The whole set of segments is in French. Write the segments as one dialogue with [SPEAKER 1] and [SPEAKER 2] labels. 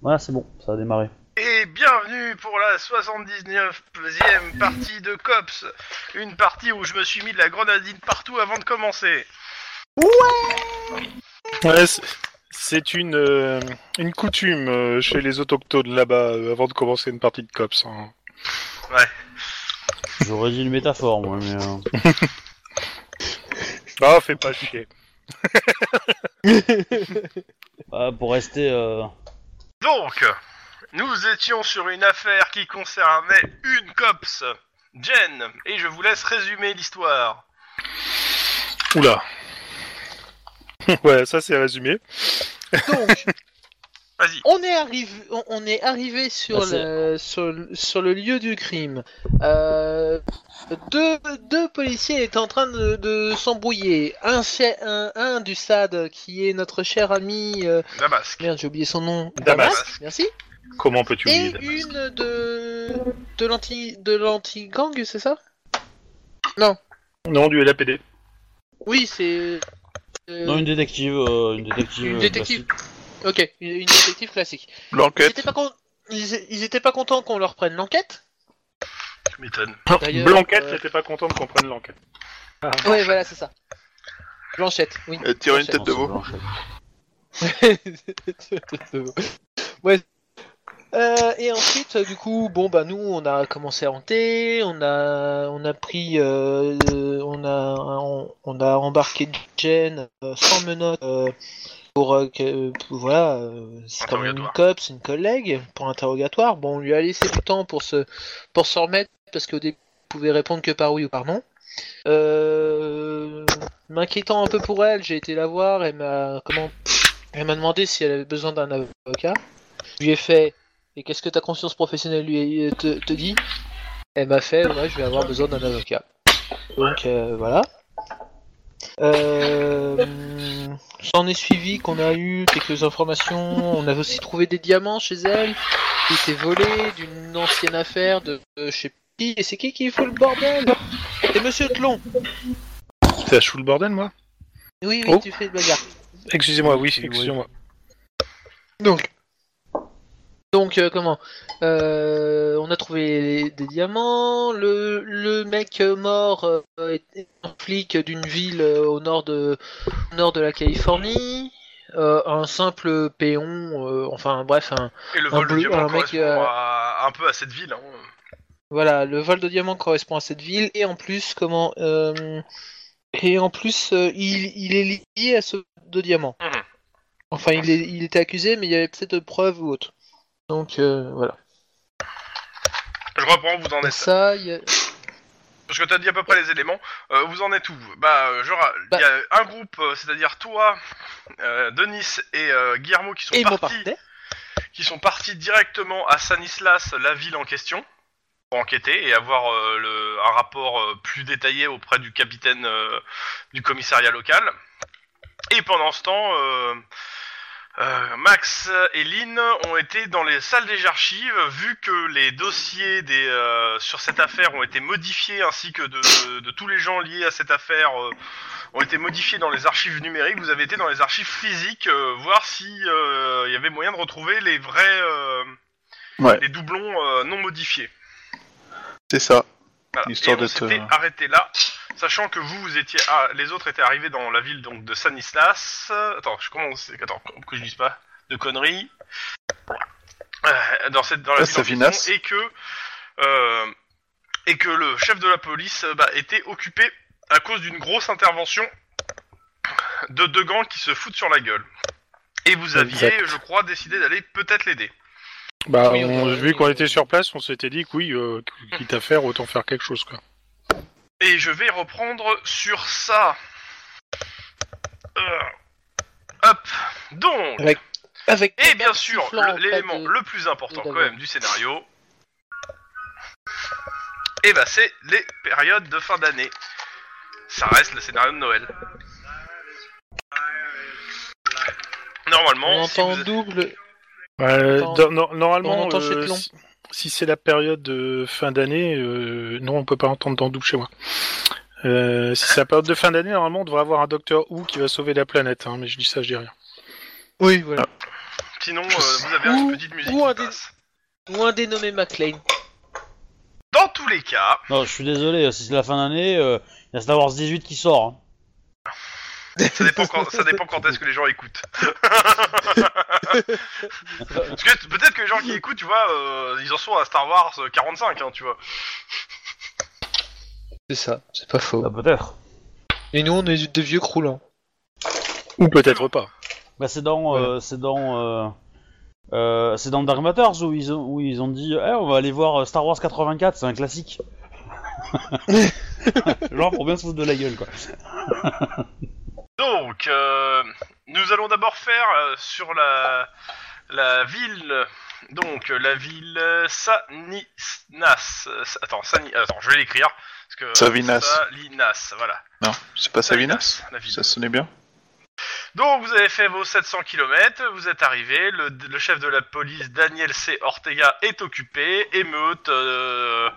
[SPEAKER 1] Voilà, c'est bon, ça a démarré.
[SPEAKER 2] Et bienvenue pour la 79e partie de Cops. Une partie où je me suis mis de la grenadine partout avant de commencer.
[SPEAKER 3] Ouais, c'est- c'est une, euh, une coutume euh, chez les autochtones là-bas euh, avant de commencer une partie de cops. hein.
[SPEAKER 1] J'aurais dit une métaphore, moi, mais. euh,
[SPEAKER 3] Ah, fais pas chier.
[SPEAKER 1] bah, pour rester. euh,
[SPEAKER 2] Donc, nous étions sur une affaire qui concernait une Cops, Jen, et je vous laisse résumer l'histoire.
[SPEAKER 3] Oula. ouais, ça c'est résumé.
[SPEAKER 4] Donc,
[SPEAKER 2] Vas-y.
[SPEAKER 4] on est arrivé, on, on est arrivé sur,
[SPEAKER 1] Ah, c'est-
[SPEAKER 4] le, sur, le- sur le lieu du crime. Euh, deux, deux policiers étaient en train de, de s'embrouiller. Un, chai- un, un du SAD qui est notre cher ami. euh,
[SPEAKER 2] Damasque.
[SPEAKER 4] merde, j'ai oublié son nom.
[SPEAKER 3] Damas.
[SPEAKER 4] Merci.
[SPEAKER 3] Comment peux-tu
[SPEAKER 4] Et
[SPEAKER 3] oublier Damas
[SPEAKER 4] une de de l'anti de l'anti gang, c'est ça
[SPEAKER 3] Non, du LAPD.
[SPEAKER 4] Oui, c'est. euh,
[SPEAKER 1] Non, une détective. euh, une détective.
[SPEAKER 4] Une
[SPEAKER 1] euh,
[SPEAKER 4] détective.
[SPEAKER 1] classique.
[SPEAKER 4] Ok, une, une détective classique. Ils
[SPEAKER 5] L'enquête.
[SPEAKER 4] étaient pas, con- ils- ils étaient pas contents qu'on leur prenne l'enquête.
[SPEAKER 2] Tu m'étonnes.
[SPEAKER 4] D'ailleurs,
[SPEAKER 3] Blanquette
[SPEAKER 4] euh,
[SPEAKER 3] n'était pas contente qu'on prenne l'enquête.
[SPEAKER 4] Ouais, voilà, c'est ça. Blanchette, oui.
[SPEAKER 5] Euh, tire une
[SPEAKER 4] Blanchette.
[SPEAKER 5] tête de veau.
[SPEAKER 1] Non, c'est Blanchette.
[SPEAKER 4] ouais. Euh, et ensuite, du coup, bon bah nous, on a commencé à hanter, on a, on a pris, euh, on a, on, on a embarqué Jen euh, sans menottes euh, pour, euh, que, pour- voilà, euh, c'est quand même une
[SPEAKER 2] Interrogatoire.
[SPEAKER 4] copse, une collègue pour interrogatoire. Bon, on lui a laissé du temps pour se, pour s'en remettre parce qu'au début, elle pouvait répondre que par oui ou par non. Euh, m'inquiétant un peu pour elle, j'ai été la voir, elle m'a comment elle m'a demandé si elle avait besoin d'un avocat. Je lui ai fait et qu'est-ce que ta conscience professionnelle lui euh, te, te dit Elle m'a fait moi je vais avoir besoin d'un avocat. Donc euh, voilà. Euh, J'en ai suivi qu'on a eu quelques informations. On avait aussi trouvé des diamants chez elle qui étaient volés d'une ancienne affaire de, de chez qui Et c'est qui qui fout le bordel C'est Monsieur Tlon.
[SPEAKER 3] T'as chou le bordel, moi
[SPEAKER 4] Oui, oui,
[SPEAKER 3] Oh.
[SPEAKER 4] tu fais de bagarre.
[SPEAKER 3] Excusez-moi, oui,
[SPEAKER 1] Oui.
[SPEAKER 3] excusez-moi.
[SPEAKER 4] Donc, donc euh, comment Euh, On a trouvé des diamants. Le, le mec mort euh, était un flic d'une ville euh, au nord de, au nord de la Californie. Euh, un simple péon, euh, enfin bref, un,
[SPEAKER 2] Et le
[SPEAKER 4] Un
[SPEAKER 2] vol de
[SPEAKER 4] bleu-
[SPEAKER 2] diamant
[SPEAKER 4] un mec,
[SPEAKER 2] correspond
[SPEAKER 4] euh,
[SPEAKER 2] à- un peu à cette ville. hein.
[SPEAKER 4] Voilà, le vol de diamant correspond à cette ville et en plus comment euh, et en plus euh, il, il est lié à ce vol de diamant.
[SPEAKER 2] Mhm.
[SPEAKER 4] Enfin, il, est, il était accusé, mais il y avait peut-être preuve ou autre. Donc euh, voilà.
[SPEAKER 2] Je reprends, vous en
[SPEAKER 4] Et
[SPEAKER 2] êtes.
[SPEAKER 4] ça, il y a-
[SPEAKER 2] Parce que t'as dit à peu près les éléments. Euh, vous en êtes où Bah, euh, genre, il y
[SPEAKER 4] Bah-
[SPEAKER 2] a un groupe, euh, c'est-à-dire toi, euh, Denis et euh, Guillermo qui sont
[SPEAKER 4] et mon
[SPEAKER 2] partis,
[SPEAKER 4] partenaire.
[SPEAKER 2] qui sont partis directement à Sanislas, la ville en question, pour enquêter et avoir euh, le, un rapport euh, plus détaillé auprès du capitaine euh, du commissariat local. Et pendant ce temps, euh, euh, Max et Lynn ont été dans les salles des archives, vu que les dossiers des, euh, sur cette affaire ont été modifiés, ainsi que de, de tous les gens liés à cette affaire euh, ont été modifiés dans les archives numériques. Vous avez été dans les archives physiques, euh, voir si euh, il y avait moyen de retrouver les vrais, euh,
[SPEAKER 5] Ouais.
[SPEAKER 2] les doublons euh, non modifiés.
[SPEAKER 5] C'est ça.
[SPEAKER 2] Voilà.
[SPEAKER 5] Histoire euh,
[SPEAKER 2] Et on
[SPEAKER 5] de te-
[SPEAKER 2] s'était arrêté là, sachant que vous, vous étiez, ah, les autres étaient arrivés dans la ville donc de Sanislas. euh, Attends, je commence. Attends, que je dise pas de conneries. Euh, dans cette, dans la
[SPEAKER 5] Ah,
[SPEAKER 2] ville en
[SPEAKER 5] Savinas.
[SPEAKER 2] question, et que euh, et que le chef de la police euh, bah, était occupé à cause d'une grosse intervention de deux gangs qui se foutent sur la gueule. Et vous aviez,
[SPEAKER 3] Exact.
[SPEAKER 2] je crois, décidé d'aller peut-être l'aider.
[SPEAKER 3] Bah,
[SPEAKER 4] Oui,
[SPEAKER 3] on-
[SPEAKER 4] on-
[SPEAKER 3] vu qu'on était sur place, on s'était dit que oui, euh, quitte à faire, autant faire quelque chose, quoi.
[SPEAKER 2] Et je vais reprendre sur ça. Euh, hop. Donc,
[SPEAKER 4] Avec- Avec
[SPEAKER 2] et bien sûr,
[SPEAKER 4] sifflant en
[SPEAKER 2] le- l'élément
[SPEAKER 4] fait de-
[SPEAKER 2] le plus important
[SPEAKER 4] de
[SPEAKER 2] quand
[SPEAKER 4] Dagobah.
[SPEAKER 2] même du scénario, et bah c'est les périodes de fin d'année. Ça reste le scénario de Noël.
[SPEAKER 4] on
[SPEAKER 2] Normalement, si
[SPEAKER 4] entend
[SPEAKER 2] vous-
[SPEAKER 4] double.
[SPEAKER 3] Ouais,
[SPEAKER 4] On entend-
[SPEAKER 3] Euh, dans- no- normalement,
[SPEAKER 4] on entend chez
[SPEAKER 3] euh,
[SPEAKER 4] Tlon.
[SPEAKER 3] si, si c'est la période de fin d'année, euh, non, on peut pas entendre dans double chez moi. Euh, si c'est la période de fin d'année, normalement, on devrait avoir un docteur Who qui va sauver la planète. hein, mais je dis ça, je dis rien.
[SPEAKER 4] Oui, voilà.
[SPEAKER 2] Sinon, euh, vous avez une
[SPEAKER 4] Ou-
[SPEAKER 2] petite musique
[SPEAKER 4] ou un
[SPEAKER 2] qui
[SPEAKER 4] des-
[SPEAKER 2] passe.
[SPEAKER 4] Ou un dénommé McLean.
[SPEAKER 2] Dans tous les cas,
[SPEAKER 1] Non, je suis désolé, si c'est la fin d'année, euh, il y a Star Wars 18 qui sort. hein.
[SPEAKER 2] ça dépend quand, ça dépend quand est-ce que les gens écoutent. Parce que t- peut-être que les gens qui écoutent, tu vois, euh, ils en sont à Star Wars 45, hein, tu vois.
[SPEAKER 4] C'est ça, c'est pas faux.
[SPEAKER 1] Bah, peut-être.
[SPEAKER 4] Et nous, on est des vieux croulants.
[SPEAKER 3] Ou peut-être pas.
[SPEAKER 1] Bah, c'est dans. euh, c'est dans. euh, euh, c'est dans Dark Matters où ils ont, où ils ont dit Eh, on va aller voir Star Wars 84, c'est un classique. Genre pour bien se foutre de la gueule quoi.
[SPEAKER 2] Donc, euh, nous allons d'abord faire euh, sur la, la ville. Donc, euh, la ville euh, Saninas. euh, Sa- Attends, Sani- attends, je vais l'écrire. Parce que, euh,
[SPEAKER 5] Savinas.
[SPEAKER 2] Salinas, voilà.
[SPEAKER 5] Non, c'est pas Savinas
[SPEAKER 2] la ville.
[SPEAKER 5] Ça sonnait bien
[SPEAKER 2] Donc vous avez fait vos 700 km, vous êtes arrivé, le, le chef de la police Daniel C. Ortega est occupé, émeute euh,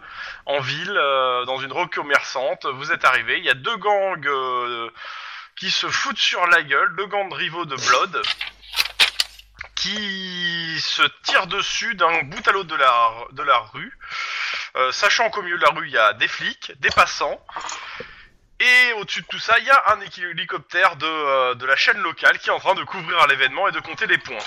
[SPEAKER 2] en ville, euh, dans une rue commerçante, vous êtes arrivé, il y a deux gangs euh, qui se foutent sur la gueule, deux gangs de rivaux de Blood, qui se tirent dessus d'un bout à l'autre de la, de la rue, Euh, sachant qu'au milieu de la rue il y a des flics, des passants, et au-dessus de tout ça, il y a un héli- hélicoptère de, euh, de la chaîne locale qui est en train de couvrir l'événement et de compter les points.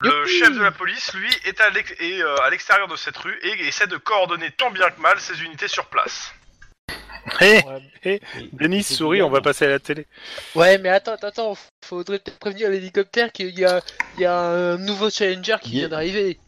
[SPEAKER 2] Le
[SPEAKER 4] Youpi
[SPEAKER 2] chef de la police, lui, est à l'ex- est, euh, à l'extérieur de cette rue et essaie de coordonner tant bien que mal ses unités sur place.
[SPEAKER 3] Hé
[SPEAKER 4] Ouais.
[SPEAKER 3] Eh, Denis sourit,
[SPEAKER 1] hein.
[SPEAKER 3] on va passer à la télé.
[SPEAKER 4] Ouais, mais attends, attends, attends, faudrait peut-être prévenir l'hélicoptère qu'il y a, il y a un nouveau challenger qui
[SPEAKER 1] Yeah.
[SPEAKER 4] vient d'arriver.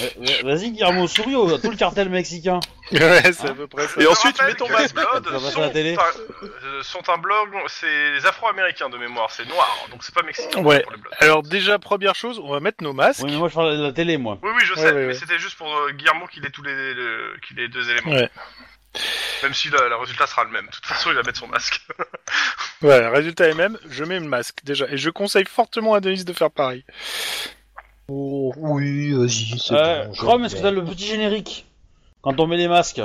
[SPEAKER 1] Ouais, ouais, Vas-y Guillermo souris au- à tout le cartel mexicain.
[SPEAKER 3] ouais, c'est à peu près ça.
[SPEAKER 5] Et ensuite,
[SPEAKER 2] Je
[SPEAKER 5] mets ton
[SPEAKER 2] rappelle
[SPEAKER 5] masque
[SPEAKER 2] que les
[SPEAKER 1] Ça
[SPEAKER 2] Bloods
[SPEAKER 1] va sur
[SPEAKER 2] sont,
[SPEAKER 1] la télé.
[SPEAKER 2] un- euh, sont un blog, c'est les Afro-Américains de mémoire, c'est noir, donc c'est pas mexicain
[SPEAKER 3] Ouais.
[SPEAKER 2] pour les Bloods.
[SPEAKER 3] Alors déjà, première chose, on va mettre nos masques.
[SPEAKER 1] Oui mais moi je parle de la télé moi.
[SPEAKER 2] Oui, oui, je
[SPEAKER 3] Ouais,
[SPEAKER 2] sais,
[SPEAKER 3] ouais,
[SPEAKER 2] mais
[SPEAKER 3] ouais.
[SPEAKER 2] c'était juste pour euh, Guillermo qu'il ait tous les, le- qu'il ait deux éléments.
[SPEAKER 3] Ouais.
[SPEAKER 2] Même si le, le résultat sera le même. De toute façon, il va mettre son masque.
[SPEAKER 3] Voilà, résultat est même, je mets le masque déjà. Et je conseille fortement à Denis de faire pareil.
[SPEAKER 4] Oh, oui, vas-y, c'est
[SPEAKER 1] Euh, Chrome est-ce que t'as le petit générique quand on met les masques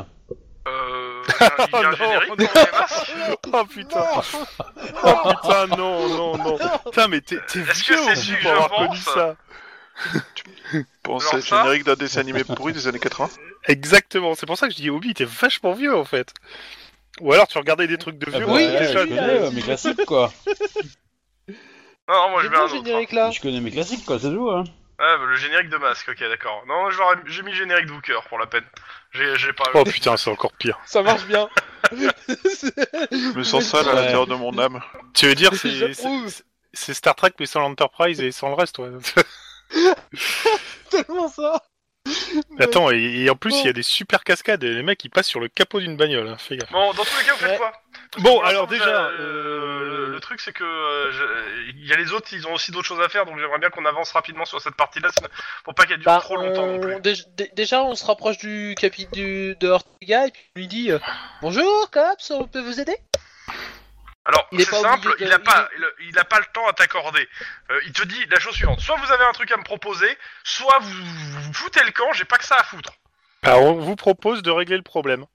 [SPEAKER 2] Euh, il y a un- il y a un
[SPEAKER 3] non.
[SPEAKER 2] générique dans les masques.
[SPEAKER 3] Oh putain Oh putain, non, non, non Putain, mais t'es t'es
[SPEAKER 2] Est-ce
[SPEAKER 3] vieux
[SPEAKER 2] que c'est
[SPEAKER 3] au
[SPEAKER 2] celui
[SPEAKER 3] bout
[SPEAKER 2] que
[SPEAKER 3] pour
[SPEAKER 2] je
[SPEAKER 3] avoir
[SPEAKER 2] pense
[SPEAKER 3] connu ça
[SPEAKER 5] Bon,
[SPEAKER 2] Alors
[SPEAKER 5] c'est le
[SPEAKER 2] ça
[SPEAKER 5] générique d'un dessin animé pourri des années 80
[SPEAKER 3] Exactement, c'est pour ça que je dis Obi, t'es vachement vieux en fait Ou alors tu regardais des trucs de
[SPEAKER 1] Ah bah,
[SPEAKER 3] vieux quand
[SPEAKER 4] oui,
[SPEAKER 1] ouais,
[SPEAKER 3] t'étais
[SPEAKER 1] je
[SPEAKER 4] oui,
[SPEAKER 3] jeune.
[SPEAKER 4] oui.
[SPEAKER 1] connais euh, mes classiques quoi.
[SPEAKER 2] Non, non, moi je mets un
[SPEAKER 4] bien
[SPEAKER 2] autre. hein.
[SPEAKER 4] générique là.
[SPEAKER 1] Je connais mes classiques quoi, c'est tout hein.
[SPEAKER 2] Ah, bah, le générique de masque, ok, d'accord. Non, je l'aurais- j'ai mis générique de Hooker pour la peine. J'ai j'ai pas.
[SPEAKER 3] Oh putain, c'est encore pire.
[SPEAKER 4] Ça marche bien.
[SPEAKER 5] Je me sens sale à
[SPEAKER 1] Ouais.
[SPEAKER 5] l'intérieur de mon âme.
[SPEAKER 3] Tu veux dire, c'est
[SPEAKER 4] J'approuve.
[SPEAKER 3] c'est- c'est Star Trek mais sans l'Enterprise et sans le reste, ouais.
[SPEAKER 4] tellement ça.
[SPEAKER 3] Mais Attends, et, et en plus, il y a des super cascades et les mecs ils passent sur le capot d'une bagnole, hein, fais gaffe.
[SPEAKER 2] Bon, dans tous les cas, vous faites
[SPEAKER 4] Ouais.
[SPEAKER 2] quoi Parce
[SPEAKER 3] Bon,
[SPEAKER 2] que pour
[SPEAKER 3] alors,
[SPEAKER 2] l'instant,
[SPEAKER 3] déjà,
[SPEAKER 2] euh,
[SPEAKER 3] euh,
[SPEAKER 2] le- le truc c'est que euh, je- il y a les autres, ils ont aussi d'autres choses à faire, donc j'aimerais bien qu'on avance rapidement sur cette partie-là, sinon- pour pas qu'elle dure
[SPEAKER 4] Bah,
[SPEAKER 2] trop longtemps non plus.
[SPEAKER 4] on- dé- dé- déjà, on se rapproche du capi du de Ortega et puis on lui dit euh, bonjour, cops, on peut vous aider
[SPEAKER 2] Alors,
[SPEAKER 4] Il est
[SPEAKER 2] c'est
[SPEAKER 4] pas
[SPEAKER 2] simple,
[SPEAKER 4] obligé de-
[SPEAKER 2] il a
[SPEAKER 4] il
[SPEAKER 2] pas, il... a- il a pas le temps à t'accorder. Euh, il te dit la chose suivante soit vous avez un truc à me proposer, soit vous vous vous foutez le camp, j'ai pas que ça à foutre.
[SPEAKER 3] Alors, Bah, on vous propose de régler le problème.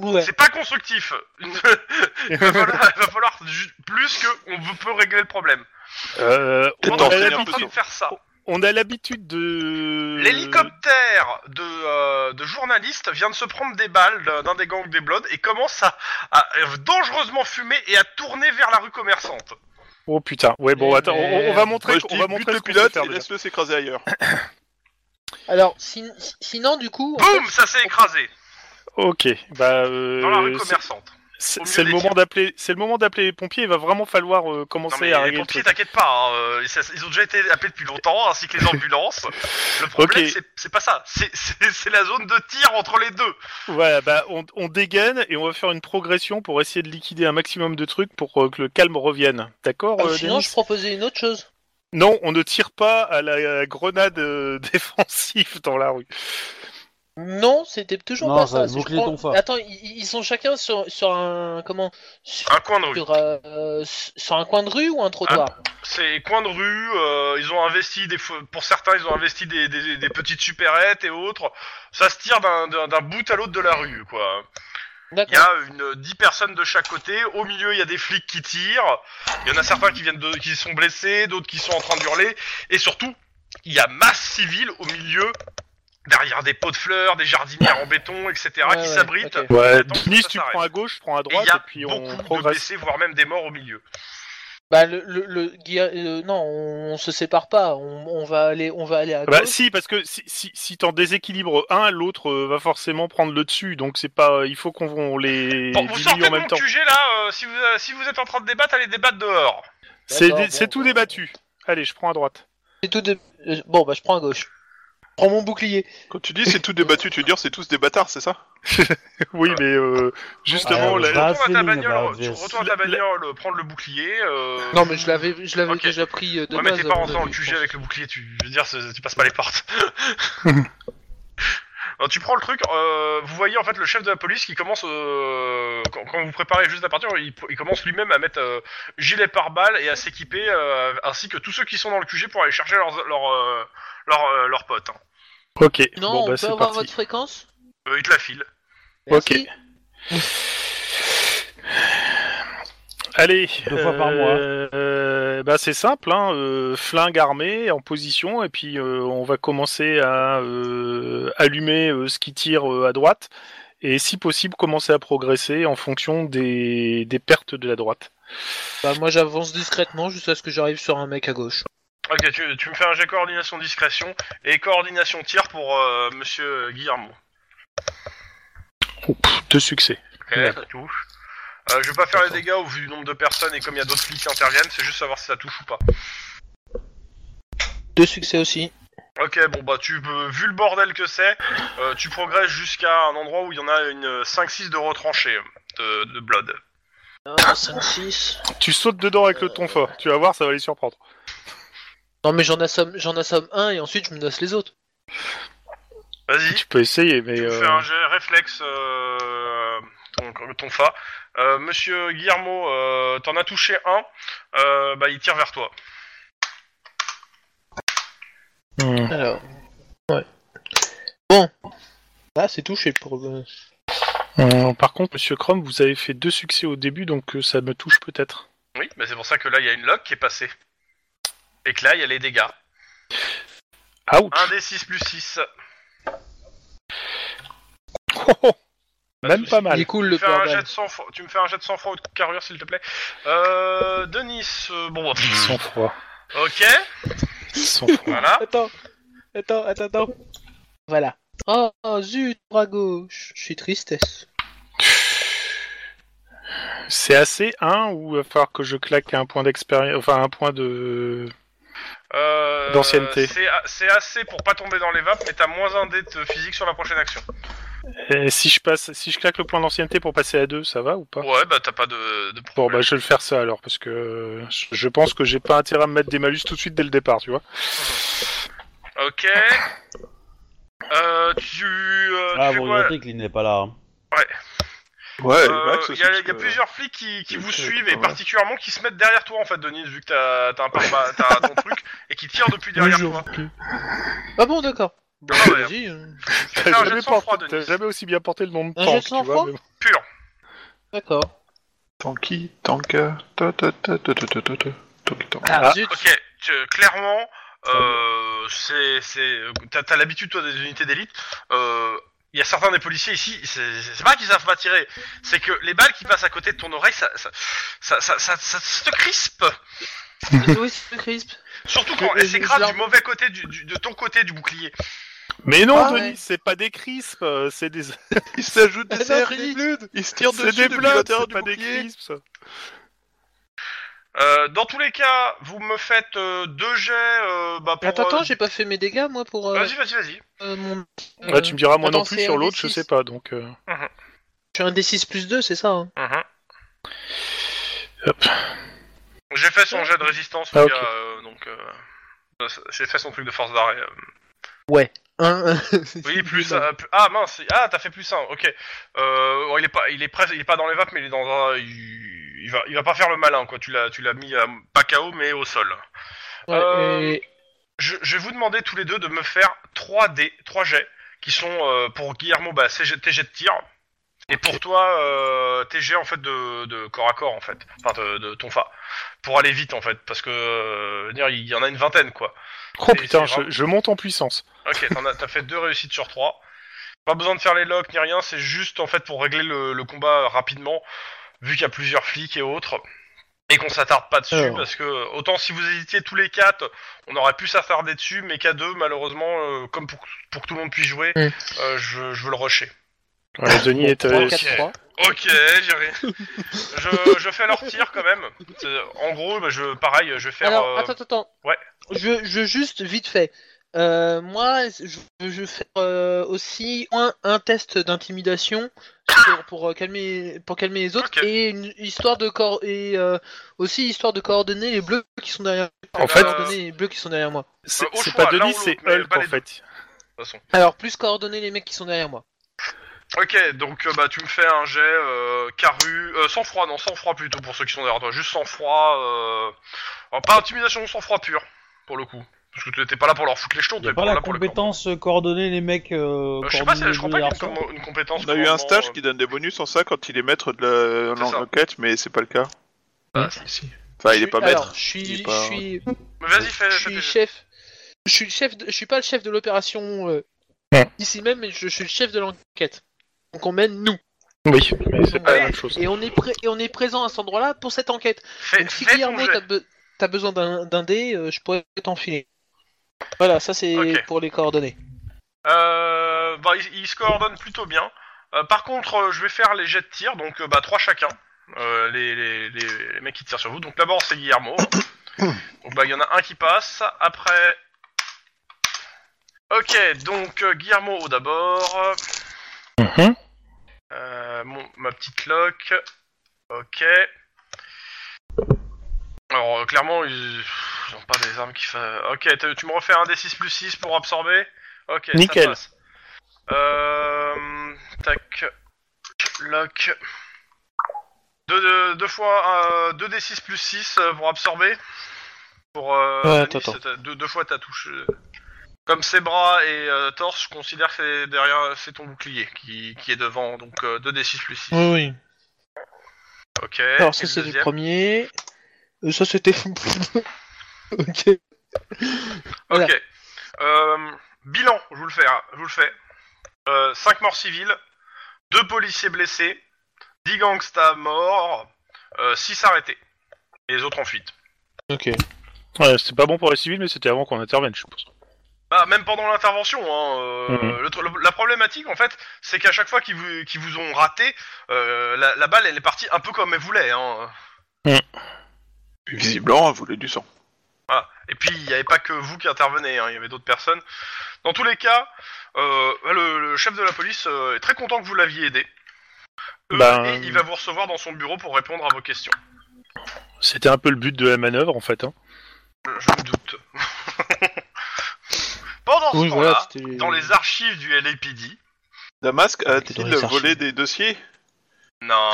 [SPEAKER 4] Ouais.
[SPEAKER 2] C'est pas constructif. il va falloir, il va falloir ju- plus que on veut- peut régler le problème.
[SPEAKER 3] Euh,
[SPEAKER 5] Peut-être
[SPEAKER 3] on,
[SPEAKER 5] d'en
[SPEAKER 3] a
[SPEAKER 5] finir
[SPEAKER 3] l'habitude-
[SPEAKER 5] un peu tôt.
[SPEAKER 2] de faire ça.
[SPEAKER 3] on a l'habitude de...
[SPEAKER 2] L'hélicoptère de, euh, de journalistes vient de se prendre des balles d'un- d'un des gangs des Bloods et commence à, à- à dangereusement fumer et à tourner vers la rue commerçante.
[SPEAKER 3] Oh putain, ouais bon
[SPEAKER 4] Eh
[SPEAKER 3] attends, on, on va montrer,
[SPEAKER 5] Moi, je
[SPEAKER 3] on
[SPEAKER 5] dis,
[SPEAKER 3] va
[SPEAKER 5] bute
[SPEAKER 3] montrer
[SPEAKER 5] le
[SPEAKER 3] ce qu'on sait
[SPEAKER 5] pilote
[SPEAKER 3] faire
[SPEAKER 5] et
[SPEAKER 3] déjà.
[SPEAKER 5] laisse-le s'écraser ailleurs.
[SPEAKER 4] Alors, sin- sinon, du coup, en
[SPEAKER 2] Boum,
[SPEAKER 4] fait,
[SPEAKER 2] ça s'est écrasé
[SPEAKER 3] Ok, bah euh,
[SPEAKER 2] dans la rue
[SPEAKER 3] c'est-
[SPEAKER 2] commerçante.
[SPEAKER 3] c'est
[SPEAKER 2] au milieu
[SPEAKER 3] c'est le
[SPEAKER 2] des
[SPEAKER 3] moment
[SPEAKER 2] tirs.
[SPEAKER 3] d'appeler, c'est le moment d'appeler les pompiers. Il va vraiment falloir euh,
[SPEAKER 2] Non
[SPEAKER 3] commencer
[SPEAKER 2] mais
[SPEAKER 3] à
[SPEAKER 2] les
[SPEAKER 3] régler le
[SPEAKER 2] pompiers,
[SPEAKER 3] truc.
[SPEAKER 2] t'inquiète pas, hein, euh, ça- ils ont déjà été appelés depuis longtemps, ainsi que les ambulances. Le problème,
[SPEAKER 3] Ok.
[SPEAKER 2] c'est- c'est pas ça, c'est- c'est c'est la zone de tir entre les deux.
[SPEAKER 3] Voilà, bah on, on dégaine et on va faire une progression pour essayer de liquider un maximum de trucs pour euh, que le calme revienne. D'accord
[SPEAKER 4] euh,
[SPEAKER 3] euh,
[SPEAKER 4] sinon,
[SPEAKER 3] Denis
[SPEAKER 4] je proposais une autre chose.
[SPEAKER 3] Non, on ne tire pas à la, à la grenade euh, défensive dans la rue.
[SPEAKER 4] Non, c'était toujours
[SPEAKER 1] Non,
[SPEAKER 4] pas
[SPEAKER 1] ça
[SPEAKER 4] ça.
[SPEAKER 1] va te
[SPEAKER 4] c'est- je
[SPEAKER 1] boucler ton fa.
[SPEAKER 4] Attends, ils, ils sont chacun sur, sur un comment sur,
[SPEAKER 2] Un coin de rue.
[SPEAKER 4] sur, euh, sur un coin de rue ou un
[SPEAKER 2] Ah,
[SPEAKER 4] trottoir
[SPEAKER 2] C'est coin de rue, euh, ils ont investi, des fo- pour certains, ils ont investi des, des- des petites supérettes et autres. Ça se tire d'un- d'un d'un bout à l'autre de la rue, quoi. Il y a une 10 personnes de chaque côté. Au milieu, il y a des flics qui tirent. Il y en a certains qui viennent de, qui sont blessés, d'autres qui sont en train d'hurler. Et surtout, il y a masse civile au milieu, derrière des pots de fleurs, des jardinières en béton, etc.
[SPEAKER 4] Ouais,
[SPEAKER 2] qui
[SPEAKER 4] ouais,
[SPEAKER 2] s'abritent.
[SPEAKER 4] ok.
[SPEAKER 3] Ouais,
[SPEAKER 2] Attends,
[SPEAKER 3] Denis,
[SPEAKER 2] ça
[SPEAKER 3] tu
[SPEAKER 2] s'arrête.
[SPEAKER 3] prends à gauche, je prends à
[SPEAKER 2] Et il
[SPEAKER 3] droite,
[SPEAKER 2] y
[SPEAKER 3] et,
[SPEAKER 2] a
[SPEAKER 3] puis
[SPEAKER 2] beaucoup
[SPEAKER 3] on
[SPEAKER 2] de
[SPEAKER 3] progresse.
[SPEAKER 2] blessés, voire même des morts au milieu.
[SPEAKER 4] Bah le, le, le- Guilla- euh, non, on, on se sépare pas. On, on va aller, on va aller à
[SPEAKER 3] Bah
[SPEAKER 4] gauche.
[SPEAKER 3] si, parce que si, si, si t'en déséquilibres un, l'autre euh, va forcément prendre le dessus, donc c'est pas, euh, il faut qu'on on les
[SPEAKER 2] Bon, vous sortez
[SPEAKER 3] diminue
[SPEAKER 2] de
[SPEAKER 3] en même
[SPEAKER 2] mon
[SPEAKER 3] temps.
[SPEAKER 2] QG là, euh, si, vous, euh, si vous êtes en train de débattre, allez débattre dehors.
[SPEAKER 3] C'est
[SPEAKER 4] D'accord,
[SPEAKER 3] dé-
[SPEAKER 4] bon,
[SPEAKER 3] c'est tout
[SPEAKER 4] bon.
[SPEAKER 3] débattu. Allez, je prends à droite.
[SPEAKER 4] C'est tout de- euh, Bon bah je prends à gauche. Je prends mon bouclier.
[SPEAKER 5] Quand tu dis c'est tout débattu, tu veux dire c'est tous des bâtards, c'est ça
[SPEAKER 3] oui, mais euh, justement,
[SPEAKER 1] Ah,
[SPEAKER 3] la-
[SPEAKER 1] bah,
[SPEAKER 2] Retourne à ta
[SPEAKER 1] feeling
[SPEAKER 2] bagnole,
[SPEAKER 1] about
[SPEAKER 2] tu
[SPEAKER 1] this.
[SPEAKER 2] retournes à ta bagnole, euh, prendre le bouclier. euh,
[SPEAKER 4] Non mais je l'avais, je l'avais
[SPEAKER 2] Ok.
[SPEAKER 4] déjà pris euh, de
[SPEAKER 2] Ouais, mais
[SPEAKER 4] base.
[SPEAKER 2] t'es pas
[SPEAKER 4] à mon
[SPEAKER 2] rentré dans le
[SPEAKER 4] avis, je
[SPEAKER 2] QG
[SPEAKER 4] pense.
[SPEAKER 2] avec le bouclier, tu je veux dire, c'est- tu passes pas les portes. Alors, tu prends le truc, euh, vous voyez en fait le chef de la police qui commence, euh, quand, quand vous préparez juste à partir, il, il commence lui-même à mettre euh, gilet pare-balles et à s'équiper, euh, ainsi que tous ceux qui sont dans le QG pour aller chercher leurs leurs euh, leurs euh, leurs potes. hein.
[SPEAKER 3] Ok.
[SPEAKER 4] Non,
[SPEAKER 3] bon,
[SPEAKER 4] on
[SPEAKER 3] bah,
[SPEAKER 4] peut
[SPEAKER 3] c'est
[SPEAKER 4] avoir
[SPEAKER 3] parti.
[SPEAKER 4] votre fréquence.
[SPEAKER 2] Euh, il te la file.
[SPEAKER 3] Ok.
[SPEAKER 4] Merci.
[SPEAKER 3] Allez.
[SPEAKER 1] Deux fois par mois.
[SPEAKER 3] euh, bah c'est simple, hein, euh, flingue armée en position, et puis euh, on va commencer à euh, allumer euh, ce qui tire euh, à droite, et si possible commencer à progresser en fonction des, des pertes de la droite.
[SPEAKER 4] Bah moi j'avance discrètement jusqu'à ce que j'arrive sur un mec à gauche.
[SPEAKER 2] Ok, tu, tu me fais un jet coordination discrétion et coordination tir pour euh, Monsieur Guillermo.
[SPEAKER 3] Oh, pff, deux succès.
[SPEAKER 2] Ok, ça touche. Euh, je vais pas faire les dégâts au vu du nombre de personnes et comme il y a d'autres flics qui interviennent, c'est juste savoir si ça touche ou pas.
[SPEAKER 4] Deux succès aussi.
[SPEAKER 2] Ok, bon bah tu peux, vu le bordel que c'est, euh, tu progresses jusqu'à un endroit où il y en a une euh, 5-6 de retranchés euh, de, de blood.
[SPEAKER 4] 5, 6.
[SPEAKER 3] Tu sautes dedans avec le ton fort, tu vas voir, ça va les surprendre.
[SPEAKER 4] Non mais j'en assomme, j'en assomme un et ensuite je me menace les autres.
[SPEAKER 2] Vas-y,
[SPEAKER 3] Tu peux essayer, mais...
[SPEAKER 2] tu me
[SPEAKER 3] euh,
[SPEAKER 2] fais un jet réflexe euh, ton, ton fa. Euh, Monsieur Guillermo, euh, t'en as touché un, euh, bah il tire vers toi.
[SPEAKER 3] hmm.
[SPEAKER 4] Alors. Ouais. Bon. Là c'est touché pour. le-
[SPEAKER 3] Euh, par contre, Monsieur Chrome, vous avez fait deux succès au début, donc euh, ça me touche peut-être.
[SPEAKER 2] Oui, mais c'est pour ça que là il y a une lock qui est passée. Et que là il y a les dégâts.
[SPEAKER 3] Ouch
[SPEAKER 2] 1 des 6 plus 6. Ah.
[SPEAKER 3] Même pas
[SPEAKER 4] Il
[SPEAKER 3] mal.
[SPEAKER 4] est cool
[SPEAKER 2] Tu
[SPEAKER 4] le
[SPEAKER 2] me, fais un jet
[SPEAKER 4] pare-balles.
[SPEAKER 2] de sang froid- tu me fais un jet de sang froid ou de carrure s'il te plaît. Euh, Denis, euh, bon, bah, pff,
[SPEAKER 3] Sans froid.
[SPEAKER 2] ok,
[SPEAKER 3] Sans froid.
[SPEAKER 2] voilà.
[SPEAKER 4] Attends, attends, attends, attends. Voilà. Oh, oh, zut, bras gauche. Je suis tristesse.
[SPEAKER 3] C'est assez 1 ou va falloir que je claque un point d'expérience, enfin un point de.
[SPEAKER 2] Euh,
[SPEAKER 3] D'ancienneté.
[SPEAKER 2] c'est a- C'est assez pour pas tomber dans les vapes, mais t'as moins un dé de physique sur la prochaine action.
[SPEAKER 3] Euh, si je passe, si je claque le point d'ancienneté pour passer à 2, ça va ou pas
[SPEAKER 2] Ouais, bah t'as pas de, de
[SPEAKER 3] Ah. Bon
[SPEAKER 2] problème.
[SPEAKER 3] bah je vais le faire ça alors parce que euh, je je pense que j'ai pas intérêt à me mettre des malus tout de suite dès le départ, tu vois. bah.
[SPEAKER 2] Ok. Euh, tu. euh,
[SPEAKER 1] Ah,
[SPEAKER 2] tu fais
[SPEAKER 1] vous
[SPEAKER 2] quoi
[SPEAKER 1] regrettez qu'il n'est pas là. hein.
[SPEAKER 5] Ouais,
[SPEAKER 2] Euh, Il y, a- il y a plusieurs flics qui, qui
[SPEAKER 5] euh,
[SPEAKER 2] vous
[SPEAKER 5] euh,
[SPEAKER 2] suivent et
[SPEAKER 5] ouais.
[SPEAKER 2] particulièrement qui se mettent derrière toi en fait, Denis, vu que t'as t'as un par- bah, t'as ton truc et qui tirent depuis derrière toi.
[SPEAKER 4] Ah bon, d'accord. Bon,
[SPEAKER 2] Ah ouais.
[SPEAKER 4] vas-y. euh,
[SPEAKER 2] Tu fais
[SPEAKER 3] T'as
[SPEAKER 2] un jet de
[SPEAKER 3] jamais,
[SPEAKER 2] sang-froid,
[SPEAKER 3] porté- t'as
[SPEAKER 2] Denis.
[SPEAKER 3] jamais aussi bien porté le nom de
[SPEAKER 4] Un
[SPEAKER 3] tank,
[SPEAKER 4] jet de
[SPEAKER 3] tu vois.
[SPEAKER 4] sang-froid
[SPEAKER 3] mais bon.
[SPEAKER 2] Pur.
[SPEAKER 4] D'accord.
[SPEAKER 5] Tanky, tanka, euh, ta ta ta ta ta ta ta ta. Tanky, tanka.
[SPEAKER 4] Ah,
[SPEAKER 3] Ah.
[SPEAKER 4] zut.
[SPEAKER 2] Ok, tu- clairement, euh, c'est, c'est, t'as, t'as l'habitude toi des unités d'élite. euh, Il y a certains des policiers ici, c'est, c'est pas qu'ils savent pas tirer, c'est que les balles qui passent à côté de ton oreille, ça, ça, ça, ça, ça, ça se crispe.
[SPEAKER 4] Oui, c'est crisp.
[SPEAKER 2] Surtout quand
[SPEAKER 4] Et- et-
[SPEAKER 2] elles s'écrasent
[SPEAKER 4] l'arme-
[SPEAKER 2] du mauvais côté du, du- de ton côté du bouclier.
[SPEAKER 3] Mais non,
[SPEAKER 5] Ah,
[SPEAKER 3] Denis,
[SPEAKER 4] ouais.
[SPEAKER 3] c'est pas des crisps, euh, c'est des,
[SPEAKER 5] Il s'ajoute
[SPEAKER 4] Ah,
[SPEAKER 5] des
[SPEAKER 4] non,
[SPEAKER 5] serres,
[SPEAKER 4] Freddy.
[SPEAKER 5] des bloods. Il se tire
[SPEAKER 3] c'est
[SPEAKER 5] dessus
[SPEAKER 3] des
[SPEAKER 5] depuis
[SPEAKER 3] blagues,
[SPEAKER 5] l'intérieur
[SPEAKER 3] c'est
[SPEAKER 5] du
[SPEAKER 3] pas des
[SPEAKER 5] bouclier.
[SPEAKER 3] crisps.
[SPEAKER 2] Euh, dans tous les cas, vous me faites euh, deux jets. euh, bah, pour,
[SPEAKER 4] Attends,
[SPEAKER 2] euh,
[SPEAKER 4] attends, j'ai pas fait mes dégâts moi pour. euh,
[SPEAKER 2] Vas-y, vas-y, vas-y.
[SPEAKER 4] euh, mon-
[SPEAKER 3] Bah, tu me diras moi
[SPEAKER 4] Attends,
[SPEAKER 3] non plus
[SPEAKER 4] c'est
[SPEAKER 3] sur
[SPEAKER 4] un
[SPEAKER 3] l'autre,
[SPEAKER 4] des
[SPEAKER 3] je
[SPEAKER 4] six.
[SPEAKER 3] sais pas donc. euh,
[SPEAKER 4] Je suis un D6 plus 2, c'est ça hein
[SPEAKER 2] Mhm.
[SPEAKER 3] Hop.
[SPEAKER 2] J'ai fait son jet de résistance,
[SPEAKER 3] Ah,
[SPEAKER 2] le
[SPEAKER 3] ok.
[SPEAKER 2] gars, euh, donc. euh, j'ai fait son truc de force d'arrêt. euh.
[SPEAKER 4] Un, un.
[SPEAKER 2] Oui, plus, un, plus- Ah mince, ah t'as fait plus 1, ok. Euh, ouais, il est pas, il est presque, il est pas dans les vapes, mais il est dans un, il, il va, il va pas faire le malin quoi. Tu l'as, tu l'as mis euh, pas KO mais au sol.
[SPEAKER 4] Ouais,
[SPEAKER 2] Euh,
[SPEAKER 4] et-
[SPEAKER 2] Je, je vais vous demander tous les deux de me faire 3 dés, 3 jets qui sont euh, pour Guillermo bah, c'est tes jets de tir Et pour toi, euh, tes jets, en fait de, de corps à corps en fait, enfin de, de ton fa, pour aller vite en fait, parce que euh, je veux dire, il y en a une vingtaine quoi.
[SPEAKER 3] Oh
[SPEAKER 2] Et
[SPEAKER 3] putain,
[SPEAKER 2] c'est
[SPEAKER 3] je, je monte en puissance.
[SPEAKER 2] Ok, t'en as, t'as fait deux réussites sur trois. Pas besoin de faire les locks ni rien, c'est juste en fait pour régler le, le combat euh, rapidement, vu qu'il y a plusieurs flics et autres, et qu'on s'attarde pas dessus,
[SPEAKER 4] Alors.
[SPEAKER 2] parce que autant si vous hésitiez tous les quatre, on aurait pu s'attarder dessus, mais qu'à deux, malheureusement, euh, comme pour, pour que tout le monde puisse jouer,
[SPEAKER 4] Mm.
[SPEAKER 2] euh, je, je veux le rusher.
[SPEAKER 3] Ouais, Denis est à-
[SPEAKER 4] 3, 4, 3.
[SPEAKER 2] Ok, j'ai rien. je, je fais leur tir quand même. C'est- En gros, bah, je, pareil, je vais faire.
[SPEAKER 4] Alors,
[SPEAKER 2] euh,
[SPEAKER 4] attends, attends, attends.
[SPEAKER 2] ouais.
[SPEAKER 4] Je, je veux juste vite fait. Euh, moi, je veux je veux faire euh, aussi un, un test d'intimidation sur- pour, euh, calmer pour calmer les autres
[SPEAKER 2] Ok.
[SPEAKER 4] et une histoire de corps et euh, aussi histoire de coordonner les bleus qui sont derrière.
[SPEAKER 3] En
[SPEAKER 5] Euh,
[SPEAKER 2] fait-
[SPEAKER 4] coordonner les bleus qui sont derrière moi.
[SPEAKER 3] C'est
[SPEAKER 2] au
[SPEAKER 3] c'est
[SPEAKER 2] choix,
[SPEAKER 3] pas
[SPEAKER 2] l'un
[SPEAKER 3] Denis,
[SPEAKER 2] ou
[SPEAKER 3] c'est
[SPEAKER 2] l'autre, mais
[SPEAKER 3] Hulk
[SPEAKER 2] pas
[SPEAKER 3] en
[SPEAKER 2] les deux.
[SPEAKER 3] fait.
[SPEAKER 4] Alors plus coordonner les mecs qui sont derrière moi.
[SPEAKER 2] Ok, donc euh, bah tu me fais un jet euh, caru, euh, sans froid, non, sans froid plutôt pour ceux qui sont derrière toi, juste sans froid, euh... alors, pas intimidation, sans froid pur pour le coup, parce que tu n'étais pas là pour leur foutre les jetons,
[SPEAKER 1] Il y
[SPEAKER 2] t'étais
[SPEAKER 1] a pas
[SPEAKER 2] là
[SPEAKER 1] la
[SPEAKER 2] pour le camp.
[SPEAKER 1] compétence euh, coordonner les mecs. Euh,
[SPEAKER 2] Euh, je sais pas, si-
[SPEAKER 1] coordonner
[SPEAKER 2] je crois
[SPEAKER 1] les
[SPEAKER 2] pas qu'il y ait
[SPEAKER 1] garçons.
[SPEAKER 2] une, com- une compétence.
[SPEAKER 5] On a eu un
[SPEAKER 2] commandement,
[SPEAKER 5] stage
[SPEAKER 2] euh,
[SPEAKER 5] qui donne des bonus en ça quand il est maître de la
[SPEAKER 2] C'est ça.
[SPEAKER 5] l'enquête, mais c'est pas le cas.
[SPEAKER 2] Ah, si, si.
[SPEAKER 5] Enfin, il est pas maître.
[SPEAKER 4] Alors, je suis,
[SPEAKER 5] Il est
[SPEAKER 4] je
[SPEAKER 5] pas-
[SPEAKER 4] suis,
[SPEAKER 2] Mais bah, Vas-y, fais, fais
[SPEAKER 4] je
[SPEAKER 2] tes
[SPEAKER 4] suis
[SPEAKER 2] jets.
[SPEAKER 4] chef. Je suis le chef. de- je suis pas le chef de l'opération euh,
[SPEAKER 3] Ouais.
[SPEAKER 4] ici même, mais je, je suis le chef de l'enquête. Donc on mène nous.
[SPEAKER 3] Oui, mais c'est pas
[SPEAKER 4] Ouais.
[SPEAKER 3] la même chose.
[SPEAKER 4] Et on est pré- et on est présent à cet endroit-là pour cette enquête.
[SPEAKER 2] Fais,
[SPEAKER 4] Donc si
[SPEAKER 2] fais ton
[SPEAKER 4] Guillermo
[SPEAKER 2] jet.
[SPEAKER 4] t'as, be- t'as besoin d'un, d'un dé, euh, je pourrais t'enfiler. Voilà, ça c'est
[SPEAKER 2] Ok.
[SPEAKER 4] pour les coordonnées.
[SPEAKER 2] Euh, bah, ils, ils se coordonnent plutôt bien. Euh, par contre, euh, je vais faire les jets de tir, donc euh, bah, trois chacun. Euh, les, les, les, les mecs qui tirent sur vous. Donc d'abord, c'est Guillermo. donc bah, il y en a un qui passe. Après. Ok, donc euh, Guillermo au d'abord.
[SPEAKER 3] Mhm.
[SPEAKER 2] Euh, mon- ma petite lock. Ok. Alors, euh, clairement, ils ils ont pas des armes qui fa... Ok, t- tu me refais un D6 plus 6 pour absorber Ok,
[SPEAKER 3] Nickel.
[SPEAKER 2] ça passe. Euh... Tac. Lock. Deux, deux, deux fois... 2 D6 plus 6 pour absorber. Pour... Euh,
[SPEAKER 4] Ouais,
[SPEAKER 2] Denis,
[SPEAKER 4] attends, attends.
[SPEAKER 2] c'est- Deux, deux fois ta touche. euh. Comme ses bras et euh, torse, je considère que c'est derrière, c'est ton bouclier qui, qui est devant, donc euh, 2 D6 plus 6.
[SPEAKER 4] oui.
[SPEAKER 2] Ok.
[SPEAKER 4] Mm. Alors
[SPEAKER 2] et
[SPEAKER 4] ça
[SPEAKER 2] le
[SPEAKER 4] c'est le
[SPEAKER 2] deuxième
[SPEAKER 4] premier. Euh, Ça c'était. ok. Voilà.
[SPEAKER 2] Ok. Euh, bilan, je vous le fais. hein, Je vous le fais. 5 morts civiles, 2 policiers blessés, 10 gangsters morts, 6 arrêtés. Et les autres en fuite.
[SPEAKER 4] Ok.
[SPEAKER 3] Ouais, c'est pas bon pour les civils, mais c'était avant qu'on intervienne, je suppose.
[SPEAKER 2] Bah, même pendant l'intervention, hein, euh,
[SPEAKER 3] Mhm.
[SPEAKER 2] le tr- le- la problématique en fait, c'est qu'à chaque fois qu'ils vous, qu'ils vous ont raté, euh, la, la balle elle est partie un peu comme elle voulait. Hein.
[SPEAKER 5] Visiblement, elle voulait du sang.
[SPEAKER 2] Voilà. Et puis il n'y avait pas que vous qui intervenez, hein, il y avait d'autres personnes. Dans tous les cas, euh, le, le chef de la police euh, est très content que vous l'aviez aidé. Euh,
[SPEAKER 3] Ben,
[SPEAKER 2] Et il va vous recevoir dans son bureau pour répondre à vos questions.
[SPEAKER 3] C'était un peu le but de la manœuvre, en fait. Hein.
[SPEAKER 2] Je je me doute. Pendant ce
[SPEAKER 4] Oui,
[SPEAKER 2] temps-là,
[SPEAKER 4] voilà, c'était-
[SPEAKER 2] dans les archives du LAPD,
[SPEAKER 5] Damasque
[SPEAKER 1] dans
[SPEAKER 5] a-t-il
[SPEAKER 1] les archives.
[SPEAKER 5] volé des dossiers
[SPEAKER 2] non.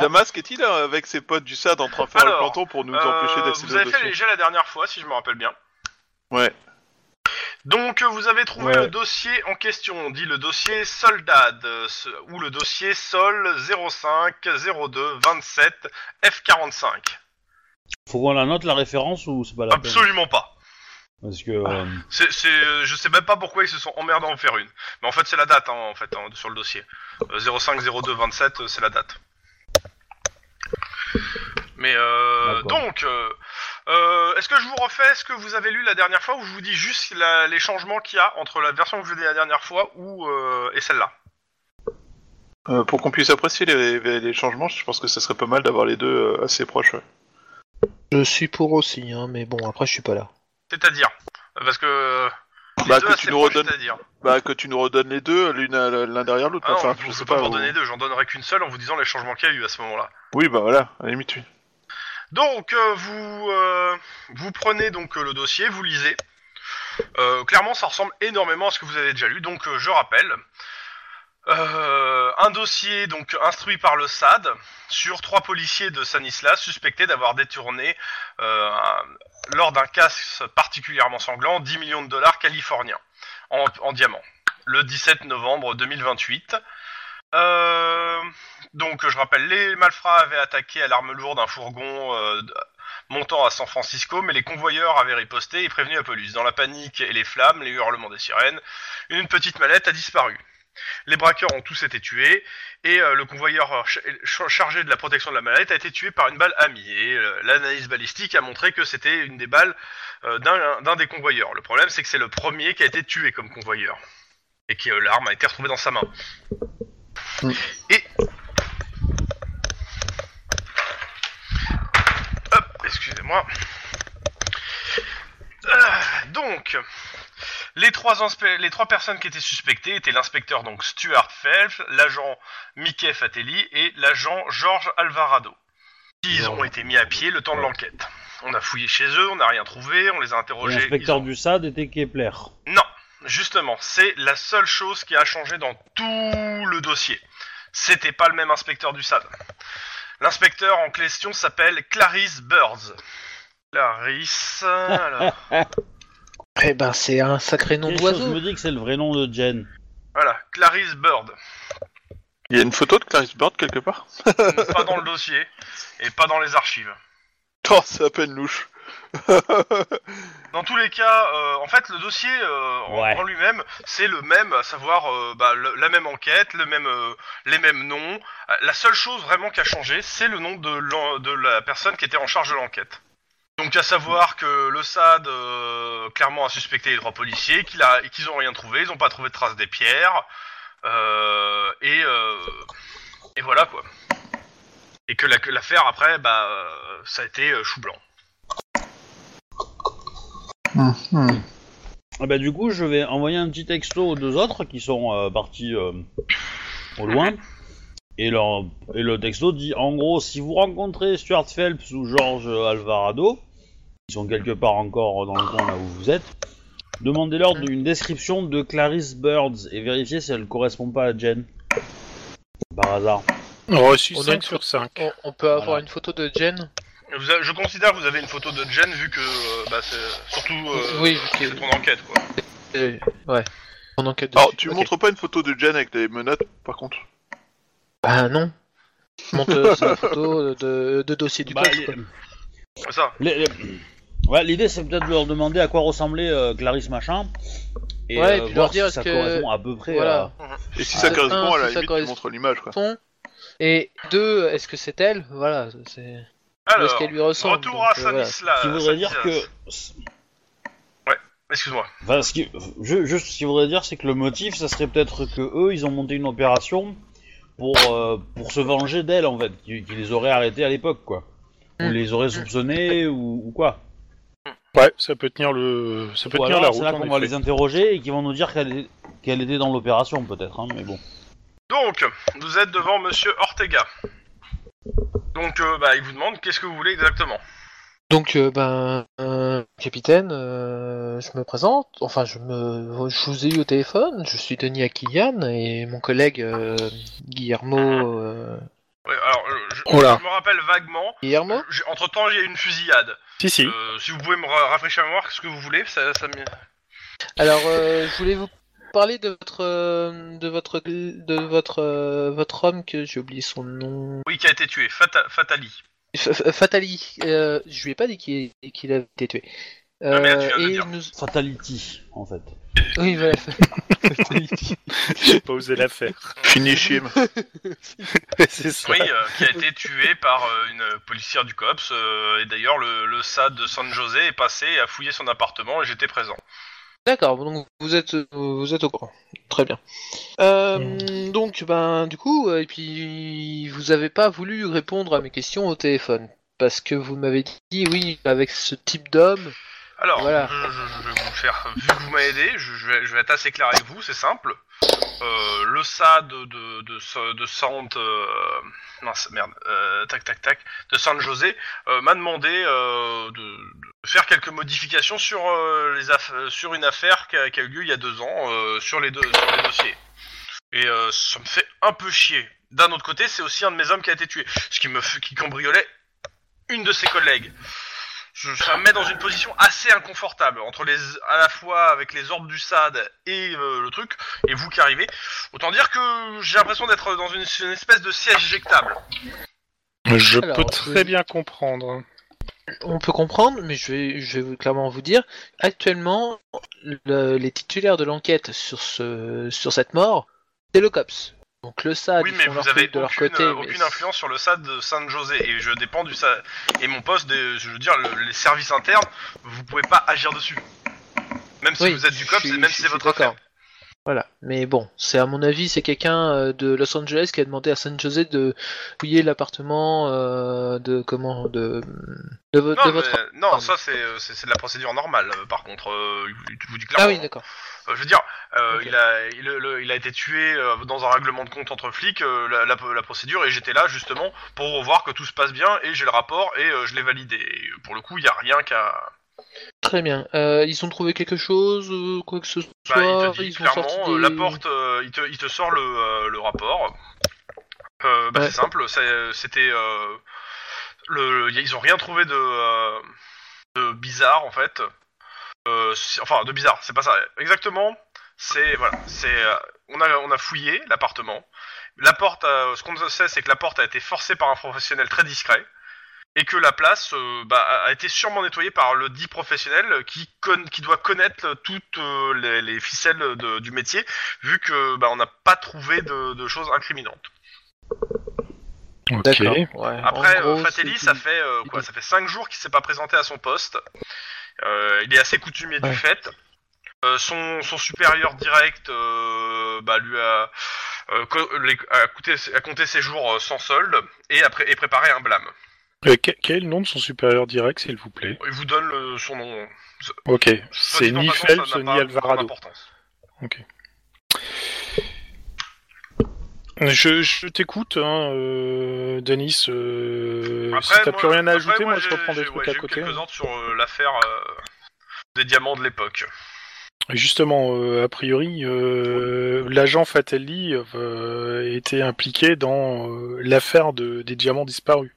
[SPEAKER 5] Damasque est-il euh, avec ses potes du SAD en train de faire
[SPEAKER 2] Hein Alors,
[SPEAKER 5] le planton pour nous
[SPEAKER 2] Euh,
[SPEAKER 5] empêcher
[SPEAKER 2] vous
[SPEAKER 5] d'accéder aux
[SPEAKER 2] avez fait les
[SPEAKER 5] dossiers
[SPEAKER 2] jets la dernière fois, si je me rappelle bien.
[SPEAKER 5] Ouais.
[SPEAKER 2] Donc euh, vous avez trouvé
[SPEAKER 3] Ouais.
[SPEAKER 2] le dossier en question, on dit le dossier Soldad, euh, ce- ou le dossier Sol 05 02 27 F45.
[SPEAKER 1] Faut qu'on la note la référence ou c'est pas la peine
[SPEAKER 2] Absolument Ah, pas.
[SPEAKER 1] Parce que. euh,
[SPEAKER 2] C'est, c'est, euh, je sais même pas pourquoi ils se sont emmerdés à en faire une. Mais en fait c'est la date hein, en fait hein, sur le dossier. Euh, 05 02 27 euh, c'est la date. Mais euh,
[SPEAKER 1] D'accord.
[SPEAKER 2] donc, euh, euh, est-ce que je vous refais ce que vous avez lu la dernière fois ou je vous dis juste la- les changements qu'il y a entre la version que je vous ai dit la dernière fois ou euh, et celle-là
[SPEAKER 5] Euh, Pour qu'on puisse apprécier les, les- les changements, je pense que ça serait pas mal d'avoir les deux euh, assez proches. ouais.
[SPEAKER 4] Je suis pour aussi, hein, mais bon après je suis pas là.
[SPEAKER 2] C'est-à-dire Euh, Parce que. euh, les
[SPEAKER 5] Bah,
[SPEAKER 2] deux
[SPEAKER 5] que
[SPEAKER 2] assez
[SPEAKER 5] tu nous
[SPEAKER 2] proches,
[SPEAKER 5] redonnes-
[SPEAKER 2] C'est-à-dire
[SPEAKER 5] Bah, que tu nous redonnes les deux, l'une à la- l'un derrière l'autre.
[SPEAKER 2] Ah non,
[SPEAKER 5] enfin,
[SPEAKER 2] je
[SPEAKER 5] je
[SPEAKER 2] ne
[SPEAKER 5] sais
[SPEAKER 2] peux pas
[SPEAKER 5] pas.
[SPEAKER 2] vous en
[SPEAKER 5] ou-
[SPEAKER 2] donner deux, j'en donnerai qu'une seule en vous disant les changements qu'il y a eu à ce moment-là.
[SPEAKER 5] Oui, bah voilà, à la limite. oui.
[SPEAKER 2] Donc, euh, vous, euh, vous prenez donc euh, le dossier, vous lisez. Euh, clairement, ça ressemble énormément à ce que vous avez déjà lu. Donc, euh, je rappelle, Euh, un dossier donc instruit par le SAD sur trois policiers de Sanislas suspectés d'avoir détourné euh, un- lors d'un casse particulièrement sanglant 10 millions de dollars californiens en, en diamants le 17 novembre 2028. Euh, donc, je rappelle, les malfrats avaient attaqué à l'arme lourde un fourgon euh, d- montant à San Francisco, mais les convoyeurs avaient riposté et prévenu la police. Dans la panique et les flammes, les hurlements des sirènes, une petite mallette a disparu. Les braqueurs ont tous été tués et euh, le convoyeur euh, ch- ch- chargé de la protection de la mallette a été tué par une balle amie. Et euh, l'analyse balistique a montré que c'était une des balles euh, d'un d'un des convoyeurs. Le problème, c'est que c'est le premier qui a été tué comme convoyeur et que euh, l'arme a été retrouvée dans sa main. Et hop, excusez-moi. Ah, donc. Les trois, inspe- les trois personnes qui étaient suspectées étaient l'inspecteur donc Stuart Phelps, l'agent Mickey Fatelli et l'agent George Alvarado. Ils ont été mis à pied le temps de l'enquête. On a fouillé chez eux, on n'a rien trouvé, on les a interrogés.
[SPEAKER 1] L'inspecteur
[SPEAKER 2] ils ont-
[SPEAKER 1] du SAD était Kepler.
[SPEAKER 2] Non, justement, c'est la seule chose qui a changé dans tout le dossier. C'était pas le même inspecteur du SAD. L'inspecteur en question s'appelle Clarisse Birds. Clarisse. alors,
[SPEAKER 4] Eh ben, c'est un sacré nom
[SPEAKER 1] Quelque chose
[SPEAKER 4] d'oiseau.
[SPEAKER 1] me dit que c'est le vrai nom de Jen.
[SPEAKER 2] voilà, Clarisse Bird.
[SPEAKER 5] Il y a une photo de Clarisse Bird quelque part
[SPEAKER 2] pas dans le dossier et pas dans les archives.
[SPEAKER 5] Oh, c'est à peine louche.
[SPEAKER 2] Dans tous les cas, euh, en fait, le dossier euh, en-
[SPEAKER 1] Ouais.
[SPEAKER 2] en lui-même, c'est le même, à savoir euh, bah, le- la même enquête, le même, euh, les mêmes noms. Euh, La seule chose vraiment qui a changé, c'est le nom de, l'en- de la personne qui était en charge de l'enquête. Donc, à savoir que le SAD euh, clairement a suspecté les trois policiers, qu'il a- qu'ils ont rien trouvé, ils n'ont pas trouvé de traces des pierres, euh, et, euh, et voilà quoi. Et que la- que l'affaire après, bah, euh, ça a été euh, chou blanc.
[SPEAKER 1] Ah bah, du coup, je vais envoyer un petit texto aux deux autres qui sont euh, partis euh, au loin. Et, leur- et le texto dit en gros, si vous rencontrez Stuart Phelps ou George Alvarado, qui sont quelque part encore dans le coin là où vous êtes, demandez-leur
[SPEAKER 4] Hein
[SPEAKER 1] une description de Clarice Birds et vérifiez si elle correspond pas à Jen. Par hasard.
[SPEAKER 3] Reçu
[SPEAKER 4] On a
[SPEAKER 3] 5
[SPEAKER 4] une
[SPEAKER 3] sur Oh. 5.
[SPEAKER 4] On, on peut avoir
[SPEAKER 1] Voilà.
[SPEAKER 4] une photo de Jen
[SPEAKER 2] Vous avez- je considère que vous avez une photo de Jen vu que euh, bah, c'est surtout euh,
[SPEAKER 4] Oui, vu que-
[SPEAKER 2] c'est ton enquête quoi.
[SPEAKER 4] Euh, Ouais. On enquête
[SPEAKER 5] Alors,
[SPEAKER 4] dessus.
[SPEAKER 5] tu
[SPEAKER 4] Ok.
[SPEAKER 5] montres pas une photo de Jen avec des menottes, par contre
[SPEAKER 4] Bah non. Je montre euh, c'est une photo de, de dossier du
[SPEAKER 1] Bah,
[SPEAKER 4] cops,
[SPEAKER 1] les-
[SPEAKER 4] quoi.
[SPEAKER 2] C'est ça.
[SPEAKER 1] les- les- Ouais, l'idée c'est peut-être de leur demander à quoi ressemblait euh, Clarisse Machin. Et,
[SPEAKER 4] Ouais, et
[SPEAKER 1] euh,
[SPEAKER 4] puis
[SPEAKER 1] voir
[SPEAKER 4] leur dire
[SPEAKER 1] si ça
[SPEAKER 4] est-ce que-
[SPEAKER 1] correspond à peu près
[SPEAKER 4] voilà.
[SPEAKER 1] à-
[SPEAKER 5] Et si
[SPEAKER 1] Ah,
[SPEAKER 5] ça
[SPEAKER 1] de
[SPEAKER 5] correspond,
[SPEAKER 4] un,
[SPEAKER 5] à la
[SPEAKER 4] si ça
[SPEAKER 5] limite, tu
[SPEAKER 4] correspond-
[SPEAKER 5] montres l'image, quoi.
[SPEAKER 4] Son. Et deux, est-ce que c'est elle Voilà, c'est. Ou est-ce
[SPEAKER 2] Alors,
[SPEAKER 4] qu'elle lui ressemble
[SPEAKER 2] retour
[SPEAKER 4] donc,
[SPEAKER 2] à
[SPEAKER 4] euh, voilà.
[SPEAKER 3] Bah,
[SPEAKER 2] Stanislas.
[SPEAKER 1] qui voudrait dire que.
[SPEAKER 2] Stanislas. Excuse-moi.
[SPEAKER 1] Enfin, ce qui, ju- juste ce qu'il voudrait dire, c'est que le motif, ça serait peut-être que eux, ils ont monté une opération pour, euh, pour se venger d'elle, en fait, qui, qui les aurait arrêtés à l'époque, quoi. Ou
[SPEAKER 4] Mm.
[SPEAKER 1] les aurait soupçonnés, ou, ou quoi.
[SPEAKER 3] Ouais, ça peut tenir le, ça peut
[SPEAKER 1] Ou
[SPEAKER 3] tenir
[SPEAKER 1] alors,
[SPEAKER 3] la
[SPEAKER 1] c'est
[SPEAKER 3] route.
[SPEAKER 1] là
[SPEAKER 3] en
[SPEAKER 1] qu'on va
[SPEAKER 3] effet.
[SPEAKER 1] les interroger et qu'ils vont nous dire qu'elle est- qu'elle était dans l'opération, peut-être, hein, mais bon.
[SPEAKER 2] Donc, vous êtes devant Monsieur Ortega. Donc, euh, bah, il vous demande qu'est-ce que vous voulez exactement.
[SPEAKER 4] Donc, euh, ben, euh, capitaine, euh, je me présente. Enfin, je me, je vous ai eu au téléphone. Je suis Denis Aquilian et mon collègue euh, Guillermo. euh,
[SPEAKER 2] Ouais, alors, euh, je,
[SPEAKER 3] Oh là.
[SPEAKER 2] je me rappelle vaguement.
[SPEAKER 4] Guillermo
[SPEAKER 2] Entre temps, il y a eu une fusillade.
[SPEAKER 3] Si, si.
[SPEAKER 2] Euh, si vous pouvez me ra- rafraîchir la mémoire, ce que vous voulez, ça, ça me-
[SPEAKER 4] Alors, euh, je voulais vous parler de votre, euh, de votre, de votre, euh, votre homme que j'ai oublié son nom.
[SPEAKER 2] Oui, qui a été tué. Fata- Fatali.
[SPEAKER 4] F- F- Fatali. Euh, je lui ai pas dit qu'il qu'il avait été tué. Euh,
[SPEAKER 2] Ah merde, tu viens de le
[SPEAKER 4] et
[SPEAKER 2] dire.
[SPEAKER 4] nous-
[SPEAKER 1] Fatality, en fait.
[SPEAKER 4] Oui, voilà.
[SPEAKER 3] J'ai pas osé la faire.
[SPEAKER 5] Finish him.
[SPEAKER 3] c'est ça.
[SPEAKER 2] Oui, euh, qui a été tué par euh, une policière du COPS. euh, et d'ailleurs, le, le SAD de San José est passé et a fouillé son appartement et j'étais présent.
[SPEAKER 4] D'accord, donc vous êtes vous êtes au courant. Très bien. Euh, Donc ben du coup euh, et puis vous avez pas voulu répondre à mes questions au téléphone parce que vous m'avez dit oui avec ce type d'homme.
[SPEAKER 2] Alors,
[SPEAKER 4] Voilà.
[SPEAKER 2] je, je- je vais vous faire. Vu que vous m'avez aidé, je, je vais, je vais être assez clair avec vous, c'est simple. Euh, le SAD de, de, de, Sa- de Sant. euh, mince, merde. euh, tac, tac, tac. De San José euh, m'a demandé euh, de, de faire quelques modifications sur, euh, les aff- sur une affaire qui a, qui a eu lieu il y a deux ans euh, sur, les deux, sur les dossiers. Et euh, ça me fait un peu chier. D'un autre côté, c'est aussi un de mes hommes qui a été tué, ce qui me f- qui cambriolait une de ses collègues. je- ça me met dans une position assez inconfortable entre les à la fois avec les orbes du SAD et euh, le truc et vous qui arrivez. Autant dire que j'ai l'impression d'être dans une, une espèce de siège éjectable.
[SPEAKER 3] Je
[SPEAKER 4] Alors,
[SPEAKER 3] peux
[SPEAKER 4] je-
[SPEAKER 3] très bien comprendre.
[SPEAKER 4] On peut comprendre, mais je vais, je vais clairement vous dire, actuellement, le- les titulaires de l'enquête sur, ce, sur cette mort, c'est le COPS. Donc le SAD,
[SPEAKER 2] oui,
[SPEAKER 4] Ah, ils
[SPEAKER 2] mais
[SPEAKER 4] font leur
[SPEAKER 2] vous avez
[SPEAKER 4] truc de leur
[SPEAKER 2] aucune,
[SPEAKER 4] côté.
[SPEAKER 2] euh,
[SPEAKER 4] mais
[SPEAKER 2] aucune
[SPEAKER 4] c'est-
[SPEAKER 2] influence sur le SAD de San José et je dépends du SAD et mon poste, des- je veux dire le- les services internes, vous pouvez pas agir dessus. Même si
[SPEAKER 4] Oui,
[SPEAKER 2] vous êtes du
[SPEAKER 4] je
[SPEAKER 2] COPS
[SPEAKER 4] suis-
[SPEAKER 2] et même
[SPEAKER 4] je
[SPEAKER 2] si
[SPEAKER 4] suis
[SPEAKER 2] c'est votre
[SPEAKER 4] d'accord.
[SPEAKER 2] affaire.
[SPEAKER 4] Voilà. Mais bon, c'est à mon avis, c'est quelqu'un euh, de Los Angeles qui a demandé à San José de fouiller l'appartement euh, de comment de de, vo-
[SPEAKER 2] Non,
[SPEAKER 4] de
[SPEAKER 2] mais-
[SPEAKER 4] votre. ah
[SPEAKER 2] non
[SPEAKER 4] pardon.
[SPEAKER 2] ça c'est euh, c'est c'est de la procédure normale. euh, Par contre, euh, je vous dis clairement.
[SPEAKER 4] Ah oui, d'accord.
[SPEAKER 2] Euh, je veux dire, euh,
[SPEAKER 4] Ok.
[SPEAKER 2] il, a, il, le- il a été tué euh, dans un règlement de compte entre flics, euh, la, la- la procédure, et j'étais là justement pour voir que tout se passe bien, et j'ai le rapport, et euh, je l'ai validé. Et, euh, pour le coup, il n'y a rien qu'à...
[SPEAKER 4] Très bien. Euh, ils ont trouvé quelque chose, euh, quoi que ce soit.
[SPEAKER 2] Bah, il te dit
[SPEAKER 4] ils ont sorti
[SPEAKER 2] clairement, euh,
[SPEAKER 4] des-
[SPEAKER 2] la porte, euh, il, te, il te sort le, euh, le rapport. Euh, bah,
[SPEAKER 4] Ouais.
[SPEAKER 2] C'est simple, c'est- c'était... euh, le, le- ils ont rien trouvé de, euh, de bizarre, en fait. Euh, c'est- enfin, de bizarre, c'est pas ça. Exactement, c'est... Voilà, c'est... euh, on a, on a fouillé l'appartement. La porte, euh, ce qu'on sait, c'est que la porte a été forcée par un professionnel très discret et que la place euh, bah, a- a été sûrement nettoyée par le dit professionnel qui, con- qui doit connaître euh, toutes euh, les, les ficelles de- du métier, vu que bah, on n'a pas trouvé de, de choses incriminantes.
[SPEAKER 3] Ok.
[SPEAKER 4] D'accord. ouais.
[SPEAKER 2] Après,
[SPEAKER 4] En gros,
[SPEAKER 2] euh, Fratelli,
[SPEAKER 4] c'est
[SPEAKER 2] ça
[SPEAKER 4] une-
[SPEAKER 2] fait euh, quoi Ça fait cinq jours qu'il s'est pas présenté à son poste. Euh, il est assez coutumier
[SPEAKER 4] Ouais.
[SPEAKER 2] du fait. Euh, son, son supérieur direct euh, bah, lui a, euh, co- les- a, coûté- a compté ses jours euh, sans solde et a pré- et préparé un blâme.
[SPEAKER 3] Euh, que- quel est le nom de son supérieur direct, s'il vous plaît
[SPEAKER 2] Il vous donne le- son nom.
[SPEAKER 3] Ok,
[SPEAKER 2] Soit
[SPEAKER 3] c'est
[SPEAKER 2] dit en
[SPEAKER 3] ni
[SPEAKER 2] passant, ça n'a
[SPEAKER 3] Phelps ni
[SPEAKER 2] pas
[SPEAKER 3] Alvarado.
[SPEAKER 2] d'importance.
[SPEAKER 3] Je, je t'écoute, hein, euh, Denis. euh,
[SPEAKER 2] Après,
[SPEAKER 3] si t'as
[SPEAKER 2] moi-
[SPEAKER 3] plus rien à
[SPEAKER 2] après,
[SPEAKER 3] ajouter, moi, je
[SPEAKER 2] j'ai-
[SPEAKER 3] reprends des
[SPEAKER 2] j'ai-
[SPEAKER 3] trucs
[SPEAKER 2] ouais,
[SPEAKER 3] à
[SPEAKER 2] j'ai eu
[SPEAKER 3] côté. hein.
[SPEAKER 2] quelques ordres sur euh, l'affaire euh, des diamants de l'époque.
[SPEAKER 3] Et Justement, euh, a priori, euh, l'agent Fatelli euh, était impliqué dans euh, l'affaire de, des diamants disparus.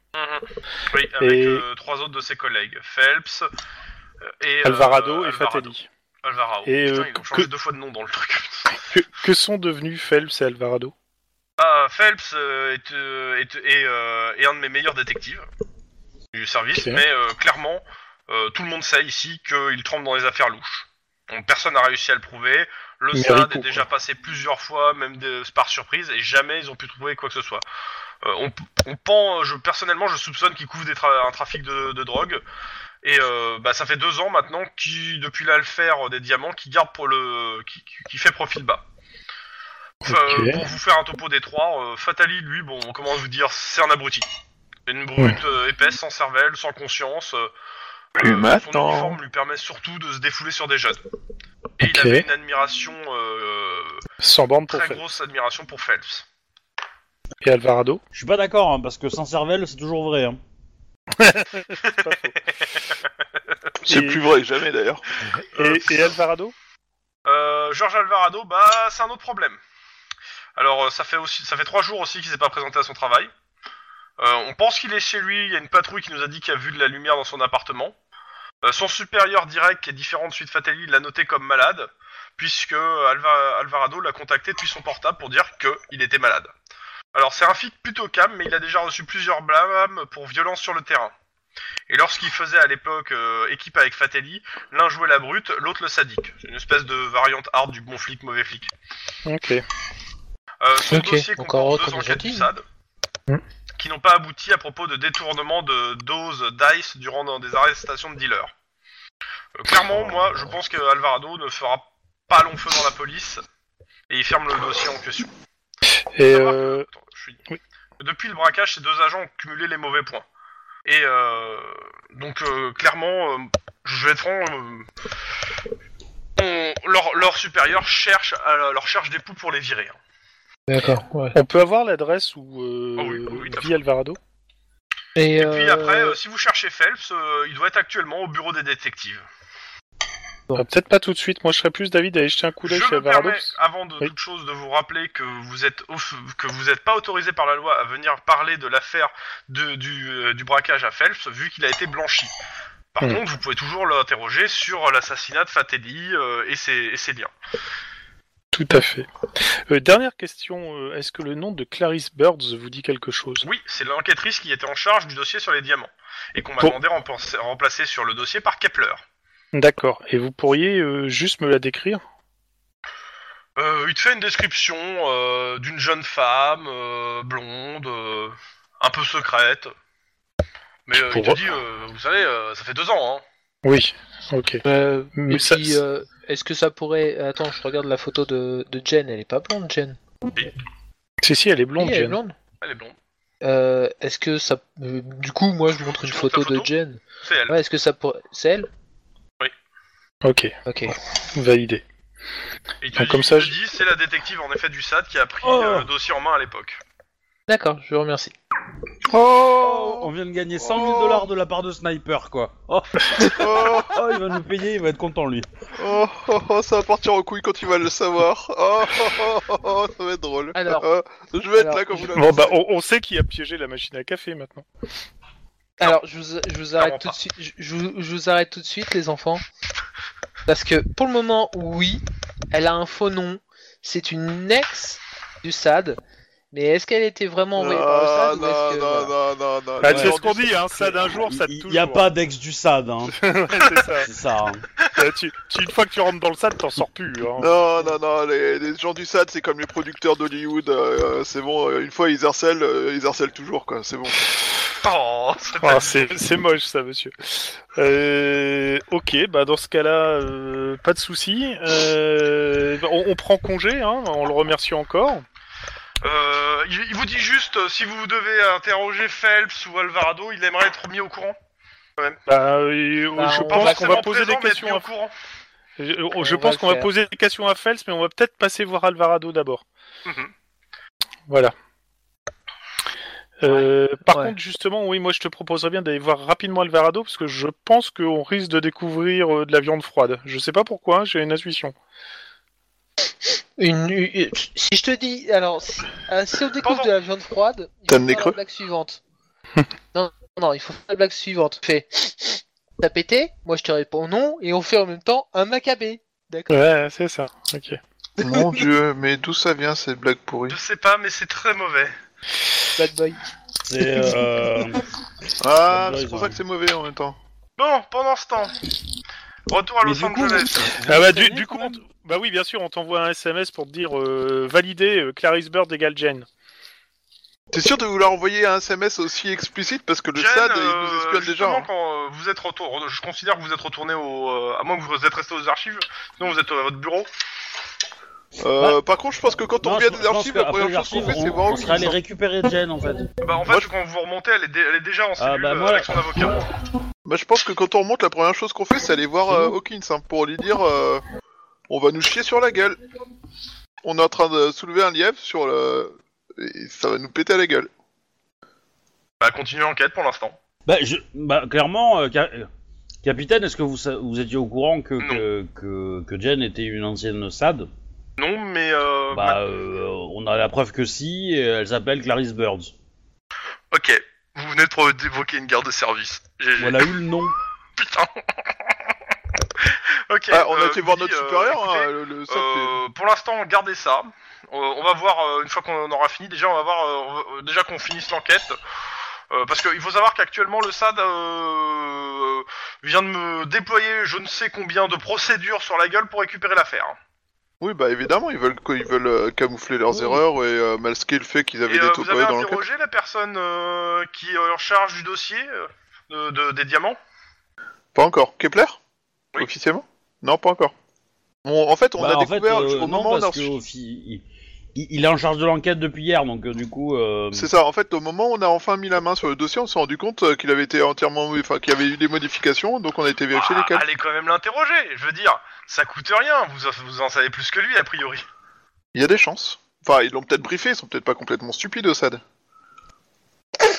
[SPEAKER 2] Oui, avec
[SPEAKER 3] Et-
[SPEAKER 2] euh, trois autres de ses collègues, Phelps euh, et euh,
[SPEAKER 3] Alvarado et Fatelli.
[SPEAKER 2] Alvarado.
[SPEAKER 3] Et,
[SPEAKER 2] Putain,
[SPEAKER 3] euh,
[SPEAKER 2] ils ont changé
[SPEAKER 3] que-
[SPEAKER 2] deux fois de nom dans le truc.
[SPEAKER 3] Que, que sont devenus Phelps et Alvarado
[SPEAKER 2] Ah, Phelps euh, est, euh, est- est, euh, est un de mes meilleurs détectives du service,
[SPEAKER 3] Ok.
[SPEAKER 2] mais euh, clairement, euh, tout le monde sait ici qu'il trempe dans les affaires louches. Donc, personne n'a réussi à le prouver. Le
[SPEAKER 3] Mais
[SPEAKER 2] SAD
[SPEAKER 3] rico,
[SPEAKER 2] est déjà passé plusieurs fois, même de- par surprise, et jamais ils ont pu trouver quoi que ce soit. Euh, on, on pend, je, personnellement, je soupçonne qu'il couvre des tra- un trafic de, de drogue. Et euh, bah, ça fait deux ans maintenant, qui, depuis l'alfaire des diamants, qui garde pour le, qui, qui- qui fait profil bas. Enfin,
[SPEAKER 3] Ok.
[SPEAKER 2] euh, pour vous faire un topo des trois, euh, Fatali, lui, bon, comment vous dire, c'est un abruti. C'est une brute euh, épaisse, sans cervelle, sans conscience. euh,
[SPEAKER 5] Plus
[SPEAKER 2] euh,
[SPEAKER 5] maintenant.
[SPEAKER 2] Son uniforme lui permet surtout de se défouler sur des jeunes. Et il
[SPEAKER 3] Ok.
[SPEAKER 2] avait une admiration, euh,
[SPEAKER 3] Sans bande pour
[SPEAKER 2] très
[SPEAKER 3] Phelps.
[SPEAKER 2] grosse admiration pour Phelps.
[SPEAKER 3] Et Alvarado
[SPEAKER 1] Je suis pas d'accord, hein, parce que sans cervelle, c'est toujours vrai. Hein.
[SPEAKER 5] C'est
[SPEAKER 3] Et-
[SPEAKER 5] plus vrai que jamais d'ailleurs.
[SPEAKER 3] et, et Alvarado
[SPEAKER 2] Euh, Georges Alvarado, bah, c'est un autre problème. Alors, euh, ça fait aussi, ça fait trois jours aussi qu'il s'est pas présenté à son travail. Euh, on pense qu'il est chez lui. Il y a une patrouille qui nous a dit qu'il y a vu de la lumière dans son appartement. Euh, son supérieur direct, qui est différent de suite Fatelli, l'a noté comme malade, puisque Alva- Alvarado l'a contacté depuis son portable pour dire que il était malade. Alors, c'est un flic plutôt calme, mais il a déjà reçu plusieurs blâmes pour violence sur le terrain. Et lorsqu'il faisait à l'époque euh, équipe avec Fatelli, L'un jouait la brute, l'autre le sadique. C'est une espèce de variante hard du bon flic, mauvais flic.
[SPEAKER 3] Ok.
[SPEAKER 2] Euh, son
[SPEAKER 4] Ok,
[SPEAKER 2] dossier
[SPEAKER 4] encore
[SPEAKER 2] comporte
[SPEAKER 4] heureux
[SPEAKER 2] deux
[SPEAKER 4] qu'on
[SPEAKER 2] enquêtes du
[SPEAKER 4] nous a dit.
[SPEAKER 2] SAD
[SPEAKER 3] Hmm.
[SPEAKER 2] qui n'ont pas abouti à propos de détournement de doses d'ICE durant dans des arrestations de dealers. Euh, clairement, moi, je pense que Alvarado ne fera pas long feu dans la police et il ferme le dossier en question.
[SPEAKER 3] Et
[SPEAKER 2] Faut savoir que-
[SPEAKER 3] euh,
[SPEAKER 2] Attends, je suis-
[SPEAKER 3] oui.
[SPEAKER 2] Depuis le braquage, ces deux agents ont cumulé les mauvais points. Et euh, donc, euh, clairement, euh, je vais être franc. euh, on- leur, leur supérieur cherche, à la- leur cherche des poux pour les virer. hein.
[SPEAKER 4] D'accord. Ouais.
[SPEAKER 3] on peut avoir l'adresse où euh,
[SPEAKER 2] Ah oui, oui, d'accord.
[SPEAKER 3] vit Alvarado
[SPEAKER 4] Et,
[SPEAKER 2] Et puis
[SPEAKER 4] euh,
[SPEAKER 2] après, euh, si vous cherchez Phelps, euh, il doit être actuellement au bureau des détectives.
[SPEAKER 3] Ah, Peut-être pas tout de suite. Moi, je serais plus d'avis d'aller jeter un coup d'œil
[SPEAKER 2] je
[SPEAKER 3] chez
[SPEAKER 2] me
[SPEAKER 3] Alvarado.
[SPEAKER 2] permets, avant de
[SPEAKER 3] Oui.
[SPEAKER 2] toute chose, de vous rappeler que vous êtes off- que vous n'êtes pas autorisé par la loi à venir parler de l'affaire de- du, euh, du braquage à Phelps, vu qu'il a été blanchi. Par
[SPEAKER 3] Hmm.
[SPEAKER 4] Mhm.
[SPEAKER 2] contre, vous pouvez toujours l'interroger sur l'assassinat de Fateli euh, et, ses, et ses liens.
[SPEAKER 3] Tout à fait. Euh, dernière question, euh, est-ce que le nom de Clarice Birds vous dit quelque chose
[SPEAKER 2] Oui, c'est l'enquêtrice qui était en charge du dossier sur les diamants et qu'on m'a
[SPEAKER 3] Pour-
[SPEAKER 2] demandé remplacer, remplacer sur le dossier par Kepler.
[SPEAKER 3] D'accord. Et vous pourriez euh, juste me la décrire
[SPEAKER 2] Euh, il te fait une description euh, d'une jeune femme euh, blonde, euh, un peu secrète. Mais euh, il te
[SPEAKER 3] Pour-
[SPEAKER 2] dit, euh, vous savez, euh, ça fait deux ans. Hein.
[SPEAKER 3] Oui. Ok.
[SPEAKER 4] Euh,
[SPEAKER 3] Mais
[SPEAKER 4] et
[SPEAKER 3] ça-
[SPEAKER 4] puis, euh, est-ce que ça pourrait. Attends, je regarde la photo de, de Jen, elle est pas blonde, Jen.
[SPEAKER 3] Si, si, elle est blonde,
[SPEAKER 4] Oui, elle est
[SPEAKER 3] Jane.
[SPEAKER 4] blonde.
[SPEAKER 2] Elle est blonde.
[SPEAKER 4] Euh, est-ce que ça. euh, du coup, moi, je vous montre
[SPEAKER 2] Tu
[SPEAKER 4] une
[SPEAKER 2] montres
[SPEAKER 4] photo,
[SPEAKER 2] la photo
[SPEAKER 4] de Jen.
[SPEAKER 2] C'est elle.
[SPEAKER 4] Ouais, est-ce que ça pourrait. C'est elle
[SPEAKER 3] Ok,
[SPEAKER 4] Ok.
[SPEAKER 3] validé.
[SPEAKER 2] Et il te dit,
[SPEAKER 3] Donc, Ah, comme
[SPEAKER 2] il
[SPEAKER 3] ça,
[SPEAKER 2] te
[SPEAKER 3] je-
[SPEAKER 2] dit, c'est la détective en effet du SAD qui a pris
[SPEAKER 1] Oh.
[SPEAKER 2] euh, le dossier en main à l'époque.
[SPEAKER 4] D'accord, je vous remercie.
[SPEAKER 1] Oh, on vient de gagner 100 000 dollars de la part de Sniper, quoi. Oh,
[SPEAKER 5] Oh,
[SPEAKER 1] oh, il va nous payer, il va être content, lui.
[SPEAKER 5] oh, oh, oh, ça va partir en couille quand tu vas le savoir. Oh, oh, oh, oh, ça va être drôle.
[SPEAKER 4] Alors.
[SPEAKER 5] Euh, je vais être
[SPEAKER 4] Alors,
[SPEAKER 5] là quand vous l'avez.
[SPEAKER 3] Bon, bah, on, on sait qui a piégé la machine à café maintenant.
[SPEAKER 4] Alors, je vous, je vous
[SPEAKER 2] Clairement
[SPEAKER 4] arrête tout
[SPEAKER 2] pas.
[SPEAKER 4] de suite. Je, je vous- je vous arrête tout de suite, les enfants. Parce que pour le moment, oui, elle a un faux nom. C'est une ex du SAD. Mais est-ce qu'elle était vraiment envoyée par le
[SPEAKER 5] Ah,
[SPEAKER 4] SAD ou
[SPEAKER 5] non,
[SPEAKER 4] est-ce que-
[SPEAKER 5] non,
[SPEAKER 4] voilà.
[SPEAKER 5] non, non, non,
[SPEAKER 3] Bah,
[SPEAKER 5] non.
[SPEAKER 3] c'est ce qu'on dit, hein, ça d'un jour, ça de
[SPEAKER 1] Il il
[SPEAKER 3] toujours.
[SPEAKER 1] y a pas d'ex du SAD, hein.
[SPEAKER 3] C'est ça.
[SPEAKER 1] C'est ça. hein.
[SPEAKER 3] Euh, tu- tu- une fois que tu rentres dans le SAD, t'en sors plus. hein.
[SPEAKER 5] Non, non, non, les, les gens du SAD, c'est comme les producteurs d'Hollywood, euh, c'est bon, euh, une fois ils harcèlent, euh, ils harcèlent toujours, quoi, c'est bon.
[SPEAKER 2] Oh, c'est pas-
[SPEAKER 3] Ah, c'est c'est moche ça, monsieur. Euh, ok, bah dans ce cas-là, euh, pas de souci. Euh, on, on prend congé, hein, on le remercie encore.
[SPEAKER 2] Euh, il, il vous dit juste, euh, si vous devez interroger Phelps ou Alvarado, il aimerait être mis au courant.
[SPEAKER 3] Bah, euh,
[SPEAKER 4] Bah,
[SPEAKER 3] je
[SPEAKER 4] on
[SPEAKER 2] Pas
[SPEAKER 4] va
[SPEAKER 3] pense qu'on va
[SPEAKER 2] forcément
[SPEAKER 3] poser
[SPEAKER 2] présent,
[SPEAKER 3] des
[SPEAKER 2] mais être mis
[SPEAKER 3] questions.
[SPEAKER 2] au
[SPEAKER 3] À...
[SPEAKER 2] courant.
[SPEAKER 3] Je, je
[SPEAKER 4] On va
[SPEAKER 3] pense
[SPEAKER 4] le
[SPEAKER 3] qu'on va
[SPEAKER 4] faire.
[SPEAKER 3] poser des questions à Fels, mais on va peut-être passer voir Alvarado d'abord.
[SPEAKER 2] Mhm.
[SPEAKER 3] Voilà. Euh, par
[SPEAKER 4] Ouais.
[SPEAKER 3] contre, justement, oui, moi je te proposerais bien d'aller voir rapidement Alvarado parce que je pense qu'on risque de découvrir euh, de la viande froide. Je sais pas pourquoi, hein, j'ai une intuition.
[SPEAKER 4] Une, une- si je te dis, alors, si, euh, si on découvre
[SPEAKER 2] Pardon.
[SPEAKER 4] de la viande froide, il
[SPEAKER 5] T'as
[SPEAKER 4] faut
[SPEAKER 5] le nez
[SPEAKER 4] faire
[SPEAKER 5] creux
[SPEAKER 4] la blague suivante. non, non, il faut faire la blague suivante. Fais, t'as pété Moi je te réponds non, et on fait en même temps un macabé. D'accord
[SPEAKER 3] Ouais, c'est ça. Ok.
[SPEAKER 5] Mon dieu, mais d'où ça vient cette blague pourrie
[SPEAKER 2] Je sais pas, mais c'est très mauvais.
[SPEAKER 4] Bad boy.
[SPEAKER 1] C'est. euh,
[SPEAKER 5] Ah,
[SPEAKER 1] Blague,
[SPEAKER 5] c'est pour ça
[SPEAKER 1] ouais.
[SPEAKER 5] que c'est mauvais en même temps.
[SPEAKER 2] Bon, pendant ce temps, retour à
[SPEAKER 1] Mais
[SPEAKER 2] Los
[SPEAKER 1] du coup,
[SPEAKER 2] Angeles.
[SPEAKER 1] vous-
[SPEAKER 3] Ah
[SPEAKER 1] vous
[SPEAKER 3] bah du,
[SPEAKER 1] savez,
[SPEAKER 3] du coup,
[SPEAKER 1] quand
[SPEAKER 3] on
[SPEAKER 1] même
[SPEAKER 3] t- bah oui, bien sûr, on t'envoie un SMS pour te dire euh, valider euh, Clarice Bird égale Jane.
[SPEAKER 5] T'es sûr de vouloir envoyer un SMS aussi explicite parce que le
[SPEAKER 2] Jen,
[SPEAKER 5] SAD, il
[SPEAKER 2] euh,
[SPEAKER 5] nous espionne déjà.
[SPEAKER 2] justement,
[SPEAKER 5] hein.
[SPEAKER 2] quand euh, vous êtes retour, je considère que vous êtes retourné au, euh, à moins que vous êtes resté aux archives, sinon vous êtes à votre bureau.
[SPEAKER 5] Euh, par contre, je pense que quand on
[SPEAKER 1] Non,
[SPEAKER 5] revient
[SPEAKER 1] je-
[SPEAKER 5] des
[SPEAKER 1] je pense
[SPEAKER 5] archives,
[SPEAKER 1] que
[SPEAKER 5] la
[SPEAKER 1] après
[SPEAKER 5] première
[SPEAKER 1] les
[SPEAKER 5] chose qu'on
[SPEAKER 1] archives,
[SPEAKER 5] fait, c'est
[SPEAKER 1] on,
[SPEAKER 5] voir
[SPEAKER 1] on
[SPEAKER 5] où
[SPEAKER 1] serait allé récupérer Jen en fait.
[SPEAKER 2] Bah, en fait,
[SPEAKER 5] Moi,
[SPEAKER 2] quand vous remontez, elle est, dé- elle est déjà en cellule
[SPEAKER 1] bah,
[SPEAKER 2] euh,
[SPEAKER 1] moi,
[SPEAKER 2] avec son avocat.
[SPEAKER 5] Bah, je pense que quand on remonte, la première chose qu'on fait, c'est aller voir euh,
[SPEAKER 1] Mmh.
[SPEAKER 5] Hawkins hein, pour lui dire euh, on va nous chier sur la gueule. On est en train de soulever un lièvre sur le. et ça va nous péter à la gueule.
[SPEAKER 2] Bah, continuez l'enquête pour l'instant.
[SPEAKER 1] Bah, je, bah clairement, euh, ca- euh, capitaine, est-ce que vous, sa- vous étiez au courant que,
[SPEAKER 2] Non.
[SPEAKER 1] que, que, que Jen était une ancienne SAD
[SPEAKER 2] Non, mais euh,
[SPEAKER 1] Bah, euh, on a la preuve que si, et elle s'appelle Clarice Birds.
[SPEAKER 2] Ok, vous venez de pro- d'évoquer une garde de service. GG.
[SPEAKER 1] On a eu le nom.
[SPEAKER 2] Putain. ok.
[SPEAKER 5] Ah, on a
[SPEAKER 2] euh,
[SPEAKER 5] été voir
[SPEAKER 2] Billy,
[SPEAKER 5] notre
[SPEAKER 2] euh,
[SPEAKER 5] supérieur, hein,
[SPEAKER 2] écoutez,
[SPEAKER 5] le, le SAD fait-
[SPEAKER 2] euh, pour l'instant, gardez ça. Euh, on va voir euh, une fois qu'on aura fini. Déjà, on va voir euh, on va- euh, déjà qu'on finisse l'enquête. Euh, parce qu'il faut savoir qu'actuellement le SAD euh, vient de me déployer je ne sais combien de procédures sur la gueule pour récupérer l'affaire.
[SPEAKER 5] Oui, bah évidemment, ils veulent, ils veulent euh, camoufler leurs
[SPEAKER 4] Oui.
[SPEAKER 5] erreurs et euh, masquer le fait qu'ils avaient
[SPEAKER 2] Et
[SPEAKER 5] des
[SPEAKER 2] euh, vous avez
[SPEAKER 5] topoés dans l'enquête.
[SPEAKER 2] interrogé la personne euh, qui est en charge du dossier euh, de, de- des diamants
[SPEAKER 5] Pas encore. Kepler
[SPEAKER 2] Oui.
[SPEAKER 5] Officiellement Non, pas encore. On- en fait, on
[SPEAKER 1] Bah,
[SPEAKER 5] a
[SPEAKER 1] en
[SPEAKER 5] découvert
[SPEAKER 1] fait, euh,
[SPEAKER 5] au
[SPEAKER 1] non,
[SPEAKER 5] moment où on a
[SPEAKER 1] parce
[SPEAKER 5] reçu-
[SPEAKER 1] que, fi- il, il est en charge de l'enquête depuis hier, donc euh, du coup. euh,
[SPEAKER 5] C'est ça, en fait, au moment où on a enfin mis la main sur le dossier, on s'est rendu compte euh, qu'il avait été entièrement. Enfin, qu'il y avait eu des modifications, donc on a été vérifier
[SPEAKER 2] Ah,
[SPEAKER 5] lesquelles.
[SPEAKER 2] Allez quand même l'interroger, je veux dire, ça coûte rien, vous, vous en savez plus que lui a priori.
[SPEAKER 5] Il y a des chances. Enfin, ils l'ont peut-être briefé, ils sont peut-être pas complètement stupides, SAD.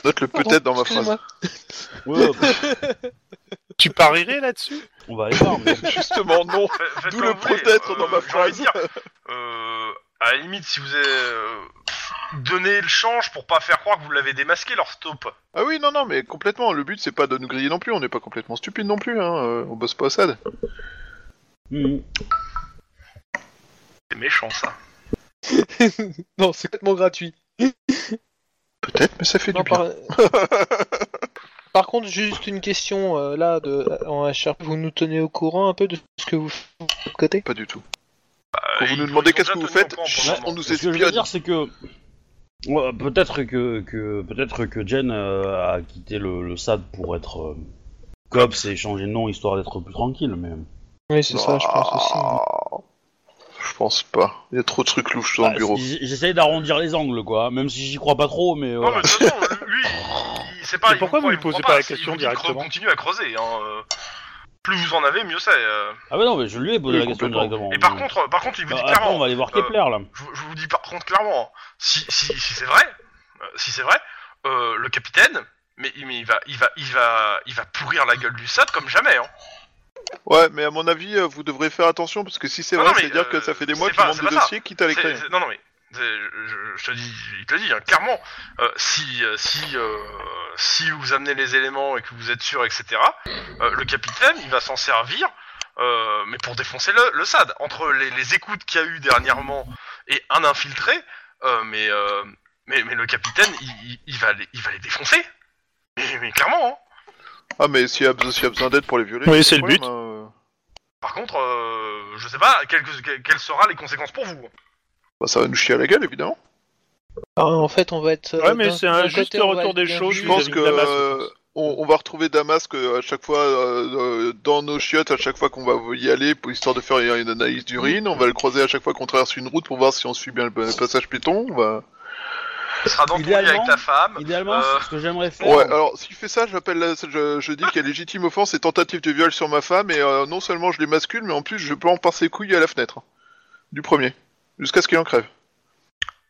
[SPEAKER 5] Note le peut-être dans ma phrase.
[SPEAKER 4] Excusez-moi.
[SPEAKER 1] ouais, ouais,
[SPEAKER 3] Tu parierais là-dessus
[SPEAKER 1] on va aller voir. mais-
[SPEAKER 5] Justement, non.
[SPEAKER 2] Fa- Bah, faites
[SPEAKER 5] D'où
[SPEAKER 2] comme
[SPEAKER 5] le
[SPEAKER 2] vous voulez,
[SPEAKER 5] peut-être
[SPEAKER 2] euh,
[SPEAKER 5] dans ma
[SPEAKER 2] j'ai envie
[SPEAKER 5] phrase.
[SPEAKER 2] de dire, euh, à la limite, si vous êtes. euh, donner le change pour pas faire croire que vous l'avez démasqué leur stop.
[SPEAKER 5] Ah oui, non, non, mais complètement. Le but, c'est pas de nous griller non plus. On n'est pas complètement stupide non plus. Hein. euh, on bosse pas au SAD.
[SPEAKER 1] Hmm.
[SPEAKER 2] C'est méchant ça.
[SPEAKER 4] non, c'est complètement gratuit.
[SPEAKER 5] Peut-être, mais ça fait
[SPEAKER 4] Non,
[SPEAKER 5] du bien.
[SPEAKER 4] par... par contre, juste une question euh, là de... en HR. Vous nous tenez au courant un peu de ce que vous faites de votre côté
[SPEAKER 5] Pas du tout.
[SPEAKER 2] Euh,
[SPEAKER 5] Quand vous
[SPEAKER 2] ils-
[SPEAKER 5] nous
[SPEAKER 2] ils
[SPEAKER 5] demandez
[SPEAKER 2] ont déjà
[SPEAKER 5] qu'est-ce que vous
[SPEAKER 2] tenu au
[SPEAKER 5] faites,
[SPEAKER 2] courant pour le
[SPEAKER 5] chut,
[SPEAKER 2] moment.
[SPEAKER 5] on nous
[SPEAKER 1] Ce que je veux
[SPEAKER 5] espionne.
[SPEAKER 1] dire, c'est que Ouais, peut-être que, que peut-être que Jen euh, a quitté le, le SAD pour être euh, cops et changer de nom histoire d'être plus tranquille, mais euh,
[SPEAKER 4] Oui, c'est ça, je pense aussi.
[SPEAKER 3] Ah.
[SPEAKER 4] hein.
[SPEAKER 5] Je pense pas. Il y a trop de trucs louches dans
[SPEAKER 1] Bah,
[SPEAKER 5] le bureau.
[SPEAKER 1] j- j'essaye d'arrondir les angles, quoi. Même si j'y crois pas trop, mais euh,
[SPEAKER 2] Non,
[SPEAKER 1] voilà.
[SPEAKER 2] mais de toute façon, euh, lui, il- il- c'est pas.
[SPEAKER 3] Mais
[SPEAKER 2] il
[SPEAKER 3] pourquoi
[SPEAKER 2] croit,
[SPEAKER 3] vous lui
[SPEAKER 2] il croit
[SPEAKER 3] posez pas la question
[SPEAKER 2] Il vous dit de
[SPEAKER 3] directement
[SPEAKER 2] Continuez à creuser. hein, euh. Plus vous en avez, mieux c'est. euh.
[SPEAKER 1] Ah ouais, non, mais je lui ai posé
[SPEAKER 5] Oui,
[SPEAKER 1] la question
[SPEAKER 5] complètement.
[SPEAKER 1] directement.
[SPEAKER 2] Et par
[SPEAKER 1] mais-
[SPEAKER 2] contre, euh, par contre, il vous
[SPEAKER 1] Bah,
[SPEAKER 2] dit
[SPEAKER 1] après, on
[SPEAKER 2] clairement.
[SPEAKER 1] va aller voir
[SPEAKER 2] euh,
[SPEAKER 1] Kepler là.
[SPEAKER 2] Je, je vous dis par contre clairement, hein, si, si, si c'est vrai, euh, si c'est vrai, euh, le capitaine, mais, mais il va, il va, il va, il va pourrir la gueule du SAD comme jamais. Hein.
[SPEAKER 5] Ouais, mais à mon avis, euh, vous devrez faire attention parce que si c'est
[SPEAKER 2] Non,
[SPEAKER 5] vrai,
[SPEAKER 2] non, mais,
[SPEAKER 5] c'est-à-dire que
[SPEAKER 2] euh,
[SPEAKER 5] ça fait des
[SPEAKER 2] c'est
[SPEAKER 5] mois qu'ils
[SPEAKER 2] pas-
[SPEAKER 5] vendent
[SPEAKER 2] c'est
[SPEAKER 5] des
[SPEAKER 2] pas ça.
[SPEAKER 5] dossiers, quitte à les
[SPEAKER 2] C'est-
[SPEAKER 5] créer.
[SPEAKER 2] c'est- non, non, mais c'est- je, je te dis, il te le dit hein, clairement. euh, si, euh, si, euh, si vous amenez les éléments et que vous êtes sûr, etc. euh, le capitaine, il va s'en servir, euh, mais pour défoncer le, le SAD. Entre les, les écoutes qu'il y a eu dernièrement et un infiltré, euh, mais, euh, mais, mais le capitaine, il, il- il va, les, il va les défoncer. Mais, mais clairement. hein.
[SPEAKER 5] Ah, mais s'il y a besoin, s'il y a besoin d'aide pour les violer.
[SPEAKER 3] Oui, c'est le
[SPEAKER 5] problème,
[SPEAKER 3] but.
[SPEAKER 5] hein.
[SPEAKER 2] Par contre, euh, je sais pas quelles quelles seront les conséquences pour vous.
[SPEAKER 5] Bah, ça va nous chier à la gueule, évidemment.
[SPEAKER 4] Ah, en fait, on va être. euh,
[SPEAKER 3] Ouais, mais
[SPEAKER 4] d'un-
[SPEAKER 3] c'est un
[SPEAKER 4] d'un
[SPEAKER 3] juste
[SPEAKER 4] côté, on va
[SPEAKER 3] retour
[SPEAKER 4] être
[SPEAKER 3] des
[SPEAKER 4] bien
[SPEAKER 3] choses,
[SPEAKER 4] vu.
[SPEAKER 5] Je
[SPEAKER 3] vis-à-vis
[SPEAKER 5] pense
[SPEAKER 3] de
[SPEAKER 5] que
[SPEAKER 3] Damas,
[SPEAKER 5] euh,
[SPEAKER 3] je pense.
[SPEAKER 5] on, on va retrouver Damas euh, à chaque fois euh, euh, dans nos chiottes, à chaque fois qu'on va y aller, pour, histoire de faire une analyse d'urine. On va le croiser à chaque fois qu'on traverse une route pour voir si on suit bien le bon- le passage péton. On va-
[SPEAKER 2] Tu seras dans ton lit avec
[SPEAKER 1] Idéalement-
[SPEAKER 2] ta femme.
[SPEAKER 1] Idéalement,
[SPEAKER 2] euh,
[SPEAKER 1] c'est ce que j'aimerais faire.
[SPEAKER 5] Ouais, alors s'il fait ça, j'appelle, la- je, je dis qu'il y a légitime offense et tentative de viol sur ma femme, et euh, non seulement je les mascule, mais en plus je plante par ses couilles à la fenêtre. Du premier. Jusqu'à ce qu'il en crève.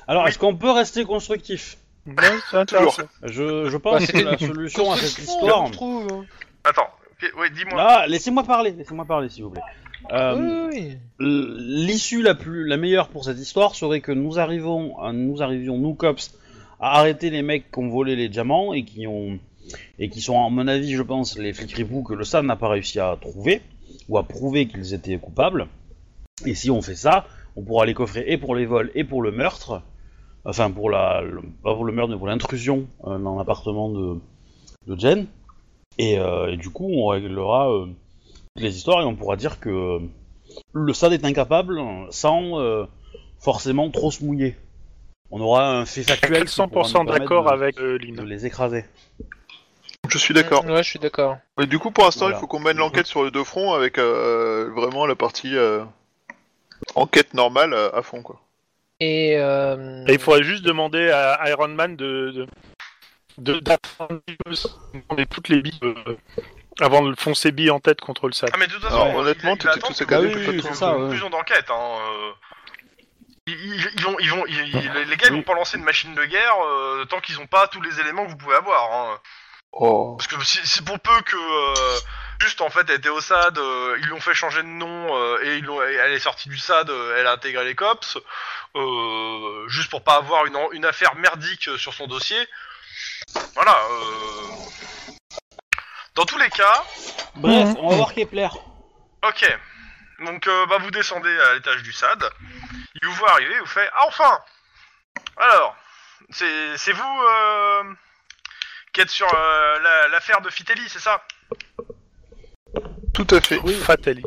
[SPEAKER 1] Alors, est-ce qu'on peut rester constructif
[SPEAKER 3] Ouais, c'est
[SPEAKER 5] Toujours.
[SPEAKER 3] intéressant.
[SPEAKER 1] je, je
[SPEAKER 4] Bah,
[SPEAKER 1] pense que
[SPEAKER 4] c'était
[SPEAKER 1] la
[SPEAKER 4] une
[SPEAKER 1] solution à cette
[SPEAKER 4] Construction,
[SPEAKER 1] histoire.
[SPEAKER 4] on trouve, hein.
[SPEAKER 2] Attends, ok, ouais, dis-moi.
[SPEAKER 1] Là, laissez-moi parler, laissez-moi parler, s'il vous plaît. Euh,
[SPEAKER 4] Oui, oui, oui.
[SPEAKER 1] l'issue la plus, la meilleure pour cette histoire serait que nous arrivons, euh, nous arrivions, nous cops, à arrêter les mecs qui ont volé les diamants et qui ont, et qui sont à mon avis, je pense, les flics ripoux que le SAD n'a pas réussi à trouver ou à prouver qu'ils étaient coupables. Et si on fait ça, on pourra les coffrer et pour les vols et pour le meurtre, enfin pour la, le- pas pour le meurtre mais pour l'intrusion euh, dans l'appartement de, de Jen. Et, euh, et du coup, on réglera euh, toutes les histoires et on pourra dire que euh, le SAD est incapable euh, sans euh, forcément trop se mouiller. On aura un fait factuel. qui pourra nous
[SPEAKER 3] 100%
[SPEAKER 1] permettre
[SPEAKER 3] d'accord
[SPEAKER 1] de-
[SPEAKER 3] avec euh,
[SPEAKER 1] de
[SPEAKER 3] Lynn.
[SPEAKER 1] les écraser.
[SPEAKER 5] Je suis d'accord.
[SPEAKER 4] Ouais, je suis d'accord.
[SPEAKER 5] Et du coup, pour l'instant,
[SPEAKER 1] Voilà.
[SPEAKER 5] il faut qu'on mène l'enquête sur les deux fronts avec euh, vraiment la partie euh, enquête normale euh, à fond, quoi.
[SPEAKER 4] Et. euh,
[SPEAKER 3] Et il faudrait juste demander à Iron Man de de- de- d'apprendre un petit peu ce- demander toutes les billes euh, avant de foncer billes en tête contre le SAD.
[SPEAKER 2] Ah mais de toute façon,
[SPEAKER 5] Alors,
[SPEAKER 2] euh,
[SPEAKER 5] honnêtement,
[SPEAKER 2] il- il va
[SPEAKER 5] t'étais
[SPEAKER 2] attendre
[SPEAKER 5] tous
[SPEAKER 2] que-
[SPEAKER 1] accablés,
[SPEAKER 2] que-
[SPEAKER 1] j'ai pas
[SPEAKER 2] que-
[SPEAKER 1] trouvé
[SPEAKER 2] que-
[SPEAKER 1] ça, ouais.
[SPEAKER 2] conclusion d'enquête. Hein, euh. Ils, ils- ils vont, ils vont, ils- ils- les gars, ils vont pas lancer une machine de guerre euh, tant qu'ils ont pas tous les éléments que vous pouvez avoir. Hein.
[SPEAKER 5] Oh.
[SPEAKER 2] Parce que si, si pour peu que euh, juste en fait, elle était au SAD, euh, ils l'ont fait changer de nom euh, et ils l'ont- et elle est sortie du SAD, euh, elle a intégré les cops, euh, juste pour pas avoir une, en- une affaire merdique euh, sur son dossier. Voilà. euh. Dans tous les cas,
[SPEAKER 1] Bref, on va voir Kepler.
[SPEAKER 2] Ok. Donc, euh, bah, vous descendez à l'étage du SAD. Il vous voit arriver, il vous fait Ah, enfin Alors, c'est c'est vous euh, qui êtes sur euh, la- l'affaire de Fitelli, c'est ça
[SPEAKER 5] Tout à fait.
[SPEAKER 3] Fatali.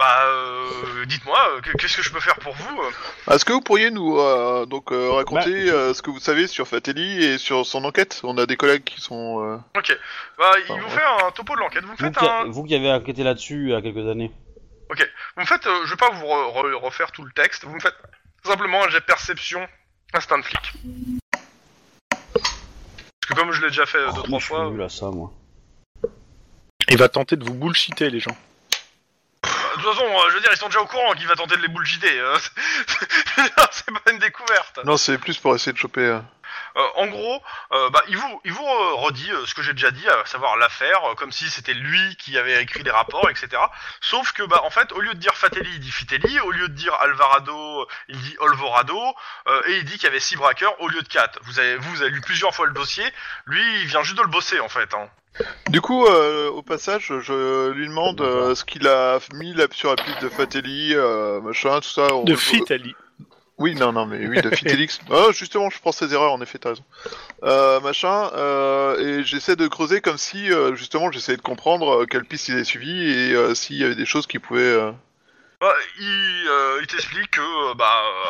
[SPEAKER 2] Bah, euh, dites-moi, euh, que- qu'est-ce que je peux faire pour vous euh
[SPEAKER 5] Est-ce que vous pourriez nous euh, donc euh, raconter euh, ce que vous savez sur Fatelli et sur son enquête On a des collègues qui sont. euh,
[SPEAKER 2] Ok. Bah, il
[SPEAKER 5] Enfin,
[SPEAKER 2] vous
[SPEAKER 5] ouais.
[SPEAKER 2] fait un topo de l'enquête. Vous me
[SPEAKER 1] Vous,
[SPEAKER 2] faites
[SPEAKER 1] qui,
[SPEAKER 2] un.
[SPEAKER 1] vous qui avez enquêté là-dessus il y a quelques années.
[SPEAKER 2] Vous me faites. euh, je vais pas vous re- re- refaire tout le texte. Vous me faites simplement un jet perception instinct de flic. Parce que comme je l'ai déjà fait euh, deux,
[SPEAKER 1] Oh,
[SPEAKER 2] trois
[SPEAKER 1] je suis
[SPEAKER 2] fois.
[SPEAKER 1] nul à ça, moi.
[SPEAKER 3] Il va tenter de vous bullshiter les gens.
[SPEAKER 2] De toute façon, euh, je veux dire, ils sont déjà au courant qu'il va tenter de les bullshiter. euh, c'est pas une découverte.
[SPEAKER 5] Non, c'est plus pour essayer de choper. euh.
[SPEAKER 2] Euh, en gros, euh, bah, il vous, il vous euh, redit euh, ce que j'ai déjà dit, à savoir l'affaire, euh, comme si c'était lui qui avait écrit les rapports, etc. Sauf que, bah, en fait, au lieu de dire Fatelli, il dit Fitelli, au lieu de dire Alvarado, euh, il dit Olvorado, euh, et il dit qu'il y avait six braqueurs au lieu de quatre. Vous avez, vous avez lu plusieurs fois le dossier, lui, il vient juste de le bosser, en fait. Hein.
[SPEAKER 5] Du coup, euh, au passage, je lui demande euh, ce qu'il a mis là sur la piste de Fatelli, euh, machin, tout ça. on-
[SPEAKER 3] De Fitali.
[SPEAKER 5] Oui, non, non, mais oui, de Fitelix. Ah, justement, je prends ses erreurs, en effet, t'as raison. Euh, machin, euh, et j'essaie de creuser comme si, euh, justement, j'essayais de comprendre euh, quelle piste il est suivi et euh, s'il y avait des choses qui pouvaient... euh,
[SPEAKER 2] Bah, il euh, il t'explique que, euh, bah, euh,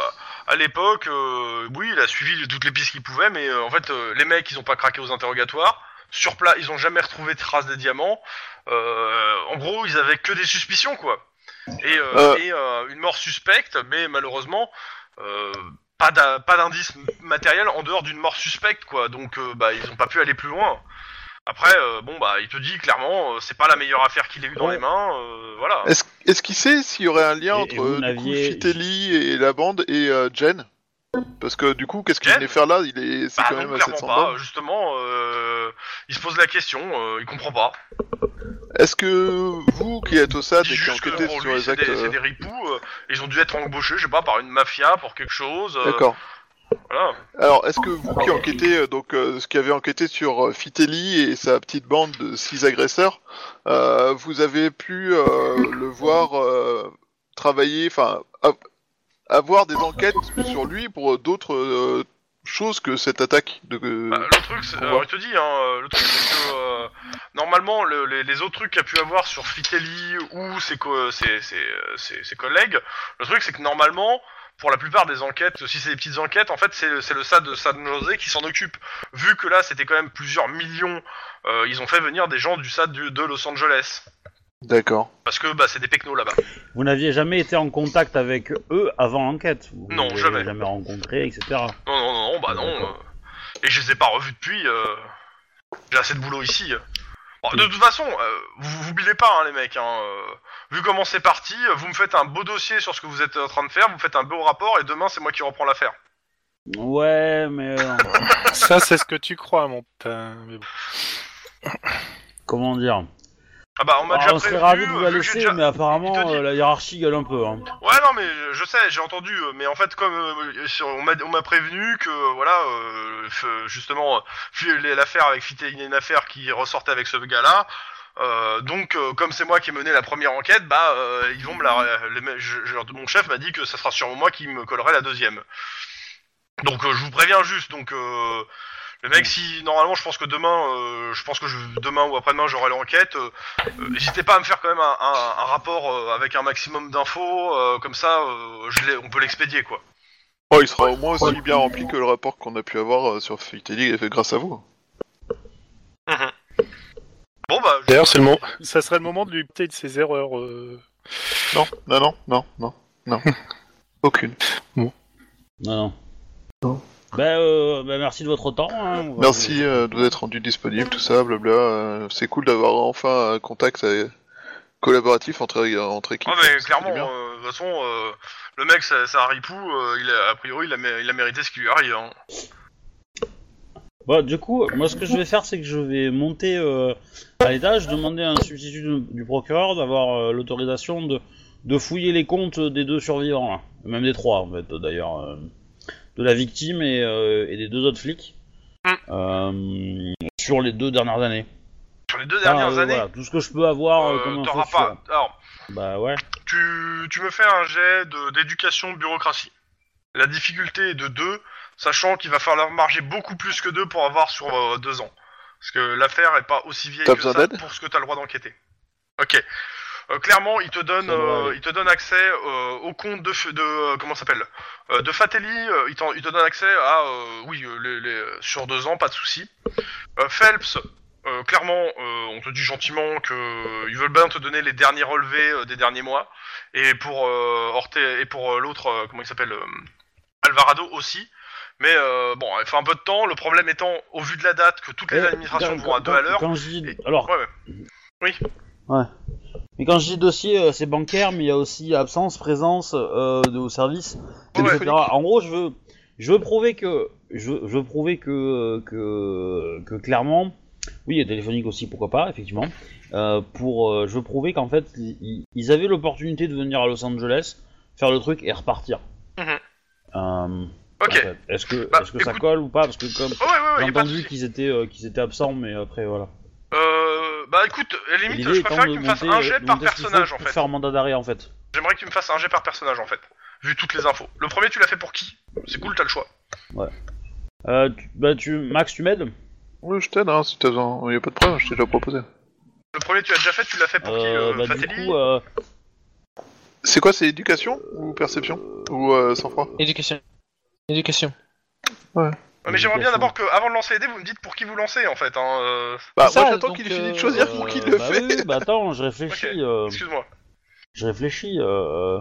[SPEAKER 2] à l'époque, euh, oui, il a suivi toutes les pistes qu'il pouvait, mais euh, en fait, euh, les mecs, ils ont pas craqué aux interrogatoires. Sur place, ils ont jamais retrouvé de traces des diamants. Euh, en gros, ils avaient que des suspicions, quoi. Et, euh,
[SPEAKER 5] Euh.
[SPEAKER 2] et, euh, une mort suspecte, mais malheureusement, euh, pas d'a- pas d'indice matériel en dehors d'une mort suspecte, quoi. Donc, euh, bah, ils ont pas pu aller plus loin. Après, euh, bon, bah, il te dit clairement, euh, c'est pas la meilleure affaire qu'il ait eu dans
[SPEAKER 1] Ouais.
[SPEAKER 2] les mains, euh, voilà.
[SPEAKER 5] Est-ce est-ce qu'il sait s'il y aurait un lien
[SPEAKER 1] Et-
[SPEAKER 5] entre
[SPEAKER 1] et vous
[SPEAKER 5] euh, du
[SPEAKER 1] n'aviez-
[SPEAKER 5] coup, Fitelli et la bande et euh, Jen Parce que du coup, qu'est-ce qu'il
[SPEAKER 2] Jen
[SPEAKER 5] venait faire là Il est, c'est
[SPEAKER 2] Bah
[SPEAKER 5] quand
[SPEAKER 2] non,
[SPEAKER 5] même assez
[SPEAKER 2] clairement pas.
[SPEAKER 5] sympa.
[SPEAKER 2] Justement, euh, il se pose la question, euh, il comprend pas.
[SPEAKER 5] Est-ce que vous, qui êtes au
[SPEAKER 2] Il
[SPEAKER 5] SAD
[SPEAKER 2] dit
[SPEAKER 5] et qui
[SPEAKER 2] juste que
[SPEAKER 5] enquêtez
[SPEAKER 2] pour
[SPEAKER 5] sur
[SPEAKER 2] lui,
[SPEAKER 5] les
[SPEAKER 2] c'est
[SPEAKER 5] actes,
[SPEAKER 2] des, c'est
[SPEAKER 5] euh,
[SPEAKER 2] des ripoux. euh, ils ont dû être embauchés, je sais pas, par une mafia pour quelque chose. euh,
[SPEAKER 5] d'accord.
[SPEAKER 2] voilà.
[SPEAKER 5] Alors, est-ce que vous qui enquêtez, euh, donc euh, ce qui avait enquêté sur euh, Fitelli et sa petite bande de six agresseurs, euh, vous avez pu euh, le voir euh, travailler, enfin, av- avoir des enquêtes sur lui pour d'autres euh, choses que cette attaque de. euh,
[SPEAKER 2] Bah, le truc, c'est- alors, il te dit, hein, le truc c'est que euh, normalement le- les, les autres trucs qu'il y a pu avoir sur Fitelli ou ses, co- ses, ses, euh, ses- ses collègues, le truc c'est que normalement pour la plupart des enquêtes, si c'est des petites enquêtes, en fait c'est c'est le SAD de San José qui s'en occupe. Vu que là c'était quand même plusieurs millions, euh, ils ont fait venir des gens du SAD du- de Los Angeles.
[SPEAKER 5] D'accord.
[SPEAKER 2] Parce que bah, c'est des technos là-bas.
[SPEAKER 1] Vous n'aviez jamais été en contact avec eux avant l'enquête Vous
[SPEAKER 2] Non,
[SPEAKER 1] les avez
[SPEAKER 2] jamais.
[SPEAKER 1] jamais rencontré, etc.
[SPEAKER 2] Non, non, non, non, bah non.
[SPEAKER 1] D'accord.
[SPEAKER 2] euh, et je les ai pas revus depuis. euh, J'ai assez de boulot ici. Bon, de toute façon, euh, vous vous bilez pas, hein, les mecs. hein, euh, vu comment c'est parti, euh, vous me faites un beau dossier sur ce que vous êtes en train de faire, vous me faites un beau rapport, et demain, c'est moi qui reprends l'affaire.
[SPEAKER 1] Ouais, mais euh,
[SPEAKER 3] Ça, c'est ce que tu crois, mon putain. Mais bon.
[SPEAKER 1] comment dire
[SPEAKER 2] Ah bah, on m'a
[SPEAKER 1] Alors,
[SPEAKER 2] déjà
[SPEAKER 1] On serait
[SPEAKER 2] prévenu.
[SPEAKER 1] ravis de vous
[SPEAKER 2] euh,
[SPEAKER 1] la
[SPEAKER 2] vu que j'ai
[SPEAKER 1] laisser,
[SPEAKER 2] déjà-
[SPEAKER 1] mais apparemment
[SPEAKER 2] je te dis-
[SPEAKER 1] euh, la hiérarchie gueule un peu. Hein.
[SPEAKER 2] Ouais, non, mais je- je sais, j'ai entendu, euh, mais en fait, comme euh, sur- on m'a on m'a prévenu que, euh, voilà, euh, f- justement, euh, fi- l'affaire avec Fité, il y a une affaire qui ressortait avec ce gars-là. euh, donc, euh, comme c'est moi qui ai mené la première enquête, bah, euh, ils vont me la. les me- je- je- mon chef m'a dit que ça sera sûrement moi qui me collerai la deuxième. Donc, euh, je vous préviens juste, donc. euh, le mec, si normalement, je pense que demain, euh, je pense que je- demain ou après-demain, j'aurai l'enquête. euh, euh, N'hésitez pas à me faire quand même un, un- un rapport euh, avec un maximum d'infos, euh, comme ça, euh, je l'ai- on peut l'expédier quoi.
[SPEAKER 5] Oh, il sera au moins aussi bien rempli que le rapport qu'on a pu avoir euh, sur Fitelli euh, grâce à vous.
[SPEAKER 2] Bon bah, je-
[SPEAKER 3] D'ailleurs, c'est le moment. Ça serait le moment de lui péter de ses erreurs. euh.
[SPEAKER 5] Non, non, non, non, non, non. Aucune.
[SPEAKER 1] Non, non.
[SPEAKER 6] Non.
[SPEAKER 1] Ben, euh, ben, merci de votre temps. hein. On va-
[SPEAKER 5] Merci euh, de vous être rendu disponible, tout ça, blabla. euh, c'est cool d'avoir enfin un contact euh, collaboratif entre, entre équipes.
[SPEAKER 2] ouais, Ah, mais
[SPEAKER 5] ça fait
[SPEAKER 2] clairement,
[SPEAKER 5] du bien.
[SPEAKER 2] euh, de toute façon, euh, le mec, c'est c'est un ripou, euh, il a, a priori, il a, mé- il a mérité ce qui lui arrive. hein.
[SPEAKER 1] Bon, Bah, du coup, moi, ce que je vais faire, c'est que je vais monter euh, à l'étage, demander à un substitut du, du procureur d'avoir euh, l'autorisation de, de fouiller les comptes des deux survivants, là. même des trois, en fait, d'ailleurs, euh, de la victime et, euh, et des deux autres flics,
[SPEAKER 2] Ah.
[SPEAKER 1] euh, sur les deux dernières années.
[SPEAKER 2] Sur les deux
[SPEAKER 1] Ah,
[SPEAKER 2] dernières
[SPEAKER 1] euh,
[SPEAKER 2] années,
[SPEAKER 1] voilà, tout ce que je peux avoir euh,
[SPEAKER 2] euh,
[SPEAKER 1] comme info
[SPEAKER 2] t'auras
[SPEAKER 1] sur-
[SPEAKER 2] pas. Alors,
[SPEAKER 1] Bah ouais.
[SPEAKER 2] tu, tu me fais un jet de- d'éducation bureaucratie. La difficulté est de 2, sachant qu'il va falloir marger beaucoup plus que 2 pour avoir sur 2 ans. Parce que l'affaire est pas aussi vieille
[SPEAKER 5] T'as
[SPEAKER 2] que
[SPEAKER 5] besoin
[SPEAKER 2] ça
[SPEAKER 5] d'aide
[SPEAKER 2] pour ce que t'as le droit d'enquêter. Ok. Euh, clairement, il te donne,
[SPEAKER 1] Ça doit
[SPEAKER 2] euh,
[SPEAKER 1] aller.
[SPEAKER 2] il te donne accès euh, au compte de, f- de euh, comment ça s'appelle Euh, de Fatelli. euh, il, t'en- il te donne accès à euh, oui euh, les- les- sur deux ans, pas de souci. Euh, Phelps, euh, clairement, euh, on te dit gentiment que euh, ils veulent bien te donner les derniers relevés euh, des derniers mois. Et pour euh, Orte- et pour euh, l'autre, euh, comment il s'appelle euh, Alvarado aussi. Mais euh, bon, il faut un peu de temps. Le problème étant, au vu de la date, que toutes les
[SPEAKER 1] Eh,
[SPEAKER 2] administrations
[SPEAKER 1] quand-
[SPEAKER 2] vont à deux
[SPEAKER 1] quand-
[SPEAKER 2] à l'heure.
[SPEAKER 1] quand je dis-
[SPEAKER 2] et-
[SPEAKER 1] Alors,
[SPEAKER 2] Ouais, ouais.
[SPEAKER 1] mais quand je dis dossier, euh, c'est bancaire, mais il y a aussi absence, présence euh, de au service,
[SPEAKER 2] Ouais,
[SPEAKER 1] etc. En gros, je veux, Je veux prouver que, je, je veux prouver que, que, que clairement, oui, et téléphonique aussi, pourquoi pas, effectivement. Euh, pour, euh, je veux prouver qu'en fait, i- i- ils avaient l'opportunité de venir à Los Angeles, faire le truc et repartir.
[SPEAKER 2] Mhm.
[SPEAKER 1] Euh, en
[SPEAKER 2] Ok.
[SPEAKER 1] fait. Est-ce que,
[SPEAKER 2] Bah,
[SPEAKER 1] est-ce que ça
[SPEAKER 2] écoute-
[SPEAKER 1] colle ou pas Parce que comme
[SPEAKER 2] Oh, ouais, ouais, ouais,
[SPEAKER 1] j'ai
[SPEAKER 2] y a pas de
[SPEAKER 1] entendu
[SPEAKER 2] souci.
[SPEAKER 1] qu'ils étaient, euh, qu'ils étaient absents, mais après voilà.
[SPEAKER 2] Euh, bah écoute, à la limite,
[SPEAKER 1] L'idée
[SPEAKER 2] je
[SPEAKER 1] étant
[SPEAKER 2] préfère que
[SPEAKER 1] de euh,
[SPEAKER 2] tu me fasses
[SPEAKER 1] monter-
[SPEAKER 2] un jet
[SPEAKER 1] de
[SPEAKER 2] par
[SPEAKER 1] monter ce qu'il faut
[SPEAKER 2] personnage en
[SPEAKER 1] pour
[SPEAKER 2] fait.
[SPEAKER 1] Faire mandat d'arrêt en fait.
[SPEAKER 2] J'aimerais que tu me fasses un jet par personnage en fait, vu toutes les infos. Le premier, tu l'as fait pour qui C'est cool, t'as le choix.
[SPEAKER 1] Euh, tu- bah, tu, Max, tu m'aides
[SPEAKER 5] Oui, je t'aide, hein, si t'as besoin. Il a pas de problème, je t'ai déjà proposé.
[SPEAKER 2] Le premier, tu l'as déjà fait, tu l'as fait pour qui
[SPEAKER 1] Euh,
[SPEAKER 2] euh,
[SPEAKER 1] bah, Du
[SPEAKER 2] Fatelli
[SPEAKER 1] coup, euh,
[SPEAKER 5] C'est quoi, c'est éducation ou perception Ou euh, sang-froid
[SPEAKER 4] Éducation. Éducation.
[SPEAKER 2] Ouais, Mais j'aimerais bien
[SPEAKER 1] Éducation.
[SPEAKER 2] d'abord que, avant de lancer les dés, vous me dites pour qui vous lancez en fait. Hein, euh,
[SPEAKER 5] Bah,
[SPEAKER 4] C'est
[SPEAKER 5] moi
[SPEAKER 4] ça,
[SPEAKER 5] j'attends
[SPEAKER 4] donc,
[SPEAKER 5] qu'il ait fini de
[SPEAKER 4] euh,
[SPEAKER 5] choisir pour qui
[SPEAKER 1] euh,
[SPEAKER 5] le
[SPEAKER 1] bah
[SPEAKER 5] fait.
[SPEAKER 1] oui, bah attends, je réfléchis.
[SPEAKER 2] Ok.
[SPEAKER 1] euh,
[SPEAKER 2] Excuse-moi.
[SPEAKER 1] je réfléchis. euh,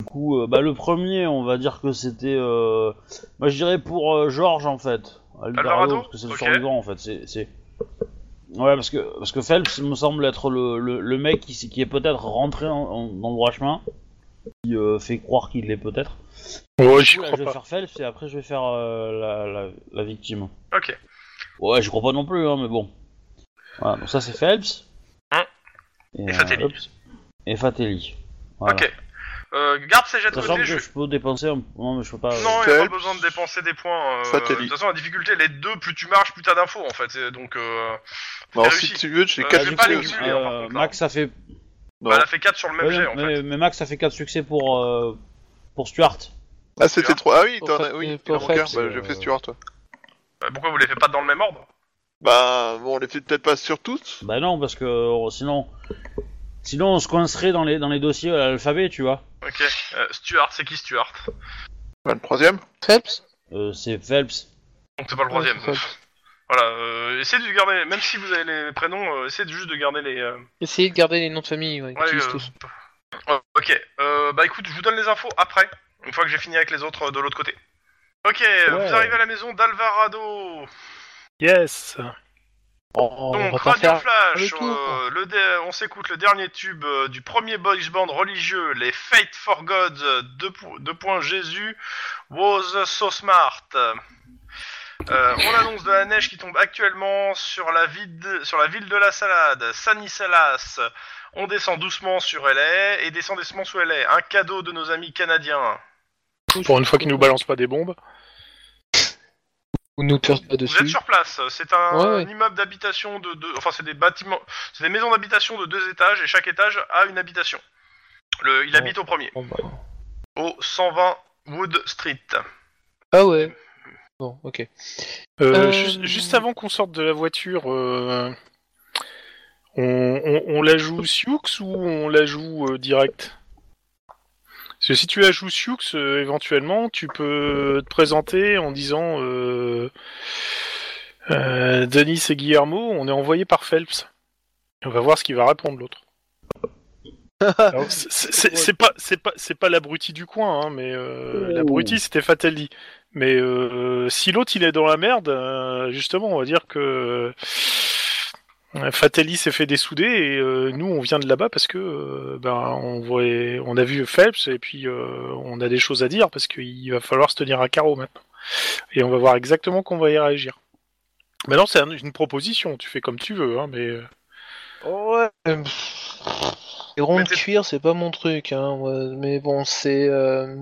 [SPEAKER 1] du coup, euh, bah, le premier, on va dire que c'était. euh, moi, je dirais pour euh, Georges, en fait.
[SPEAKER 2] Alvarado
[SPEAKER 1] parce que c'est le
[SPEAKER 2] Ok.
[SPEAKER 1] survivant, en fait. C'est, c'est- Ouais, parce que, parce que Phelps me semble être le, le, le mec qui, s- qui est peut-être rentré en- en- dans le droit chemin. Qui euh, fait croire qu'il l'est peut-être.
[SPEAKER 3] Ouais,
[SPEAKER 1] Du
[SPEAKER 3] j'y
[SPEAKER 1] coup, là,
[SPEAKER 3] crois
[SPEAKER 1] je vais
[SPEAKER 3] pas.
[SPEAKER 1] faire Phelps et après, je vais faire euh, la, la, la victime.
[SPEAKER 2] Ok.
[SPEAKER 1] Ouais, j'y crois pas non plus, hein, mais bon. Voilà, donc ça, c'est Phelps.
[SPEAKER 2] Hein.
[SPEAKER 1] Et,
[SPEAKER 2] Et
[SPEAKER 1] euh,
[SPEAKER 2] Fatelli.
[SPEAKER 1] hop. Et Fatelli. Voilà.
[SPEAKER 2] Ok. Euh, garde ces jets de
[SPEAKER 1] Sachant
[SPEAKER 2] côté.
[SPEAKER 1] que
[SPEAKER 2] Je...
[SPEAKER 1] je peux dépenser un... Non, mais je peux pas... euh,
[SPEAKER 2] Non, il a pas
[SPEAKER 5] Phelps.
[SPEAKER 2] besoin de dépenser des points. euh,
[SPEAKER 5] Fatelli.
[SPEAKER 2] De toute façon, la difficulté, les deux, plus tu marches, plus t'as d'infos en fait. c'est- Donc, euh...
[SPEAKER 5] Alors,
[SPEAKER 2] réussi.
[SPEAKER 5] si tu veux, j'ai
[SPEAKER 2] Euh,
[SPEAKER 1] bah,
[SPEAKER 2] je
[SPEAKER 5] quatre
[SPEAKER 2] vais
[SPEAKER 1] du
[SPEAKER 2] pas
[SPEAKER 1] coup,
[SPEAKER 2] les
[SPEAKER 5] succès.
[SPEAKER 2] cumuler, hein, par contre, là.
[SPEAKER 1] Max, ça fait...
[SPEAKER 5] Non.
[SPEAKER 2] bah, elle a fait 4 sur le même
[SPEAKER 1] Ouais,
[SPEAKER 2] jet en
[SPEAKER 1] mais,
[SPEAKER 2] fait.
[SPEAKER 1] mais Max, ça fait 4 succès pour... euh, Pour Stuart.
[SPEAKER 5] Ah, c'était
[SPEAKER 2] Stuart.
[SPEAKER 5] trois. Ah oui,
[SPEAKER 4] Pour
[SPEAKER 5] t'en
[SPEAKER 4] Fat-
[SPEAKER 5] as. Oui, il
[SPEAKER 4] pour
[SPEAKER 5] en manque un.
[SPEAKER 4] Fat-
[SPEAKER 5] Bah, j'ai fait Stuart, toi.
[SPEAKER 2] Bah, Pourquoi vous les faites pas dans le même ordre
[SPEAKER 5] Bah, bon, on les fait peut-être pas sur tous.
[SPEAKER 1] Bah non, parce que euh, sinon... Sinon, on se coincerait dans les, dans les dossiers à l'alphabet, tu vois.
[SPEAKER 2] Ok. Euh, Stuart, c'est qui Stuart
[SPEAKER 5] Bah, le troisième.
[SPEAKER 4] Phelps
[SPEAKER 1] Euh, c'est Phelps.
[SPEAKER 2] Donc c'est pas le troisième.
[SPEAKER 4] Ouais, Phelps.
[SPEAKER 2] Voilà, euh, essayez de garder, même si vous avez les prénoms, euh, essayez de- juste de garder les. euh,
[SPEAKER 4] Essayez de garder les noms de famille, ouais,
[SPEAKER 2] ouais,
[SPEAKER 4] qu'ils
[SPEAKER 2] euh,
[SPEAKER 4] lisent tous.
[SPEAKER 2] euh, ok, euh, bah écoute, je vous donne les infos après, une fois que j'ai fini avec les autres euh, de l'autre côté. Ok, vous arrivez à la maison d'Alvarado.
[SPEAKER 3] Yes.
[SPEAKER 4] Oh, on
[SPEAKER 2] Donc,
[SPEAKER 4] va pas
[SPEAKER 2] Radio
[SPEAKER 4] faire.
[SPEAKER 2] Flash,
[SPEAKER 4] le tour.
[SPEAKER 2] euh, le dé- on s'écoute le dernier tube euh, du premier boys band religieux, les Fate for God, euh, deux po- deux points Jésus, was so smart. Euh, on annonce de la neige qui tombe actuellement sur la, ville de- sur la ville de la Salade, Sanisalas. On descend doucement sur LA et descend doucement sous LA. Un cadeau de nos amis canadiens.
[SPEAKER 3] Pour une fois qu'ils nous balancent pas des bombes.
[SPEAKER 4] Ou nous peur pas
[SPEAKER 2] Vous êtes
[SPEAKER 4] dessus.
[SPEAKER 2] sur place. C'est un,
[SPEAKER 4] Ouais, ouais.
[SPEAKER 2] immeuble d'habitation de deux. Enfin, c'est des bâtiments. C'est des maisons d'habitation de deux étages et chaque étage a une habitation. Le, il
[SPEAKER 4] Oh.
[SPEAKER 2] habite au premier,
[SPEAKER 4] Oh, bah.
[SPEAKER 2] au 120 Wood Street.
[SPEAKER 4] Ah ouais. Bon, ok.
[SPEAKER 3] Euh,
[SPEAKER 4] Euh,
[SPEAKER 3] ju- Juste avant qu'on sorte de la voiture, euh, on, on- on la joue Sioux ou on la joue euh, direct Parce que si tu la joues Sioux, euh, éventuellement, tu peux te présenter en disant euh, euh, Denis et Guillermo, on est envoyé par Phelps. Et on va voir ce qu'il va répondre l'autre. Alors, c'est- C'est c'est pas, c'est pas, c'est pas l'abruti du coin, hein, mais euh,
[SPEAKER 1] Oh.
[SPEAKER 3] l'abruti c'était Fatelli. Mais euh, si l'autre il est dans la merde, euh, justement, on va dire que euh, Fatelli s'est fait dessouder et euh, nous on vient de là-bas parce que euh, ben on voyait, on a vu Phelps et puis euh, on a des choses à dire parce qu'il va falloir se tenir à carreau maintenant. Et on va voir exactement qu'on va y réagir. Maintenant c'est un- une proposition, tu fais comme tu veux, hein, mais euh,
[SPEAKER 4] Ouais. euh, pff, Les ronds
[SPEAKER 2] Mais
[SPEAKER 4] de
[SPEAKER 2] t'es-
[SPEAKER 4] cuir, c'est pas mon truc, hein. ouais, Mais bon, c'est. euh,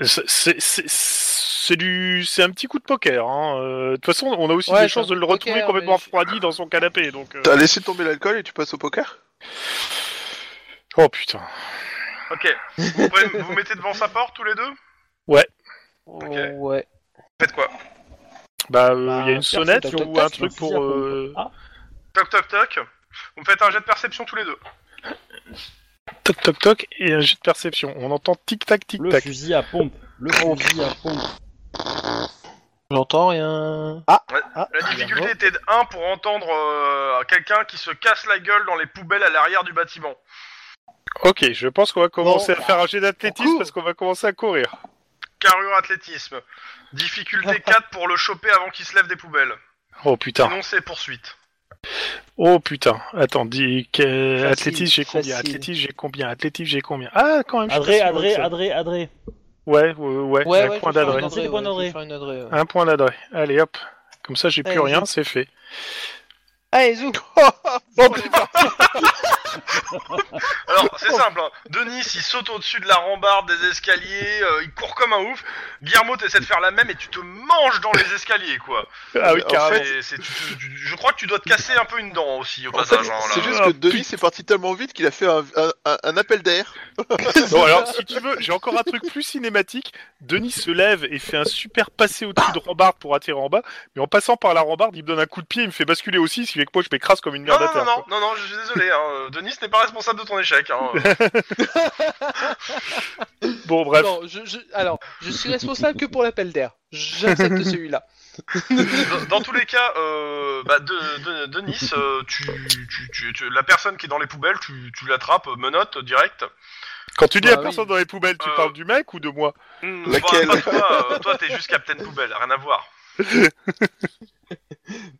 [SPEAKER 3] c'est- c'est c'est- c'est du c'est un petit coup de poker. hein. Euh, De toute façon on a aussi
[SPEAKER 4] Ouais,
[SPEAKER 3] des
[SPEAKER 4] c'est
[SPEAKER 3] chances
[SPEAKER 4] un
[SPEAKER 3] de le
[SPEAKER 4] coup de
[SPEAKER 3] retrouver
[SPEAKER 4] poker,
[SPEAKER 3] complètement
[SPEAKER 4] mais-
[SPEAKER 3] refroidi dans son canapé donc. euh,
[SPEAKER 5] T'as laissé tomber l'alcool et tu passes au poker
[SPEAKER 3] Oh putain.
[SPEAKER 2] Ok. Vous pouvez- vous vous mettez devant sa porte tous les deux.
[SPEAKER 4] Ouais.
[SPEAKER 2] Faites quoi
[SPEAKER 3] Bah, euh, il y a
[SPEAKER 1] Bah,
[SPEAKER 3] une sonnette
[SPEAKER 1] personne,
[SPEAKER 3] ou
[SPEAKER 1] toc,
[SPEAKER 3] un
[SPEAKER 1] toc,
[SPEAKER 3] truc
[SPEAKER 1] toc,
[SPEAKER 3] pour.
[SPEAKER 1] c'est-à-dire qu'on-
[SPEAKER 3] euh,
[SPEAKER 1] Ah,
[SPEAKER 2] Toc toc toc. Vous me faites un jet de perception tous les deux.
[SPEAKER 3] Toc toc toc et un jet de perception. On entend tic tac tic
[SPEAKER 1] le
[SPEAKER 3] tac.
[SPEAKER 1] fusil à pompe. Le fusil à pompe.
[SPEAKER 4] J'entends rien.
[SPEAKER 2] La difficulté était de 1 pour entendre euh, quelqu'un qui se casse la gueule dans les poubelles à l'arrière du bâtiment.
[SPEAKER 3] Ok, je pense qu'on va commencer
[SPEAKER 4] Bon.
[SPEAKER 3] à faire un jet d'athlétisme
[SPEAKER 4] Cours.
[SPEAKER 3] parce qu'on va commencer à courir.
[SPEAKER 2] Carrure athlétisme. Difficulté 4 pour le choper avant qu'il se lève des poubelles.
[SPEAKER 3] Oh putain.
[SPEAKER 2] Sinon, c'est poursuite.
[SPEAKER 3] Oh putain. Attends, dis que...
[SPEAKER 4] Facile,
[SPEAKER 3] athlétisme j'ai combien
[SPEAKER 4] facile.
[SPEAKER 3] Athlétisme j'ai combien Athlétisme j'ai combien Ah quand même. je suis
[SPEAKER 1] Adré,
[SPEAKER 3] pas sûr avec
[SPEAKER 1] Adré,
[SPEAKER 3] ça.
[SPEAKER 1] Adré, Adré.
[SPEAKER 3] Ouais, ouais, ouais,
[SPEAKER 4] Ouais,
[SPEAKER 3] un
[SPEAKER 4] ouais,
[SPEAKER 3] point
[SPEAKER 4] je vais faire
[SPEAKER 3] d'adresse.
[SPEAKER 4] une
[SPEAKER 1] Lancer des
[SPEAKER 4] adresse,
[SPEAKER 1] points
[SPEAKER 4] ouais, je vais
[SPEAKER 1] d'adresse.
[SPEAKER 4] faire une adresse, ouais.
[SPEAKER 3] Un point d'adresse. Allez hop. Comme ça, j'ai plus
[SPEAKER 4] Allez,
[SPEAKER 3] rien, c'est fait.
[SPEAKER 4] Allez, zou
[SPEAKER 2] Alors, c'est simple, hein. Denis, il saute au-dessus de la rambarde des escaliers, euh, il court comme un ouf. Guillermo, t'essaies de faire la même et tu te manges dans les escaliers, quoi.
[SPEAKER 3] Ah oui,
[SPEAKER 5] En
[SPEAKER 3] carrément.
[SPEAKER 2] Et c'est- tu- tu- je crois que tu dois te casser un peu une dent aussi, au
[SPEAKER 5] En fait,
[SPEAKER 2] passage. hein, là.
[SPEAKER 5] c'est juste
[SPEAKER 3] Ah,
[SPEAKER 5] que Denis est parti tellement vite qu'il a fait un, un- un- un appel d'air.
[SPEAKER 3] Non, alors, si tu veux, j'ai encore un truc plus cinématique. Denis se lève et fait un super passé au-dessus de rambarde pour atterrir en bas. Mais en passant par la rambarde, il me donne un coup de pied, il me fait basculer aussi, ce qui fait que moi, je m'écrase comme une
[SPEAKER 2] Non,
[SPEAKER 3] merde à
[SPEAKER 2] non,
[SPEAKER 3] terre.
[SPEAKER 2] non, non,
[SPEAKER 3] quoi.
[SPEAKER 2] non, non, je suis désolé. Hein. Denis n'est pas responsable de ton échec. Hein.
[SPEAKER 3] Bon, bref.
[SPEAKER 4] Non, je, je- alors, je suis responsable que pour l'appel d'air. J'accepte celui-là.
[SPEAKER 2] dans, dans tous les cas, euh, bah, de, de, Denis, euh, tu, tu- tu- tu- la personne qui est dans les poubelles, tu, tu l'attrapes, euh, menotte direct.
[SPEAKER 3] Quand tu dis
[SPEAKER 4] Bah
[SPEAKER 3] à
[SPEAKER 4] oui.
[SPEAKER 3] personne dans les poubelles, tu
[SPEAKER 2] Euh.
[SPEAKER 3] parles du mec ou de moi
[SPEAKER 2] Hmm,
[SPEAKER 5] Laquelle
[SPEAKER 2] pas- pas Toi, euh, toi, t'es juste Captain Poubelle, rien à voir.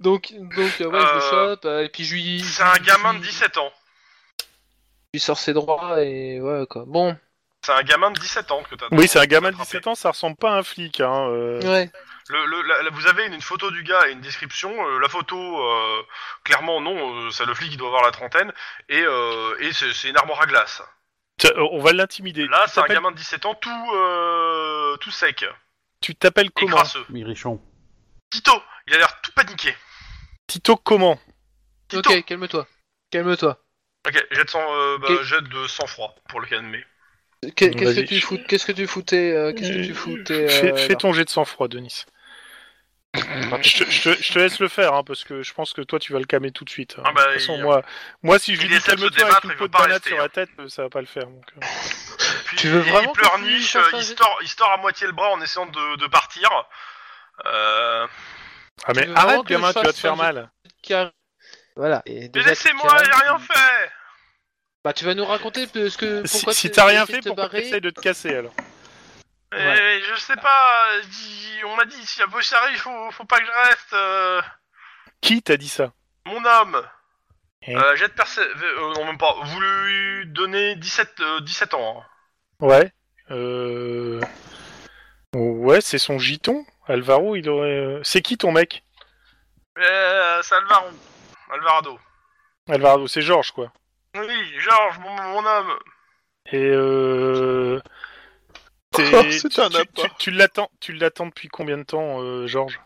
[SPEAKER 4] Donc, donc euh, ouais, je le
[SPEAKER 2] Euh,
[SPEAKER 4] chope, euh, et puis je lui.
[SPEAKER 2] C'est un gamin de
[SPEAKER 4] je lui-
[SPEAKER 2] 17 ans.
[SPEAKER 4] Je lui sors ses droits, et ouais, quoi. Bon,
[SPEAKER 2] C'est un gamin de 17 ans que t'as.
[SPEAKER 3] Oui, c'est un gamin de
[SPEAKER 2] attrapé.
[SPEAKER 3] 17 ans, ça ressemble pas à un flic. Hein. euh.
[SPEAKER 4] ouais.
[SPEAKER 2] Le, le- la- la- vous avez une, une photo du gars et une description. euh, la photo, euh, clairement, non, euh, c'est le flic qui doit avoir la trentaine. Et, euh, et c'est c'est une armoire à glace.
[SPEAKER 3] Tiens, euh, On va l'intimider.
[SPEAKER 2] Là,
[SPEAKER 3] Tu
[SPEAKER 2] c'est un
[SPEAKER 3] t'appelles-
[SPEAKER 2] gamin de 17 ans tout, euh, tout sec
[SPEAKER 3] Tu t'appelles
[SPEAKER 2] et
[SPEAKER 3] comment
[SPEAKER 2] crasseux.
[SPEAKER 1] Migrichon.
[SPEAKER 2] Tito, il a l'air tout paniqué.
[SPEAKER 3] Tito, comment
[SPEAKER 2] Tito,
[SPEAKER 4] Ok, calme-toi. Calme-toi.
[SPEAKER 2] ok, jette, sans, euh, bah,
[SPEAKER 4] Ok.
[SPEAKER 2] jette de sang-froid pour le calmer.
[SPEAKER 4] Que- Qu'est-ce que
[SPEAKER 3] Vas-y.
[SPEAKER 4] tu fous Qu'est-ce que tu foutais euh, Qu'est-ce que tu foutais
[SPEAKER 3] Fais,
[SPEAKER 4] euh,
[SPEAKER 3] fais ton jet de sang-froid, Denis. Je te, je te- je te laisse le faire, hein, parce que je pense que toi, tu vas le calmer tout de suite. hein.
[SPEAKER 2] Ah bah,
[SPEAKER 3] de toute façon,
[SPEAKER 2] il-
[SPEAKER 3] moi, moi, si je
[SPEAKER 2] il
[SPEAKER 3] lui dis
[SPEAKER 2] essaie de se
[SPEAKER 3] calme-toi avec
[SPEAKER 2] débattre,
[SPEAKER 3] une
[SPEAKER 2] il
[SPEAKER 3] peau
[SPEAKER 2] veut
[SPEAKER 3] de
[SPEAKER 2] pas
[SPEAKER 3] banane
[SPEAKER 2] rester,
[SPEAKER 3] sur
[SPEAKER 2] hein.
[SPEAKER 3] la tête, euh, ça va pas le faire. donc, euh.
[SPEAKER 2] Puis,
[SPEAKER 4] Tu veux
[SPEAKER 2] il-
[SPEAKER 4] vraiment
[SPEAKER 2] Il
[SPEAKER 4] que tu
[SPEAKER 2] pleurniche,
[SPEAKER 4] fasses
[SPEAKER 2] euh,
[SPEAKER 4] un
[SPEAKER 2] il
[SPEAKER 4] jet-
[SPEAKER 2] tord, il se tord à moitié le bras en essayant de, de partir. Euh...
[SPEAKER 3] Ah, mais
[SPEAKER 4] veux vraiment
[SPEAKER 3] arrête,
[SPEAKER 4] que je
[SPEAKER 3] gamin, tu
[SPEAKER 4] fasse
[SPEAKER 3] vas te faire
[SPEAKER 4] un jet-
[SPEAKER 3] mal.
[SPEAKER 4] Car- Voilà. et
[SPEAKER 2] Mais
[SPEAKER 4] déjà,
[SPEAKER 2] laissez-moi,
[SPEAKER 4] Karen,
[SPEAKER 2] j'ai rien fait
[SPEAKER 4] Bah, tu vas nous raconter euh, ce que.
[SPEAKER 3] Si,
[SPEAKER 4] Pourquoi
[SPEAKER 3] si
[SPEAKER 4] t'es-
[SPEAKER 3] t'as rien
[SPEAKER 4] t'es
[SPEAKER 3] fait,
[SPEAKER 4] te
[SPEAKER 3] pourquoi
[SPEAKER 4] barrer.
[SPEAKER 3] t'essayes de te casser, alors
[SPEAKER 2] Eh,
[SPEAKER 4] Ouais.
[SPEAKER 2] Je sais pas, euh, dis- on m'a dit, si la police arrive, faut, faut pas que je reste. euh,
[SPEAKER 3] Qui t'a dit ça
[SPEAKER 2] Mon homme
[SPEAKER 3] Eh.
[SPEAKER 2] euh, J'ai de perce... euh, non, même pas. Vous lui donnez 17, euh, 17 ans. hein.
[SPEAKER 3] Ouais. Euh... Ouais, c'est son giton. Alvaro, il aurait... euh, C'est qui ton mec
[SPEAKER 2] Euh, c'est Alvaro. Alvarado.
[SPEAKER 3] Alvaro, c'est Georges, quoi.
[SPEAKER 2] Oui, Georges, mon, mon homme.
[SPEAKER 3] Et euh... t'es-
[SPEAKER 5] Oh, c'est
[SPEAKER 3] tu-
[SPEAKER 5] un
[SPEAKER 3] tu-
[SPEAKER 5] appât.
[SPEAKER 3] tu- Tu l'attends, tu l'attends depuis combien de temps, euh, Georges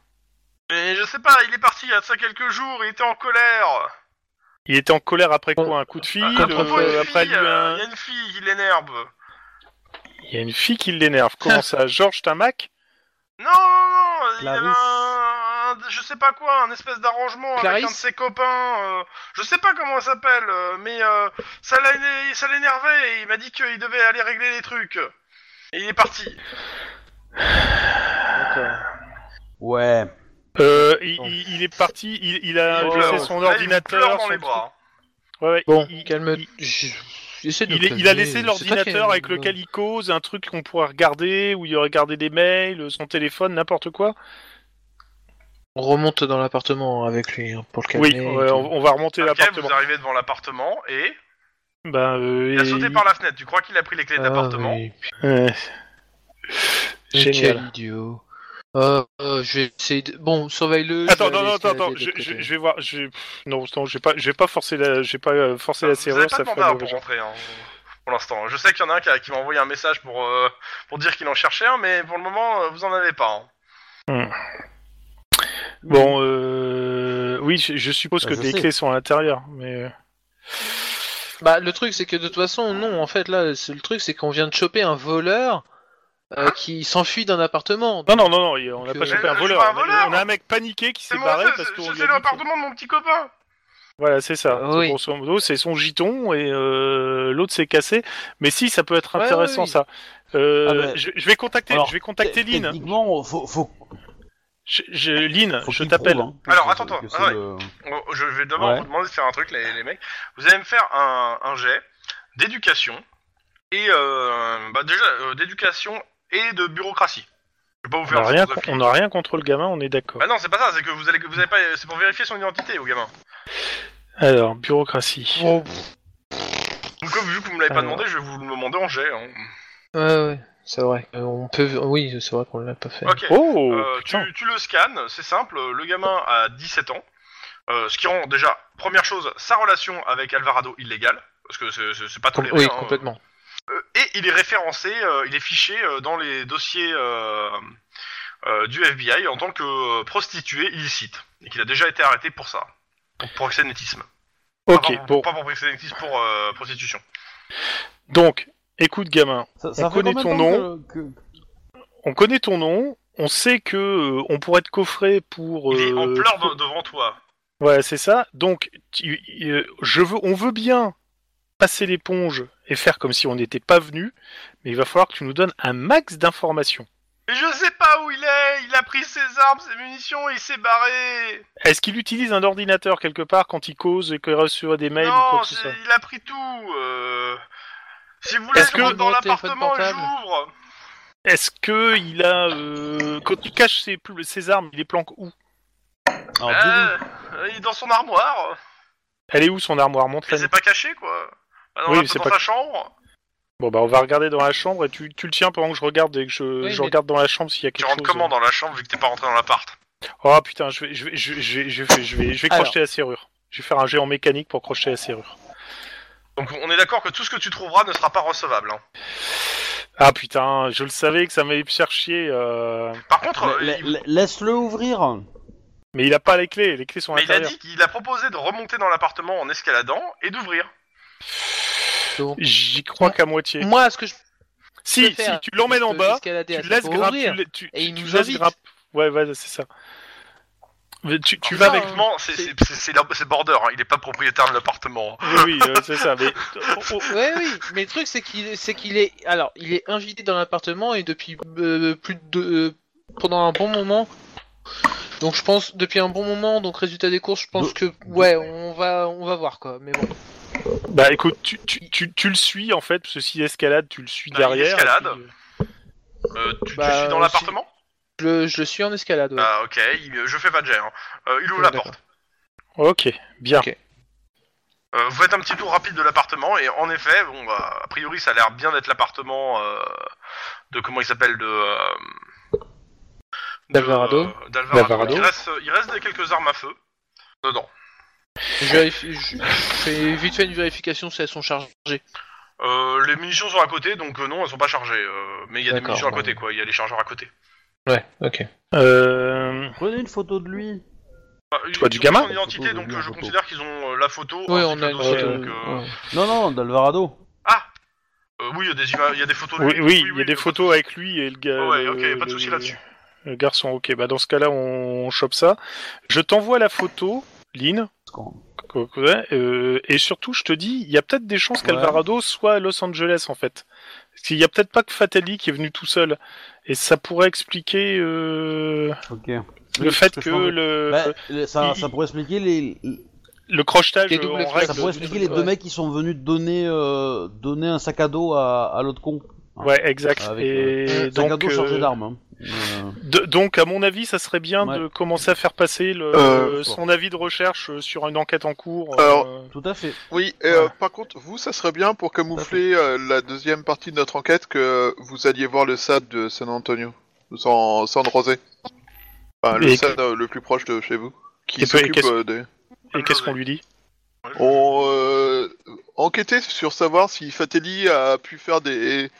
[SPEAKER 2] Mais je sais pas, il est parti il y a de ça quelques jours, il était en colère.
[SPEAKER 3] Il était en colère après quoi Un coup de fil
[SPEAKER 2] Ah, À propos,
[SPEAKER 3] euh,
[SPEAKER 2] une
[SPEAKER 3] Après
[SPEAKER 2] fille,
[SPEAKER 3] lui,
[SPEAKER 2] euh,
[SPEAKER 3] un-
[SPEAKER 2] il y a une fille qui l'énerve.
[SPEAKER 3] Il y a une fille qui l'énerve. Comment ça Georges, t'as un Mac
[SPEAKER 2] Non, non, non, il y avait
[SPEAKER 1] Clarisse.
[SPEAKER 2] un, un- je sais pas quoi, un espèce d'arrangement avec
[SPEAKER 4] Clarisse
[SPEAKER 2] un de ses copains, euh, je sais pas comment elle s'appelle, euh, mais euh, ça l'a éner- ça l'énervait et il m'a dit qu'il devait aller régler les trucs. Et il est parti.
[SPEAKER 1] Ouais.
[SPEAKER 3] Euh, il, il- il est parti, il, il a
[SPEAKER 2] Il
[SPEAKER 3] laissé
[SPEAKER 2] pleure.
[SPEAKER 3] Ah, son
[SPEAKER 2] Oh Là, il
[SPEAKER 3] ordinateur.
[SPEAKER 2] pleure dans
[SPEAKER 3] son
[SPEAKER 2] les
[SPEAKER 3] truc.
[SPEAKER 2] bras.
[SPEAKER 3] Ouais, ouais,
[SPEAKER 4] Bon,
[SPEAKER 3] il-
[SPEAKER 4] calme.
[SPEAKER 3] il-
[SPEAKER 4] Je- j'essaie de
[SPEAKER 3] Il, est- il a
[SPEAKER 4] calmer,
[SPEAKER 3] laissé
[SPEAKER 4] c'est toi qui
[SPEAKER 3] l'ordinateur
[SPEAKER 4] as-
[SPEAKER 3] avec lequel il cause, un truc qu'on pourrait regarder, où il aurait gardé des mails, euh, son téléphone, n'importe quoi.
[SPEAKER 4] On remonte dans l'appartement avec lui hein, pour le calmer.
[SPEAKER 3] Oui,
[SPEAKER 4] et
[SPEAKER 3] ouais,
[SPEAKER 4] tout.
[SPEAKER 3] on, on va remonter
[SPEAKER 2] Ok,
[SPEAKER 3] l'appartement.
[SPEAKER 2] vous arrivez devant l'appartement et
[SPEAKER 3] Ben, euh,
[SPEAKER 2] il a
[SPEAKER 3] et-
[SPEAKER 2] sauté par la fenêtre. Tu crois qu'il a pris les clés
[SPEAKER 4] Ah,
[SPEAKER 2] d'appartement
[SPEAKER 4] oui.
[SPEAKER 3] Ouais.
[SPEAKER 4] Mais
[SPEAKER 3] Génial.
[SPEAKER 4] Quel idiot. Euh, euh, je vais essayer de... Bon, surveille-le. je
[SPEAKER 3] Attends,
[SPEAKER 4] vais
[SPEAKER 3] non,
[SPEAKER 4] aller
[SPEAKER 3] non, attends,
[SPEAKER 4] escalader
[SPEAKER 3] attends,
[SPEAKER 4] de
[SPEAKER 3] je,
[SPEAKER 4] l'autre
[SPEAKER 3] je-
[SPEAKER 4] côté.
[SPEAKER 3] je vais voir. Je... pff, Non, non, je vais pas, je vais pas forcer la, je vais pas euh, forcer la
[SPEAKER 2] Ah, Vous avez
[SPEAKER 3] serrure,
[SPEAKER 2] pas
[SPEAKER 3] ça
[SPEAKER 2] de
[SPEAKER 3] ferait
[SPEAKER 2] mandat
[SPEAKER 3] mauvais
[SPEAKER 2] pour
[SPEAKER 3] genre.
[SPEAKER 2] rentrer hein, pour l'instant. Je sais qu'il y en a un qui, a- qui m'a envoyé un message pour, euh, pour dire qu'il en cherchait un, mais pour le moment, euh, vous en avez pas. hein.
[SPEAKER 3] Bon, euh... oui, je, je suppose
[SPEAKER 1] Bah,
[SPEAKER 3] que
[SPEAKER 1] je
[SPEAKER 3] tes
[SPEAKER 1] sais.
[SPEAKER 3] clés sont à l'intérieur, mais. euh,
[SPEAKER 4] Bah, le truc, c'est que de toute façon, non, en fait, là, c'est- le truc, c'est qu'on vient de choper un voleur euh, qui s'enfuit d'un appartement.
[SPEAKER 3] Non, non, non, non, il- on n'a
[SPEAKER 4] Donc,
[SPEAKER 3] pas
[SPEAKER 4] euh,
[SPEAKER 3] chopé un
[SPEAKER 2] je
[SPEAKER 3] voleur.
[SPEAKER 2] vois un
[SPEAKER 3] On a-
[SPEAKER 2] voleur.
[SPEAKER 3] On a un mec paniqué qui s'est
[SPEAKER 2] C'est moi,
[SPEAKER 3] barré
[SPEAKER 2] c'est-
[SPEAKER 3] parce qu'on
[SPEAKER 2] c'est
[SPEAKER 3] lui
[SPEAKER 2] c'est
[SPEAKER 3] a dit que-
[SPEAKER 2] l'appartement de mon petit copain.
[SPEAKER 3] Voilà, c'est ça.
[SPEAKER 4] Ah oui.
[SPEAKER 3] Grosso modo, c'est son giton et euh, l'autre s'est cassé. Mais si, ça peut être
[SPEAKER 4] Ouais,
[SPEAKER 3] intéressant
[SPEAKER 4] oui.
[SPEAKER 3] ça. Euh,
[SPEAKER 1] Ah, mais-
[SPEAKER 3] je, je vais contacter,
[SPEAKER 1] Alors,
[SPEAKER 3] je vais contacter
[SPEAKER 1] Té-
[SPEAKER 3] Lynn.
[SPEAKER 1] Techniquement, faut, faut,
[SPEAKER 3] Je, je- Lynn,
[SPEAKER 1] faut
[SPEAKER 3] Euh, je
[SPEAKER 1] qu'il
[SPEAKER 3] t'appelle.
[SPEAKER 1] prouve, hein, que
[SPEAKER 2] Alors,
[SPEAKER 1] c'est-
[SPEAKER 2] attends,
[SPEAKER 1] que
[SPEAKER 2] attends,
[SPEAKER 1] c'est
[SPEAKER 2] ah ouais.
[SPEAKER 1] le-
[SPEAKER 2] Bon, Je vais d'abord
[SPEAKER 1] Ouais.
[SPEAKER 2] vous demander de faire un truc, les, les mecs. Vous allez me faire un, un jet d'éducation et euh, bah déjà euh, d'éducation et de bureaucratie. Je vais pas vous
[SPEAKER 3] On
[SPEAKER 2] faire
[SPEAKER 3] n'a Bah, rien,
[SPEAKER 2] de-
[SPEAKER 3] con- on n'a rien contre le gamin, on est d'accord.
[SPEAKER 2] Bah non, c'est pas ça. C'est que vous allez, que vous avez pas. C'est pour vérifier son identité au gamin.
[SPEAKER 3] Alors, bureaucratie.
[SPEAKER 4] Bon,
[SPEAKER 2] Donc, comme- vu que vous me l'avez pas
[SPEAKER 3] Alors.
[SPEAKER 2] demandé, je vais vous le demander en jet. hein.
[SPEAKER 4] ouais, ouais. C'est vrai. Euh, on peut. Oui, c'est vrai qu'on l'a pas fait.
[SPEAKER 2] Ok.
[SPEAKER 3] Oh
[SPEAKER 2] Euh,
[SPEAKER 3] putain.
[SPEAKER 2] tu, tu le scannes, c'est simple, le gamin a 17 ans, euh, ce qui rend déjà, première chose, sa relation avec Alvarado illégale, parce que c'est- c'est c'est pas
[SPEAKER 4] Com-
[SPEAKER 2] toléré.
[SPEAKER 4] oui,
[SPEAKER 2] hein.
[SPEAKER 4] complètement.
[SPEAKER 2] Euh, et il est référencé, euh, il est fiché euh, dans les dossiers euh, euh, du FBI en tant que euh, prostituée illicite, et qu'il a déjà été arrêté pour ça, pour proxénétisme.
[SPEAKER 3] Ok,
[SPEAKER 2] pas,
[SPEAKER 3] bon.
[SPEAKER 2] pour, pas pour proxénétisme, pour euh, prostitution.
[SPEAKER 3] Donc, écoute gamin,
[SPEAKER 1] Ça,
[SPEAKER 3] On
[SPEAKER 1] combien
[SPEAKER 3] connaît
[SPEAKER 1] de
[SPEAKER 3] ton
[SPEAKER 1] temps
[SPEAKER 3] nom.
[SPEAKER 1] que- que-
[SPEAKER 3] on connaît ton nom, on sait que euh, on pourrait te coffrer pour...
[SPEAKER 2] Il est en
[SPEAKER 3] euh,
[SPEAKER 2] pleurs de- devant toi.
[SPEAKER 3] Ouais, c'est ça. Donc, tu- euh, je veux, on veut bien passer l'éponge et faire comme si on n'était pas venu, mais il va falloir que tu nous donnes un max d'informations.
[SPEAKER 2] Mais je sais pas où il est, il a pris ses armes, ses munitions, et il s'est barré.
[SPEAKER 3] Est-ce qu'il utilise un ordinateur quelque part quand il cause et qu'il reçoit des mails ou quoi
[SPEAKER 2] non,
[SPEAKER 3] que ce soit
[SPEAKER 2] il a pris tout. euh. Si vous voulez,
[SPEAKER 3] Est-ce
[SPEAKER 2] je
[SPEAKER 3] que-
[SPEAKER 2] rentre dans
[SPEAKER 4] Mon téléphone
[SPEAKER 2] l'appartement et
[SPEAKER 4] portable.
[SPEAKER 2] j'ouvre.
[SPEAKER 3] Est-ce que il a, euh, quand il cache ses, pl- ses armes, il les planque où Ah,
[SPEAKER 1] Alors, dis-nous.
[SPEAKER 2] Euh, il est dans son armoire.
[SPEAKER 3] Elle est où son armoire
[SPEAKER 2] Il
[SPEAKER 3] Montre-la.
[SPEAKER 2] s'est pas caché, quoi. Bah, dans
[SPEAKER 3] Oui,
[SPEAKER 2] la-
[SPEAKER 3] mais c'est
[SPEAKER 2] dans
[SPEAKER 3] pas-
[SPEAKER 2] sa chambre.
[SPEAKER 3] Bon bah on va regarder dans la chambre et tu, tu le tiens pendant que je regarde et que je,
[SPEAKER 4] Oui,
[SPEAKER 3] je
[SPEAKER 4] mais-
[SPEAKER 3] regarde dans la chambre s'il y a
[SPEAKER 2] Tu
[SPEAKER 3] quelque
[SPEAKER 2] rentres
[SPEAKER 3] chose. euh.
[SPEAKER 2] comment dans la chambre vu que t'es pas rentré dans l'appart
[SPEAKER 3] Oh putain, je vais, je vais, je vais, je vais, je vais, je vais, je vais
[SPEAKER 4] Alors.
[SPEAKER 3] crocheter la serrure. Je vais faire un jet en mécanique pour crocheter la serrure.
[SPEAKER 2] Donc on est d'accord que tout ce que tu trouveras ne sera pas recevable. hein.
[SPEAKER 3] Ah putain, je le savais que ça m'allait chercher. Euh...
[SPEAKER 2] Par contre, euh,
[SPEAKER 1] La-
[SPEAKER 2] il...
[SPEAKER 1] la- Laisse-le ouvrir.
[SPEAKER 3] Mais il a pas les clés, les clés sont à
[SPEAKER 2] mais il a
[SPEAKER 3] l'intérieur.
[SPEAKER 2] dit qu'il a proposé de remonter dans l'appartement en escaladant et d'ouvrir.
[SPEAKER 4] Donc,
[SPEAKER 3] J'y crois qu'à moitié.
[SPEAKER 4] moi, ce que Hein je peux
[SPEAKER 3] Si, si,
[SPEAKER 4] faire,
[SPEAKER 3] tu l'emmènes en
[SPEAKER 4] c'est
[SPEAKER 3] bas,
[SPEAKER 4] escalader
[SPEAKER 3] tu
[SPEAKER 4] à
[SPEAKER 3] le
[SPEAKER 4] ça
[SPEAKER 3] laisses
[SPEAKER 4] pour
[SPEAKER 3] grimper.
[SPEAKER 4] ouvrir.
[SPEAKER 3] Tu, le- tu,
[SPEAKER 4] Et il
[SPEAKER 3] tu
[SPEAKER 4] nous
[SPEAKER 3] le laisses
[SPEAKER 4] invite.
[SPEAKER 3] grimper. Ouais, ouais, c'est ça. Mais tu tu
[SPEAKER 4] Alors,
[SPEAKER 3] vas
[SPEAKER 4] ça,
[SPEAKER 3] avec.
[SPEAKER 4] hein.
[SPEAKER 2] Techniquement, c'est- c'est c'est- c'est la- c'est border, hein, il est pas propriétaire de l'appartement. hein.
[SPEAKER 3] Oui, oui, euh, c'est ça. Mais oh, oh,
[SPEAKER 4] Ouais, oui, mais le truc c'est qu'il c'est qu'il est alors il est invité dans l'appartement et depuis euh, plus de deux- pendant un bon moment. Donc je pense depuis un bon moment donc résultat des courses je pense que ouais on va on va voir quoi mais bon
[SPEAKER 3] bah écoute, tu, tu, tu, tu le suis en fait, parce que s'il escalade, tu le suis
[SPEAKER 2] Bah, il
[SPEAKER 3] derrière. et
[SPEAKER 2] escalade.
[SPEAKER 3] puis, euh,
[SPEAKER 2] Euh, tu, tu
[SPEAKER 4] Bah,
[SPEAKER 2] suis dans
[SPEAKER 4] si-
[SPEAKER 2] l'appartement
[SPEAKER 4] je, le- je le suis en escalade ouais.
[SPEAKER 2] Ah ok, il- je fais pas de jet. hein. Euh, il ouvre la
[SPEAKER 4] D'accord.
[SPEAKER 2] porte.
[SPEAKER 3] Ok, bien.
[SPEAKER 4] Ok.
[SPEAKER 2] Euh, vous faites un petit tour rapide de l'appartement et en effet, bon, bah, a priori, ça a l'air bien d'être l'appartement euh, de comment il s'appelle de. euh, de,
[SPEAKER 4] D'Alvarado.
[SPEAKER 2] euh, D'Alvarado.
[SPEAKER 3] D'Alvarado.
[SPEAKER 2] Il reste, il reste des- quelques armes à feu dedans.
[SPEAKER 4] Je, vérifie- je- je fais vite fait une vérification si elles sont chargées.
[SPEAKER 2] Euh, les munitions sont à côté, donc euh, non, elles sont pas chargées. euh, mais il y a des
[SPEAKER 4] D'accord,
[SPEAKER 2] munitions à
[SPEAKER 3] bah
[SPEAKER 4] bon.
[SPEAKER 2] côté, quoi. Il y a les chargeurs à côté.
[SPEAKER 4] Ouais ok.
[SPEAKER 3] Euh...
[SPEAKER 1] Prenez une photo de lui.
[SPEAKER 2] Bah, ils-
[SPEAKER 3] vois, du
[SPEAKER 2] ils ont
[SPEAKER 3] gamin
[SPEAKER 2] son identité,
[SPEAKER 1] Photo,
[SPEAKER 2] donc
[SPEAKER 1] oui,
[SPEAKER 2] euh, je
[SPEAKER 1] photo.
[SPEAKER 2] considère qu'ils ont euh, la photo.
[SPEAKER 4] Oui
[SPEAKER 2] ainsi
[SPEAKER 4] on
[SPEAKER 2] que
[SPEAKER 4] a
[SPEAKER 2] le
[SPEAKER 4] une
[SPEAKER 2] dossier,
[SPEAKER 4] photo,
[SPEAKER 2] donc, euh,
[SPEAKER 4] ouais.
[SPEAKER 1] Non, non, d'Alvarado.
[SPEAKER 2] Ah Euh, Oui, il y a des images, il y a des photos. de
[SPEAKER 3] Oui,
[SPEAKER 2] lui.
[SPEAKER 3] oui, il y a des photos avec lui et le gars.
[SPEAKER 2] Ouais,
[SPEAKER 3] le-
[SPEAKER 2] ok, y a pas de
[SPEAKER 3] le-
[SPEAKER 2] souci là-dessus.
[SPEAKER 3] Le garçon, ok, bah dans ce cas-là, on chope ça. Je t'envoie la photo, Lynn, co- co- ouais, euh, et surtout, je te dis, il y a peut-être des chances
[SPEAKER 1] Ouais.
[SPEAKER 3] qu'Alvarado soit à Los Angeles, en fait. Parce qu'il y a peut-être pas que Fatali qui est venu tout seul. Et ça pourrait expliquer euh,
[SPEAKER 1] Ok. Bah,
[SPEAKER 3] le fait que
[SPEAKER 1] le...
[SPEAKER 3] le,
[SPEAKER 1] ça,
[SPEAKER 3] il-
[SPEAKER 1] ça pourrait expliquer les,
[SPEAKER 3] le crochetage
[SPEAKER 4] Les
[SPEAKER 3] euh,
[SPEAKER 4] doubles
[SPEAKER 3] en
[SPEAKER 4] faces.
[SPEAKER 1] ça
[SPEAKER 3] règle.
[SPEAKER 1] pourrait
[SPEAKER 4] du
[SPEAKER 1] expliquer
[SPEAKER 4] truc,
[SPEAKER 1] les deux
[SPEAKER 4] ouais.
[SPEAKER 1] mecs qui sont venus donner euh, donner un sac à dos à, à l'autre con.
[SPEAKER 3] Ouais, exact.
[SPEAKER 1] Hein. Avec, euh,
[SPEAKER 3] et
[SPEAKER 1] Un sac à
[SPEAKER 3] donc,
[SPEAKER 1] dos
[SPEAKER 3] euh,
[SPEAKER 1] chargé d'armes. hein. Euh,
[SPEAKER 3] De- donc, à mon avis, ça serait bien
[SPEAKER 1] Ouais.
[SPEAKER 3] de commencer à faire passer le,
[SPEAKER 5] Euh,
[SPEAKER 3] son avis de recherche euh, sur une enquête en cours.
[SPEAKER 5] Alors-
[SPEAKER 3] euh,
[SPEAKER 1] tout à fait.
[SPEAKER 5] Oui, et, euh,
[SPEAKER 3] Voilà.
[SPEAKER 5] par contre, vous, ça serait bien pour camoufler euh, la deuxième partie de notre enquête que vous alliez voir le SAD de San Antonio, sans, sans Rosé. Enfin, le
[SPEAKER 3] Et-
[SPEAKER 5] SAD euh, le plus proche de chez vous, qui
[SPEAKER 3] Et peu- et
[SPEAKER 5] s'occupe
[SPEAKER 3] qu'est-ce-
[SPEAKER 5] euh, des...
[SPEAKER 3] et qu'est-ce qu'on lui dit
[SPEAKER 5] On euh, enquêtait sur savoir si Fatelli a pu faire des...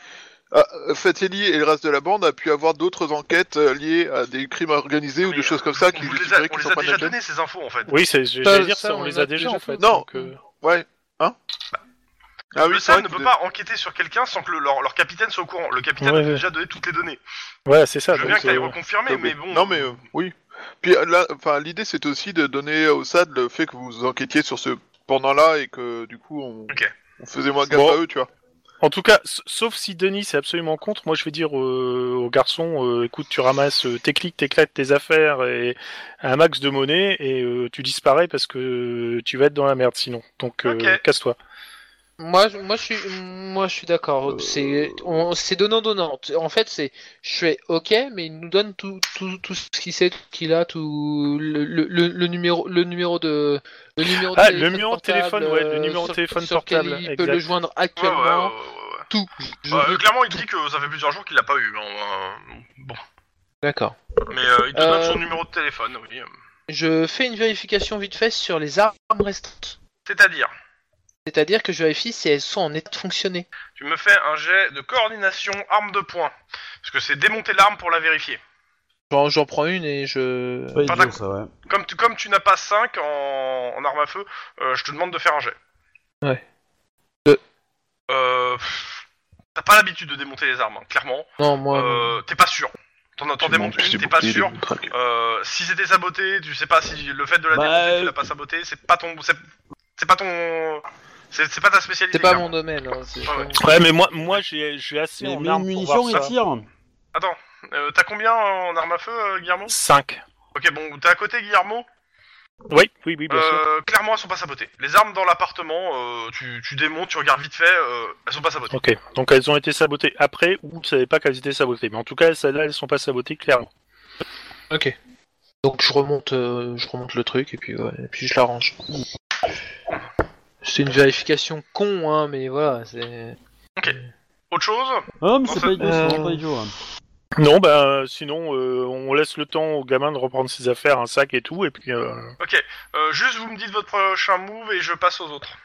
[SPEAKER 5] ah, Fatelli et le reste de la bande a pu avoir d'autres enquêtes euh, liées à des crimes organisés ou
[SPEAKER 2] Mais,
[SPEAKER 5] des choses comme
[SPEAKER 2] euh,
[SPEAKER 5] ça
[SPEAKER 2] on
[SPEAKER 5] qui
[SPEAKER 2] vous les a,
[SPEAKER 5] justifieraient
[SPEAKER 2] on
[SPEAKER 5] qu'ils
[SPEAKER 2] les
[SPEAKER 5] sont
[SPEAKER 2] a
[SPEAKER 5] pas
[SPEAKER 2] déjà
[SPEAKER 5] nationaux.
[SPEAKER 2] donné ces infos en fait.
[SPEAKER 3] Oui, c'est- j'allais
[SPEAKER 4] Ça-
[SPEAKER 3] dire ça,
[SPEAKER 4] ça,
[SPEAKER 3] on,
[SPEAKER 4] on
[SPEAKER 3] les
[SPEAKER 4] l'a
[SPEAKER 3] a déjà en
[SPEAKER 4] déjà
[SPEAKER 3] fait.
[SPEAKER 4] fait.
[SPEAKER 5] Non.
[SPEAKER 3] donc, euh,
[SPEAKER 5] Ouais, hein Ah
[SPEAKER 2] Bah, le
[SPEAKER 5] oui, c'est
[SPEAKER 2] SAD
[SPEAKER 5] vrai
[SPEAKER 2] ne
[SPEAKER 5] qu'il
[SPEAKER 2] peut
[SPEAKER 5] est-
[SPEAKER 2] pas enquêter sur quelqu'un sans que le- leur, leur capitaine soit au courant. Le capitaine
[SPEAKER 3] Ouais,
[SPEAKER 2] a
[SPEAKER 3] ouais.
[SPEAKER 2] déjà donné toutes les données.
[SPEAKER 3] voilà, c'est ça.
[SPEAKER 2] je veux
[SPEAKER 3] donc,
[SPEAKER 2] bien que t'ailles
[SPEAKER 3] euh,
[SPEAKER 2] reconfirmer, mais bon.
[SPEAKER 5] Non mais euh, oui. Puis euh, là, enfin l'idée c'était aussi de donner au SAD le fait que vous enquêtiez sur ce pendant-là et que du coup on,
[SPEAKER 2] Ok.
[SPEAKER 5] on faisait moins gaffe
[SPEAKER 3] Bon.
[SPEAKER 5] à eux, tu vois.
[SPEAKER 3] En tout cas, s- sauf si Denis est absolument contre, moi je vais dire euh, au garçon, euh, écoute, tu ramasses euh, tes clics, tes claques, tes affaires et un max de monnaie et euh, tu disparais parce que euh, tu vas être dans la merde sinon. Donc euh,
[SPEAKER 2] Ok.
[SPEAKER 3] casse-toi.
[SPEAKER 4] Moi, je- moi, je suis, moi, je suis
[SPEAKER 2] Euh,
[SPEAKER 4] d'accord. C'est, on- c'est donnant donnant. En fait, c'est, je fais OK, mais il nous donne tout, tout, tout ce qu'il sait, tout ce qu'il a, tout le, le, le- le numéro, le numéro de, le numéro de
[SPEAKER 3] Ah, le
[SPEAKER 4] téléphone
[SPEAKER 3] numéro de
[SPEAKER 4] portable,
[SPEAKER 3] téléphone, ouais, le
[SPEAKER 4] euh,
[SPEAKER 3] numéro de
[SPEAKER 4] sur-
[SPEAKER 3] téléphone
[SPEAKER 4] sur lequel
[SPEAKER 3] portable,
[SPEAKER 4] Il peut
[SPEAKER 3] exact.
[SPEAKER 4] le joindre
[SPEAKER 2] Ouais, ouais, ouais,
[SPEAKER 4] actuellement.
[SPEAKER 2] ouais, ouais.
[SPEAKER 4] tout. Je
[SPEAKER 2] Euh,
[SPEAKER 4] veux
[SPEAKER 2] clairement, il dit que ça fait plusieurs jours qu'il l'a pas eu. hein, euh, bon.
[SPEAKER 4] D'accord.
[SPEAKER 2] Mais euh, il te donne
[SPEAKER 4] Euh.
[SPEAKER 2] son numéro de téléphone, oui.
[SPEAKER 4] Je fais une vérification vite fait sur les armes restantes.
[SPEAKER 2] C'est-à-dire,
[SPEAKER 4] C'est-à-dire que je vérifie si elles sont en état de fonctionner.
[SPEAKER 2] tu me fais un jet de coordination arme de poing. Parce que c'est démonter l'arme pour la vérifier.
[SPEAKER 4] J'en j'en prends une et je.
[SPEAKER 1] C'est pas
[SPEAKER 2] Pas
[SPEAKER 1] idiot,
[SPEAKER 2] d'accord.
[SPEAKER 1] ça, ouais.
[SPEAKER 2] Comme tu, comme tu n'as pas 5 en, en arme à feu, euh, je te demande de faire un jet.
[SPEAKER 4] Ouais. Deux.
[SPEAKER 2] Euh, pff, T'as pas l'habitude de démonter les armes, hein, clairement.
[SPEAKER 4] Non, moi.
[SPEAKER 2] Euh, t'es pas sûr. T'en t'en démontes une, t'es pas sûr. Euh, si c'était saboté, tu sais pas si le fait de la
[SPEAKER 1] Bah,
[SPEAKER 2] démonter, tu
[SPEAKER 1] euh,
[SPEAKER 2] l'as pas saboté, c'est pas ton. C'est c'est pas ton. C'est c'est pas ta spécialité.
[SPEAKER 4] C'est pas
[SPEAKER 2] clairement.
[SPEAKER 4] mon domaine. hein, c'est-
[SPEAKER 2] Ouais, ouais.
[SPEAKER 3] Ouais, mais moi, moi j'ai j'ai assez
[SPEAKER 1] Mais
[SPEAKER 3] en
[SPEAKER 1] mais une
[SPEAKER 3] armes pour
[SPEAKER 1] munition, il
[SPEAKER 3] voir ça.
[SPEAKER 1] tire.
[SPEAKER 2] Attends, euh, t'as combien en arme à feu, euh, Guillermo
[SPEAKER 3] 5.
[SPEAKER 2] Ok, bon, t'es à côté, Guillermo.
[SPEAKER 3] Oui, oui, oui, bien sûr.
[SPEAKER 2] Euh, clairement, elles sont pas sabotées. Les armes dans l'appartement, euh, tu, tu démontes, tu regardes vite fait, euh, elles sont pas sabotées.
[SPEAKER 3] Ok, donc elles ont été sabotées après ou tu savais pas qu'elles étaient sabotées. Mais en tout cas, celles-là, elles sont pas sabotées clairement.
[SPEAKER 4] Ok. Donc je remonte, euh, je remonte le truc et puis, ouais, et puis je l'arrange. C'est une vérification con, hein, mais voilà. c'est...
[SPEAKER 2] Autre chose
[SPEAKER 1] Ah, mais c'est
[SPEAKER 2] Enfin,
[SPEAKER 1] pas idiot, c'est
[SPEAKER 4] euh,
[SPEAKER 1] vraiment pas idiot. hein.
[SPEAKER 3] Non, bah sinon, euh, on laisse le temps au gamin de reprendre ses affaires, un sac et tout, et puis. euh,
[SPEAKER 2] Euh, Juste, vous me dites votre prochain move et je passe aux autres.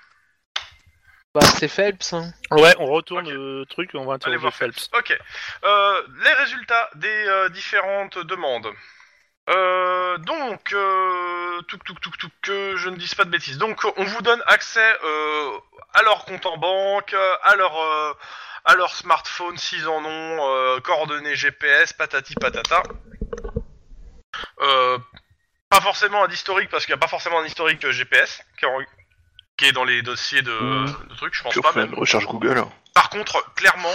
[SPEAKER 4] Bah, c'est Phelps. Hein.
[SPEAKER 3] Ouais, on retourne
[SPEAKER 2] Ok.
[SPEAKER 3] le truc, on va
[SPEAKER 2] Allez
[SPEAKER 3] interroger
[SPEAKER 2] voir
[SPEAKER 3] Phelps.
[SPEAKER 2] Phelps. Ok. Euh, les résultats des euh, différentes demandes. Euh, donc, euh, tout, tout, tout, tout, que je ne dise pas de bêtises. Donc, on vous donne accès euh, à leur compte en banque, euh, à leur, euh, à leur smartphone s'ils en ont, euh, coordonnées GPS, patati patata. Euh, pas forcément un historique parce qu'il n'y a pas forcément un historique euh, GPS qui est, en- qui est dans les dossiers de,
[SPEAKER 5] Mmh.
[SPEAKER 2] de trucs, je pense
[SPEAKER 5] Tu
[SPEAKER 2] pas
[SPEAKER 5] refais
[SPEAKER 2] même.
[SPEAKER 5] une recherche Google.
[SPEAKER 2] Par contre, clairement,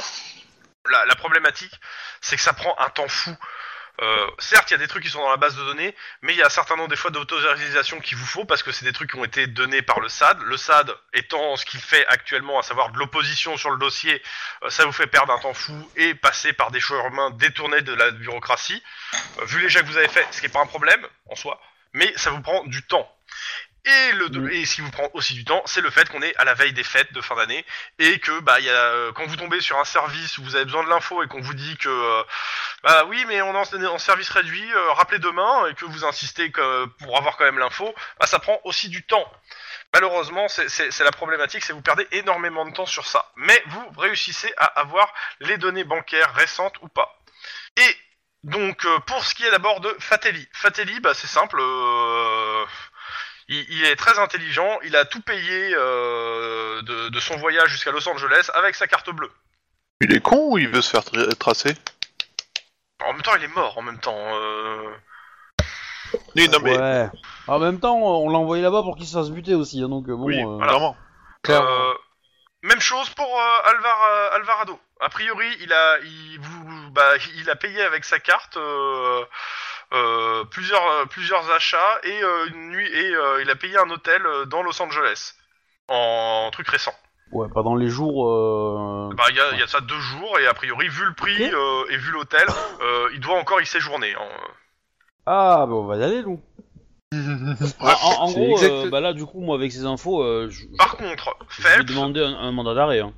[SPEAKER 2] la, la problématique, c'est que ça prend un temps fou. Euh, certes, il y a des trucs qui sont dans la base de données, mais il y a un certain nombre des fois d'autorisation qu'il vous faut parce que c'est des trucs qui ont été donnés par le SAD. Le SAD étant ce qu'il fait actuellement, à savoir de l'opposition sur le dossier, euh, ça vous fait perdre un temps fou et passer par des chemins détournés de la bureaucratie. Euh, vu les jets que vous avez faits, ce qui n'est pas un problème en soi, mais ça vous prend du temps. Et, le,
[SPEAKER 1] Mm.
[SPEAKER 2] et ce qui vous prend aussi du temps, c'est le fait qu'on est à la veille des fêtes de fin d'année et que bah il y a, euh, quand vous tombez sur un service où vous avez besoin de l'info et qu'on vous dit que euh, bah oui mais on est en, en service réduit, euh, rappelez demain et que vous insistez que, pour avoir quand même l'info, bah ça prend aussi du temps. Malheureusement, c'est- c'est c'est la problématique, c'est que vous perdez énormément de temps sur ça. Mais vous réussissez à avoir les données bancaires récentes ou pas. Et donc, euh, pour ce qui est d'abord de Fatelli. Fatelli, bah, c'est simple. euh, il, il est très intelligent. Il a tout payé euh, de, de son voyage jusqu'à Los Angeles avec sa carte bleue.
[SPEAKER 5] Il est con ou il veut se faire tra- tracer
[SPEAKER 2] En même temps, il est mort. En même temps, euh,
[SPEAKER 5] Oui, non mais
[SPEAKER 1] Ouais. En même temps, on l'a envoyé là-bas pour qu'il se fasse buter aussi, hein, donc euh, bon.
[SPEAKER 5] oui,
[SPEAKER 1] euh,
[SPEAKER 5] clairement.
[SPEAKER 2] Euh, même chose pour euh, Alvar- euh, Alvarado. A priori, il a, il, vous- bah, il a payé avec sa carte euh, euh, plusieurs, euh, plusieurs achats et euh, une nuit et euh, il a payé un hôtel euh, dans Los Angeles en truc récent.
[SPEAKER 1] Ouais, pas dans les jours. euh,
[SPEAKER 2] Bah, il y, a- il y a ça deux jours et a priori, vu le prix
[SPEAKER 1] Ok.
[SPEAKER 2] euh, et vu l'hôtel, euh, il doit encore y séjourner. hein.
[SPEAKER 1] Ah, bah on va y aller, nous.
[SPEAKER 5] Ouais,
[SPEAKER 1] en, en
[SPEAKER 4] c'est
[SPEAKER 1] gros,
[SPEAKER 4] exact-
[SPEAKER 1] euh, bah là, du coup, moi, avec ces infos, euh, je, je-
[SPEAKER 2] Par contre,
[SPEAKER 1] je vais
[SPEAKER 2] Phelps,
[SPEAKER 1] demander un, un mandat d'arrêt. hein.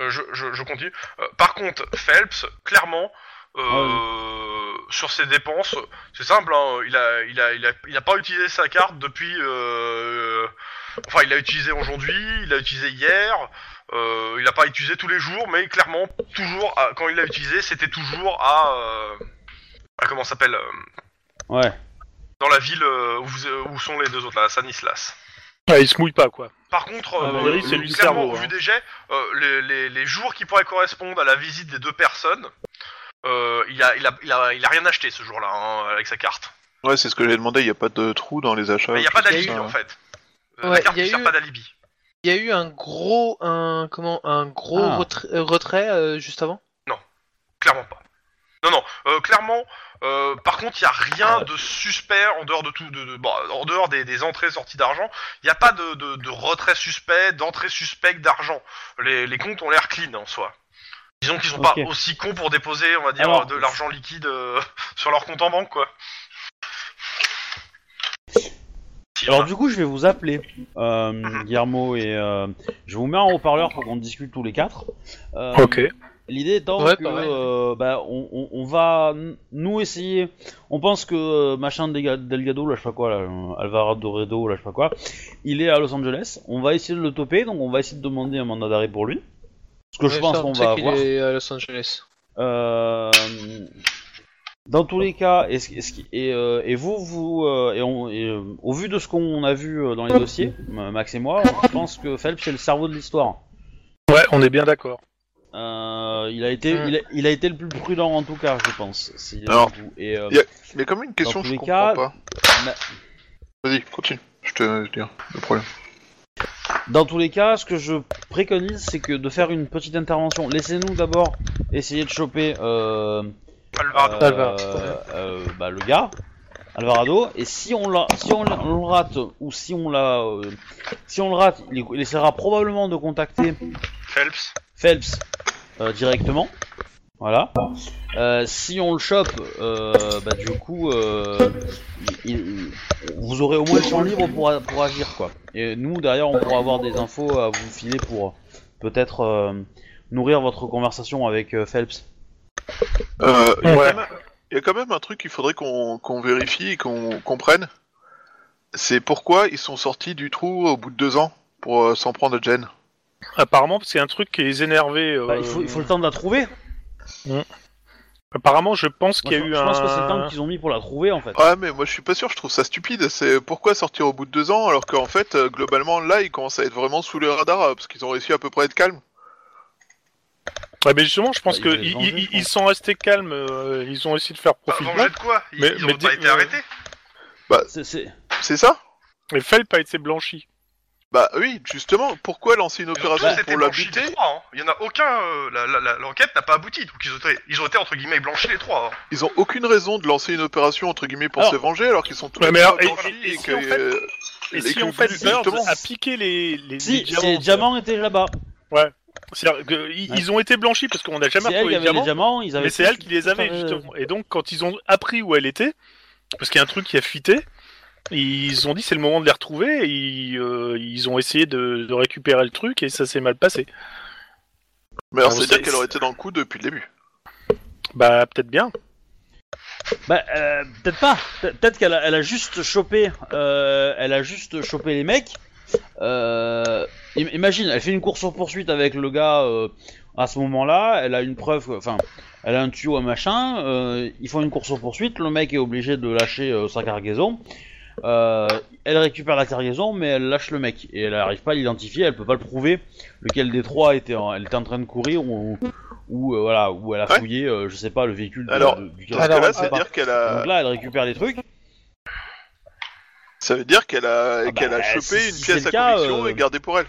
[SPEAKER 2] Euh, je, je, je continue. Euh, par contre, Phelps, clairement, euh, sur ses dépenses, c'est simple, hein, il, a, il, a, il, a, il a pas utilisé sa carte depuis. euh, enfin, il l'a utilisé aujourd'hui, il l'a utilisé hier, euh, il l'a pas utilisé tous les jours, mais clairement, toujours, à- quand il l'a utilisé, c'était toujours à. euh, à comment ça s'appelle euh,
[SPEAKER 1] Ouais.
[SPEAKER 2] Dans la ville euh, où, vous- où sont les deux autres, là, à Sanislas.
[SPEAKER 3] Ah, il se mouille pas, quoi.
[SPEAKER 2] Par contre,
[SPEAKER 3] Ah,
[SPEAKER 2] euh,
[SPEAKER 3] Valérie,
[SPEAKER 2] le-
[SPEAKER 3] c'est
[SPEAKER 2] le-
[SPEAKER 3] lui le
[SPEAKER 2] clairement,
[SPEAKER 3] cerveau,
[SPEAKER 2] au vu
[SPEAKER 3] hein.
[SPEAKER 2] des jets, euh, les, les- les jours qui pourraient correspondre à la visite des deux personnes, euh, il, a, il, a, il, a, il a rien acheté ce jour-là hein, avec sa carte.
[SPEAKER 5] Ouais, c'est ce que j'ai demandé. Il n'y a pas de trou dans les achats.
[SPEAKER 2] Mais il n'y a
[SPEAKER 5] tout
[SPEAKER 2] pas
[SPEAKER 5] ça.
[SPEAKER 2] d'alibi en fait. Euh,
[SPEAKER 4] Ouais,
[SPEAKER 2] la carte
[SPEAKER 4] il y a
[SPEAKER 2] ne sert
[SPEAKER 4] eu-
[SPEAKER 2] pas d'alibi.
[SPEAKER 4] Il y a eu un gros, un comment, un gros
[SPEAKER 1] Ah.
[SPEAKER 4] retra- euh, retrait euh, juste avant.
[SPEAKER 2] Clairement pas. Non, non, euh, clairement, euh, par contre, il n'y a rien de suspect en dehors de tout, de, de- bon, en dehors des, des entrées sorties d'argent. Il n'y a pas de, de, de retrait suspect, d'entrée suspecte d'argent. Les, les comptes ont l'air clean en soi. Disons qu'ils sont
[SPEAKER 1] Ok.
[SPEAKER 2] pas aussi cons pour déposer, on va dire,
[SPEAKER 1] Alors-
[SPEAKER 2] de l'argent liquide euh, sur leur compte en banque, quoi. possible.
[SPEAKER 1] Alors du coup, je vais vous appeler, euh, Guillermo, et euh, je vous mets en haut-parleur pour qu'on discute tous les quatre. Euh,
[SPEAKER 3] Ok.
[SPEAKER 1] L'idée étant
[SPEAKER 4] Ouais,
[SPEAKER 1] que
[SPEAKER 4] pareil.
[SPEAKER 1] euh, bah, on, on- on va n- nous essayer. On pense que euh, machin Delga- Delgado, là je sais pas quoi, là, euh, Alvarado Redo, là je sais pas quoi, il est à Los Angeles. On va essayer de le toper, donc on va essayer de demander un mandat d'arrêt pour lui. Ce que je
[SPEAKER 4] Ouais,
[SPEAKER 1] pense
[SPEAKER 4] ça, on
[SPEAKER 1] qu'on
[SPEAKER 4] sait
[SPEAKER 1] va
[SPEAKER 4] qu'il
[SPEAKER 1] avoir.
[SPEAKER 4] est à Los Angeles.
[SPEAKER 1] Euh, dans tous les cas, est-ce- est-ce qu'il- et, euh, et vous, vous euh, et on- et, euh, au vu de ce qu'on a vu euh, dans les dossiers, M- Max et moi, on pense que Phelps est le cerveau de l'histoire.
[SPEAKER 3] Ouais, on est bien d'accord.
[SPEAKER 1] Euh, il a été,
[SPEAKER 4] Mm.
[SPEAKER 1] il a, il a été le plus prudent en tout cas, je pense. C'est-
[SPEAKER 5] Alors,
[SPEAKER 1] et euh,
[SPEAKER 5] y a- Mais comme une question,
[SPEAKER 1] tous
[SPEAKER 5] je
[SPEAKER 1] les
[SPEAKER 5] comprends
[SPEAKER 1] cas,
[SPEAKER 5] pas.
[SPEAKER 1] ma-
[SPEAKER 5] Vas-y, continue. Je te je te dirai le problème.
[SPEAKER 1] dans tous les cas, ce que je préconise, c'est que de faire une petite intervention. Laissez-nous d'abord essayer de choper euh,
[SPEAKER 2] Alvarado.
[SPEAKER 1] euh,
[SPEAKER 4] Alvarado.
[SPEAKER 1] euh, bah, le gars, Alvarado. Et si on l'a, si on, l'a- on le rate ou si on l'a, euh, si on le rate, il, il essaiera probablement de contacter
[SPEAKER 2] Phelps.
[SPEAKER 1] Phelps euh, directement. Voilà. Euh, si on le chope, euh, bah, du coup, euh, il- il- vous aurez au moins le champ libre pour, a- pour agir, quoi. Et nous, derrière, on pourra avoir des infos à vous filer pour euh, peut-être euh, nourrir votre conversation avec euh, Phelps.
[SPEAKER 5] Euh, il y a
[SPEAKER 3] Ouais.
[SPEAKER 5] quand même- il y a quand même un truc qu'il faudrait qu'on qu'on vérifie et qu'on comprenne. C'est pourquoi ils sont sortis du trou au bout de deux ans pour euh, s'en prendre à Jen.
[SPEAKER 3] Apparemment, c'est un truc qui les énervait. euh,
[SPEAKER 1] Bah, il, faut, il faut le temps de la trouver.
[SPEAKER 3] Apparemment, je pense qu'il
[SPEAKER 1] Moi,
[SPEAKER 3] y
[SPEAKER 1] je,
[SPEAKER 3] a eu
[SPEAKER 1] je
[SPEAKER 3] un.
[SPEAKER 1] pense que c'est le temps qu'ils ont mis pour la trouver, en fait.
[SPEAKER 5] Ouais, Ah, mais moi je suis pas sûr, je trouve ça stupide. C'est pourquoi sortir au bout de deux ans alors qu'en fait, euh, globalement, là ils commencent à être vraiment sous le radar euh, parce qu'ils ont réussi à peu près à être calmes.
[SPEAKER 3] Ouais, mais justement, je pense
[SPEAKER 1] Bah, ils
[SPEAKER 3] que
[SPEAKER 1] devaient
[SPEAKER 3] qu'ils
[SPEAKER 1] venger, je pense.
[SPEAKER 3] ils sont restés calmes. euh, ils ont essayé de faire
[SPEAKER 2] Bah,
[SPEAKER 3] profil.
[SPEAKER 2] venger de quoi Ils,
[SPEAKER 3] Mais-
[SPEAKER 2] ils ont
[SPEAKER 3] mais
[SPEAKER 2] pas
[SPEAKER 3] t'es-
[SPEAKER 2] été
[SPEAKER 3] euh,
[SPEAKER 2] arrêtés.
[SPEAKER 1] C'est- c'est-
[SPEAKER 5] C'est ça
[SPEAKER 3] Et Phelps a été blanchi.
[SPEAKER 5] Bah oui, justement, pourquoi lancer une
[SPEAKER 2] Ils ont
[SPEAKER 5] opération
[SPEAKER 2] tous été
[SPEAKER 5] pour la
[SPEAKER 2] blanchis les
[SPEAKER 5] buter
[SPEAKER 2] trois. hein. Il y en a aucun. euh, la- la- la- L'enquête n'a pas abouti, donc ils ont, été, ils ont été entre guillemets blanchis les trois. hein.
[SPEAKER 5] Ils ont aucune raison de lancer une opération entre guillemets pour
[SPEAKER 1] Alors-
[SPEAKER 5] se venger alors qu'ils sont tous
[SPEAKER 3] Ouais,
[SPEAKER 5] les
[SPEAKER 3] mais alors,
[SPEAKER 5] trois
[SPEAKER 3] et-
[SPEAKER 5] blanchis
[SPEAKER 3] et- et
[SPEAKER 5] et
[SPEAKER 3] si,
[SPEAKER 5] que,
[SPEAKER 3] en fait-
[SPEAKER 5] euh,
[SPEAKER 3] Et
[SPEAKER 5] et
[SPEAKER 3] si
[SPEAKER 5] que
[SPEAKER 3] en fait
[SPEAKER 5] vous-
[SPEAKER 3] Birds
[SPEAKER 5] justement,
[SPEAKER 3] a piqué les, les, les
[SPEAKER 1] Si,
[SPEAKER 3] diamants.
[SPEAKER 1] ces diamants étaient là-bas.
[SPEAKER 3] C'est-à-dire que i-
[SPEAKER 1] Ouais.
[SPEAKER 3] ils ont été blanchis parce qu'on n'a jamais
[SPEAKER 1] C'est elle
[SPEAKER 3] retrouvé
[SPEAKER 1] qui avait
[SPEAKER 3] les
[SPEAKER 1] les
[SPEAKER 3] diamants.
[SPEAKER 1] diamants. Ils avaient
[SPEAKER 3] Mais c'est
[SPEAKER 1] tous-
[SPEAKER 3] elle qui les avait
[SPEAKER 1] Putain, euh,
[SPEAKER 3] justement. Et donc quand ils ont appris où elle était, parce qu'il y a un truc qui a fuité, ils ont dit c'est le moment de les retrouver. Et ils, euh, ils ont essayé de, de récupérer le truc et ça s'est mal passé.
[SPEAKER 5] Mais alors,
[SPEAKER 3] Ah,
[SPEAKER 5] c'est
[SPEAKER 3] c'est-
[SPEAKER 5] dire qu'elle aurait été dans le coup depuis le début.
[SPEAKER 3] Bah peut-être bien.
[SPEAKER 1] Bah, euh, peut-être pas. Pe- Peut-être qu'elle a, elle a juste chopé. euh, elle a juste chopé les mecs. Euh, im- imagine, elle fait une course en poursuite avec le gars euh, à ce moment-là. Elle a une preuve. quoi. Enfin, elle a un tuyau, un machin. euh, ils font une course en poursuite. Le mec est obligé de lâcher euh, sa cargaison. Euh, elle récupère la cargaison, mais elle lâche le mec. Et elle n'arrive pas à l'identifier. Elle peut pas le prouver lequel des trois était en, elle était en train de courir ou. Ou euh, voilà, où elle a
[SPEAKER 5] Ouais.
[SPEAKER 1] fouillé, euh, je sais pas, le véhicule de-
[SPEAKER 5] Alors,
[SPEAKER 1] de- du
[SPEAKER 5] Parce que
[SPEAKER 4] Alors,
[SPEAKER 5] là,
[SPEAKER 1] je sais
[SPEAKER 5] c'est
[SPEAKER 1] pas.
[SPEAKER 5] dire qu'elle
[SPEAKER 4] Euh,
[SPEAKER 1] Donc
[SPEAKER 5] a,
[SPEAKER 1] là, elle récupère les trucs.
[SPEAKER 5] ça veut dire qu'elle a,
[SPEAKER 1] bah,
[SPEAKER 5] qu'elle a
[SPEAKER 1] si-
[SPEAKER 5] chopé
[SPEAKER 1] si
[SPEAKER 5] une
[SPEAKER 1] c'est
[SPEAKER 5] pièce
[SPEAKER 1] le
[SPEAKER 5] à
[SPEAKER 1] cas,
[SPEAKER 5] conviction
[SPEAKER 1] euh,
[SPEAKER 5] et gardée pour elle.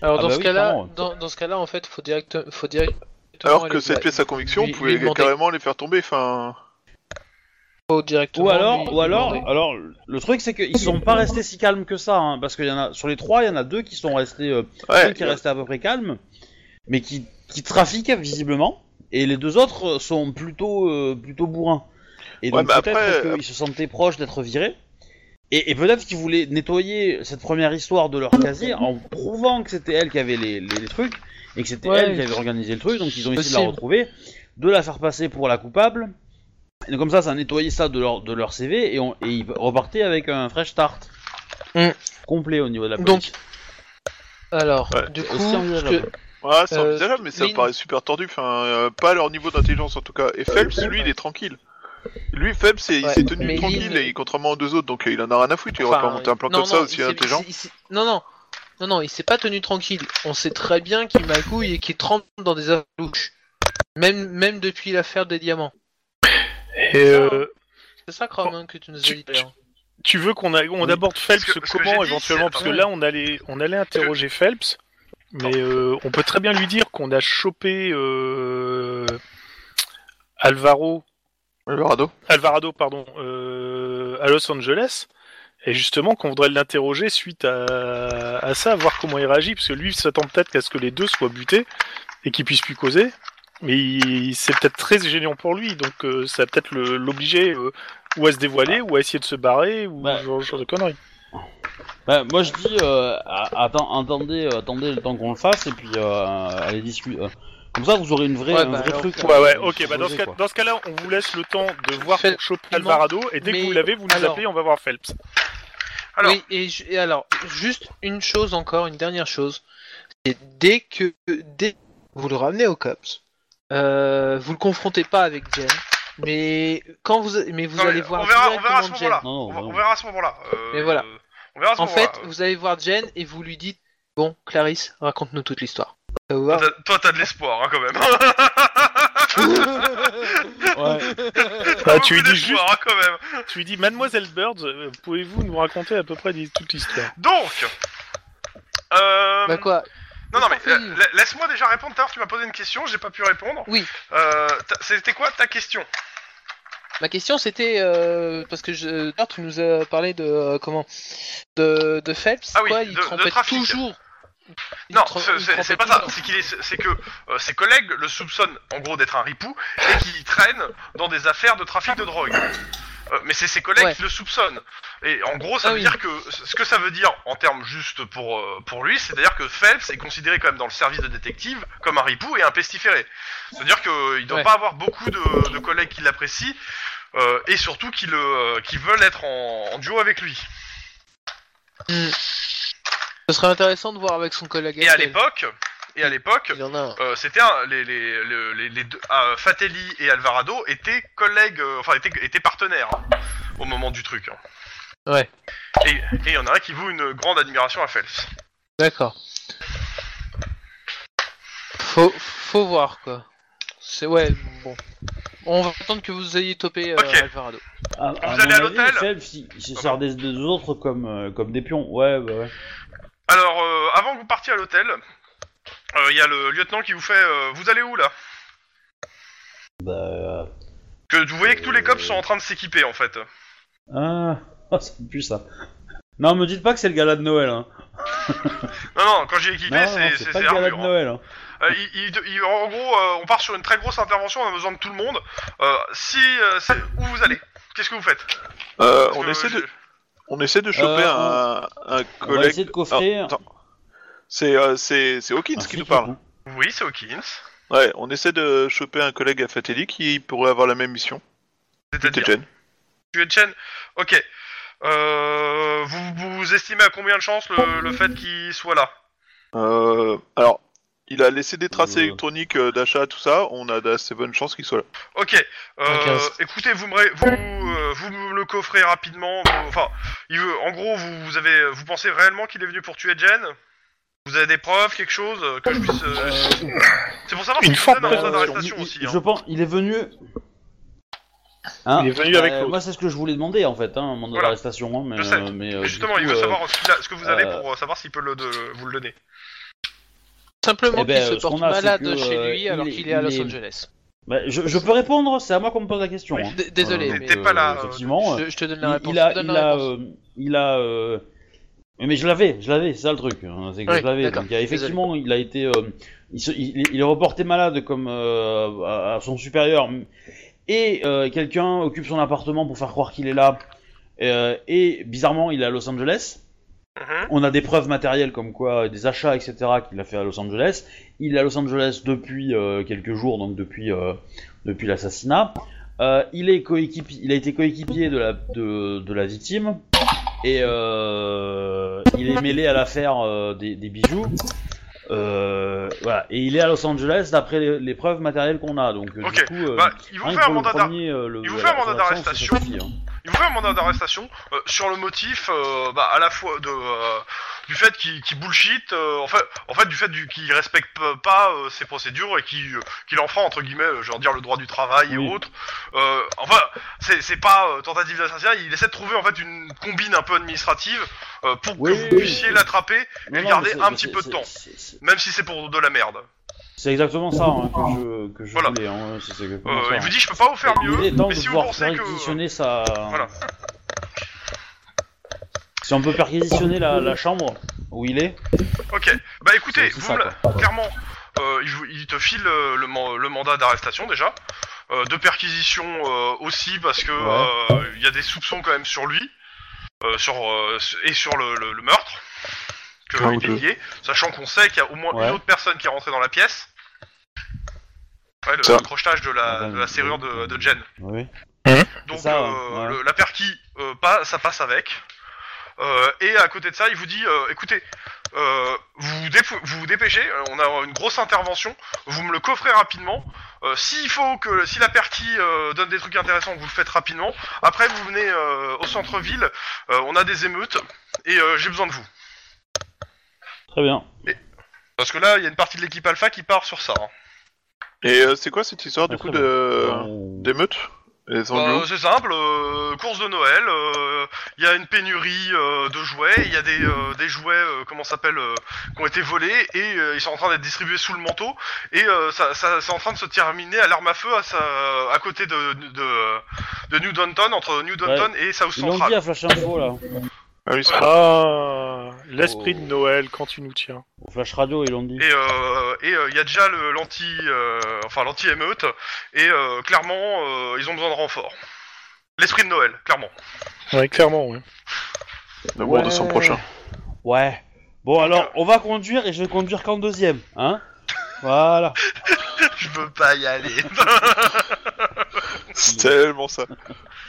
[SPEAKER 4] Alors
[SPEAKER 1] Ah
[SPEAKER 4] dans,
[SPEAKER 1] bah
[SPEAKER 4] ce
[SPEAKER 1] oui,
[SPEAKER 4] cas-là,
[SPEAKER 1] clairement.
[SPEAKER 4] dans, dans ce cas-là, en fait, faut direct, faut directement
[SPEAKER 5] Alors que
[SPEAKER 4] aller-
[SPEAKER 5] cette
[SPEAKER 4] ouais,
[SPEAKER 5] pièce à conviction,
[SPEAKER 4] lui-
[SPEAKER 5] on pouvait
[SPEAKER 4] lui demander.
[SPEAKER 5] carrément les faire tomber. Enfin,
[SPEAKER 4] faut directement.
[SPEAKER 1] Ou alors,
[SPEAKER 4] lui
[SPEAKER 1] ou alors,
[SPEAKER 4] demander.
[SPEAKER 1] alors, le truc c'est qu'ils sont pas restés si calmes que ça, hein, parce qu'il y en a sur les trois, il y en a deux qui sont restés, euh, un
[SPEAKER 5] ouais,
[SPEAKER 1] qui est resté à peu près calme, mais qui, qui trafiquent visiblement, et les deux autres euh, sont plutôt, euh, plutôt bourrins. Et
[SPEAKER 5] Ouais,
[SPEAKER 1] donc
[SPEAKER 5] mais
[SPEAKER 1] peut-être
[SPEAKER 5] après- euh,
[SPEAKER 1] qu'ils se sentaient proches d'être virés. Et, et peut-être qu'ils voulaient nettoyer cette première histoire de leur casier en prouvant que c'était elle qui avait les, les- les trucs et que c'était
[SPEAKER 4] Ouais.
[SPEAKER 1] elle qui avait organisé le truc. Donc ils ont essayé de la
[SPEAKER 4] Possible.
[SPEAKER 1] retrouver, de la faire passer pour la coupable. Et donc comme ça, ça nettoyait ça de leur, de leur CV et, on- et ils repartaient avec un fresh start
[SPEAKER 4] Mm.
[SPEAKER 1] complet au niveau de la police.
[SPEAKER 4] Donc, alors,
[SPEAKER 5] Ouais,
[SPEAKER 4] du
[SPEAKER 1] C'est
[SPEAKER 4] coup,
[SPEAKER 1] aussi
[SPEAKER 4] ce
[SPEAKER 1] envisageable.
[SPEAKER 4] que-
[SPEAKER 5] ouais, c'est
[SPEAKER 4] Euh,
[SPEAKER 5] envisageable, mais ça me
[SPEAKER 4] Lynn-
[SPEAKER 5] paraît super tordu. Enfin, euh, pas à leur niveau d'intelligence en tout cas. Et Phelps, lui, il est tranquille. Lui, Phelps, il
[SPEAKER 4] Ouais,
[SPEAKER 5] s'est tenu
[SPEAKER 4] mais
[SPEAKER 5] tranquille,
[SPEAKER 4] Lynn-
[SPEAKER 5] et contrairement aux deux autres, donc euh, il en a rien à foutre. Il aurait
[SPEAKER 4] Enfin,
[SPEAKER 5] pas monté un plan
[SPEAKER 4] non,
[SPEAKER 5] comme ça
[SPEAKER 4] non,
[SPEAKER 5] aussi
[SPEAKER 4] il s'est-
[SPEAKER 5] intelligent.
[SPEAKER 4] il s'est- il s'est- Non, non. Non, non, il s'est pas tenu tranquille. On sait très bien qu'il magouille et qu'il trempe dans des affaires louches. Même, même depuis l'affaire des diamants.
[SPEAKER 3] Et euh,
[SPEAKER 4] C'est ça, Chrome, hein, que tu nous as
[SPEAKER 3] Tu-
[SPEAKER 4] dit. d'ailleurs.
[SPEAKER 3] tu veux qu'on a- on
[SPEAKER 1] Oui.
[SPEAKER 3] aborde Phelps
[SPEAKER 2] Parce que- parce que
[SPEAKER 3] comment
[SPEAKER 2] j'ai dit,
[SPEAKER 3] éventuellement
[SPEAKER 2] c'est-
[SPEAKER 3] parce que
[SPEAKER 4] ouais.
[SPEAKER 3] là on allait on allait interroger Phelps, mais euh, on peut très bien lui dire qu'on a chopé euh, Alvaro
[SPEAKER 5] Alvarado.
[SPEAKER 3] Alvarado, pardon, euh, à Los Angeles. Et justement, qu'on voudrait l'interroger suite à, à ça, voir comment il réagit, parce que lui, il s'attend peut-être à ce que les deux soient butés et qu'ils puissent plus causer. Mais il- c'est peut-être très gênant pour lui, donc euh, ça va peut-être le- l'obliger euh, ou à se dévoiler, ou à essayer de se barrer, ou
[SPEAKER 1] Ouais.
[SPEAKER 3] ce genre, genre de conneries.
[SPEAKER 1] Bah, moi je dis, euh, a- attends, attendez, euh, attendez le temps qu'on le fasse et puis euh, allez discuter. comme ça, vous aurez une vraie,
[SPEAKER 4] Ouais,
[SPEAKER 1] un
[SPEAKER 4] bah,
[SPEAKER 1] vrai
[SPEAKER 4] alors,
[SPEAKER 1] truc.
[SPEAKER 3] Ouais, ouais,
[SPEAKER 1] euh,
[SPEAKER 3] ok, bah dans ce,
[SPEAKER 1] posé,
[SPEAKER 3] cas,
[SPEAKER 1] quoi.
[SPEAKER 3] dans ce cas-là, on vous laisse le temps de voir
[SPEAKER 4] Fel-
[SPEAKER 3] pour choper
[SPEAKER 4] Clément,
[SPEAKER 3] Alvarado, et dès que
[SPEAKER 4] mais-
[SPEAKER 3] vous l'avez, vous nous
[SPEAKER 4] alors-
[SPEAKER 3] appelez, on va voir Phelps.
[SPEAKER 2] Alors.
[SPEAKER 4] Oui, et, je- et alors, juste une chose encore, une dernière chose. C'est dès que dès que vous le ramenez au COPS, euh, vous le confrontez pas avec Jen, mais quand vous, mais vous
[SPEAKER 2] Non, mais
[SPEAKER 4] allez voir
[SPEAKER 2] on verra- on verra à ce
[SPEAKER 4] directement
[SPEAKER 2] moment-là.
[SPEAKER 4] Jen.
[SPEAKER 1] Non, non,
[SPEAKER 2] On, va-
[SPEAKER 1] non.
[SPEAKER 2] on verra à ce moment-là. euh,
[SPEAKER 4] Mais voilà.
[SPEAKER 2] euh, On verra à ce
[SPEAKER 4] En
[SPEAKER 2] moment-là.
[SPEAKER 4] fait, vous allez voir Jen et vous lui dites Bon, Clarisse, raconte-nous toute l'histoire. Ça vous va
[SPEAKER 2] Toi, t'as- Toi, t'as de l'espoir, hein, quand même.
[SPEAKER 1] Ouais.
[SPEAKER 3] Bah,
[SPEAKER 2] T'as
[SPEAKER 3] tu lui
[SPEAKER 2] beaucoup
[SPEAKER 3] dis juste-
[SPEAKER 2] d'espoir, hein, quand même.
[SPEAKER 3] Tu lui dis, Mademoiselle Bird, euh, pouvez-vous nous raconter à peu près des- toute l'histoire
[SPEAKER 2] Donc. Euh...
[SPEAKER 4] Bah quoi
[SPEAKER 2] Non, non, mais
[SPEAKER 4] Laisse-moi
[SPEAKER 2] euh,
[SPEAKER 4] finir.
[SPEAKER 2] la- laisse-moi déjà répondre. Tout à l'heure, tu m'as posé une question, j'ai pas pu répondre.
[SPEAKER 4] Oui.
[SPEAKER 2] Euh, ta- C'était quoi ta question
[SPEAKER 4] Ma question c'était euh, parce que je, d'ailleurs, tu nous as parlé de euh, comment de, de Phelps,
[SPEAKER 2] Ah oui,
[SPEAKER 4] quoi, il
[SPEAKER 2] de- de
[SPEAKER 4] trompait
[SPEAKER 2] trafic.
[SPEAKER 4] toujours. Il
[SPEAKER 2] Non,
[SPEAKER 4] trom-
[SPEAKER 2] c'est-
[SPEAKER 4] il
[SPEAKER 2] c'est
[SPEAKER 4] trompait
[SPEAKER 2] c'est pas ça.
[SPEAKER 4] toujours.
[SPEAKER 2] C'est qu'il est, c'est que euh, ses collègues le soupçonnent en gros d'être un ripou et qu'il traîne dans des affaires de trafic de drogue. Euh, mais c'est ses collègues
[SPEAKER 4] Ouais.
[SPEAKER 2] qui le soupçonnent. Et en gros, ça
[SPEAKER 4] Ah
[SPEAKER 2] veut
[SPEAKER 4] oui.
[SPEAKER 2] dire que ce que ça veut dire en termes juste pour euh, pour lui, c'est-à-dire que Phelps est considéré quand même dans le service de détective comme un ripou et un pestiféré. C'est-à-dire qu'il doit
[SPEAKER 4] Ouais.
[SPEAKER 2] pas avoir beaucoup de, de collègues qui l'apprécient euh, et surtout qui le euh, qui veulent être en, en duo avec lui.
[SPEAKER 4] Hmm. Ce serait intéressant de voir avec son collègue.
[SPEAKER 2] Et à
[SPEAKER 4] Axel.
[SPEAKER 2] l'époque, et à l'époque,
[SPEAKER 4] Il en a un.
[SPEAKER 2] Euh, c'était un- les, les, le- les, les deux, ah, euh, Fatelli et Alvarado étaient collègues, euh, enfin étaient, étaient partenaires hein, au moment du truc. hein.
[SPEAKER 4] Ouais.
[SPEAKER 2] Et et il y en a un qui voue une grande admiration à Phelps.
[SPEAKER 4] D'accord. Faut, faut voir quoi. C'est ouais, bon. On va attendre que vous ayez topé euh,
[SPEAKER 2] Ok.
[SPEAKER 4] Alvarado.
[SPEAKER 1] À, à
[SPEAKER 2] Vous allez
[SPEAKER 1] mon
[SPEAKER 2] à
[SPEAKER 1] avis,
[SPEAKER 2] l'hôtel
[SPEAKER 1] Phelps, il, il se sert des deux autres comme, euh, comme des pions. Ouais, bah ouais.
[SPEAKER 2] Alors, euh, avant que vous partiez à l'hôtel, euh, il y a le lieutenant qui vous fait euh, Vous allez où là
[SPEAKER 1] Bah.
[SPEAKER 2] que Vous voyez que tous les cops sont en train de s'équiper en fait.
[SPEAKER 1] euh, Ah, ah, ça me pue ça. Non, me dites pas que c'est le gala de Noël. Hein.
[SPEAKER 2] Non, non, quand j'ai
[SPEAKER 1] Non,
[SPEAKER 2] équipé,
[SPEAKER 1] non,
[SPEAKER 2] c'est
[SPEAKER 1] c'est pas
[SPEAKER 2] c'est- c'est
[SPEAKER 1] le gala de
[SPEAKER 2] armure. hein.
[SPEAKER 1] Noël. hein.
[SPEAKER 2] Euh, il- il- il- en gros, euh, on part sur une très grosse intervention, on a besoin de tout le monde. Euh, si. euh, c'est- où vous allez Qu'est-ce que vous faites
[SPEAKER 5] Euh,
[SPEAKER 2] Parce
[SPEAKER 5] on,
[SPEAKER 2] que
[SPEAKER 5] essaie de,
[SPEAKER 2] je-
[SPEAKER 5] on essaie de choper
[SPEAKER 1] Euh,
[SPEAKER 5] un, un
[SPEAKER 1] On va
[SPEAKER 5] collègue.
[SPEAKER 1] essayer de Ah, coffrer.
[SPEAKER 5] Ah, attends. C'est euh, c'est c'est Hawkins
[SPEAKER 1] un hein.
[SPEAKER 5] qui nous
[SPEAKER 1] flic,
[SPEAKER 5] parle.
[SPEAKER 1] du coup.
[SPEAKER 2] Oui, c'est Hawkins.
[SPEAKER 5] Ouais, on essaie de choper un collègue à Fatelli qui pourrait avoir la même mission.
[SPEAKER 2] C'est-à-dire
[SPEAKER 5] Jen.
[SPEAKER 2] Tu es Chen Ok. Euh, vous, vous estimez à combien de chances le, le fait qu'il soit là
[SPEAKER 5] Euh, alors, il a laissé des traces
[SPEAKER 1] Euh.
[SPEAKER 5] électroniques euh, d'achat, tout ça. On a d'assez bonnes chances qu'il soit là.
[SPEAKER 2] Ok. Euh,
[SPEAKER 4] 15.
[SPEAKER 2] écoutez, vous me, ré- vous, euh, vous me le coffrez rapidement. vous- Enfin, il veut- en gros, vous, vous avez, vous pensez réellement qu'il est venu pour tuer Jen Vous avez des preuves, quelque chose euh, que je puisse. euh, C'est pour savoir si
[SPEAKER 3] Une
[SPEAKER 2] vous
[SPEAKER 3] forme
[SPEAKER 2] donne un mandat
[SPEAKER 3] d'intention.
[SPEAKER 2] d'arrestation
[SPEAKER 1] Il-
[SPEAKER 2] aussi.
[SPEAKER 1] il-
[SPEAKER 2] hein.
[SPEAKER 1] Euh, Je pense, il est venu. Hein
[SPEAKER 3] Il est venu avec l'autre.
[SPEAKER 1] Moi, c'est ce que je voulais demander en fait, hein, un mandat
[SPEAKER 2] Voilà.
[SPEAKER 1] d'arrestation. hein, mais,
[SPEAKER 2] Je sais.
[SPEAKER 1] euh, mais, euh,
[SPEAKER 2] Mais
[SPEAKER 1] du
[SPEAKER 2] Justement,
[SPEAKER 1] coup,
[SPEAKER 2] il veut
[SPEAKER 1] euh,
[SPEAKER 2] savoir ce, qu'il a- ce que vous avez
[SPEAKER 1] euh,
[SPEAKER 2] pour euh, savoir s'il peut le, de- vous le donner.
[SPEAKER 4] Simplement
[SPEAKER 1] Eh ben,
[SPEAKER 4] qu'il
[SPEAKER 1] euh,
[SPEAKER 4] se
[SPEAKER 1] ce qu'on
[SPEAKER 4] porte
[SPEAKER 1] a, c'est
[SPEAKER 4] malade
[SPEAKER 1] que, euh,
[SPEAKER 4] chez lui
[SPEAKER 1] il
[SPEAKER 4] alors
[SPEAKER 1] est-
[SPEAKER 4] qu'il est à
[SPEAKER 1] il
[SPEAKER 4] Los
[SPEAKER 1] est-
[SPEAKER 4] Angeles.
[SPEAKER 1] bah, je, je peux répondre, c'est à moi qu'on me pose la question.
[SPEAKER 4] Oui,
[SPEAKER 1] hein.
[SPEAKER 4] d- désolé, mais-
[SPEAKER 1] donc,
[SPEAKER 2] T'es pas là, euh,
[SPEAKER 1] Effectivement,
[SPEAKER 4] Je, je te donne la
[SPEAKER 1] il,
[SPEAKER 4] réponse.
[SPEAKER 1] il
[SPEAKER 4] je
[SPEAKER 1] a,
[SPEAKER 4] te donne
[SPEAKER 1] il
[SPEAKER 4] la
[SPEAKER 1] a,
[SPEAKER 4] réponse.
[SPEAKER 1] euh, il a. euh, Mais je l'avais, je l'avais, c'est ça le truc. hein, c'est que
[SPEAKER 4] Oui,
[SPEAKER 1] je l'avais.
[SPEAKER 4] d'accord,
[SPEAKER 1] Donc, il y a- effectivement, il a été, euh, il, se- il- il est reporté malade comme euh, à, à son supérieur, et euh, quelqu'un occupe son appartement pour faire croire qu'il est là. euh, et bizarrement, il est à Los Angeles.
[SPEAKER 2] Mhm.
[SPEAKER 1] On a des preuves matérielles comme quoi, euh, des achats, etc., qu'il a fait à Los Angeles. Il est à Los Angeles depuis euh, quelques jours, donc depuis, euh, depuis l'assassinat. Euh, il, est coéquipi- il a été coéquipier de la, de, de la victime. Et euh, il est mêlé à l'affaire euh, des, des bijoux. Euh, voilà. Et il est à Los Angeles d'après les, les preuves matérielles qu'on a. Donc, euh,
[SPEAKER 2] Ok,
[SPEAKER 1] du coup, euh,
[SPEAKER 2] Bah, il vous
[SPEAKER 1] rien
[SPEAKER 2] fait
[SPEAKER 1] que
[SPEAKER 2] un
[SPEAKER 1] pour le
[SPEAKER 2] mandat d'arrestation.
[SPEAKER 1] premier, euh, le-
[SPEAKER 2] il vous
[SPEAKER 1] la
[SPEAKER 2] fait un mandat
[SPEAKER 1] prévention, ça
[SPEAKER 2] d'arrestation.
[SPEAKER 1] suffit, hein.
[SPEAKER 2] Il vous fait un mandat d'arrestation euh, sur le motif euh, bah, à la fois de euh, du fait qu'il qu'il bullshit, euh, en fait, en fait du fait du- qu'il respecte p- pas euh, ses procédures et qu'il euh, qu'il enfreint entre guillemets, euh, je veux dire le droit du travail
[SPEAKER 1] Oui.
[SPEAKER 2] et autres. Euh, enfin, c'est c'est pas euh, tentative d'assassinat. Il essaie de trouver en fait une combine un peu administrative euh, pour
[SPEAKER 1] Oui,
[SPEAKER 2] que vous
[SPEAKER 1] oui, oui.
[SPEAKER 2] puissiez l'attraper,
[SPEAKER 1] Non, non,
[SPEAKER 2] Regardez
[SPEAKER 1] mais c'est-
[SPEAKER 2] un
[SPEAKER 1] mais
[SPEAKER 2] petit
[SPEAKER 1] c'est-
[SPEAKER 2] peu de
[SPEAKER 1] c'est-
[SPEAKER 2] temps.
[SPEAKER 1] c'est- c'est-
[SPEAKER 2] même si c'est pour de la merde.
[SPEAKER 1] C'est exactement ça hein, que je, que je
[SPEAKER 2] Voilà.
[SPEAKER 1] voulais. Hein. c'est- c'est
[SPEAKER 2] Euh,
[SPEAKER 1] exactement ça,
[SPEAKER 2] il
[SPEAKER 1] hein.
[SPEAKER 2] vous dit je peux pas vous faire mieux,
[SPEAKER 1] Il est temps
[SPEAKER 2] mais
[SPEAKER 1] de
[SPEAKER 2] si vous
[SPEAKER 1] pouvoir
[SPEAKER 2] pensez que euh,
[SPEAKER 1] perquisitionner sa.
[SPEAKER 2] Voilà.
[SPEAKER 1] Si on peut perquisitionner la, la chambre où il est.
[SPEAKER 2] Ok, bah écoutez,
[SPEAKER 1] C'est aussi
[SPEAKER 2] vous
[SPEAKER 1] ça,
[SPEAKER 2] me la- clairement, euh, il, vous- il te file euh, le, man- le mandat d'arrestation déjà, euh, de perquisition euh, aussi parce que
[SPEAKER 1] Ouais.
[SPEAKER 2] euh, il y a des soupçons quand même sur lui, euh, sur euh, et sur le, le- le meurtre que
[SPEAKER 6] Ah,
[SPEAKER 2] il est
[SPEAKER 6] ok.
[SPEAKER 2] lié, sachant qu'on sait qu'il y a au moins
[SPEAKER 1] Ouais.
[SPEAKER 2] une autre personne qui est rentrée dans la pièce. Ouais, le,
[SPEAKER 5] Ça.
[SPEAKER 2] le crochetage de
[SPEAKER 1] Ah, ben,
[SPEAKER 2] la, de la serrure de, de Jen.
[SPEAKER 1] Oui.
[SPEAKER 2] Donc
[SPEAKER 1] C'est ça, ouais.
[SPEAKER 2] euh,
[SPEAKER 1] Ouais.
[SPEAKER 2] le- la perquis, euh, pas, ça passe avec. Euh, et à côté de ça, il vous dit, euh, écoutez, euh, vous, vous dép- vous vous dépêchez, euh, on a une grosse intervention, vous me le coffrez rapidement. Euh, S'il faut que, si la perquis euh, donne des trucs intéressants, vous le faites rapidement. Après, vous venez euh, au centre-ville, euh, on a des émeutes, et euh, j'ai besoin de vous.
[SPEAKER 1] Très bien.
[SPEAKER 2] Parce que là, il y a une partie de l'équipe Alpha qui part sur ça. hein.
[SPEAKER 5] Et euh, c'est quoi cette histoire du
[SPEAKER 1] Ah,
[SPEAKER 5] coup
[SPEAKER 1] très
[SPEAKER 5] de
[SPEAKER 2] Euh,
[SPEAKER 1] On-
[SPEAKER 5] d'émeute Elles sont
[SPEAKER 2] Bah,
[SPEAKER 5] de où
[SPEAKER 2] euh, c'est simple, euh, course de Noël, euh, il y a une pénurie euh, de jouets, il y a des, euh, des jouets, euh, comment ça s'appelle, euh, qui ont été volés et euh, ils sont en train d'être distribués sous le manteau et euh, ça, ça- c'est en train de se terminer à l'arme à feu à, sa- à côté de, de, de New Downton, entre New Downton et South
[SPEAKER 1] Ils l'ont dit
[SPEAKER 2] Central.
[SPEAKER 1] à Flash Info là.
[SPEAKER 5] Ah oui, c'est-
[SPEAKER 3] Ah, l'esprit
[SPEAKER 1] Oh.
[SPEAKER 3] de Noël quand tu nous tiens.
[SPEAKER 1] Au Flash Radio, ils l'ont dit.
[SPEAKER 2] Et euh, et, euh, il y a déjà le- l'anti, euh, enfin l'anti-émeute et euh, clairement euh, ils ont besoin de renfort. L'esprit de Noël, clairement.
[SPEAKER 3] Ouais, clairement, ouais.
[SPEAKER 5] le mois de son
[SPEAKER 1] Ouais.
[SPEAKER 5] prochain.
[SPEAKER 1] Ouais. Bon alors, on va conduire et je vais conduire qu'en deuxième, hein Voilà.
[SPEAKER 2] Je peux pas y aller.
[SPEAKER 5] C'est tellement ça.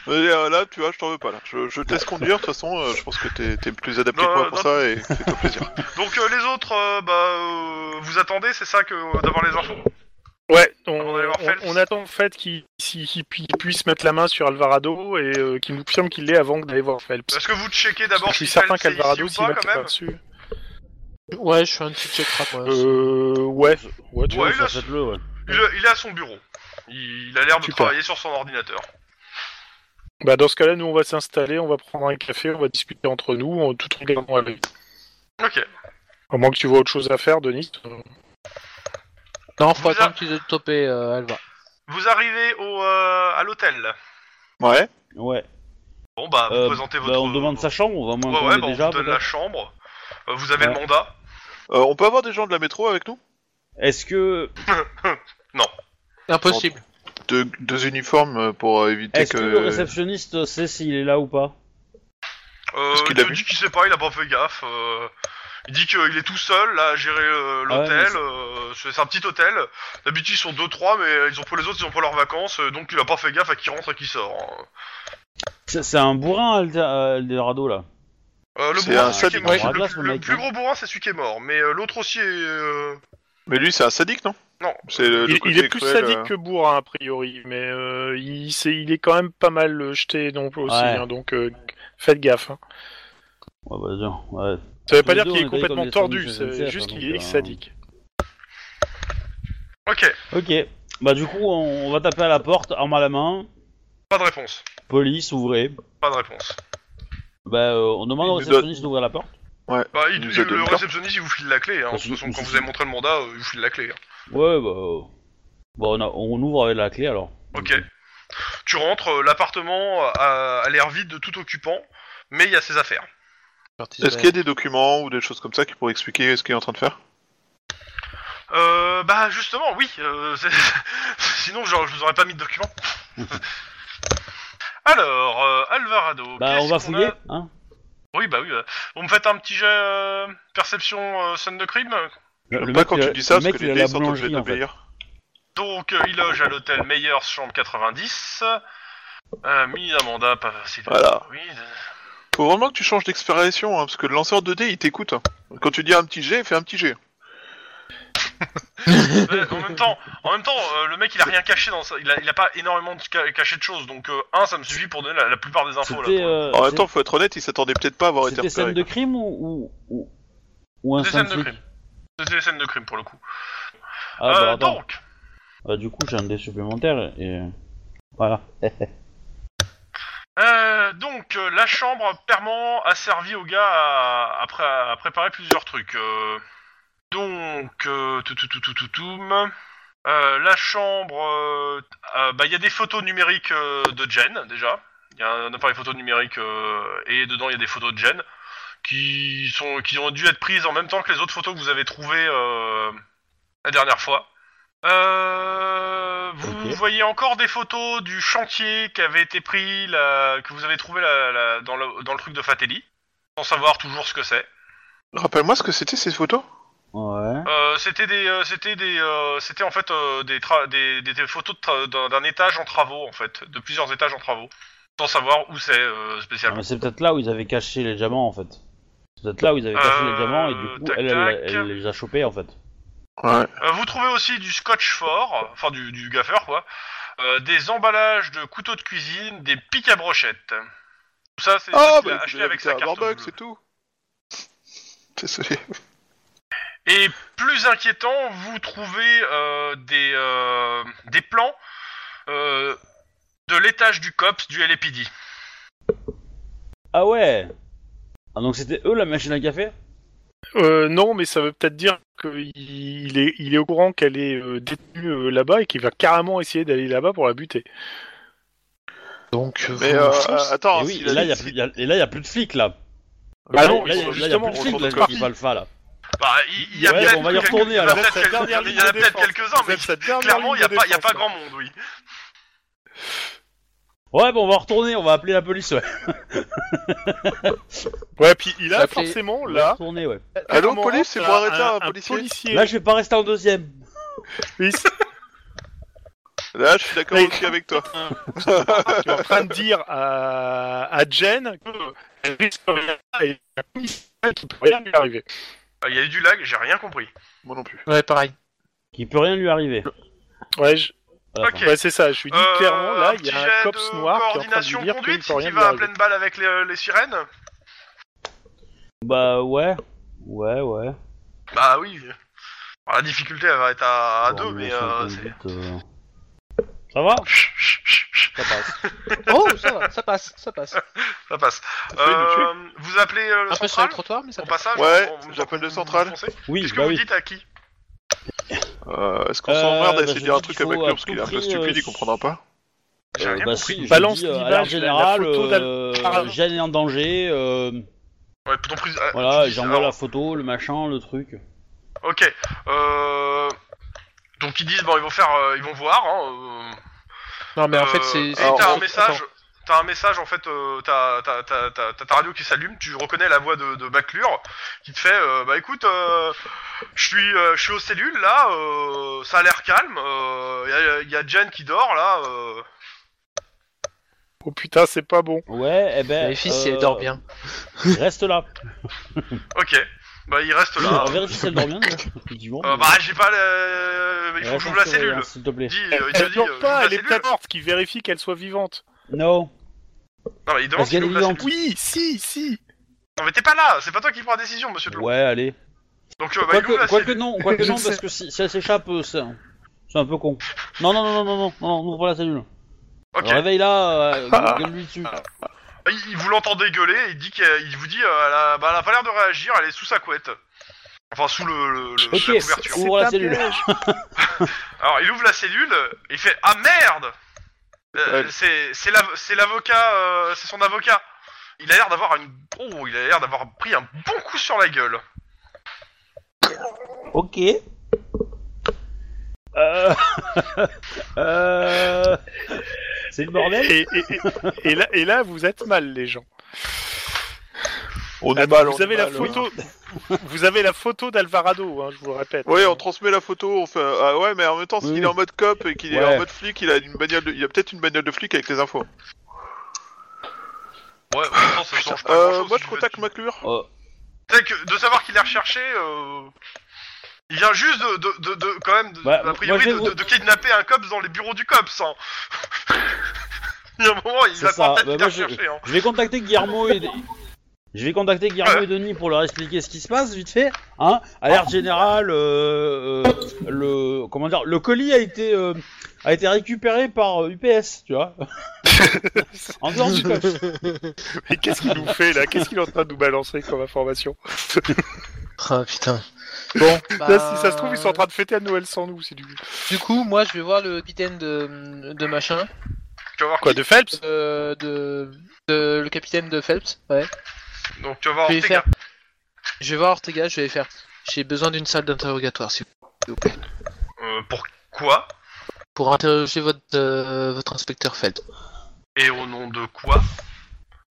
[SPEAKER 5] Mais, euh, là, tu vois, je t'en veux pas. Là. Je, je te laisse conduire, de toute façon, euh, je pense que t'es t'es plus adapté
[SPEAKER 2] Non,
[SPEAKER 5] que moi pour
[SPEAKER 2] non.
[SPEAKER 5] ça et fais-toi plaisir.
[SPEAKER 2] Donc euh, les autres, euh, bah, euh, vous attendez, c'est ça que euh, d'avoir les infos.
[SPEAKER 3] Ouais, on,
[SPEAKER 2] On va aller voir
[SPEAKER 3] on-
[SPEAKER 2] Phelps.
[SPEAKER 3] on attend en fait qu'il s'il- qu'il pu- qu'il puisse mettre la main sur Alvarado et euh, qu'il nous confirme qu'il l'est avant d'aller voir Phelps.
[SPEAKER 2] Est-ce que vous checkez
[SPEAKER 3] Parce
[SPEAKER 2] Bah, d'abord
[SPEAKER 3] que je suis
[SPEAKER 2] si
[SPEAKER 3] certain
[SPEAKER 2] Phelps est ici
[SPEAKER 3] qu'Alvarado,
[SPEAKER 2] ou
[SPEAKER 3] s'il
[SPEAKER 2] pas
[SPEAKER 3] m'a
[SPEAKER 2] quand même
[SPEAKER 3] dessus.
[SPEAKER 1] euh,
[SPEAKER 4] Ouais, je suis un petit check rap, moi.
[SPEAKER 3] Euh, ouais. Ouais, tu
[SPEAKER 2] Ouais,
[SPEAKER 3] vois,
[SPEAKER 2] il a-
[SPEAKER 1] le ouais.
[SPEAKER 2] il, il est à son bureau. Il, il a l'air de
[SPEAKER 3] Super.
[SPEAKER 2] travailler sur son ordinateur.
[SPEAKER 3] Bah dans ce cas-là, nous on va s'installer, on va prendre un café, on va discuter entre nous, en tout regardant à l'œil.
[SPEAKER 2] Ok.
[SPEAKER 3] À moins que tu vois autre chose à faire, Denis. euh,
[SPEAKER 4] Non, faut
[SPEAKER 2] Vous
[SPEAKER 4] attendre qu'ils aient topé, euh, Alva.
[SPEAKER 2] Vous arrivez au euh, à l'hôtel.
[SPEAKER 5] Ouais.
[SPEAKER 1] Ouais.
[SPEAKER 2] Bon bah vous
[SPEAKER 1] Euh,
[SPEAKER 2] présentez
[SPEAKER 1] bah,
[SPEAKER 2] votre.
[SPEAKER 1] on demande sa chambre, on va moins
[SPEAKER 2] Ouais
[SPEAKER 1] qu'on
[SPEAKER 2] ouais,
[SPEAKER 1] est
[SPEAKER 2] bah,
[SPEAKER 1] déjà.
[SPEAKER 2] on vous donne
[SPEAKER 1] peut-être.
[SPEAKER 2] la chambre. Euh, vous avez
[SPEAKER 1] Ouais.
[SPEAKER 2] le mandat.
[SPEAKER 5] Euh, on peut avoir des gens de la métro avec nous
[SPEAKER 1] Est-ce que
[SPEAKER 4] Impossible.
[SPEAKER 5] deux, deux uniformes euh, pour euh, éviter
[SPEAKER 1] est-ce
[SPEAKER 5] que...
[SPEAKER 1] que le réceptionniste sait s'il est là ou pas
[SPEAKER 2] Euh,
[SPEAKER 5] Est-ce
[SPEAKER 2] il
[SPEAKER 5] qu'il l'a
[SPEAKER 2] te
[SPEAKER 5] vu
[SPEAKER 2] dit qu'il sait pas, il a pas fait gaffe. euh, il dit qu'il est tout seul là à gérer euh,
[SPEAKER 1] Ah ouais,
[SPEAKER 2] l'hôtel.
[SPEAKER 1] mais c'est-
[SPEAKER 2] euh, c'est c'est un petit hôtel. D'habitude ils sont deux trois, mais ils ont pour les autres ils ont pour leurs vacances, euh, donc il a pas fait gaffe à qui rentre et qui sort. hein.
[SPEAKER 1] C'est c'est un bourrin Alda- Eldorado là.
[SPEAKER 2] Euh, le
[SPEAKER 5] C'est
[SPEAKER 2] bourrin,
[SPEAKER 5] un
[SPEAKER 2] c'est celui qui est
[SPEAKER 5] sadique.
[SPEAKER 2] mort.
[SPEAKER 1] Ouais,
[SPEAKER 2] Le-
[SPEAKER 1] glace,
[SPEAKER 2] le,
[SPEAKER 1] le mec,
[SPEAKER 2] plus
[SPEAKER 1] hein.
[SPEAKER 2] gros bourrin c'est celui qui est mort, mais euh, l'autre aussi est. euh,
[SPEAKER 5] Mais lui, c'est un sadique, non
[SPEAKER 2] Non.
[SPEAKER 5] C'est le, le
[SPEAKER 3] Il,
[SPEAKER 5] côté
[SPEAKER 3] il est plus
[SPEAKER 5] cruel,
[SPEAKER 3] sadique
[SPEAKER 5] euh.
[SPEAKER 3] que bourrin a priori, mais euh, il, c'est- il est quand même pas mal euh, jeté non plus aussi,
[SPEAKER 1] Ouais.
[SPEAKER 3] hein, donc euh, faites gaffe. hein.
[SPEAKER 1] Ouais, bah, tiens, ouais.
[SPEAKER 3] Ça veut pas
[SPEAKER 1] Tous les
[SPEAKER 3] dire
[SPEAKER 1] deux, on
[SPEAKER 3] qu'il est
[SPEAKER 1] est payé comme
[SPEAKER 3] complètement
[SPEAKER 1] des
[SPEAKER 3] tordu,
[SPEAKER 1] sandwichs
[SPEAKER 3] c'est
[SPEAKER 1] SNCF,
[SPEAKER 3] juste qu'il
[SPEAKER 1] donc,
[SPEAKER 3] est
[SPEAKER 1] euh,
[SPEAKER 3] sadique.
[SPEAKER 2] Ok,
[SPEAKER 1] Ok. Bah du coup, on, on va taper à la porte, arme à la main,
[SPEAKER 2] pas de réponse,
[SPEAKER 1] police, ouvrez.
[SPEAKER 2] pas de réponse.
[SPEAKER 1] Bah euh, on demande au
[SPEAKER 5] Il nous
[SPEAKER 1] réceptionniste d'ouvrir la porte.
[SPEAKER 2] Bah, il-
[SPEAKER 5] Il nous
[SPEAKER 2] il-
[SPEAKER 5] a donné
[SPEAKER 2] le
[SPEAKER 5] peur.
[SPEAKER 2] réceptionniste il vous file la clé. Hein.
[SPEAKER 1] Ah,
[SPEAKER 2] De toute
[SPEAKER 1] si,
[SPEAKER 2] façon,
[SPEAKER 1] si,
[SPEAKER 2] quand
[SPEAKER 1] si.
[SPEAKER 2] vous avez montré le mandat, euh, il vous file la clé. hein.
[SPEAKER 1] Ouais, bah. euh, Bon, on, a- on ouvre avec la clé alors.
[SPEAKER 2] Ok. Tu rentres, euh, l'appartement a, a l'air vide de tout occupant, mais il y a ses affaires.
[SPEAKER 5] euh, Est-ce qu'il y a des documents ou des choses comme ça qui pourraient expliquer ce qu'il est en train de faire
[SPEAKER 2] Euh, bah justement, oui. euh, c'est- Sinon, genre, je vous aurais pas mis de documents. Alors, euh, Alvarado.
[SPEAKER 1] Bah
[SPEAKER 2] qu'est-ce
[SPEAKER 1] on va
[SPEAKER 2] qu'on
[SPEAKER 1] fouiller,
[SPEAKER 2] a
[SPEAKER 1] hein
[SPEAKER 2] Oui, bah oui. euh, Vous me faites un petit jet euh, perception euh, scène de crime.
[SPEAKER 5] J'aime
[SPEAKER 1] mec,
[SPEAKER 5] Euh, pas quand
[SPEAKER 1] il a-
[SPEAKER 5] tu dis ça,
[SPEAKER 1] le
[SPEAKER 5] parce
[SPEAKER 1] mec, il
[SPEAKER 5] que les
[SPEAKER 1] a
[SPEAKER 5] dés
[SPEAKER 1] la
[SPEAKER 5] sont obligés
[SPEAKER 1] boulangerie en fait.
[SPEAKER 5] d'obéir.
[SPEAKER 2] Donc, euh, il loge à l'hôtel Meyers, chambre 90. Euh, mis un mandat, pas facile.
[SPEAKER 5] Voilà.
[SPEAKER 2] Oui, euh,
[SPEAKER 5] Faut vraiment que tu changes d'expression, hein, parce que le lanceur de dés, il t'écoute. hein. Quand tu dis un petit G, fais un petit G.
[SPEAKER 2] euh, en même temps, en même temps, euh, le mec il a rien caché dans ça. Il a, il a pas énormément de ca- caché de choses. Donc euh, un, ça me suffit pour donner la, la plupart des infos là.
[SPEAKER 1] C'était
[SPEAKER 2] pour-
[SPEAKER 1] euh,
[SPEAKER 5] En même temps, faut être honnête, il s'attendait peut-être pas à avoir été
[SPEAKER 1] c'était
[SPEAKER 5] repéré.
[SPEAKER 1] scène de crime ou ou ou, ou un
[SPEAKER 2] C'était scène de
[SPEAKER 1] flic
[SPEAKER 2] crime. C'était des scènes de crime pour le coup.
[SPEAKER 1] Ah bah
[SPEAKER 2] Euh,
[SPEAKER 1] attends.
[SPEAKER 2] donc,
[SPEAKER 1] Bah du coup, j'ai un dé supplémentaire et voilà.
[SPEAKER 2] Euh, donc euh, la chambre permanent a servi au gars à, à pré- à préparer plusieurs trucs. Euh, donc euh, tout tout tout tout tout toum. Euh, la chambre, euh, euh, bah il y a des photos numériques euh, de Jen déjà. Il y a un appareil photo numérique euh, et dedans il y a des photos de Jen qui sont qui ont dû être prises en même temps que les autres photos que vous avez trouvées euh, la dernière fois. Euh, vous
[SPEAKER 1] Ok.
[SPEAKER 2] voyez encore des photos du chantier qui avait été pris, la- que vous avez trouvé la- la- dans, le, dans le truc de Fatelli, sans savoir toujours ce que c'est.
[SPEAKER 5] Rappelle-moi ce que c'était ces photos
[SPEAKER 1] Ouais.
[SPEAKER 2] Euh, c'était des, euh, c'était des, euh, c'était en fait euh, des, tra- des, des- des photos de tra- d'un d'un étage en travaux en fait, de plusieurs étages en travaux, sans savoir où c'est euh,
[SPEAKER 1] Ah,
[SPEAKER 2] spécialement.
[SPEAKER 1] mais c'est peut-être là où ils avaient caché les diamants en fait. C'est peut-être là où ils avaient caché les diamants et du coup
[SPEAKER 3] Euh,
[SPEAKER 2] tac,
[SPEAKER 1] elle, elle-
[SPEAKER 2] tac.
[SPEAKER 1] elle les a chopés en fait.
[SPEAKER 5] Ouais.
[SPEAKER 2] Euh, vous trouvez aussi du scotch fort, enfin du, du gaffeur quoi, euh, des emballages de couteaux de cuisine, des pics à brochettes. Tout ça c'est ça
[SPEAKER 5] Ah,
[SPEAKER 2] qu'il a
[SPEAKER 5] bah
[SPEAKER 2] acheté avec sa
[SPEAKER 5] un
[SPEAKER 2] carte
[SPEAKER 5] Barbuck,
[SPEAKER 2] bleue.
[SPEAKER 5] c'est tout. Désolé.
[SPEAKER 2] Et plus inquiétant, vous trouvez euh, des, euh, des plans euh, de l'étage du COPS du LAPD.
[SPEAKER 1] Ah ouais Ah donc c'était eux la machine à café
[SPEAKER 3] Euh, non, mais ça veut peut-être dire qu'il est, il est au courant qu'elle est euh, détenue euh, là-bas et qu'il va carrément essayer d'aller là-bas pour la buter.
[SPEAKER 4] Donc,
[SPEAKER 5] Mais
[SPEAKER 4] vous-
[SPEAKER 5] euh,
[SPEAKER 4] fonce.
[SPEAKER 5] attends,
[SPEAKER 1] et, oui,
[SPEAKER 5] s'il
[SPEAKER 1] et
[SPEAKER 5] a
[SPEAKER 1] là
[SPEAKER 5] dit-
[SPEAKER 1] il y a plus- il y a- et là, il y a plus de flics là.
[SPEAKER 3] Bah
[SPEAKER 1] là
[SPEAKER 3] non,
[SPEAKER 1] il y a-
[SPEAKER 3] ils sont
[SPEAKER 1] là, il y a
[SPEAKER 3] justement
[SPEAKER 1] plus de flics
[SPEAKER 3] retournés
[SPEAKER 1] là,
[SPEAKER 3] de
[SPEAKER 1] qui arrivent
[SPEAKER 3] parti.
[SPEAKER 1] à Alpha là.
[SPEAKER 2] Bah, il il y a
[SPEAKER 1] Ouais,
[SPEAKER 2] peut-être
[SPEAKER 1] on va y
[SPEAKER 2] quelques-
[SPEAKER 1] retourner,
[SPEAKER 2] il y en a
[SPEAKER 1] alors.
[SPEAKER 2] peut-être
[SPEAKER 3] Cette dernière
[SPEAKER 2] quelques- il y en a
[SPEAKER 3] ligne de
[SPEAKER 2] peut-être
[SPEAKER 3] défense.
[SPEAKER 2] quelques-uns, mais
[SPEAKER 3] Vous êtes sa dernière
[SPEAKER 2] clairement, il
[SPEAKER 3] ligne
[SPEAKER 2] n'y a,
[SPEAKER 3] de
[SPEAKER 2] pas- il y a
[SPEAKER 3] défense,
[SPEAKER 2] pas
[SPEAKER 3] là.
[SPEAKER 2] grand monde, oui.
[SPEAKER 1] Ouais bon on va retourner, on va appeler la police
[SPEAKER 3] Oh
[SPEAKER 1] ouais.
[SPEAKER 3] Ouais, puis il
[SPEAKER 4] Ça
[SPEAKER 3] a
[SPEAKER 4] fait-
[SPEAKER 3] forcément
[SPEAKER 1] On va
[SPEAKER 3] là.
[SPEAKER 1] retourner ouais.
[SPEAKER 5] Allô,
[SPEAKER 3] clairement,
[SPEAKER 5] police, c'est
[SPEAKER 3] t'as
[SPEAKER 5] pour arrêter un policier
[SPEAKER 3] policier.
[SPEAKER 1] Là je vais pas rester en deuxième.
[SPEAKER 3] Oui,
[SPEAKER 5] Là, je suis d'accord
[SPEAKER 3] Mais-
[SPEAKER 5] aussi avec toi.
[SPEAKER 3] tu es en train de dire à, à Jen qu'elle risque rien et un commissaire qui peut rien lui arriver.
[SPEAKER 2] Ah, Il y a eu du lag, j'ai rien compris.
[SPEAKER 5] Moi non plus.
[SPEAKER 4] Ouais, pareil.
[SPEAKER 1] Qui peut rien lui arriver.
[SPEAKER 3] Ouais, je-
[SPEAKER 1] À la
[SPEAKER 2] Ok.
[SPEAKER 3] ouais, c'est ça, je lui dis
[SPEAKER 2] Euh,
[SPEAKER 3] Bah, clairement, là,
[SPEAKER 2] un
[SPEAKER 3] il y
[SPEAKER 2] petit
[SPEAKER 3] a
[SPEAKER 2] jet
[SPEAKER 3] un
[SPEAKER 2] de
[SPEAKER 3] cops noir qui est en train de
[SPEAKER 2] coordination
[SPEAKER 3] lui dire qu'il
[SPEAKER 2] conduite
[SPEAKER 3] peut rien
[SPEAKER 2] qui
[SPEAKER 3] lui
[SPEAKER 2] va à
[SPEAKER 3] arriver.
[SPEAKER 2] pleine balle avec les, les sirènes
[SPEAKER 1] Bah ouais. Ouais, ouais.
[SPEAKER 2] Bah oui. Alors, la difficulté, elle va être à, à
[SPEAKER 1] Bon,
[SPEAKER 2] deux, mais
[SPEAKER 1] sans
[SPEAKER 2] euh, c'est...
[SPEAKER 1] conduite, euh, Ça va
[SPEAKER 2] Chut, chut, chut, chut,
[SPEAKER 1] Ça passe.
[SPEAKER 4] Oh, ça va, ça passe, ça passe.
[SPEAKER 2] Ça passe.
[SPEAKER 5] T'as failli nous tuer.
[SPEAKER 2] Euh, vous appelez euh, le
[SPEAKER 1] Ah,
[SPEAKER 4] Un peu sur le
[SPEAKER 2] central
[SPEAKER 4] trottoir, mais ça
[SPEAKER 2] Au
[SPEAKER 4] passe.
[SPEAKER 2] passage
[SPEAKER 5] Ouais,
[SPEAKER 2] on- on-
[SPEAKER 5] j'appelle le
[SPEAKER 2] vous-
[SPEAKER 5] central.
[SPEAKER 2] vous foncez
[SPEAKER 1] Oui,
[SPEAKER 2] Qu'est-ce que
[SPEAKER 1] bah
[SPEAKER 2] vous
[SPEAKER 1] oui.
[SPEAKER 2] dites à qui
[SPEAKER 5] Euh, Est-ce qu'on
[SPEAKER 1] Euh,
[SPEAKER 5] s'emmerde à
[SPEAKER 1] bah,
[SPEAKER 5] essayer de
[SPEAKER 1] je
[SPEAKER 5] dire un
[SPEAKER 1] dis
[SPEAKER 5] truc
[SPEAKER 1] qu'il
[SPEAKER 5] avec
[SPEAKER 1] faut
[SPEAKER 5] lui
[SPEAKER 1] à
[SPEAKER 5] parce qu'il
[SPEAKER 1] tout
[SPEAKER 5] est un peu
[SPEAKER 1] prix,
[SPEAKER 5] stupide,
[SPEAKER 1] euh,
[SPEAKER 5] il comprendra pas
[SPEAKER 2] J'ai
[SPEAKER 1] Euh,
[SPEAKER 2] rien
[SPEAKER 1] bah
[SPEAKER 2] compris.
[SPEAKER 1] si, je
[SPEAKER 3] Balance
[SPEAKER 1] dis, euh,
[SPEAKER 3] l'image,
[SPEAKER 1] alerte
[SPEAKER 3] la-
[SPEAKER 1] générale,
[SPEAKER 3] la photo d'Al-
[SPEAKER 2] Ah.
[SPEAKER 1] euh,
[SPEAKER 3] Charles.
[SPEAKER 1] Jeanne est en danger, euh,
[SPEAKER 2] Ouais, ton prise- ah,
[SPEAKER 1] voilà,
[SPEAKER 2] tu dis-
[SPEAKER 1] j'envoie la
[SPEAKER 2] alors,
[SPEAKER 1] photo, le machin, le truc.
[SPEAKER 2] Ok. Euh... Donc ils disent bon ils vont faire euh, ils vont voir hein, euh,
[SPEAKER 4] Non, mais Ben, en fait,
[SPEAKER 2] Euh,
[SPEAKER 4] c'est.
[SPEAKER 2] et
[SPEAKER 4] c'est-
[SPEAKER 2] t'as un
[SPEAKER 4] attends.
[SPEAKER 2] message. T'as un message en fait, euh, t'as t'as- t'as- t'as- t'as ta radio qui s'allume, tu reconnais la voix de, de Baclure qui te fait euh, Bah écoute, euh, je suis euh, je suis aux cellules là, euh, ça a l'air calme, il y, a Jen qui dort là. euh.
[SPEAKER 3] Oh putain, c'est pas bon.
[SPEAKER 1] Ouais, eh ben.
[SPEAKER 4] Les filles, si
[SPEAKER 1] euh,
[SPEAKER 4] elle dort bien.
[SPEAKER 1] Reste là.
[SPEAKER 2] Ok, bah il reste là.
[SPEAKER 1] Alors, vérifie si elle dort bien, d'ailleurs, effectivement.
[SPEAKER 2] Euh, bah j'ai pas le. Il faut que
[SPEAKER 1] Reste
[SPEAKER 2] j'ouvre la
[SPEAKER 1] en surveillance,
[SPEAKER 2] cellule.
[SPEAKER 1] S'il te plaît.
[SPEAKER 2] Il, dit, euh, il te
[SPEAKER 3] Elle
[SPEAKER 2] dit,
[SPEAKER 3] dort
[SPEAKER 2] euh, j'ouvre
[SPEAKER 3] pas,
[SPEAKER 2] la
[SPEAKER 3] elle est
[SPEAKER 2] cellule.
[SPEAKER 3] peut-être morte, qui vérifie qu'elle soit vivante.
[SPEAKER 1] Non.
[SPEAKER 2] Non mais il demande
[SPEAKER 1] Parce
[SPEAKER 2] si
[SPEAKER 1] qu'elle est
[SPEAKER 2] j'ouvre la
[SPEAKER 1] vivante.
[SPEAKER 2] cellule.
[SPEAKER 3] Oui, si, si.
[SPEAKER 2] Non mais t'es pas là, c'est pas toi qui prends la décision, monsieur Blond.
[SPEAKER 1] Ouais, allez.
[SPEAKER 2] Donc euh, bah, il ouvre
[SPEAKER 1] Quoique
[SPEAKER 2] la
[SPEAKER 1] quoique
[SPEAKER 2] cellule.
[SPEAKER 1] non, quoique
[SPEAKER 3] Je
[SPEAKER 1] non,
[SPEAKER 3] sais.
[SPEAKER 1] parce que si, si elle s'échappe, euh, c'est un, c'est un peu con. Non, non, non, non, non, non, non, non, ouvre la cellule.
[SPEAKER 2] Ok. Ah, Bah,
[SPEAKER 1] Réveille-la, euh, gueule-lui dessus.
[SPEAKER 2] Il il vous l'entend dégueuler et il, dit qu'il- il vous dit euh, elle, a, bah, elle a pas l'air de réagir, elle est sous sa couette. Enfin, sous le, le- le-
[SPEAKER 1] Ok.
[SPEAKER 2] la couverture.
[SPEAKER 1] Ouvre la
[SPEAKER 3] C'est un
[SPEAKER 1] cellule.
[SPEAKER 3] piège.
[SPEAKER 2] Alors, il ouvre la cellule et il fait Ah merde Euh,
[SPEAKER 5] Ouais.
[SPEAKER 2] c'est- C'est l'av- c'est l'avocat, euh, c'est son avocat. Il a l'air d'avoir une. Oh, il a l'air d'avoir pris un bon coup sur la gueule.
[SPEAKER 1] Ok. Euh... euh... C'est le bordel
[SPEAKER 3] Et, et- et- et là, et là, vous êtes mal, les gens.
[SPEAKER 5] On
[SPEAKER 3] Ah,
[SPEAKER 5] est mal, hein.
[SPEAKER 3] vous, avez la photo, vous avez la photo d'Alvarado, hein, je vous le répète.
[SPEAKER 5] Oui, on transmet la photo, on fait... Ah ouais, mais en même temps, s'il
[SPEAKER 1] Oui.
[SPEAKER 5] est en mode cop et qu'il est
[SPEAKER 1] Ouais.
[SPEAKER 5] en mode flic, il a une bagnole de- il a peut-être une bagnole de flic avec les infos.
[SPEAKER 2] Ouais, en même temps, ça change pas
[SPEAKER 5] Euh,
[SPEAKER 2] grand-chose,
[SPEAKER 5] moi,
[SPEAKER 2] si
[SPEAKER 5] je
[SPEAKER 2] veux.
[SPEAKER 5] contacte McClure.
[SPEAKER 1] Euh,
[SPEAKER 2] C'est que de savoir qu'il est recherché, euh, il vient juste de, de, de, de- quand même, de,
[SPEAKER 1] Bah,
[SPEAKER 2] a
[SPEAKER 1] moi,
[SPEAKER 2] priori,
[SPEAKER 1] je
[SPEAKER 2] de,
[SPEAKER 1] vais vous-
[SPEAKER 2] de- de kidnapper un cops dans les bureaux du cops. Hein. il y a un moment, il
[SPEAKER 1] C'est
[SPEAKER 2] a pas
[SPEAKER 1] ça.
[SPEAKER 2] tête
[SPEAKER 1] Bah,
[SPEAKER 2] qu'il est
[SPEAKER 1] moi, je-
[SPEAKER 2] recherché. Hein.
[SPEAKER 1] Je vais contacter Guillermo et... Je vais contacter Guillermo et Denis pour leur expliquer ce qui se passe, vite fait. Hein Alerte générale, euh, euh, le... Comment dire Le colis a été, euh, a été récupéré par euh, UPS, tu vois. en dehors du cops.
[SPEAKER 3] Mais qu'est-ce qu'il nous fait là Qu'est-ce qu'il est en train de nous balancer comme information
[SPEAKER 4] Ah putain. Bon,
[SPEAKER 3] Là, si ça se trouve, ils sont en train de fêter à Noël sans nous. C'est du
[SPEAKER 4] Bah, Du coup, moi, je vais voir le capitaine de, de machin,
[SPEAKER 2] Tu vas voir
[SPEAKER 3] quoi
[SPEAKER 2] qui-
[SPEAKER 3] de Phelps
[SPEAKER 4] euh, de, de- le capitaine de Phelps. Ouais.
[SPEAKER 2] Donc tu vas voir
[SPEAKER 4] Je vais
[SPEAKER 2] Ortega.
[SPEAKER 4] faire. Je vais voir Ortega. Je vais faire. J'ai besoin d'une salle d'interrogatoire. Si... s'il vous plaît,
[SPEAKER 2] Euh, pourquoi
[SPEAKER 4] pour interroger votre, euh, votre inspecteur Feld.
[SPEAKER 2] Et au nom de quoi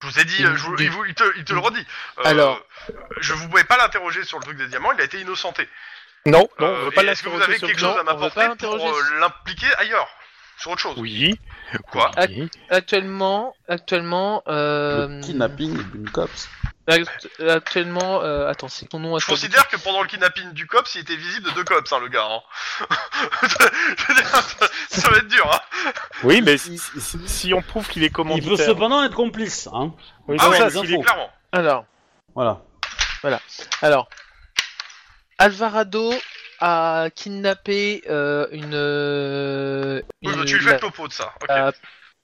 [SPEAKER 2] Je vous ai dit, euh, je vous- il, vous- il te, il te le redit. Euh,
[SPEAKER 4] Alors.
[SPEAKER 2] Je vous pouvais pas l'interroger sur le truc des diamants, il a été innocenté.
[SPEAKER 3] Non, non, on
[SPEAKER 2] Euh,
[SPEAKER 3] veut pas
[SPEAKER 2] et Est-ce que vous
[SPEAKER 3] l'interroger
[SPEAKER 2] avez
[SPEAKER 3] sur-
[SPEAKER 2] quelque
[SPEAKER 4] Non,
[SPEAKER 2] chose à
[SPEAKER 4] on veut
[SPEAKER 2] m'apporter
[SPEAKER 4] pas
[SPEAKER 2] pour
[SPEAKER 4] l'interroger
[SPEAKER 2] euh,
[SPEAKER 4] sur-
[SPEAKER 2] l'impliquer ailleurs Sur autre chose
[SPEAKER 3] Oui.
[SPEAKER 2] Quoi
[SPEAKER 3] Oui.
[SPEAKER 4] Actuellement, actuellement, euh,
[SPEAKER 1] Le kidnapping d'une copse.
[SPEAKER 4] act- actuellement, euh, attends, c'est ton nom à
[SPEAKER 2] Je
[SPEAKER 4] toi,
[SPEAKER 2] considère que pendant le kidnapping du COPS, il était visible de deux COPS, hein, le gars. hein. Je veux dire, ça, ça va être dur, hein.
[SPEAKER 3] Oui, mais si, si- si on prouve qu'il est
[SPEAKER 1] Il peut
[SPEAKER 3] commanditaire.
[SPEAKER 1] cependant être complice, hein.
[SPEAKER 3] Oui,
[SPEAKER 2] Ah
[SPEAKER 3] c'est
[SPEAKER 2] ouais,
[SPEAKER 3] ça,
[SPEAKER 1] les
[SPEAKER 3] s'il est-
[SPEAKER 1] infos.
[SPEAKER 2] clairement.
[SPEAKER 4] Alors,
[SPEAKER 1] Voilà.
[SPEAKER 4] alors, Alvarado a kidnappé euh, une. euh,
[SPEAKER 2] Oui,
[SPEAKER 4] une-
[SPEAKER 2] bah, tu lui fais
[SPEAKER 4] la-
[SPEAKER 2] le topo de ça. ok.
[SPEAKER 4] la-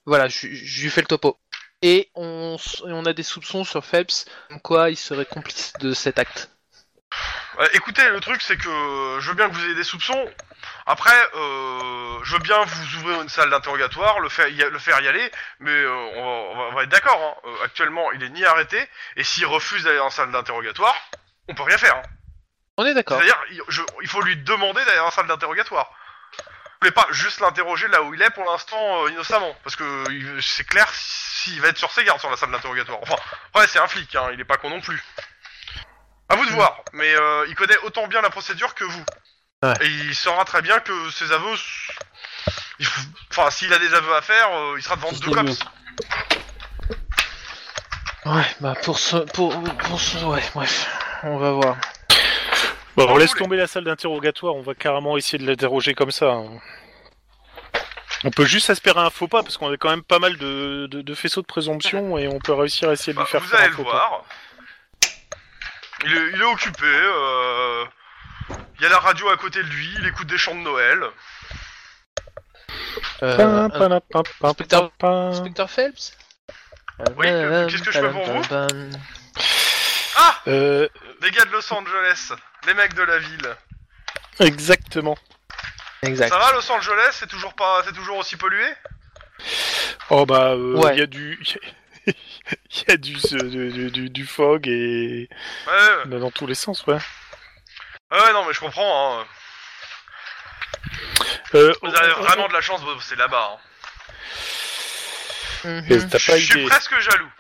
[SPEAKER 4] Voilà, je, je lui fais le topo. Et on, s- et on a des soupçons sur Phelps, comme quoi il serait complice de cet acte.
[SPEAKER 2] Euh, écoutez, le truc, c'est que je veux bien que vous ayez des soupçons. Après, euh, je veux bien vous ouvrir une salle d'interrogatoire, le faire, y, le faire y aller, mais euh, on, va, on va- on va être d'accord. hein. Euh, actuellement, il est ni arrêté, et s'il refuse d'aller en salle d'interrogatoire, on peut rien faire. hein.
[SPEAKER 4] On est d'accord.
[SPEAKER 2] C'est-à-dire, il, je- il faut lui demander d'aller en salle d'interrogatoire. Vous pouvez pas juste l'interroger là où il est pour l'instant euh, innocemment, parce que euh, il- c'est clair s'il va être sur ses gardes sur la salle d'interrogatoire. Enfin, après c'est un flic, hein, il est pas con non plus. À vous de voir, mais euh, il connaît autant bien la procédure que vous.
[SPEAKER 3] Ouais.
[SPEAKER 2] Et il saura très bien que ses aveux, s- il f- enfin s'il a des aveux à faire, euh, il sera devant
[SPEAKER 1] Ce
[SPEAKER 2] deux
[SPEAKER 1] serait
[SPEAKER 2] cops.
[SPEAKER 4] Ouais, bah pour ce. Pour, pour ce. Ouais, bref. On va voir.
[SPEAKER 3] Bon, Bah, on
[SPEAKER 2] Vous
[SPEAKER 3] laisse
[SPEAKER 2] voulez.
[SPEAKER 3] tomber la salle d'interrogatoire, on va carrément essayer de l'interroger comme ça. hein. On peut juste espérer un faux pas, parce qu'on a quand même pas mal de, de- de faisceaux de présomption, et on peut réussir à essayer de
[SPEAKER 2] Bah,
[SPEAKER 3] lui faire
[SPEAKER 2] vous
[SPEAKER 3] faire
[SPEAKER 2] allez
[SPEAKER 3] un
[SPEAKER 2] le
[SPEAKER 3] faux pas.
[SPEAKER 2] voir. Il est, il est occupé. euh, Il y a la radio à côté de lui. Il écoute des chants de Noël.
[SPEAKER 4] Euh,
[SPEAKER 3] Pam, pam, pam, pam,
[SPEAKER 4] Inspecteur-
[SPEAKER 3] pam.
[SPEAKER 4] Inspecteur Phelps
[SPEAKER 2] Oui, que- qu'est-ce que je peux pour vous
[SPEAKER 4] Tadam.
[SPEAKER 2] Ah
[SPEAKER 3] Euh,
[SPEAKER 2] Les gars de Los Angeles. Les mecs de la ville.
[SPEAKER 3] exactement.
[SPEAKER 4] Exact.
[SPEAKER 2] Ça va Los Angeles C'est toujours pas, c'est toujours aussi pollué
[SPEAKER 3] Oh bah, euh, il
[SPEAKER 4] Ouais.
[SPEAKER 3] y a du... Il y a du, ce- du, du- du fog et
[SPEAKER 2] Ouais, Ouais. Ah
[SPEAKER 3] bah, dans tous les sens, ouais.
[SPEAKER 2] ouais, ouais, non mais je comprends. Hein.
[SPEAKER 3] Euh,
[SPEAKER 2] Vous avez vraiment de la chance. de bosser là-bas. hein.
[SPEAKER 3] Et
[SPEAKER 4] Mhm.
[SPEAKER 3] T'as
[SPEAKER 2] Je
[SPEAKER 3] pas
[SPEAKER 2] suis
[SPEAKER 3] idée.
[SPEAKER 2] presque jaloux.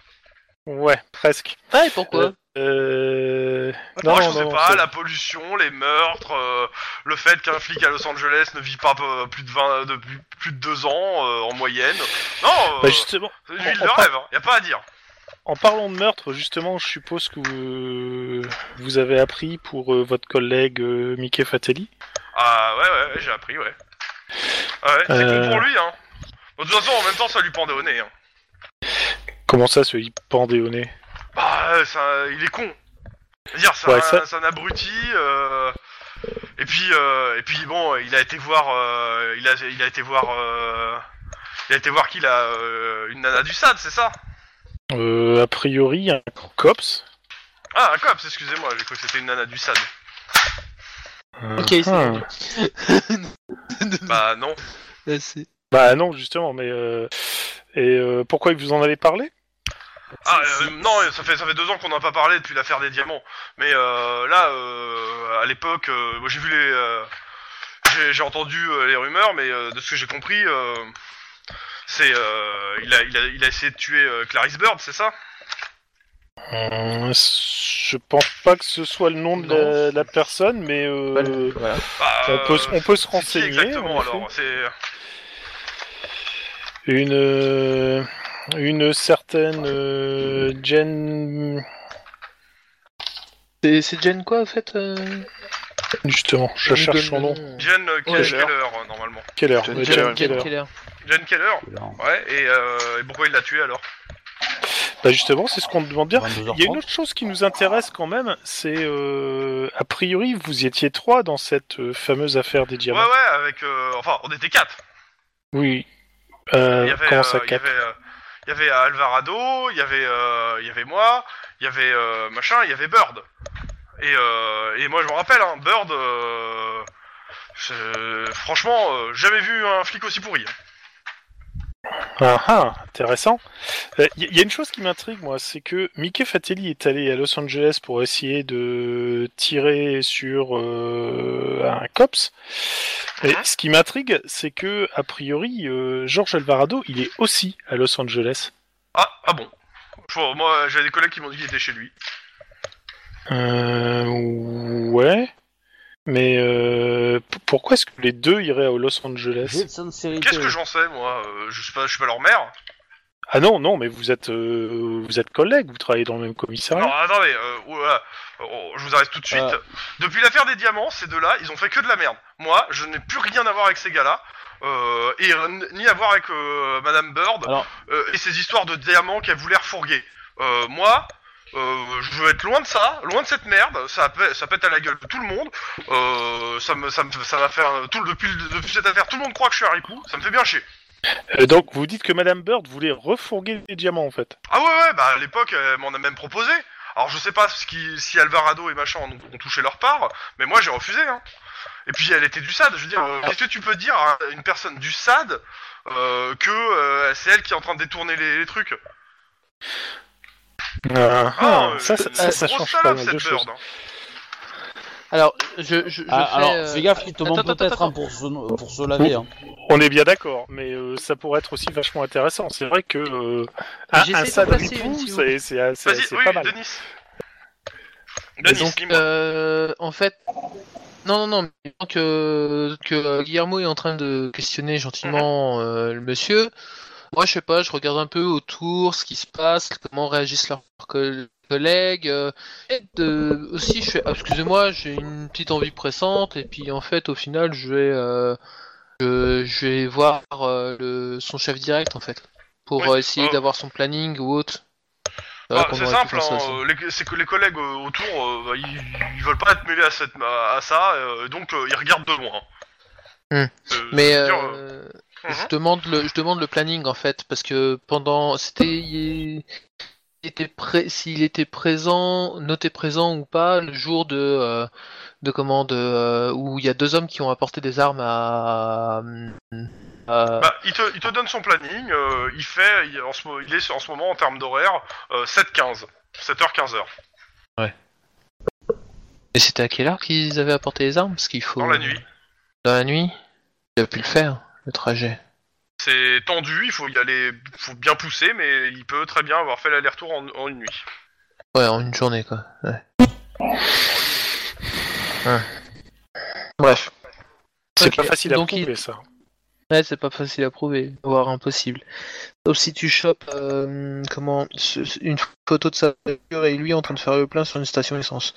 [SPEAKER 3] oh, Ouais, presque.
[SPEAKER 4] Ah, et pourquoi
[SPEAKER 3] Euh...
[SPEAKER 2] Moi, je sais pas,
[SPEAKER 3] ça-
[SPEAKER 2] la pollution, les meurtres, euh, le fait qu'un flic à Los Angeles ne vit pas euh, plus de 20, de plus, plus de deux ans euh, en moyenne. Non, euh,
[SPEAKER 3] Bah, justement,
[SPEAKER 2] c'est une ville
[SPEAKER 3] on-
[SPEAKER 2] de
[SPEAKER 3] on par-
[SPEAKER 2] rêve, hein. y a pas à dire.
[SPEAKER 3] En parlant de meurtre, justement, je suppose que vous, vous avez appris pour euh, votre collègue euh, Mickey Fatelli.
[SPEAKER 2] Ah ouais, ouais, ouais, j'ai appris, ouais. Ah ouais, c'est
[SPEAKER 3] Euh.
[SPEAKER 2] con pour lui, hein. De toute façon, en même temps, ça lui pendait au nez. Hein.
[SPEAKER 3] Comment ça, ce hip pendé au nez
[SPEAKER 2] Bah, euh, ça, il est con. Dire, c'est
[SPEAKER 3] Ouais,
[SPEAKER 2] un-
[SPEAKER 3] ça-
[SPEAKER 2] c'est un abruti. euh, Et puis, euh, et puis, bon, il a été voir, euh, il a, il a été voir, euh, il a été voir qu'il a euh, une nana du SAD, c'est ça
[SPEAKER 3] euh, A priori, un cops.
[SPEAKER 2] Ah, un cops, excusez-moi, j'ai cru que c'était une nana du SAD.
[SPEAKER 4] Ok, c'est
[SPEAKER 3] Ah.
[SPEAKER 4] bon.
[SPEAKER 2] Bah non.
[SPEAKER 4] Là, c'est-
[SPEAKER 3] Bah non, justement, mais... euh, Et euh, pourquoi vous en avez parlé
[SPEAKER 2] Ah, euh, non, ça fait, ça fait deux ans qu'on n'a pas parlé depuis l'affaire des diamants. Mais euh, là, euh, à l'époque, euh, moi, j'ai vu les. euh, j'ai- j'ai entendu euh, les rumeurs, mais euh, de ce que j'ai compris, euh, c'est. euh, il, a, il, a, il a essayé de tuer euh, Clarice Bird, c'est ça
[SPEAKER 3] Hum, Je pense pas que ce soit le nom de la, de la personne, mais euh,
[SPEAKER 4] Voilà.
[SPEAKER 2] Bah,
[SPEAKER 3] on, peut, se- on peut se
[SPEAKER 2] c'est qui
[SPEAKER 3] renseigner.
[SPEAKER 2] exactement
[SPEAKER 3] en effet.
[SPEAKER 2] alors C'est.
[SPEAKER 3] Une, euh, une certaine euh, Jen...
[SPEAKER 4] C'est- C'est Jen quoi en fait euh
[SPEAKER 3] Justement, je
[SPEAKER 4] On nous
[SPEAKER 3] cherche son
[SPEAKER 4] donne
[SPEAKER 3] nom.
[SPEAKER 4] le
[SPEAKER 2] Jen euh,
[SPEAKER 4] Ouais.
[SPEAKER 2] Keller, euh, normalement.
[SPEAKER 3] Keller.
[SPEAKER 5] Jen
[SPEAKER 3] ouais,
[SPEAKER 5] Keller.
[SPEAKER 3] Jen
[SPEAKER 4] Jen
[SPEAKER 3] Keller.
[SPEAKER 4] Keller.
[SPEAKER 2] Jen Keller
[SPEAKER 1] Là,
[SPEAKER 2] Ouais, et, euh, et pourquoi il l'a tué alors
[SPEAKER 3] Bah justement, c'est ce qu'on te demande bien. Il y a
[SPEAKER 1] 22h30.
[SPEAKER 3] une autre chose qui nous intéresse quand même, c'est euh, a priori vous y étiez trois dans cette euh, fameuse affaire des
[SPEAKER 2] Ouais,
[SPEAKER 3] diamants.
[SPEAKER 2] ouais, avec. euh, enfin, on était quatre
[SPEAKER 3] Oui. Euh,
[SPEAKER 2] Il y avait,
[SPEAKER 3] comment
[SPEAKER 2] euh,
[SPEAKER 3] ça
[SPEAKER 2] il y
[SPEAKER 3] cap
[SPEAKER 2] avait, euh, il y avait Alvarado, il y avait, euh, il y avait moi, il y avait euh, machin, il y avait Bird. Et, euh, et moi je me rappelle, hein, Bird, euh, je- franchement, euh, jamais vu un flic aussi pourri.
[SPEAKER 3] Ah ah, intéressant. Euh, Il y, y a une chose qui m'intrigue, moi, c'est que Mickey Fatelli est allé à Los Angeles pour essayer de tirer sur euh, un cops.
[SPEAKER 2] Hein
[SPEAKER 3] Et ce qui m'intrigue, c'est que, a priori, euh, George Alvarado, il est aussi à Los Angeles.
[SPEAKER 2] Ah, ah bon Faut- Moi, j'ai des collègues qui m'ont dit qu'il était chez lui.
[SPEAKER 3] Euh, ouais. Mais euh, p- pourquoi est-ce que les deux iraient à Los Angeles
[SPEAKER 1] J'ai de sincérité.
[SPEAKER 2] Qu'est-ce que j'en sais, moi Euh, Je suis pas, je suis pas leur mère.
[SPEAKER 3] Ah non, non, mais vous êtes, euh, vous êtes collègues, vous travaillez dans le même commissariat.
[SPEAKER 2] Alors attendez, euh, oula, oh, je vous arrête tout de suite.
[SPEAKER 1] Euh.
[SPEAKER 2] Depuis l'affaire des diamants, ces deux-là, ils ont fait que de la merde. Moi, je n'ai plus rien à voir avec ces gars-là. euh, et euh, n- ni à voir avec euh, Madame Bird
[SPEAKER 1] Alors-
[SPEAKER 2] euh, et ces histoires de diamants qu'elle voulait refourguer. Euh, moi, euh, je veux être loin de ça, loin de cette merde. Ça, pè- ça pète à la gueule de tout le monde. Euh, ça me, ça me, ça m'a fait un- tout le- depuis, le- depuis cette affaire, tout le monde croit que je suis un ripou. Ça me fait bien chier.
[SPEAKER 3] Euh, donc vous dites que Madame Bird voulait refourguer les diamants en fait.
[SPEAKER 2] Ah ouais, ouais, bah à l'époque, elle m'en a même proposé. Alors je sais pas ce qui, si Alvarado et machin ont, ont touché leur part, mais moi j'ai refusé. Hein. Et puis elle était du SAD. Je veux dire, euh, qu'est-ce que tu peux dire à une personne du SAD euh, que euh, c'est elle qui est en train de détourner les, les trucs
[SPEAKER 3] Ah, ah,
[SPEAKER 2] euh,
[SPEAKER 3] ça, ça,
[SPEAKER 2] c'est
[SPEAKER 3] ça,
[SPEAKER 2] une
[SPEAKER 3] ça
[SPEAKER 2] grosse
[SPEAKER 3] change
[SPEAKER 2] salope,
[SPEAKER 3] pas mal de
[SPEAKER 2] cette
[SPEAKER 3] choses.
[SPEAKER 2] bird, hein.
[SPEAKER 4] Alors, je, je, je
[SPEAKER 1] Ah,
[SPEAKER 4] fais,
[SPEAKER 1] alors,
[SPEAKER 4] euh,
[SPEAKER 1] fais gaffe, il te
[SPEAKER 4] attends,
[SPEAKER 1] manque
[SPEAKER 4] attends,
[SPEAKER 1] peut-être
[SPEAKER 4] attends.
[SPEAKER 1] un pour se, pour se laver. Hein.
[SPEAKER 3] On est bien d'accord, mais euh, ça pourrait être aussi vachement intéressant. C'est vrai que euh, un,
[SPEAKER 4] Ah, J'essaie
[SPEAKER 3] un
[SPEAKER 4] de
[SPEAKER 3] sad
[SPEAKER 4] placer
[SPEAKER 3] ripou,
[SPEAKER 4] une, si vous-
[SPEAKER 3] c'est c'est- c'est-
[SPEAKER 2] Vas-y,
[SPEAKER 3] c'est
[SPEAKER 2] oui,
[SPEAKER 3] pas mal.
[SPEAKER 2] Denis. Denis,
[SPEAKER 4] donc,
[SPEAKER 2] dis-moi.
[SPEAKER 4] euh, en fait, non, non, non, mais tant que, que euh, Guillermo est en train de questionner gentiment
[SPEAKER 2] Mhm.
[SPEAKER 4] euh, le monsieur, moi, je sais pas, je regarde un peu autour, ce qui se passe, comment réagissent leurs co- collègues. euh, et de- aussi, je fais, ah, excusez-moi, j'ai une petite envie pressante, et puis en fait, au final, je vais, euh, je, je vais voir euh, le, son chef direct, en fait, pour
[SPEAKER 2] Ouais,
[SPEAKER 4] euh, essayer
[SPEAKER 2] euh,
[SPEAKER 4] d'avoir son planning ou autre.
[SPEAKER 2] Ah,
[SPEAKER 4] Voilà, qu'on
[SPEAKER 2] c'est
[SPEAKER 4] aurait pu
[SPEAKER 2] simple,
[SPEAKER 4] faire ça
[SPEAKER 2] hein,
[SPEAKER 4] aussi.
[SPEAKER 2] euh, les- c'est que les collègues euh, autour, euh, bah, ils, ils veulent pas être mêlés à, cette, à, à ça, euh, donc euh, ils regardent de loin.
[SPEAKER 4] Hmm.
[SPEAKER 2] Euh,
[SPEAKER 4] Mais
[SPEAKER 2] je veux dire, euh,
[SPEAKER 4] euh,
[SPEAKER 2] mhm.
[SPEAKER 4] je demande le je demande le planning en fait parce que pendant c'était il était pré- s'il était présent noté présent ou pas le jour de euh, de commande où il y a deux hommes qui ont apporté des armes à, à-
[SPEAKER 2] Bah, il, te, il te donne son planning, euh, il fait, il, en ce, mo- il est en ce moment en termes d'horaire euh, 7-15, 7h-15h,
[SPEAKER 4] mais c'était à quelle heure qu'ils avaient apporté les armes parce qu'il faut
[SPEAKER 2] dans la nuit.
[SPEAKER 4] dans la nuit il a pu le faire le trajet
[SPEAKER 2] C'est tendu, il faut y aller, faut bien pousser, mais il peut très bien avoir fait l'aller-retour en, en une nuit.
[SPEAKER 4] ouais en une journée quoi ouais. Ouais. bref
[SPEAKER 3] C'est
[SPEAKER 4] Ok,
[SPEAKER 3] pas facile à
[SPEAKER 4] donc il-
[SPEAKER 3] prouver ça.
[SPEAKER 4] Ouais, c'est pas facile à prouver, voire impossible. Sauf si tu chopes euh, comment ce- ce- une photo de sa voiture et lui en train de faire le plein sur une station essence.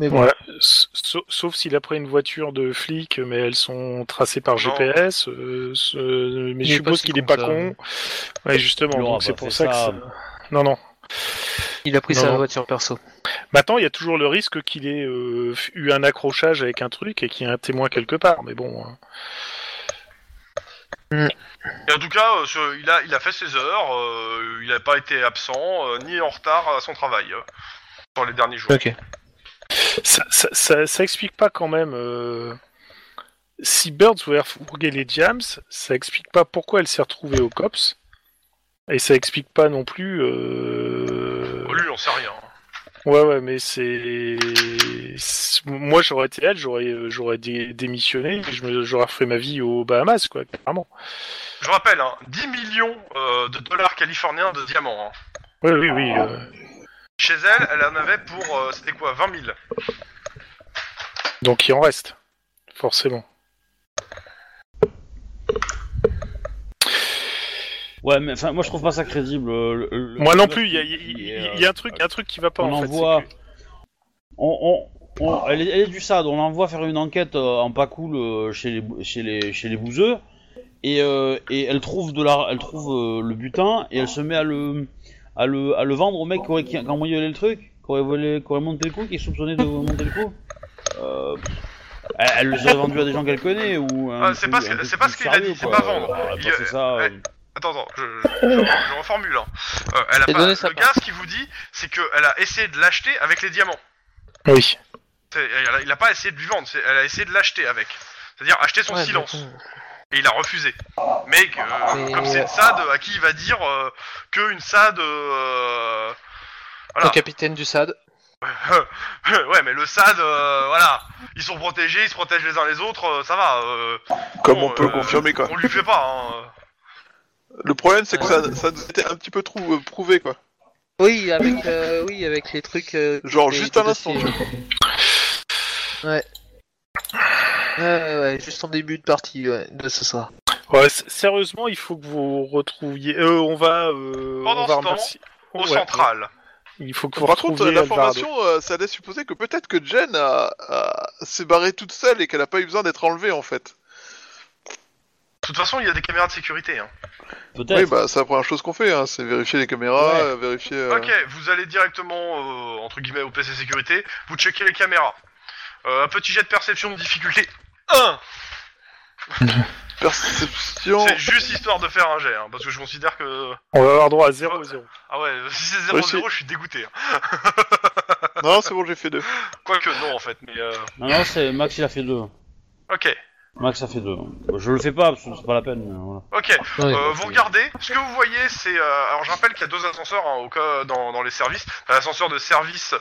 [SPEAKER 4] Mais bon,
[SPEAKER 3] Ouais. S- Sauf, sauf s'il a pris une voiture de flic, mais elles sont tracées par
[SPEAKER 2] Non.
[SPEAKER 3] GPS. euh, ce- Mais
[SPEAKER 4] Il
[SPEAKER 3] je
[SPEAKER 4] est pas
[SPEAKER 3] suppose
[SPEAKER 4] si
[SPEAKER 3] qu'il est
[SPEAKER 4] con
[SPEAKER 3] pas
[SPEAKER 4] que ça.
[SPEAKER 3] con. Ouais, justement,
[SPEAKER 1] Il aura
[SPEAKER 3] donc
[SPEAKER 1] pas
[SPEAKER 3] c'est pour
[SPEAKER 1] fait
[SPEAKER 3] ça que.
[SPEAKER 1] bah, ça.
[SPEAKER 3] ça- Non, non.
[SPEAKER 4] il a pris
[SPEAKER 3] Non,
[SPEAKER 4] sa
[SPEAKER 3] non.
[SPEAKER 4] voiture perso.
[SPEAKER 3] Maintenant, il y a toujours le risque qu'il ait euh, eu un accrochage avec un truc et qu'il y ait un témoin quelque part. Mais bon. hein.
[SPEAKER 2] Et en tout cas, euh, ce- il, a, il a fait ses heures, euh, il n'a pas été absent, euh, ni en retard à son travail, euh, dans les derniers jours.
[SPEAKER 4] Ok.
[SPEAKER 3] Ça, ça, ça- ça explique pas quand même. euh, Si Birds voulait refourguer les Jams, ça explique pas pourquoi elle s'est retrouvée au COPS. Et ça explique pas non plus. euh,
[SPEAKER 2] Lui, on sait rien.
[SPEAKER 3] Ouais, ouais, mais c'est. c'est- Moi, j'aurais été elle, j'aurais, euh, j'aurais dé- démissionné, et je me- j'aurais refait ma vie aux Bahamas, quoi, clairement.
[SPEAKER 2] Je rappelle, hein, 10 millions euh, de dollars californiens de diamants. hein.
[SPEAKER 3] Oui, oui, oui. euh,
[SPEAKER 2] Chez elle, elle en avait pour, euh, c'était quoi, 20 000
[SPEAKER 3] Donc, il en reste, forcément.
[SPEAKER 1] Ouais, mais enfin, moi je trouve pas ça crédible. euh, le- le-
[SPEAKER 3] Moi non
[SPEAKER 1] le-
[SPEAKER 3] plus, il y a, il y a-
[SPEAKER 1] qui
[SPEAKER 3] il y a-
[SPEAKER 1] est,
[SPEAKER 3] il y a un
[SPEAKER 1] euh,
[SPEAKER 3] truc, un truc qui va pas
[SPEAKER 1] on
[SPEAKER 3] en fait.
[SPEAKER 1] envoie-
[SPEAKER 3] c'est que-
[SPEAKER 1] on, on, on- elle, est, elle est du SAD, on l'envoie faire une enquête euh, en pas cool euh, chez les, bou- chez les, chez les bouseux, et, euh, et elle trouve, de la, elle trouve euh, le butin, et elle se met à le, à le, à le vendre au mec qui aurait, qui a cambriolé le truc, qui aurait, volé, qui aurait monté le coup, qui est soupçonné de monter le coup. Euh, elle, elle les aurait vendu à des gens qu'elle connaît, ou... un
[SPEAKER 2] Ah, c'est
[SPEAKER 1] peu-
[SPEAKER 2] pas ce
[SPEAKER 1] un
[SPEAKER 2] que-
[SPEAKER 1] peu
[SPEAKER 2] c'est pas
[SPEAKER 1] plus
[SPEAKER 2] ce qu'il a dit,
[SPEAKER 1] sérieux,
[SPEAKER 2] c'est
[SPEAKER 1] quoi.
[SPEAKER 2] pas vendre.
[SPEAKER 1] Elle a pas
[SPEAKER 2] Il-
[SPEAKER 1] fait ça, euh,
[SPEAKER 2] Attends, attends, je, je- je- je reformule. hein. Euh, elle a
[SPEAKER 4] J'ai
[SPEAKER 2] pas-
[SPEAKER 4] donné sa
[SPEAKER 2] le
[SPEAKER 4] part.
[SPEAKER 2] gars, ce qu'il vous dit, c'est qu'elle a essayé de l'acheter avec les diamants.
[SPEAKER 3] Oui.
[SPEAKER 2] C'est- elle a- il a pas essayé de lui vendre, c'est- elle a essayé de l'acheter avec. C'est-à-dire acheter son
[SPEAKER 4] Ouais,
[SPEAKER 2] silence.
[SPEAKER 4] mais bon.
[SPEAKER 2] Et il a refusé. Mais euh,
[SPEAKER 4] Mais-
[SPEAKER 2] comme c'est une SAD, à qui il va dire euh, que une SAD. euh, Voilà.
[SPEAKER 4] Le capitaine du SAD.
[SPEAKER 2] ouais, mais le SAD, euh, voilà. Ils sont protégés, ils se protègent les uns les autres, euh, ça va. euh,
[SPEAKER 5] Comme
[SPEAKER 2] bon,
[SPEAKER 5] on peut
[SPEAKER 2] euh,
[SPEAKER 5] confirmer quoi.
[SPEAKER 2] On lui fait pas, hein.
[SPEAKER 5] Le problème c'est que ça, ça nous était un petit peu trou- euh, prouvé quoi.
[SPEAKER 4] Oui, avec, euh, oui, avec les trucs. euh,
[SPEAKER 5] Genre
[SPEAKER 4] des-
[SPEAKER 5] juste
[SPEAKER 4] des
[SPEAKER 5] un instant.
[SPEAKER 4] dossiers. Ouais. Ouais, ouais, ouais, juste en début de partie ouais, de ce soir.
[SPEAKER 3] Ouais, s- sérieusement, il faut que vous retrouviez. euh, on va. euh,
[SPEAKER 2] Pendant
[SPEAKER 3] on va
[SPEAKER 2] ce temps,
[SPEAKER 3] remercier-
[SPEAKER 2] Au
[SPEAKER 3] Ouais,
[SPEAKER 2] central.
[SPEAKER 3] ouais. Il faut que vous
[SPEAKER 5] Par contre,
[SPEAKER 3] retrouviez Alvarado.
[SPEAKER 5] l'information, euh, ça laisse supposer que peut-être que Jen a- a- s'est barrée toute seule et qu'elle a pas eu besoin d'être enlevée en fait.
[SPEAKER 2] De toute façon, il y a des caméras de sécurité. Hein.
[SPEAKER 1] Peut-être.
[SPEAKER 5] Oui, bah c'est la première chose qu'on fait, hein, c'est vérifier les caméras,
[SPEAKER 1] Ouais.
[SPEAKER 5] euh, vérifier. euh,
[SPEAKER 2] Ok, vous allez directement, euh, entre guillemets, au PC sécurité, vous checkez les caméras. Euh, un petit jet de perception de difficulté 1
[SPEAKER 5] Perception.
[SPEAKER 2] C'est juste histoire de faire un jet, hein, parce que je considère que...
[SPEAKER 3] On va avoir droit à 0-0.
[SPEAKER 2] Ah ouais, si c'est
[SPEAKER 5] Ouais,
[SPEAKER 2] 0-0,
[SPEAKER 5] c'est-
[SPEAKER 2] je suis dégoûté. hein.
[SPEAKER 5] Non, c'est bon, j'ai fait deux.
[SPEAKER 2] Quoique non, en fait, mais... euh,
[SPEAKER 1] Non, non, c'est Max, il a fait deux.
[SPEAKER 2] Ok,
[SPEAKER 1] Max a fait deux. Bah, Je le fais pas parce que c'est pas la peine. mais voilà.
[SPEAKER 2] ok. Euh, vous regardez, ce que vous voyez, c'est. euh, alors, je rappelle qu'il y a deux ascenseurs hein, au cas, dans, dans les services. T'as l'ascenseur de service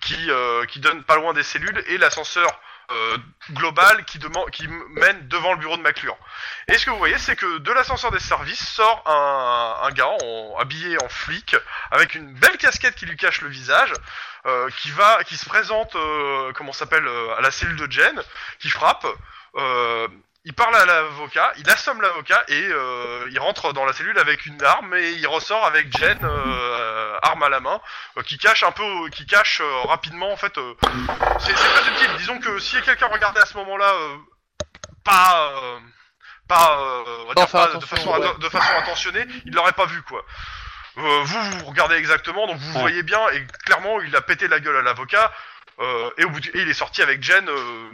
[SPEAKER 2] qui, euh, qui donne pas loin des cellules et l'ascenseur euh, global qui, deman- qui m- mène devant le bureau de McClure. Et ce que vous voyez, c'est que de l'ascenseur des services sort un, un gars en- habillé en flic avec une belle casquette qui lui cache le visage. euh, qui va, qui se présente, euh, comment ça s'appelle, euh, à la cellule de Jen, qui frappe, euh, il parle à l'avocat, il assomme l'avocat et euh, il rentre dans la cellule avec une arme et il ressort avec Jen, euh, arme à la main, euh, qui cache un peu, qui cache euh, rapidement en fait. euh, c'est c'est pas subtil. Disons que si quelqu'un regardait à ce moment-là, euh, pas, euh, pas, euh, on va
[SPEAKER 4] Sans
[SPEAKER 2] dire
[SPEAKER 4] faire
[SPEAKER 2] pas de,
[SPEAKER 4] attention,
[SPEAKER 2] façon,
[SPEAKER 4] ouais.
[SPEAKER 2] atten- de façon attentionnée, il l'aurait pas vu quoi. Euh, vous, vous regardez exactement, donc vous
[SPEAKER 1] Ouais.
[SPEAKER 2] voyez bien et clairement il a pété la gueule à l'avocat euh, et au bout du- et il est sorti avec Jen. euh,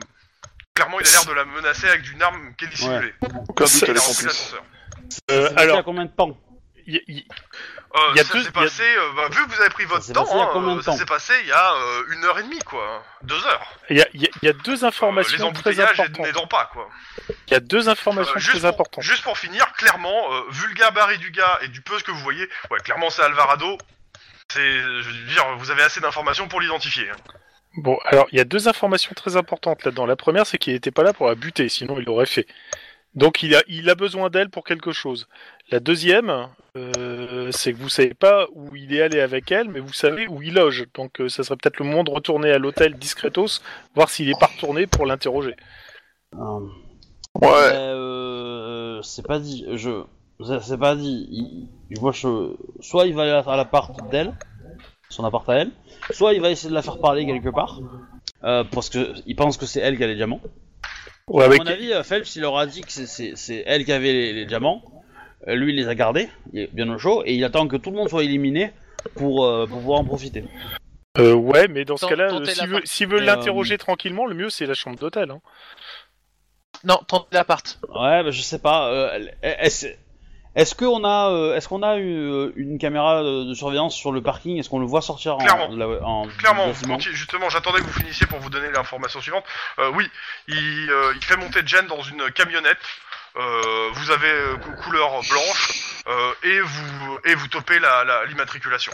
[SPEAKER 2] Clairement, il a l'air de la menacer avec une arme qui est dissimulée.
[SPEAKER 5] Aucun doute,
[SPEAKER 3] C'est-
[SPEAKER 5] elle
[SPEAKER 2] Il a
[SPEAKER 5] est
[SPEAKER 2] rempli
[SPEAKER 5] complice.
[SPEAKER 2] l'ascenseur.
[SPEAKER 3] Euh,
[SPEAKER 1] Ça s'est passé à
[SPEAKER 3] alors,
[SPEAKER 1] combien de temps
[SPEAKER 3] il- il-
[SPEAKER 2] Euh,
[SPEAKER 3] Il y a
[SPEAKER 2] ça
[SPEAKER 3] deux-
[SPEAKER 2] s'est
[SPEAKER 3] il y a-
[SPEAKER 2] passé, euh, bah, vu que vous avez pris votre
[SPEAKER 1] s'est
[SPEAKER 2] temps,
[SPEAKER 1] passé il y a
[SPEAKER 2] hein,
[SPEAKER 1] combien de
[SPEAKER 2] euh, ça
[SPEAKER 1] temps
[SPEAKER 2] s'est passé il y a euh, une heure et demie, quoi. Deux heures.
[SPEAKER 3] il y, a- il y a- il y a deux
[SPEAKER 2] Euh,
[SPEAKER 3] informations
[SPEAKER 2] les
[SPEAKER 3] très
[SPEAKER 2] embouteillages et-
[SPEAKER 3] importantes.
[SPEAKER 2] n'aidant pas, quoi.
[SPEAKER 3] Il y a deux
[SPEAKER 2] Euh,
[SPEAKER 3] informations
[SPEAKER 2] juste,
[SPEAKER 3] très
[SPEAKER 2] pour,
[SPEAKER 3] importantes.
[SPEAKER 2] juste pour finir, clairement, euh, vu le gabarit du gars et du peu ce que vous voyez, ouais, clairement, c'est Alvarado. C'est, je veux dire, vous avez assez d'informations pour l'identifier. hein.
[SPEAKER 3] Bon, alors il y a deux informations très importantes là-dedans. La première, c'est qu'il n'était pas là pour la buter, sinon il l'aurait fait. Donc il a, il a besoin d'elle pour quelque chose. La deuxième, euh, c'est que vous savez pas où il est allé avec elle, mais vous savez où il loge. Donc euh, ça serait peut-être le moment de retourner à l'hôtel discretos, voir s'il est pas retourné pour l'interroger.
[SPEAKER 1] Euh,
[SPEAKER 5] Ouais.
[SPEAKER 1] euh, C'est pas dit. Je. c'est- C'est pas dit. Il- il- Moi, je. Soit il va aller à l'appart d'elle, son appart à elle, soit il va essayer de la faire parler quelque part. euh, parce que il pense que c'est elle qui a les diamants.
[SPEAKER 3] Ouais,
[SPEAKER 1] À
[SPEAKER 3] avec...
[SPEAKER 1] mon avis, euh, Phelps, il leur a dit que c'est- c'est c'est elle qui avait les, les diamants. Euh, Lui, il les a gardés, il est bien au chaud, et il attend que tout le monde soit éliminé pour, euh, pour pouvoir en profiter.
[SPEAKER 3] Euh, ouais, mais dans ce
[SPEAKER 4] Tant-
[SPEAKER 3] cas-là, euh,
[SPEAKER 4] tentez
[SPEAKER 3] s'il
[SPEAKER 4] la
[SPEAKER 3] veut,
[SPEAKER 4] part-
[SPEAKER 3] s'il veut
[SPEAKER 1] euh,
[SPEAKER 3] l'interroger tranquillement, le mieux c'est la chambre d'hôtel. hein.
[SPEAKER 4] Non, tente l'appart.
[SPEAKER 1] Ouais, bah, je sais pas. euh, elle- est-ce est-ce qu'on a, euh, est-ce qu'on a une, une caméra de, de surveillance sur le parking Est-ce qu'on le voit sortir en,
[SPEAKER 2] Clairement.
[SPEAKER 1] de la- en- du
[SPEAKER 2] Clairement, vous
[SPEAKER 1] bâtiment
[SPEAKER 2] continuez- justement, j'attendais que vous finissiez pour vous donner l'information suivante. Euh, oui, il, euh, il fait monter Jen dans une camionnette. Euh, vous avez euh, cou- couleur blanche euh, et vous et vous topez la- la- l'immatriculation.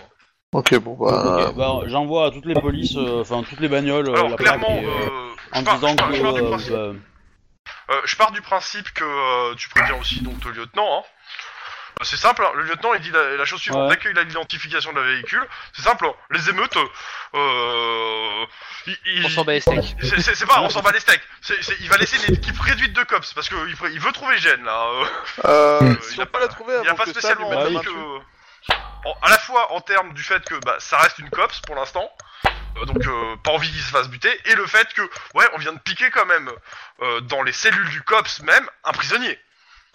[SPEAKER 5] Ok, bon bah.
[SPEAKER 1] Ok, bah, J'envoie à toutes les polices, euh, enfin toutes les bagnoles, euh,
[SPEAKER 2] Alors
[SPEAKER 1] la plaque,
[SPEAKER 2] clairement,
[SPEAKER 1] et, euh,
[SPEAKER 2] euh,
[SPEAKER 1] en
[SPEAKER 2] je, pars,
[SPEAKER 1] disant
[SPEAKER 2] je pars-
[SPEAKER 1] que
[SPEAKER 2] je pars du
[SPEAKER 1] euh,
[SPEAKER 2] principe,
[SPEAKER 1] bah,
[SPEAKER 2] euh, je pars du principe que euh, tu préviens aussi donc le lieutenant. hein. Euh, C'est simple, hein, le lieutenant il dit la, la chose suivante,
[SPEAKER 1] Ouais.
[SPEAKER 2] l'accueil à l'identification de la véhicule, c'est simple, hein, les émeutes, euh, il- il-
[SPEAKER 4] On s'en bat les steaks.
[SPEAKER 2] C'est- C'est c'est pas, on s'en bat les steaks. C'est- c'est- il va laisser une équipe réduite de cops parce que il, pr- il veut trouver Gênes là. euh,
[SPEAKER 5] Euh,
[SPEAKER 2] il
[SPEAKER 5] si
[SPEAKER 2] a
[SPEAKER 5] on
[SPEAKER 2] pas-
[SPEAKER 5] peut la trouver
[SPEAKER 2] il a
[SPEAKER 5] avant
[SPEAKER 2] pas
[SPEAKER 5] que ça lui
[SPEAKER 2] spécialement
[SPEAKER 5] mette la
[SPEAKER 1] Ah oui,
[SPEAKER 2] dit
[SPEAKER 5] main
[SPEAKER 2] que,
[SPEAKER 5] dessus.
[SPEAKER 2] en- à la fois en termes du fait que bah, ça reste une cops pour l'instant, euh, donc euh, pas envie qu'il se fasse buter, et le fait que ouais, on vient de piquer quand même euh, dans les cellules du cops même un prisonnier.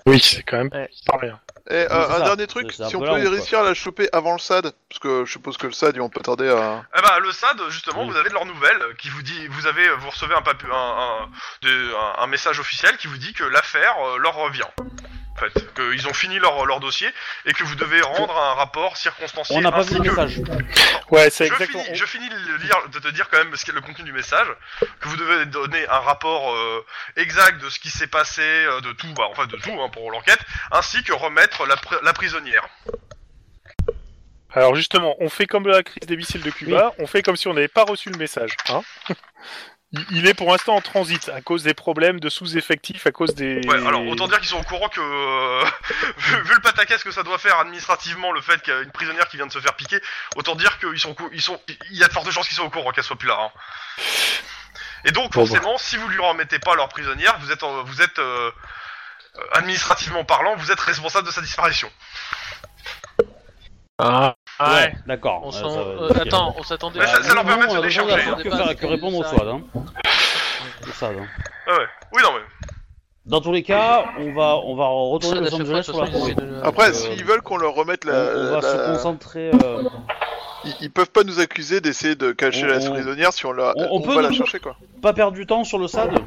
[SPEAKER 3] Oui, c'est quand même
[SPEAKER 4] Ouais.
[SPEAKER 3] pas rien.
[SPEAKER 5] Et euh,
[SPEAKER 1] c'est
[SPEAKER 5] un
[SPEAKER 1] ça.
[SPEAKER 5] dernier truc,
[SPEAKER 1] C'est un
[SPEAKER 5] si on
[SPEAKER 1] peu
[SPEAKER 5] peut
[SPEAKER 1] la honte,
[SPEAKER 5] réussir à la choper avant le SAD, parce que je suppose que le SAD, ils vont pas tarder à.
[SPEAKER 2] Eh bah le SAD justement,
[SPEAKER 1] Oui.
[SPEAKER 2] vous avez de leurs nouvelles euh, qui vous dit, vous avez, vous recevez un papier, un, un- de- un- un message officiel qui vous dit que l'affaire euh, leur revient. Enfin, fait, qu'ils ont fini leur, leur dossier et que vous devez rendre un rapport circonstancié.
[SPEAKER 1] On n'a pas
[SPEAKER 2] ainsi
[SPEAKER 1] vu le
[SPEAKER 2] que-
[SPEAKER 1] message.
[SPEAKER 3] Ouais, c'est
[SPEAKER 2] je
[SPEAKER 3] exactement.
[SPEAKER 2] finis, je finis de, lire- de te dire quand même ce qu'est le contenu du message, que vous devez donner un rapport euh, exact de ce qui s'est passé, euh, de tout, bah, enfin de tout hein, pour l'enquête, ainsi que remettre la, pri- la prisonnière.
[SPEAKER 3] Alors justement, on fait comme la crise des missiles de Cuba, on fait comme si on n'avait pas reçu le message. Hein Il- Il est pour l'instant en transit à cause des problèmes de sous-effectifs, à cause des.
[SPEAKER 2] Ouais, alors autant dire qu'ils sont au courant que, euh, vu, vu le pataquès que ça doit faire administrativement, le fait qu'il y a une prisonnière qui vient de se faire piquer, autant dire qu'ils sont, au cou- ils sont, il y a de fortes chances qu'ils soient au courant qu'elle soit plus là. hein. Et donc
[SPEAKER 3] Bon,
[SPEAKER 2] forcément, si vous lui remettez pas leur prisonnière, vous êtes, en- vous êtes euh, euh, administrativement parlant, vous êtes responsable de sa disparition.
[SPEAKER 3] Ah,
[SPEAKER 1] Ouais, d'accord.
[SPEAKER 4] On
[SPEAKER 1] Euh,
[SPEAKER 4] s'en-
[SPEAKER 1] ça va-
[SPEAKER 4] euh,
[SPEAKER 1] ok.
[SPEAKER 4] attends, euh, on s'attendait.
[SPEAKER 2] Ouais,
[SPEAKER 4] à-
[SPEAKER 2] ça- ça leur
[SPEAKER 1] Non,
[SPEAKER 2] permet de
[SPEAKER 1] non,
[SPEAKER 2] se
[SPEAKER 1] on a
[SPEAKER 2] décharger,
[SPEAKER 1] d'autres
[SPEAKER 2] hein.
[SPEAKER 1] affaires que faire que répondre au SWAT. hein. C'est ça, hein.
[SPEAKER 2] Ah ouais. Oui non mais.
[SPEAKER 1] Dans tous les cas, on va, on va retourner à Los
[SPEAKER 4] Ça, la
[SPEAKER 1] Angeles
[SPEAKER 4] seule
[SPEAKER 1] pour la
[SPEAKER 4] fois,
[SPEAKER 1] retrouver.
[SPEAKER 4] de toute façon, ils essaient de-
[SPEAKER 5] Après,
[SPEAKER 1] Euh,
[SPEAKER 5] s'ils veulent qu'on leur remette
[SPEAKER 1] On,
[SPEAKER 5] la,
[SPEAKER 1] on va se
[SPEAKER 5] la-
[SPEAKER 1] concentrer. euh,
[SPEAKER 5] ils, ils peuvent pas nous accuser d'essayer de cacher
[SPEAKER 1] On-
[SPEAKER 5] la
[SPEAKER 1] on-
[SPEAKER 5] prisonnière si on la,
[SPEAKER 1] on- on peut
[SPEAKER 5] va la
[SPEAKER 1] nous-
[SPEAKER 5] chercher quoi.
[SPEAKER 1] Pas perdre du temps sur le SAD.
[SPEAKER 3] oui.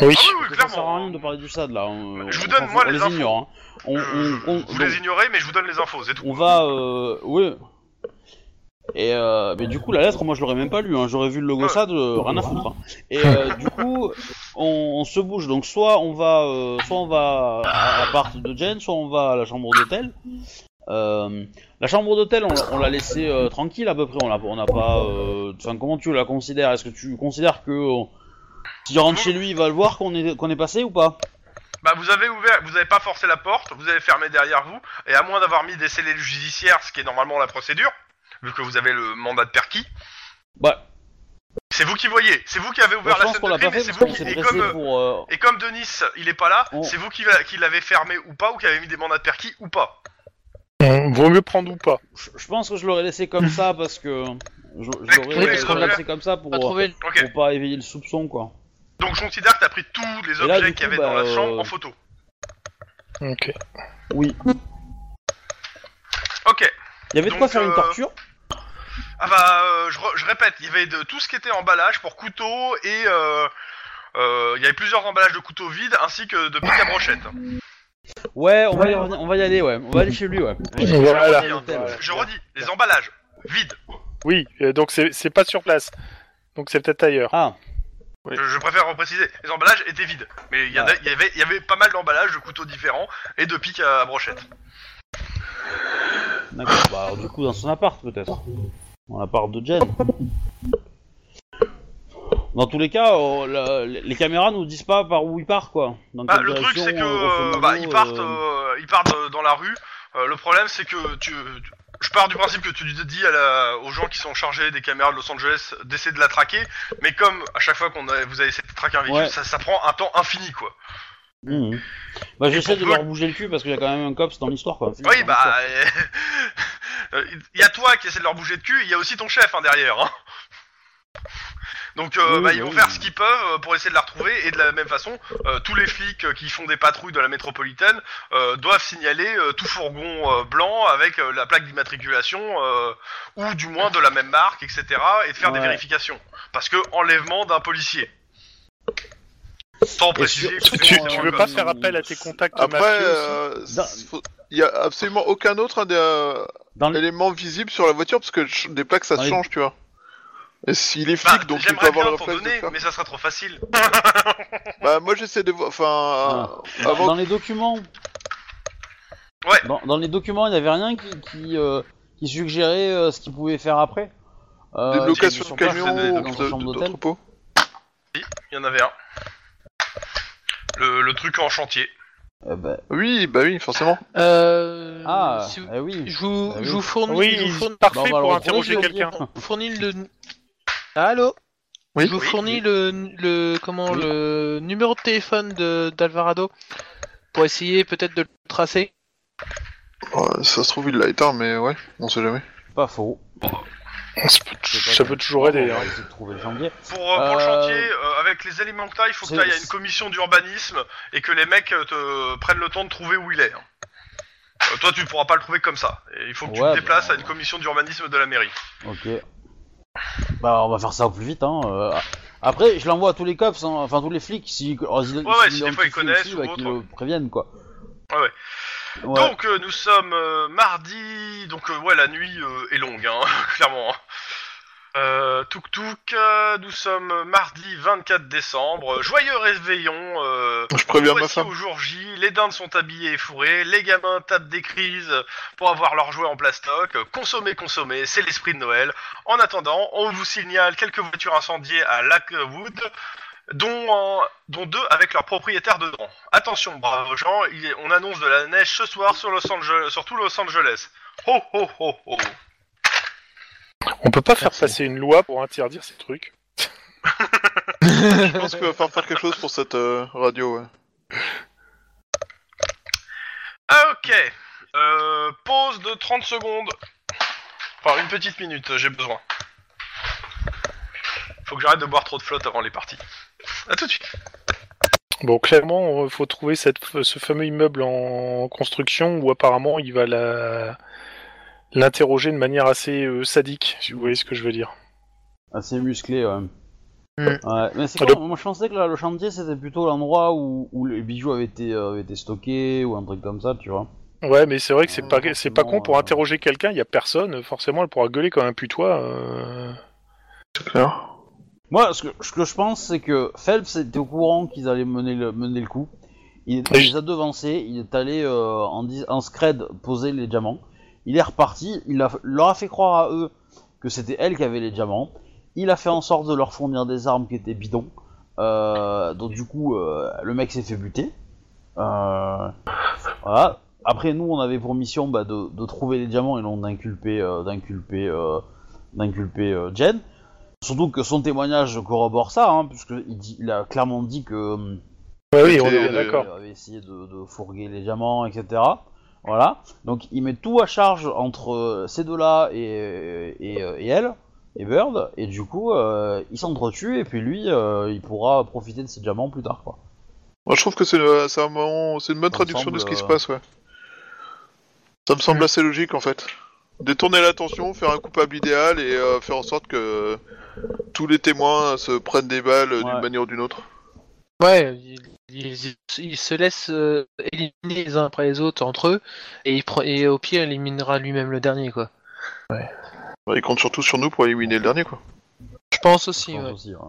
[SPEAKER 2] Ah oui, oui,
[SPEAKER 1] Parce que Ça sert à rien
[SPEAKER 2] clairement.
[SPEAKER 1] de parler du SAD là. On-
[SPEAKER 2] Je vous
[SPEAKER 1] on-
[SPEAKER 2] donne,
[SPEAKER 1] on-
[SPEAKER 2] moi,
[SPEAKER 1] on
[SPEAKER 2] les
[SPEAKER 1] les
[SPEAKER 2] infos.
[SPEAKER 1] ignore. hein. On,
[SPEAKER 2] Euh,
[SPEAKER 1] on- on-
[SPEAKER 2] vous
[SPEAKER 1] donc,
[SPEAKER 2] les ignorez, mais je vous donne les infos, c'est tout.
[SPEAKER 1] on va. Euh, oui. Et euh, mais du coup, la lettre, moi je l'aurais même pas lu. hein. J'aurais vu le logo
[SPEAKER 2] Ouais.
[SPEAKER 1] SAD, euh, rien à foutre. hein. Et euh, du coup, on, on se bouge. Donc, soit on va, euh, soit on va à l'appart de Jen, soit on va à la chambre d'hôtel. Euh, la chambre d'hôtel, on, l'a- on l'a laissée euh, tranquille à peu près. On l'a- on n'a pas. euh, Enfin, comment tu la considères Est-ce que tu considères que euh, s'il rentre chez lui, il va le voir qu'on est qu'on est passé ou pas
[SPEAKER 2] Bah vous avez ouvert, vous avez pas forcé la porte, vous avez fermé derrière vous, et à moins d'avoir mis des scellés judiciaires, ce qui est normalement la procédure, vu que vous avez le mandat de perquis,
[SPEAKER 1] Bah,
[SPEAKER 2] c'est vous qui voyez, c'est vous qui avez
[SPEAKER 1] Bah,
[SPEAKER 2] ouvert
[SPEAKER 1] je
[SPEAKER 2] la
[SPEAKER 1] pense
[SPEAKER 2] scène
[SPEAKER 1] qu'on
[SPEAKER 2] de
[SPEAKER 1] l'a
[SPEAKER 2] crime,
[SPEAKER 1] pas
[SPEAKER 2] et
[SPEAKER 1] fait
[SPEAKER 2] c'est
[SPEAKER 1] parce
[SPEAKER 2] vous
[SPEAKER 1] qu'on
[SPEAKER 2] qui,
[SPEAKER 1] s'est
[SPEAKER 2] et
[SPEAKER 1] pressé
[SPEAKER 2] comme, euh,
[SPEAKER 1] pour. euh,
[SPEAKER 2] et comme Denis il est pas là,
[SPEAKER 1] On-
[SPEAKER 2] c'est vous qui, va- qui l'avez fermé ou pas, ou qui avez mis des mandats de perquis ou pas.
[SPEAKER 3] On- Ah Vaut mieux prendre ou pas.
[SPEAKER 1] je- Je pense que je l'aurais laissé comme ça parce que. Je, je
[SPEAKER 2] Oui,
[SPEAKER 1] l'aurais
[SPEAKER 4] parce
[SPEAKER 1] je
[SPEAKER 4] qu'on
[SPEAKER 1] l'aurais
[SPEAKER 4] l'a-
[SPEAKER 1] laissé comme ça pour, euh,
[SPEAKER 4] Pas trouvé.
[SPEAKER 2] Ok,
[SPEAKER 1] pour pas éveiller le soupçon quoi.
[SPEAKER 2] donc je considère que t'as pris tous les
[SPEAKER 1] Et là,
[SPEAKER 2] objets
[SPEAKER 1] du
[SPEAKER 2] qu'il y
[SPEAKER 1] coup,
[SPEAKER 2] avait dans la
[SPEAKER 1] bah,
[SPEAKER 2] chambre
[SPEAKER 1] euh,
[SPEAKER 2] en photo.
[SPEAKER 3] Ok.
[SPEAKER 1] Oui.
[SPEAKER 2] Ok,
[SPEAKER 1] Il y avait de quoi
[SPEAKER 2] Donc,
[SPEAKER 1] faire
[SPEAKER 2] euh,
[SPEAKER 1] une torture
[SPEAKER 2] ah bah euh, je, re- je répète, il y avait de tout ce qui était emballage pour couteau, et euh, euh, il y avait plusieurs emballages de couteaux vides, ainsi que de piques à brochette.
[SPEAKER 1] Ouais, on va, y, revenir- on va y aller, ouais. On va aller chez lui, ouais. On va aller-
[SPEAKER 3] Voilà.
[SPEAKER 2] redis, hein.
[SPEAKER 1] Voilà.
[SPEAKER 2] Je redis, les emballages, vides.
[SPEAKER 3] Oui, euh, donc c'est c'est pas sur place. Donc c'est peut-être ailleurs.
[SPEAKER 1] Ah,
[SPEAKER 2] Je, je préfère repréciser, les emballages étaient vides. Mais il y, en a- il y avait, il y avait pas mal d'emballages de couteaux différents et de piques à brochette.
[SPEAKER 1] d'accord. Bah, alors, du coup, dans son appart peut-être. Dans l'appart de Jen. Dans tous les cas, euh, la- les les caméras nous disent pas par où il part quoi. Dans
[SPEAKER 2] Bah,
[SPEAKER 1] quelle
[SPEAKER 2] le truc,
[SPEAKER 1] direction,
[SPEAKER 2] c'est que
[SPEAKER 1] euh, grosso
[SPEAKER 2] euh,
[SPEAKER 1] modo,
[SPEAKER 2] bah, ils partent,
[SPEAKER 1] euh,
[SPEAKER 2] euh, ils partent euh, dans la rue. Euh, le problème, c'est que tu, tu- je pars du principe que tu dis à la- aux gens qui sont chargés des caméras de Los Angeles d'essayer de la traquer. Mais comme à chaque fois qu'on a- vous avez essayé de traquer un véhicule,
[SPEAKER 1] Ouais.
[SPEAKER 2] ça, ça prend un temps infini, quoi.
[SPEAKER 1] Mhm. Bah j'essaie de
[SPEAKER 2] pour peu-
[SPEAKER 1] leur bouger le cul parce qu'il y a quand même un cops dans l'histoire quoi.
[SPEAKER 2] Oui, bah, euh, il y a toi qui essaie de leur bouger de cul, il y a aussi ton chef hein, derrière. hein. Donc, euh,
[SPEAKER 1] Oui,
[SPEAKER 2] bah,
[SPEAKER 1] oui,
[SPEAKER 2] ils vont
[SPEAKER 1] oui.
[SPEAKER 2] faire ce qu'ils peuvent euh, pour essayer de la retrouver. Et de la même façon, euh, tous les flics euh, qui font des patrouilles de la métropolitaine euh, doivent signaler euh, tout fourgon euh, blanc avec euh, la plaque d'immatriculation euh, ou du moins de la même marque, etc. Et de faire des
[SPEAKER 1] Ouais.
[SPEAKER 2] vérifications. Parce que enlèvement d'un policier. Sans préciser.
[SPEAKER 1] sur-
[SPEAKER 2] que
[SPEAKER 3] Tu,
[SPEAKER 2] c'est
[SPEAKER 3] tu
[SPEAKER 2] un
[SPEAKER 3] veux
[SPEAKER 2] code.
[SPEAKER 3] pas faire appel à tes contacts
[SPEAKER 5] Après,
[SPEAKER 3] mafieux aussi
[SPEAKER 5] euh,
[SPEAKER 1] Dans-
[SPEAKER 5] s- faut- il y a absolument aucun autre euh,
[SPEAKER 1] Dans le-
[SPEAKER 5] élément visible sur la voiture parce que ch- des plaques ça se
[SPEAKER 1] Ouais.
[SPEAKER 5] change, tu vois. Et s'il est
[SPEAKER 2] Bah,
[SPEAKER 5] flic, donc il peut
[SPEAKER 2] J'aimerais
[SPEAKER 5] avoir
[SPEAKER 2] bien
[SPEAKER 5] le
[SPEAKER 2] t'en
[SPEAKER 5] réflexe de
[SPEAKER 2] donner,
[SPEAKER 5] faire.
[SPEAKER 2] mais ça sera trop facile.
[SPEAKER 5] Bah, moi j'essaie de voir. Enfin, euh, avant
[SPEAKER 1] dans les documents.
[SPEAKER 2] Ouais.
[SPEAKER 1] Dans, dans les documents, il n'y avait rien qui, qui, euh, qui suggérait euh, ce qu'ils pouvaient faire après. Euh,
[SPEAKER 5] des locations
[SPEAKER 1] sur
[SPEAKER 5] de
[SPEAKER 1] place, euh,
[SPEAKER 5] camions
[SPEAKER 1] dans
[SPEAKER 2] des-
[SPEAKER 5] ou
[SPEAKER 1] leur
[SPEAKER 5] de-
[SPEAKER 1] chambre
[SPEAKER 5] de-
[SPEAKER 1] d'hôtel.
[SPEAKER 5] d'entrepôt.
[SPEAKER 2] Il y en avait un. Le, le truc en chantier.
[SPEAKER 1] Euh, bah,
[SPEAKER 5] Oui, bah oui, forcément.
[SPEAKER 4] Euh,
[SPEAKER 1] ah,
[SPEAKER 4] si vous-
[SPEAKER 1] eh oui.
[SPEAKER 4] Je vous,
[SPEAKER 1] Ah
[SPEAKER 4] je
[SPEAKER 1] oui.
[SPEAKER 4] vous fournis, je
[SPEAKER 3] Oui,
[SPEAKER 4] vous fournis-
[SPEAKER 1] Bah, on va
[SPEAKER 3] parfait
[SPEAKER 1] le
[SPEAKER 3] pour
[SPEAKER 1] retrouver,
[SPEAKER 3] interroger
[SPEAKER 1] je vais
[SPEAKER 3] quelqu'un.
[SPEAKER 4] fournis le. Allô
[SPEAKER 5] Oui.
[SPEAKER 4] Je vous
[SPEAKER 2] Oui.
[SPEAKER 4] fournis le, le, comment,
[SPEAKER 1] Oui.
[SPEAKER 4] le numéro de téléphone de- d'Alvarado pour essayer peut-être de le tracer.
[SPEAKER 5] Ouais, Oh, ça se trouve, il l'a éteint, mais ouais, on sait jamais.
[SPEAKER 1] Pas faux. Je sais pas
[SPEAKER 3] Ça
[SPEAKER 1] comment-
[SPEAKER 3] peut toujours aider.
[SPEAKER 1] on va
[SPEAKER 3] hein.
[SPEAKER 1] essayer de trouver le janvier.
[SPEAKER 2] Pour, euh, pour le
[SPEAKER 1] Euh,
[SPEAKER 2] chantier, euh, avec les éléments que t'as, il faut que
[SPEAKER 1] c'est-
[SPEAKER 2] t'ailles à une commission d'urbanisme et que les mecs euh, te prennent le temps de trouver où il est. hein. Euh, toi, tu pourras pas le trouver comme ça. Et il faut que tu
[SPEAKER 1] Ouais,
[SPEAKER 2] te déplaces
[SPEAKER 1] bah,
[SPEAKER 2] à une commission d'urbanisme de la mairie.
[SPEAKER 1] Ok. Bah, on va faire ça au plus vite. Hein. euh. Après, je l'envoie à tous les cops, hein, enfin tous les flics, si,
[SPEAKER 2] ouais, si des fois ils connaissent ou
[SPEAKER 1] bah, qu'ils
[SPEAKER 2] autre.
[SPEAKER 1] le préviennent quoi. Ouais.
[SPEAKER 2] Donc euh, nous sommes euh, mardi, donc euh, ouais la nuit euh, est longue, hein, clairement. Euh, touk touk, euh, nous sommes mardi 24 décembre, joyeux réveillon. Euh,
[SPEAKER 5] Je préviens
[SPEAKER 2] voici
[SPEAKER 5] ma femme.
[SPEAKER 2] Au jour J, les dindes sont habillées et fourrées, les gamins tapent des crises pour avoir leurs jouets en plastoc. Euh, Consommez, consommez, c'est l'esprit de Noël. En attendant, on vous signale quelques voitures incendiées à Lakewood, dont, en- dont deux avec leurs propriétaires dedans. Attention, braves gens, il est- on annonce de la neige ce soir sur, Los Angeles, sur tout Los Angeles. Ho ho ho ho.
[SPEAKER 3] On peut pas faire
[SPEAKER 4] Merci.
[SPEAKER 3] passer une loi pour interdire ces trucs.
[SPEAKER 5] Je pense qu'il va falloir faire quelque chose pour cette euh, radio. Ouais.
[SPEAKER 2] Ah, ok. Euh, pause de 30 secondes. Enfin, une petite minute, j'ai besoin. Faut que j'arrête de boire trop de flotte avant les parties. À tout de suite.
[SPEAKER 3] Bon, clairement, il faut trouver cette, ce fameux immeuble en construction où apparemment il va la l'interroger de manière assez euh, sadique, si vous voyez ce que je veux dire.
[SPEAKER 1] Assez musclé, ouais.
[SPEAKER 4] Mm.
[SPEAKER 1] Ouais, Mais c'est
[SPEAKER 3] Ah,
[SPEAKER 1] quoi Moi je pensais que là, le chantier c'était plutôt l'endroit où, où les bijoux avaient été, euh, avaient été stockés ou un truc comme ça, tu vois.
[SPEAKER 3] Ouais, mais c'est vrai que c'est
[SPEAKER 1] Ouais,
[SPEAKER 3] pas c'est pas con
[SPEAKER 1] forcément,
[SPEAKER 3] pour
[SPEAKER 1] euh.
[SPEAKER 3] interroger quelqu'un. Il y a personne, forcément, elle pourra gueuler comme un putois. euh.
[SPEAKER 1] Moi, ce que, ce que je pense, c'est que Phelps était au courant qu'ils allaient mener le, mener le coup. Il
[SPEAKER 3] Oui.
[SPEAKER 1] les a devancés, il est allé euh, en, dis- en scred poser les diamants. Il est reparti, il a- leur a fait croire à eux que c'était elle qui avait les diamants. Il a fait en sorte de leur fournir des armes qui étaient bidons. Euh, donc du coup, euh, le mec s'est fait buter. Euh, voilà. Après, nous, on avait pour mission bah, de, de trouver les diamants et non d'inculper, euh, d'inculper, euh, d'inculper euh, Jen. Surtout que son témoignage corrobore ça, hein, puisqu'il dit- il a clairement dit que euh,
[SPEAKER 3] Ouais, oui, on
[SPEAKER 5] C'était,
[SPEAKER 3] est
[SPEAKER 5] euh,
[SPEAKER 3] d'accord.
[SPEAKER 1] il avait essayé de, de fourguer les diamants, etc. Voilà. Donc il met tout à charge entre euh, ces deux-là et, et, euh, et elle, et Bird, et du coup, euh, ils s'entretuent, et puis lui, euh, il pourra profiter de ces diamants plus tard, quoi.
[SPEAKER 5] Moi, je trouve que c'est euh, c'est un moment- c'est une bonne
[SPEAKER 1] Ça me
[SPEAKER 5] traduction de ce qui
[SPEAKER 1] semble,
[SPEAKER 5] se
[SPEAKER 1] euh, Mm.
[SPEAKER 5] passe. Ouais. Ça me semble assez logique en fait. Détourner l'attention, faire un coupable idéal et euh, faire en sorte que tous les témoins se prennent des balles euh, d'une
[SPEAKER 1] Ouais.
[SPEAKER 5] manière ou d'une autre.
[SPEAKER 4] Ouais, ils, ils- ils se laissent euh, éliminer les uns après les autres entre eux, et, il pre- et au pire, il éliminera lui-même le dernier, quoi.
[SPEAKER 5] Bah, ils comptent surtout sur nous pour éliminer le dernier quoi.
[SPEAKER 4] Je pense aussi,
[SPEAKER 1] Je pense
[SPEAKER 4] ouais.
[SPEAKER 1] aussi, ouais.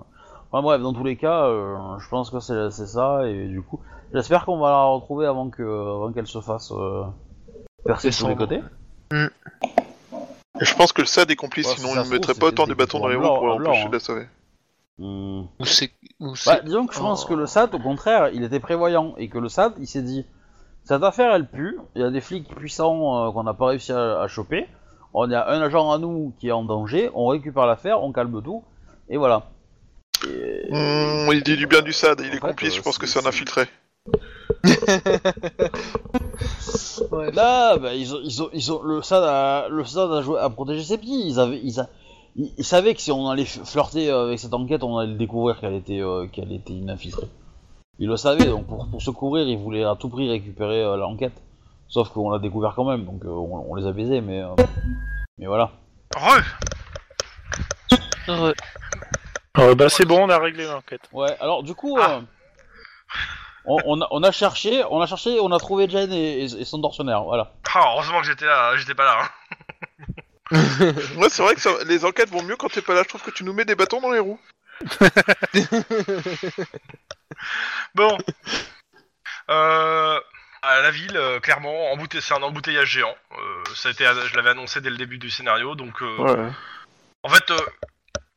[SPEAKER 1] Enfin, bref, dans tous les cas, euh, je pense que c'est c'est ça, et du coup, j'espère qu'on va la retrouver avant que- avant qu'elle se fasse euh, percer de tous les
[SPEAKER 4] Descendre.
[SPEAKER 1] côtés.
[SPEAKER 5] Et je pense que le SAD est complice,
[SPEAKER 1] Ouais,
[SPEAKER 5] sinon
[SPEAKER 1] si
[SPEAKER 5] il
[SPEAKER 1] ça
[SPEAKER 5] ne
[SPEAKER 1] se
[SPEAKER 5] mettrait
[SPEAKER 1] trouve,
[SPEAKER 5] pas autant
[SPEAKER 1] c'était
[SPEAKER 5] des bâtons dans les roues
[SPEAKER 1] blanc,
[SPEAKER 5] pour
[SPEAKER 1] blanc,
[SPEAKER 5] l'empêcher
[SPEAKER 1] hein.
[SPEAKER 5] de la sauver.
[SPEAKER 1] Hmm.
[SPEAKER 4] Ou c'est. Ou c'est...
[SPEAKER 1] Bah, disons que je pense
[SPEAKER 4] Oh.
[SPEAKER 1] que le SAD, au contraire, il était prévoyant et que le SAD, il s'est dit cette affaire, elle pue. Il y a des flics puissants euh, qu'on n'a pas réussi à, à choper. On a un agent à nous qui est en danger. On récupère l'affaire, on calme tout et voilà. Et-
[SPEAKER 5] Hmm, il dit du bien du SAD, il
[SPEAKER 1] En
[SPEAKER 5] est
[SPEAKER 1] fait,
[SPEAKER 5] complice,
[SPEAKER 1] euh,
[SPEAKER 5] je pense que
[SPEAKER 1] c'est-
[SPEAKER 5] c'est un infiltré.
[SPEAKER 4] ouais.
[SPEAKER 1] Là, bah, ils ont, ils ont, ils ont, le SAD a, le SAD a joué à protéger ses petits. Ils avaient, ils, a- ils- ils savaient que si on allait f- flirter euh, avec cette enquête, on allait découvrir qu'elle était, euh, qu'elle était une infiltrée. Ils le savaient, donc pour, pour se couvrir, ils voulaient à tout prix récupérer euh, l'enquête. Sauf qu'on l'a découvert quand même, donc euh, on, on les a baisés, mais, euh, mais voilà.
[SPEAKER 2] Re
[SPEAKER 4] Heureux.
[SPEAKER 3] Euh, bah, c'est bon, on a réglé l'enquête.
[SPEAKER 1] Ouais, alors du coup,
[SPEAKER 2] Ah.
[SPEAKER 1] euh, on, on a, on a cherché, on a cherché, on a trouvé Jen et, et- et son tortionnaire, voilà.
[SPEAKER 2] Ah, heureusement que j'étais là, j'étais pas là. hein.
[SPEAKER 5] Ouais, c'est vrai que ça- les enquêtes vont mieux quand t'es pas là, je trouve que tu nous mets des bâtons dans les roues.
[SPEAKER 2] Bon. Euh, à la ville, euh, clairement, embouté- c'est un embouteillage géant. Euh, ça a été, je l'avais annoncé dès le début du scénario, donc euh,
[SPEAKER 5] Ouais.
[SPEAKER 2] en fait, euh,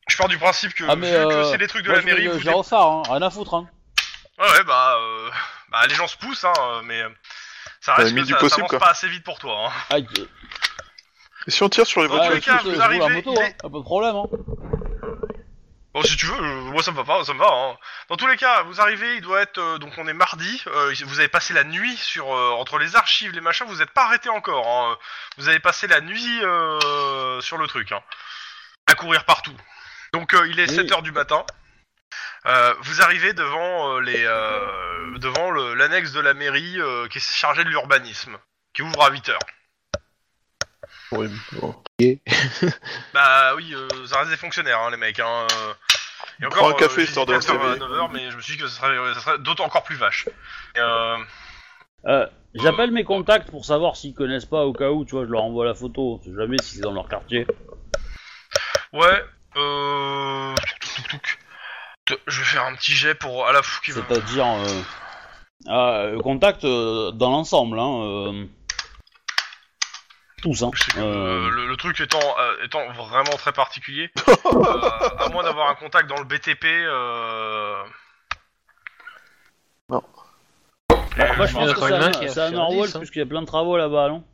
[SPEAKER 2] je pars du principe que
[SPEAKER 1] Ah, mais,
[SPEAKER 2] vu que
[SPEAKER 1] euh,
[SPEAKER 2] c'est des trucs de
[SPEAKER 1] Moi,
[SPEAKER 2] la
[SPEAKER 1] je mets
[SPEAKER 2] mairie,
[SPEAKER 1] le
[SPEAKER 2] vous
[SPEAKER 1] gyrophare, hein, rien à foutre, hein.
[SPEAKER 2] Ouais, ouais, bah, euh, bah, les gens se poussent, hein, euh, mais euh, ça
[SPEAKER 5] T'as
[SPEAKER 2] reste
[SPEAKER 5] mis
[SPEAKER 2] que
[SPEAKER 5] du
[SPEAKER 2] ça, ça
[SPEAKER 5] possible,
[SPEAKER 2] avance
[SPEAKER 5] quoi.
[SPEAKER 2] pas assez vite pour toi. Hein.
[SPEAKER 1] Ah, qui-
[SPEAKER 5] Et si on tire sur les
[SPEAKER 2] Dans
[SPEAKER 5] voitures
[SPEAKER 2] tous les cas,
[SPEAKER 1] écoutez,
[SPEAKER 2] vous
[SPEAKER 1] Ah, je roule en
[SPEAKER 2] arrivez,
[SPEAKER 1] moto,
[SPEAKER 2] il
[SPEAKER 1] hein,
[SPEAKER 2] est-
[SPEAKER 1] pas de problème, hein.
[SPEAKER 2] Bon, si tu veux, euh, moi ça me va pas, ça me va. Hein. Dans tous les cas, vous arrivez, il doit être, euh, donc on est mardi, euh, vous avez passé la nuit sur euh, entre les archives, les machins, vous êtes pas arrêté encore. Hein. Vous avez passé la nuit euh, sur le truc, hein, à courir partout. Donc euh, il est
[SPEAKER 1] Oui.
[SPEAKER 2] 7 heures du matin. Euh, vous arrivez devant euh, les euh, devant le- l'annexe de la mairie euh, qui est chargée de l'urbanisme, qui ouvre à 8 heures. Bah oui, euh, ça reste des fonctionnaires, hein, les mecs. Hein, euh. Et
[SPEAKER 5] Prends un café,
[SPEAKER 2] j'ai
[SPEAKER 5] histoire
[SPEAKER 2] dit
[SPEAKER 5] de
[SPEAKER 2] quatre heures à
[SPEAKER 5] rester éveillé.
[SPEAKER 2] 9 heures, mais je me suis dit que ça serait, ça serait d'autant encore plus vache. Et, euh,
[SPEAKER 1] Euh, J'appelle mes contacts pour savoir s'ils connaissent pas au cas où, tu vois, je leur envoie la photo, on sait jamais si c'est dans leur quartier.
[SPEAKER 2] Ouais, euh... touc, touc, touc. Te- Je vais faire un petit jet pour à la fou qui va.
[SPEAKER 1] C'est-à-dire euh, ah, euh, contact euh, dans l'ensemble, hein. euh, tous, hein.
[SPEAKER 2] Je sais que,
[SPEAKER 1] Euh,
[SPEAKER 2] euh, le, le truc étant, euh, étant vraiment très particulier, euh, à moins d'avoir un contact dans le BTP. Euh...
[SPEAKER 5] Non.
[SPEAKER 2] Euh,
[SPEAKER 1] moi, je
[SPEAKER 2] je
[SPEAKER 4] pense
[SPEAKER 1] pense que
[SPEAKER 4] que
[SPEAKER 1] c'est
[SPEAKER 4] c'est un
[SPEAKER 1] un-
[SPEAKER 4] qui a
[SPEAKER 1] c'est un
[SPEAKER 4] fait un
[SPEAKER 1] Orwell,
[SPEAKER 4] dix, hein.
[SPEAKER 1] puisqu'il y a plein de travaux là-bas, non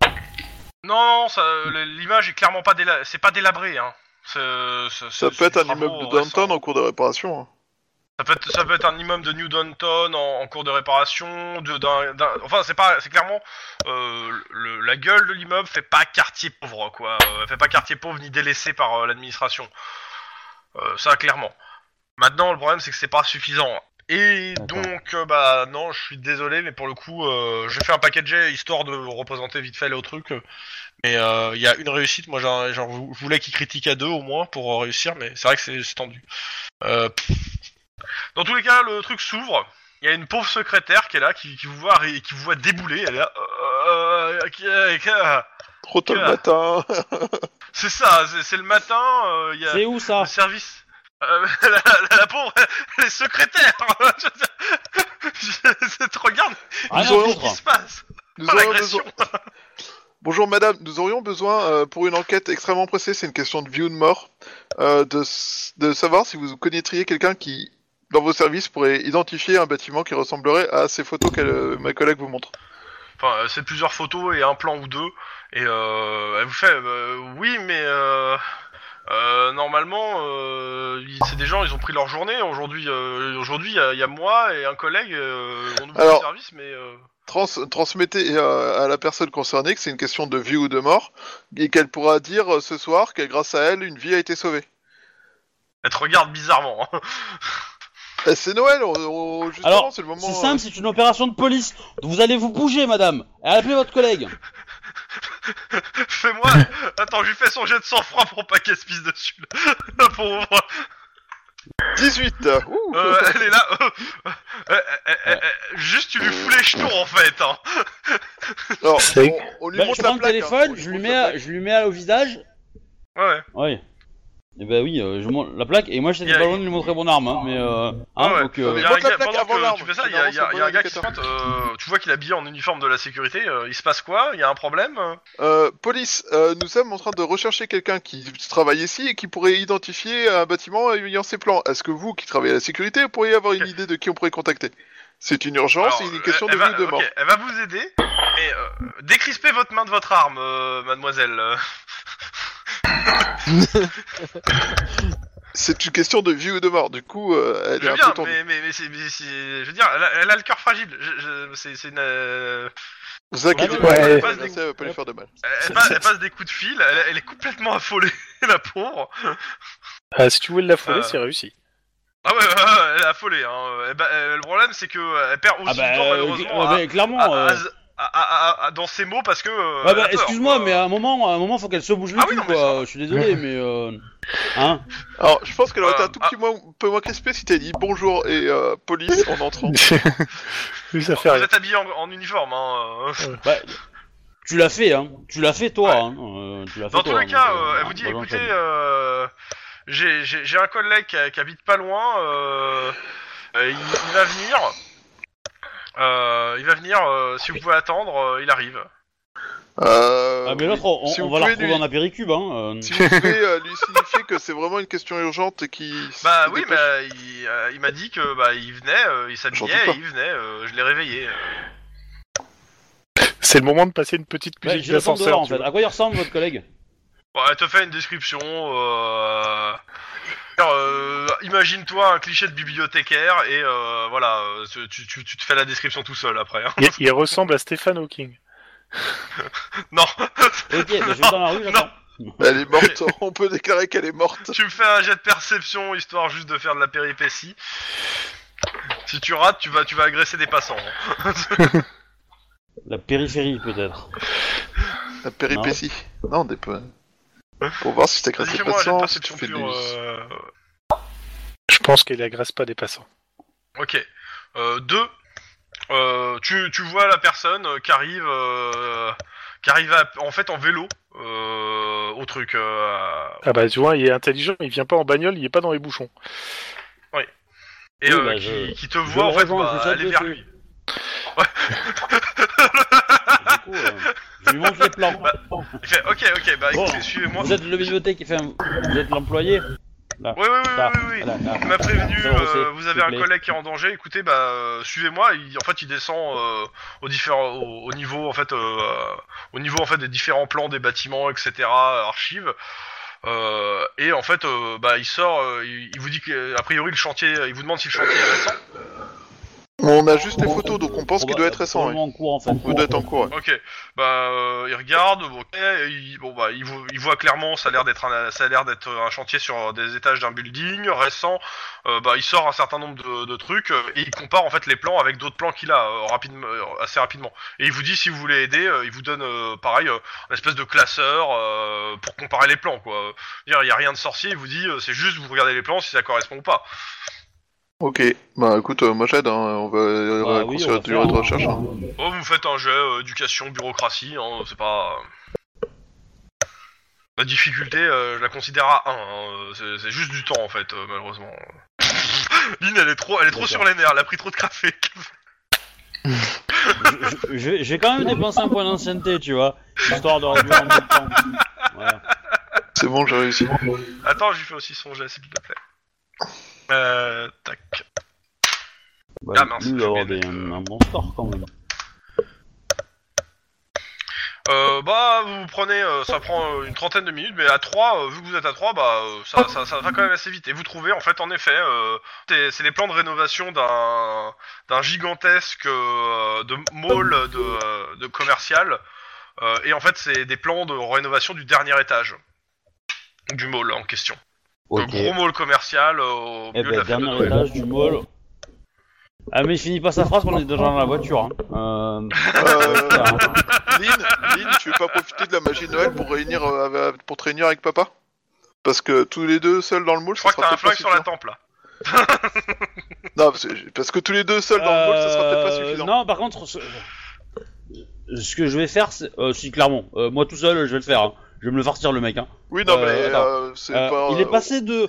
[SPEAKER 2] Non, non, ça, le- l'image est clairement pas déla... c'est pas délabré. Hein. C'est- c'est-
[SPEAKER 5] Ça
[SPEAKER 2] c'est-
[SPEAKER 5] peut être
[SPEAKER 2] c'est
[SPEAKER 5] un
[SPEAKER 2] des
[SPEAKER 5] immeuble de
[SPEAKER 2] travaux récents.
[SPEAKER 5] downtown en cours de réparation. hein.
[SPEAKER 2] Ça peut être, ça peut être un immeuble de New Downton en, en cours de réparation. De, d'un- d'un- enfin, c'est pas, c'est clairement euh, le- la gueule de l'immeuble fait pas quartier pauvre, quoi. Euh, fait pas quartier pauvre ni délaissé par euh, l'administration. Euh, ça, clairement. Maintenant, le problème, c'est que c'est pas suffisant. Et
[SPEAKER 1] D'accord.
[SPEAKER 2] donc, euh, bah non, je suis désolé, mais pour le coup, euh, je fais un paquet de jets, histoire de représenter vite fait le truc. euh, Mais euh, il y a une réussite. Moi, j'en- j'en vou- je voulais qu'ils critiquent à deux au moins pour euh, réussir, mais c'est vrai que c'est c'est tendu. Euh, dans tous les cas, le truc s'ouvre. Il y a une pauvre secrétaire qui est là, qui, qui vous voit arri- qui vous voit débouler. Elle est là. Euh, euh, qui- euh, qui- euh,
[SPEAKER 5] Trop tôt le
[SPEAKER 2] Ah.
[SPEAKER 5] matin.
[SPEAKER 2] c'est ça, c'est- c'est le matin. euh, Il y a
[SPEAKER 1] C'est où ça
[SPEAKER 2] le service. Euh, la, la- la pauvre, elle est secrétaire. Je veux dire, je- je te regarde
[SPEAKER 1] Rien à
[SPEAKER 5] Ils ont
[SPEAKER 1] foutre.
[SPEAKER 2] ce qui se passe.
[SPEAKER 5] Nous
[SPEAKER 2] Oh,
[SPEAKER 5] aurions
[SPEAKER 2] l'agression.
[SPEAKER 5] besoin- Bonjour madame, nous aurions besoin euh, pour une enquête extrêmement pressée, c'est une question de vie ou de mort, euh, de, s- de savoir si vous connaîtriez quelqu'un qui, dans vos services, pourrait identifier un bâtiment qui ressemblerait à ces photos que euh, ma collègue vous montre.
[SPEAKER 2] Enfin, euh, c'est plusieurs photos et un plan ou deux. Et euh, elle vous fait, euh, oui, mais euh, euh, normalement, euh, il- c'est des gens, ils ont pris leur journée. Aujourd'hui, euh, aujourd'hui, il y a- il y, a moi et un collègue. euh, on ouvre
[SPEAKER 5] Alors-
[SPEAKER 2] le service, mais euh,
[SPEAKER 5] Trans- transmettez euh, à la personne concernée que c'est une question de vie ou de mort et qu'elle pourra dire euh, ce soir que grâce à elle, une vie a été sauvée.
[SPEAKER 2] elle te regarde bizarrement. hein.
[SPEAKER 5] Eh, c'est Noël, on- on- justement,
[SPEAKER 1] Alors,
[SPEAKER 5] c'est le moment.
[SPEAKER 2] euh,
[SPEAKER 5] euh,
[SPEAKER 1] C'est simple, c'est une opération de police. Vous allez vous bouger, madame. Et appelez votre collègue.
[SPEAKER 2] Fais-moi. Attends, je lui fais son jet de sang-froid pour pas qu'elle se pisse dessus. La pauvre.
[SPEAKER 5] euh, 18. Ouh.
[SPEAKER 2] Euh, elle est là. euh, euh, euh, euh, euh, euh, juste, tu lui fous les jetons en fait. Hein.
[SPEAKER 5] Alors,
[SPEAKER 3] C'est-
[SPEAKER 5] on, on lui
[SPEAKER 1] Bah,
[SPEAKER 5] montre
[SPEAKER 1] je
[SPEAKER 5] la
[SPEAKER 1] prends le
[SPEAKER 5] plaque, hein.
[SPEAKER 1] téléphone,
[SPEAKER 5] On lui
[SPEAKER 1] je, lui
[SPEAKER 5] montre
[SPEAKER 1] mets
[SPEAKER 5] la
[SPEAKER 1] à-
[SPEAKER 5] plaque.
[SPEAKER 1] je lui mets à- au visage.
[SPEAKER 2] Ouais, ouais.
[SPEAKER 1] Ouais. Et bah oui, euh, je monte la plaque. Et moi, j'étais
[SPEAKER 2] Yeah.
[SPEAKER 1] pas loin de lui montrer mon arme. hein, mais euh, hein,
[SPEAKER 2] ouais.
[SPEAKER 1] donc, euh,
[SPEAKER 5] Mais
[SPEAKER 2] Il y a
[SPEAKER 5] montre
[SPEAKER 2] un
[SPEAKER 5] la
[SPEAKER 2] gars-
[SPEAKER 5] plaque
[SPEAKER 2] pendant
[SPEAKER 5] avant
[SPEAKER 2] que
[SPEAKER 5] l'arme,
[SPEAKER 2] tu fais ça,
[SPEAKER 5] c'est
[SPEAKER 2] il y a, il y a-
[SPEAKER 5] vraiment
[SPEAKER 2] il y a un gars qui se
[SPEAKER 5] indicateur.
[SPEAKER 2] pointe, euh, tu vois qu'il est habillé en uniforme de la sécurité, euh, il se passe quoi Il y a un problème euh
[SPEAKER 5] Euh, police, euh, nous sommes en train de rechercher quelqu'un qui travaille ici et qui pourrait identifier un bâtiment ayant ses plans. Est-ce que vous, qui travaillez à la sécurité, pourriez avoir une idée de qui on pourrait contacter C'est une urgence,
[SPEAKER 2] Alors, euh,
[SPEAKER 5] c'est une question
[SPEAKER 2] elle-
[SPEAKER 1] eh,
[SPEAKER 5] de
[SPEAKER 2] elle
[SPEAKER 5] vie
[SPEAKER 1] bah,
[SPEAKER 2] va-
[SPEAKER 5] ou de
[SPEAKER 2] ok,
[SPEAKER 5] mort.
[SPEAKER 2] Elle va vous aider, et euh, décrispez votre main de votre arme, euh, mademoiselle. euh.
[SPEAKER 5] C'est une question de vie ou de mort. Du coup, euh, elle
[SPEAKER 2] Je
[SPEAKER 5] est
[SPEAKER 2] veux
[SPEAKER 5] un
[SPEAKER 2] bien,
[SPEAKER 5] peu tendue.
[SPEAKER 2] mais, mais, mais c'est- mais c'est- je veux dire, elle a, elle a le cœur fragile. Je- je- c'est- c'est une, euh,
[SPEAKER 5] Vous inquiétez
[SPEAKER 1] Ouais,
[SPEAKER 5] pas, elle
[SPEAKER 2] ouais.
[SPEAKER 5] va l'agresser, elle va pas lui faire de mal.
[SPEAKER 2] elle, passe, elle passe des coups de fil, elle, elle est complètement affolée, la pauvre.
[SPEAKER 3] Ah, si tu voulais l'affoler,
[SPEAKER 2] Euh.
[SPEAKER 3] c'est réussi.
[SPEAKER 2] Ah ouais, ouais, ouais, elle est affolée. Hein. Eh ben, euh, le problème, c'est que euh, elle perd aussi
[SPEAKER 1] ah bah,
[SPEAKER 2] du temps,
[SPEAKER 1] euh,
[SPEAKER 2] malheureusement,
[SPEAKER 1] euh,
[SPEAKER 2] à-
[SPEAKER 1] mais clairement.
[SPEAKER 2] à-
[SPEAKER 1] euh,
[SPEAKER 2] à- à- à- à- ah, dans ses mots parce que. euh,
[SPEAKER 1] Ouais
[SPEAKER 2] elle a
[SPEAKER 1] bah
[SPEAKER 2] peur,
[SPEAKER 1] excuse-moi
[SPEAKER 2] quoi.
[SPEAKER 1] mais à un moment à un moment faut qu'elle se bouge le
[SPEAKER 2] Ah
[SPEAKER 1] cul
[SPEAKER 2] oui, non, mais ça
[SPEAKER 1] quoi. Je suis désolé mais euh... hein
[SPEAKER 5] Alors, je pense qu'elle aurait été un
[SPEAKER 2] Euh,
[SPEAKER 5] tout
[SPEAKER 1] ah.
[SPEAKER 5] petit moins- peu moins crispée si t'avais dit bonjour et euh, police en entrant.
[SPEAKER 3] Oui, ça fait
[SPEAKER 2] Vous
[SPEAKER 3] rien.
[SPEAKER 2] êtes habillé en, en uniforme. Hein. euh.
[SPEAKER 1] bah, tu l'as fait hein. Tu l'as fait toi
[SPEAKER 2] Ouais.
[SPEAKER 1] hein. Euh, tu l'as
[SPEAKER 2] Dans
[SPEAKER 1] fait,
[SPEAKER 2] tous
[SPEAKER 1] toi,
[SPEAKER 2] les
[SPEAKER 1] hein,
[SPEAKER 2] cas,
[SPEAKER 1] donc,
[SPEAKER 2] euh,
[SPEAKER 1] euh,
[SPEAKER 2] elle vous dit
[SPEAKER 1] voilà,
[SPEAKER 2] écoutez,
[SPEAKER 1] j'entends.
[SPEAKER 2] euh, j'ai- j'ai j'ai un collègue qui, qui habite pas loin, euh, euh, il, il va venir. Euh, il va venir, euh, si vous pouvez attendre, euh, il arrive.
[SPEAKER 5] Euh,
[SPEAKER 1] Ah mais l'autre on,
[SPEAKER 5] Si
[SPEAKER 1] on
[SPEAKER 5] vous
[SPEAKER 1] va la
[SPEAKER 5] pouvez
[SPEAKER 1] retrouver
[SPEAKER 5] lui-
[SPEAKER 1] en apéricube hein. euh.
[SPEAKER 5] Si vous pouvez euh, lui signifier que c'est vraiment une question urgente et qui.
[SPEAKER 2] Bah
[SPEAKER 5] se
[SPEAKER 2] oui,
[SPEAKER 5] dépêche.
[SPEAKER 2] bah, il, euh, il m'a dit que bah il venait, euh, il
[SPEAKER 5] J'en doute
[SPEAKER 2] s'habillait,
[SPEAKER 5] pas.
[SPEAKER 2] et il venait, euh, je l'ai réveillé. euh.
[SPEAKER 3] C'est le moment de passer une petite
[SPEAKER 1] Ouais,
[SPEAKER 3] musique
[SPEAKER 1] j'ai le temps de voir,
[SPEAKER 2] hein,
[SPEAKER 3] d'ascenseur.
[SPEAKER 1] en
[SPEAKER 3] tu
[SPEAKER 1] fait.
[SPEAKER 3] vois.
[SPEAKER 1] À quoi il ressemble votre collègue
[SPEAKER 2] Bon, Bah, elle te fait une description. euh, euh, Imagine-toi un cliché de bibliothécaire et euh, voilà, euh, tu, tu- tu te fais la description tout seul après. hein.
[SPEAKER 3] Il, il ressemble à Stephen Hawking.
[SPEAKER 2] Non,
[SPEAKER 1] Ok mais je vais dans la rue j'attends.
[SPEAKER 5] Elle est morte, on peut déclarer qu'elle est morte.
[SPEAKER 2] tu me fais un jet de perception histoire juste de faire de la péripétie. Si tu rates, tu vas, tu vas agresser des passants. hein.
[SPEAKER 1] La périphérie peut-être.
[SPEAKER 5] La péripétie. Non, des peu. Pour voir si t'agresses
[SPEAKER 2] Hein Vas-y,
[SPEAKER 5] les
[SPEAKER 2] fais-moi un jet de
[SPEAKER 5] patients, si Ah, tu
[SPEAKER 2] perception
[SPEAKER 5] fais
[SPEAKER 2] pure.
[SPEAKER 5] des...
[SPEAKER 2] euh,
[SPEAKER 3] Je pense qu'elle agresse pas des passants.
[SPEAKER 2] Ok. Euh, deux. Euh, tu, tu vois la personne euh, qui arrive, euh, qui arrive à- en fait en vélo euh, au truc. euh,
[SPEAKER 3] Ah bah tu vois, il est intelligent, il vient pas en bagnole, il est pas dans les bouchons.
[SPEAKER 2] et
[SPEAKER 1] Oui,
[SPEAKER 2] euh,
[SPEAKER 1] bah,
[SPEAKER 2] qui,
[SPEAKER 1] je-
[SPEAKER 2] qui te voit
[SPEAKER 1] le
[SPEAKER 2] en fait
[SPEAKER 1] rejoins,
[SPEAKER 2] bah,
[SPEAKER 1] je jette
[SPEAKER 2] aller
[SPEAKER 1] le
[SPEAKER 2] vers
[SPEAKER 1] truc.
[SPEAKER 2] lui.
[SPEAKER 1] Du coup, euh, je lui
[SPEAKER 2] Bah,
[SPEAKER 1] montre les plans.
[SPEAKER 2] Il fait ok ok bah
[SPEAKER 1] Bon.
[SPEAKER 2] écoutez suivez-moi.
[SPEAKER 1] Vous êtes le bibliothèque, enfin, vous êtes l'employé.
[SPEAKER 2] Oui oui oui
[SPEAKER 1] Là,
[SPEAKER 2] oui, oui. Bah,
[SPEAKER 1] là, là.
[SPEAKER 2] Il m'a prévenu,
[SPEAKER 1] Ça, on sait,
[SPEAKER 2] euh, vous
[SPEAKER 1] s'il
[SPEAKER 2] avez
[SPEAKER 1] te
[SPEAKER 2] un
[SPEAKER 1] plaît.
[SPEAKER 2] collègue qui est en danger, écoutez, bah, euh, suivez-moi. Il- En fait, il descend euh, au, différent, au, au niveau, en fait, euh, au niveau en fait, des différents plans des bâtiments, etc., archives. Euh, et en fait, euh, bah, il sort, euh, il, il vous dit que, a priori, le chantier, il vous demande si le chantier est récent.
[SPEAKER 5] On a juste les photos, donc on pense qu'il
[SPEAKER 1] Proba-
[SPEAKER 5] doit être récent. oui.
[SPEAKER 1] probablement en cours, en fait.
[SPEAKER 5] Il doit être en cours. oui.
[SPEAKER 2] Ok, bah, euh, il regarde, bon, ok, et il, bon, bah, il, vo- il voit clairement, ça a l'air d'être un, ça a l'air d'être un chantier sur des étages d'un building récent. Euh, bah, il sort un certain nombre de, de trucs euh, et il compare en fait les plans avec d'autres plans qu'il a euh, rapidement, euh, assez rapidement. Et il vous dit si vous voulez aider, euh, il vous donne euh, pareil euh, une espèce de classeur euh, pour comparer les plans, quoi. Euh, Dire, il y a rien de sorcier. Il vous dit, euh, c'est juste vous regardez les plans si ça correspond ou pas.
[SPEAKER 5] Ok, bah écoute, euh, moi j'aide, hein, on va euh,
[SPEAKER 1] Bah oui,
[SPEAKER 5] raccourcir
[SPEAKER 1] on
[SPEAKER 5] la
[SPEAKER 1] va
[SPEAKER 5] durée de
[SPEAKER 1] faire un-
[SPEAKER 5] recherche. hein.
[SPEAKER 2] Oh, vous faites un jet euh, éducation, bureaucratie, hein, c'est pas. euh, La difficulté, euh, je la considère à 1, c'est c'est juste du temps en fait, euh, malheureusement. Lynn, elle est trop, elle est trop
[SPEAKER 1] D'accord.
[SPEAKER 2] sur les nerfs, elle a pris trop de café.
[SPEAKER 1] Je- Je vais- je vais quand même dépenser un point d'ancienneté, tu vois, histoire de réduire un peu le temps. Voilà.
[SPEAKER 5] C'est bon, j'ai réussi.
[SPEAKER 2] Attends, j'ai fait aussi son jet, s'il te plaît. Euh, tac.
[SPEAKER 1] Bah,
[SPEAKER 2] Ah, mince,
[SPEAKER 1] lui, il
[SPEAKER 2] je
[SPEAKER 1] doit avoir
[SPEAKER 2] vais
[SPEAKER 1] des-
[SPEAKER 2] mettre,
[SPEAKER 1] un,
[SPEAKER 2] euh,
[SPEAKER 1] un bon score quand même.
[SPEAKER 2] Euh, bah, vous prenez, euh, ça prend euh, une trentaine de minutes, mais à 3, vu que vous êtes à 3, bah, euh, ça, ça, ça va quand même assez vite. Et vous trouvez, en fait, en effet, euh, c'est c'est les plans de rénovation d'un d'un gigantesque euh, de mall de, euh, de commercial. Euh, et en fait, c'est des plans de rénovation du dernier étage du mall en question. Le
[SPEAKER 1] Ok.
[SPEAKER 2] gros mall commercial euh, au
[SPEAKER 1] Eh ben,
[SPEAKER 2] milieu de la fête de
[SPEAKER 1] dernier
[SPEAKER 2] Noël.
[SPEAKER 1] étage du mall. Ah, mais finis pas sa phrase qu'on est déjà dans la voiture. Hein. Euh,
[SPEAKER 5] Euh,
[SPEAKER 1] putain, hein.
[SPEAKER 5] Lynn, Lynn, tu veux pas profiter de la magie de Noël pour, réunir, euh, avec- pour te réunir avec papa Parce que tous les deux seuls dans le moule,
[SPEAKER 2] Je crois
[SPEAKER 5] ça
[SPEAKER 2] que t'as
[SPEAKER 5] sera
[SPEAKER 2] un
[SPEAKER 5] peut-être pas
[SPEAKER 2] flingue sur la
[SPEAKER 5] suffisant.
[SPEAKER 2] tempe là.
[SPEAKER 5] Non, parce que, parce que tous les deux seuls dans le moule, ça sera peut-être pas
[SPEAKER 1] Euh,
[SPEAKER 5] suffisant.
[SPEAKER 1] Non, par contre, ce, ce que je vais faire, c'est. euh, si, clairement, euh, moi tout seul, je vais le faire. hein. Je vais me le farcir, le mec. Hein.
[SPEAKER 5] Oui, non,
[SPEAKER 1] Euh,
[SPEAKER 5] mais
[SPEAKER 1] attends.
[SPEAKER 5] euh, c'est
[SPEAKER 1] Euh,
[SPEAKER 5] pas.
[SPEAKER 1] il est passé de.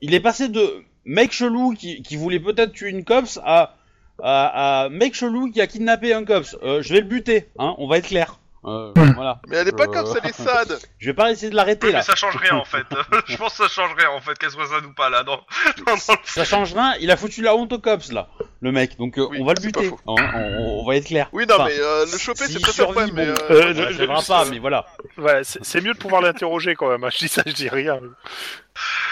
[SPEAKER 1] Il est passé de mec chelou qui, qui voulait peut-être tuer une copse à, à, à mec chelou qui a kidnappé un copse. Euh, je vais le buter, hein, on va être clair. Euh, voilà.
[SPEAKER 5] Mais elle est pas
[SPEAKER 1] Euh,
[SPEAKER 5] comme ça, elle est sad
[SPEAKER 1] Je vais pas essayer de l'arrêter
[SPEAKER 2] Oui,
[SPEAKER 1] là.
[SPEAKER 2] mais ça change rien en fait. Je pense que ça change rien en fait, qu'elle soit ça ou pas là. Non.
[SPEAKER 1] Ça change rien, il a foutu la honte au cops là, le mec, donc euh,
[SPEAKER 5] Oui,
[SPEAKER 1] on va le
[SPEAKER 5] c'est pas
[SPEAKER 1] buter,
[SPEAKER 5] faux.
[SPEAKER 1] hein, on, on va être clair.
[SPEAKER 5] Oui, non,
[SPEAKER 1] Enfin,
[SPEAKER 5] mais euh, le choper, c'est
[SPEAKER 1] s'il
[SPEAKER 5] pas ça le problème, mais.
[SPEAKER 1] survit, bon.
[SPEAKER 3] Euh,
[SPEAKER 5] euh,
[SPEAKER 1] on
[SPEAKER 3] je- je-
[SPEAKER 1] l'achèvera pas, mais voilà.
[SPEAKER 3] Voilà, c'est c'est mieux de pouvoir l'interroger quand même. hein. Je dis ça, je dis rien.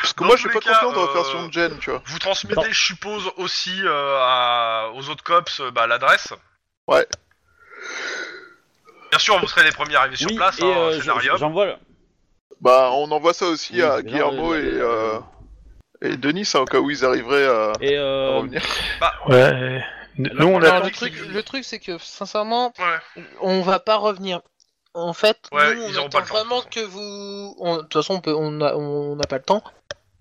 [SPEAKER 5] Parce que
[SPEAKER 2] dans
[SPEAKER 5] moi, je
[SPEAKER 2] tous
[SPEAKER 5] suis
[SPEAKER 2] les
[SPEAKER 5] pas
[SPEAKER 2] cas,
[SPEAKER 5] confiant dans la
[SPEAKER 2] euh,
[SPEAKER 5] version de Jen, tu vois.
[SPEAKER 2] Vous transmettez, je suppose, aussi euh, à- aux autres cops euh, bah, l'adresse
[SPEAKER 5] Ouais.
[SPEAKER 2] Bien sûr, vous serez les premiers arrivés sur
[SPEAKER 1] Oui,
[SPEAKER 2] place,
[SPEAKER 1] et
[SPEAKER 2] hein,
[SPEAKER 1] euh,
[SPEAKER 2] scénario.
[SPEAKER 1] je- j'envoie. le-
[SPEAKER 5] Bah, on envoie ça aussi
[SPEAKER 1] Oui, mais
[SPEAKER 5] à
[SPEAKER 1] non,
[SPEAKER 5] Guillermo
[SPEAKER 1] euh,
[SPEAKER 5] et, euh, et Denis, hein, au cas où ils arriveraient à,
[SPEAKER 1] Et
[SPEAKER 5] à
[SPEAKER 1] euh,
[SPEAKER 5] revenir.
[SPEAKER 3] Ouais. Nous on
[SPEAKER 4] Alors,
[SPEAKER 2] attend
[SPEAKER 3] attend.
[SPEAKER 4] le
[SPEAKER 2] que
[SPEAKER 4] truc,
[SPEAKER 2] c'est-
[SPEAKER 4] le truc, c'est que sincèrement,
[SPEAKER 2] Ouais.
[SPEAKER 4] on va pas revenir. En fait,
[SPEAKER 2] Ouais,
[SPEAKER 4] nous,
[SPEAKER 2] ils
[SPEAKER 4] on
[SPEAKER 2] auront
[SPEAKER 4] attend
[SPEAKER 2] pas le temps,
[SPEAKER 4] vraiment
[SPEAKER 2] de toute
[SPEAKER 4] que vous. on- De toute façon, on peut- on a- on n'a pas le temps.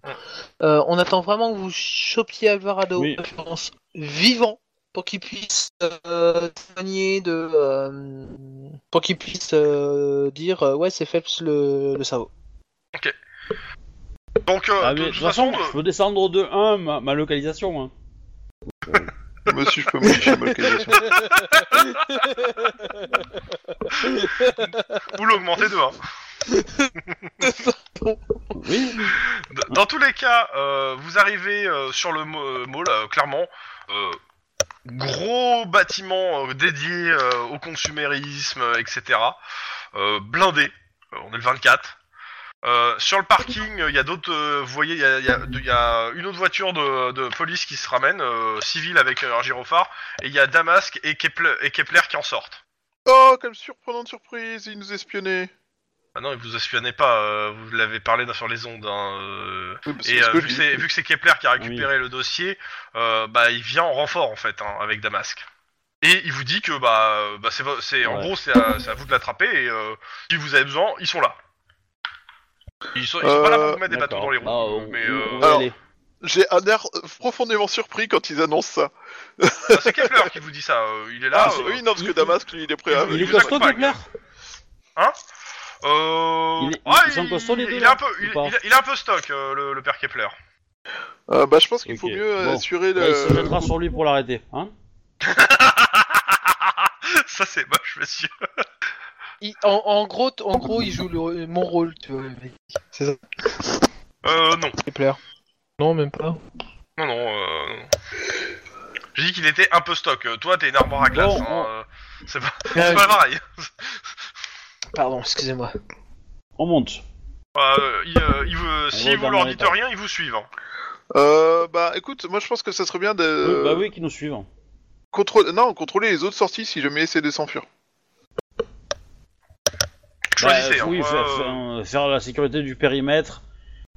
[SPEAKER 2] Ouais.
[SPEAKER 4] Euh, on attend vraiment que vous chopiez Alvarado
[SPEAKER 1] Oui.
[SPEAKER 4] je pense, vivant pour qu'il puisse euh, témoigner de, euh, pour qu'il puisse euh, dire euh, ouais c'est Phelps le, le cerveau.
[SPEAKER 2] Donc, euh,
[SPEAKER 1] ah, mais
[SPEAKER 2] de,
[SPEAKER 1] de
[SPEAKER 2] toute façon,
[SPEAKER 1] je
[SPEAKER 2] euh,
[SPEAKER 1] peux descendre de 1 ma, ma localisation. hein.
[SPEAKER 5] Monsieur, je peux modifier ma localisation.
[SPEAKER 2] ou l'augmenter de 1.
[SPEAKER 1] Oui.
[SPEAKER 2] D- Dans tous les cas, euh, vous arrivez euh, sur le mo- euh, mall, euh, clairement. euh, gros bâtiment euh, dédié euh, au consumérisme, euh, etc. euh, blindé. Euh, on est le 24. Euh, sur le parking, euh, il y a d'autres. euh, vous voyez, il y a, il y a- il y a une autre voiture de, de police qui se ramène, euh, civile avec euh, un gyrophare, et il y a Damask et Kepler, et Kepler qui en sortent.
[SPEAKER 5] Oh, quelle surprenante surprise, il nous espionnait.
[SPEAKER 2] Ah non, vous espionnez pas, euh, vous l'avez parlé dans- sur les ondes. hein, euh,
[SPEAKER 5] Oui, parce
[SPEAKER 2] Et
[SPEAKER 5] parce
[SPEAKER 2] euh,
[SPEAKER 5] que
[SPEAKER 2] vu, que
[SPEAKER 5] lui-
[SPEAKER 2] c'est, vu que c'est Kepler qui a récupéré le dossier, euh, bah il vient en renfort en fait hein, avec Damasque. Et il vous dit que bah, euh, bah, c'est, vo- c'est en
[SPEAKER 1] Ouais.
[SPEAKER 2] gros c'est à, c'est à vous de l'attraper et euh, si vous avez besoin ils sont là. Ils sont, ils sont
[SPEAKER 5] Euh,
[SPEAKER 2] pas là pour vous mettre des
[SPEAKER 1] D'accord.
[SPEAKER 2] bâtons dans les roues.
[SPEAKER 1] Bah, on,
[SPEAKER 2] mais
[SPEAKER 1] on-
[SPEAKER 2] euh,
[SPEAKER 1] on va y
[SPEAKER 5] alors,
[SPEAKER 1] aller.
[SPEAKER 5] J'ai un air profondément surpris quand ils annoncent ça.
[SPEAKER 2] Ah, c'est Kepler qui vous dit ça. euh, il est là.
[SPEAKER 5] Ah, c'est-
[SPEAKER 2] euh,
[SPEAKER 5] oui, non, parce que Damasque, lui, il est prêt à.
[SPEAKER 1] Il est
[SPEAKER 2] vous
[SPEAKER 1] costaud,
[SPEAKER 2] accompagne.
[SPEAKER 1] Kepler
[SPEAKER 2] hein, euh,
[SPEAKER 1] Il est-
[SPEAKER 2] ah,
[SPEAKER 1] ils sont costauds, les deux,
[SPEAKER 2] il est
[SPEAKER 1] là,
[SPEAKER 2] un peu,
[SPEAKER 1] ou
[SPEAKER 2] il,
[SPEAKER 1] pas
[SPEAKER 2] il- il est un peu stock, euh, le, le père Kepler.
[SPEAKER 5] Euh, bah, je pense qu'il
[SPEAKER 1] Ok,
[SPEAKER 5] faut mieux euh,
[SPEAKER 1] bon.
[SPEAKER 5] assurer
[SPEAKER 1] Bah, Il se
[SPEAKER 5] le.
[SPEAKER 1] mettra sur lui pour l'arrêter. Hein
[SPEAKER 2] ça c'est moche, monsieur.
[SPEAKER 4] Il- en, en gros, t- en gros, il joue le- mon rôle, tu vois. mais C'est ça,
[SPEAKER 2] Euh, non,
[SPEAKER 4] il plaire. Non, même pas.
[SPEAKER 2] non, non. Euh, non. J'ai dit qu'il était un peu stock. Euh, toi, t'es une armoire à glace.
[SPEAKER 1] Bon,
[SPEAKER 2] hein,
[SPEAKER 1] on-
[SPEAKER 2] euh, C'est pas, c'est pas pareil.
[SPEAKER 4] Pardon, excusez-moi.
[SPEAKER 1] On monte.
[SPEAKER 2] Euh, il, euh, il veut- si
[SPEAKER 1] va
[SPEAKER 2] vous
[SPEAKER 1] dans
[SPEAKER 2] leur
[SPEAKER 1] les
[SPEAKER 2] dites
[SPEAKER 1] temps.
[SPEAKER 2] rien, ils vous suivent. hein.
[SPEAKER 5] Euh, bah, écoute, moi, je pense que ça serait bien de.
[SPEAKER 2] Euh,
[SPEAKER 1] Oui, bah oui, qui nous suivent.
[SPEAKER 5] contrôler... Non, contrôler les autres sorties si jamais essayer de s'enfuir.
[SPEAKER 2] Choisissez.
[SPEAKER 1] Bah,
[SPEAKER 2] hein,
[SPEAKER 1] oui,
[SPEAKER 2] moi,
[SPEAKER 1] faire,
[SPEAKER 2] euh,
[SPEAKER 1] faire, euh, faire la sécurité du périmètre.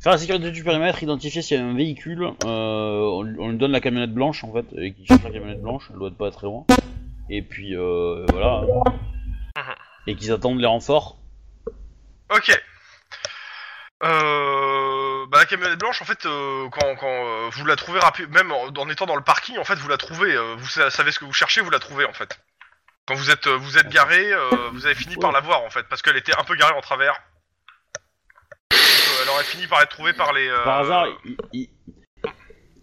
[SPEAKER 1] Faire la sécurité du périmètre, identifier s'il y a un véhicule. euh, on, lui- on lui donne la camionnette blanche en fait, et qui cherche la camionnette blanche, elle doit être pas très loin. Et puis euh, voilà.
[SPEAKER 2] Ah,
[SPEAKER 1] Et qu'ils attendent les renforts.
[SPEAKER 2] Ok. Euh, bah, la camionnette blanche, en fait, euh, quand, quand euh, vous la trouvez rapide, même en, en étant dans le parking, en fait, vous la trouvez. euh, vous sa- savez ce que vous cherchez, vous la trouvez, en fait. Quand vous êtes, euh, vous êtes garé, euh, vous avez fini par la voir, en fait, parce qu'elle était un peu garée en travers. Donc, euh, elle aurait fini par être trouvée par les. euh,
[SPEAKER 1] Par hasard, il- il-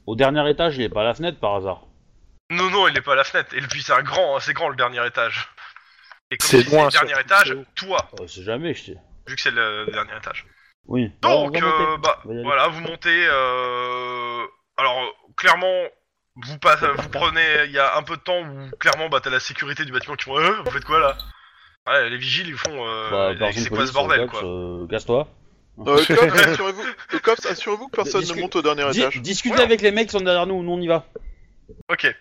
[SPEAKER 1] au dernier étage, il est pas à la fenêtre par hasard.
[SPEAKER 2] Non, non, il est pas à la fenêtre. Et puis c'est un grand, hein, c'est grand le dernier étage. Et comme
[SPEAKER 3] C'est
[SPEAKER 2] je disais,
[SPEAKER 3] loin,
[SPEAKER 2] le dernier
[SPEAKER 3] surtout,
[SPEAKER 2] étage,
[SPEAKER 3] c'est haut.
[SPEAKER 2] toi,
[SPEAKER 1] Euh, c'est jamais, je sais.
[SPEAKER 2] vu que c'est le dernier étage.
[SPEAKER 1] Oui. Alors, on
[SPEAKER 2] Donc,
[SPEAKER 1] va monter.
[SPEAKER 2] euh, bah,
[SPEAKER 1] On va y aller.
[SPEAKER 2] voilà, vous montez. euh, Alors, euh, clairement, vous, passe- vous prenez. Il y a un peu de temps où, clairement, bah, t'as la sécurité du bâtiment qui font Euh, Vous faites quoi là Ouais, les vigiles, ils font. euh,
[SPEAKER 1] Bah, par
[SPEAKER 2] c'est
[SPEAKER 1] exemple,
[SPEAKER 2] quoi
[SPEAKER 1] police,
[SPEAKER 2] ce bordel
[SPEAKER 1] Cops,
[SPEAKER 2] quoi
[SPEAKER 1] euh, Casse-toi.
[SPEAKER 5] Euh, Cops, assurez-vous euh, Cops, assurez-vous que personne
[SPEAKER 1] Discu-
[SPEAKER 5] ne monte au dernier
[SPEAKER 1] Dis-
[SPEAKER 5] étage.
[SPEAKER 1] discutez
[SPEAKER 2] Voilà.
[SPEAKER 1] avec les mecs qui sont derrière nous, nous on y va.
[SPEAKER 2] Ok.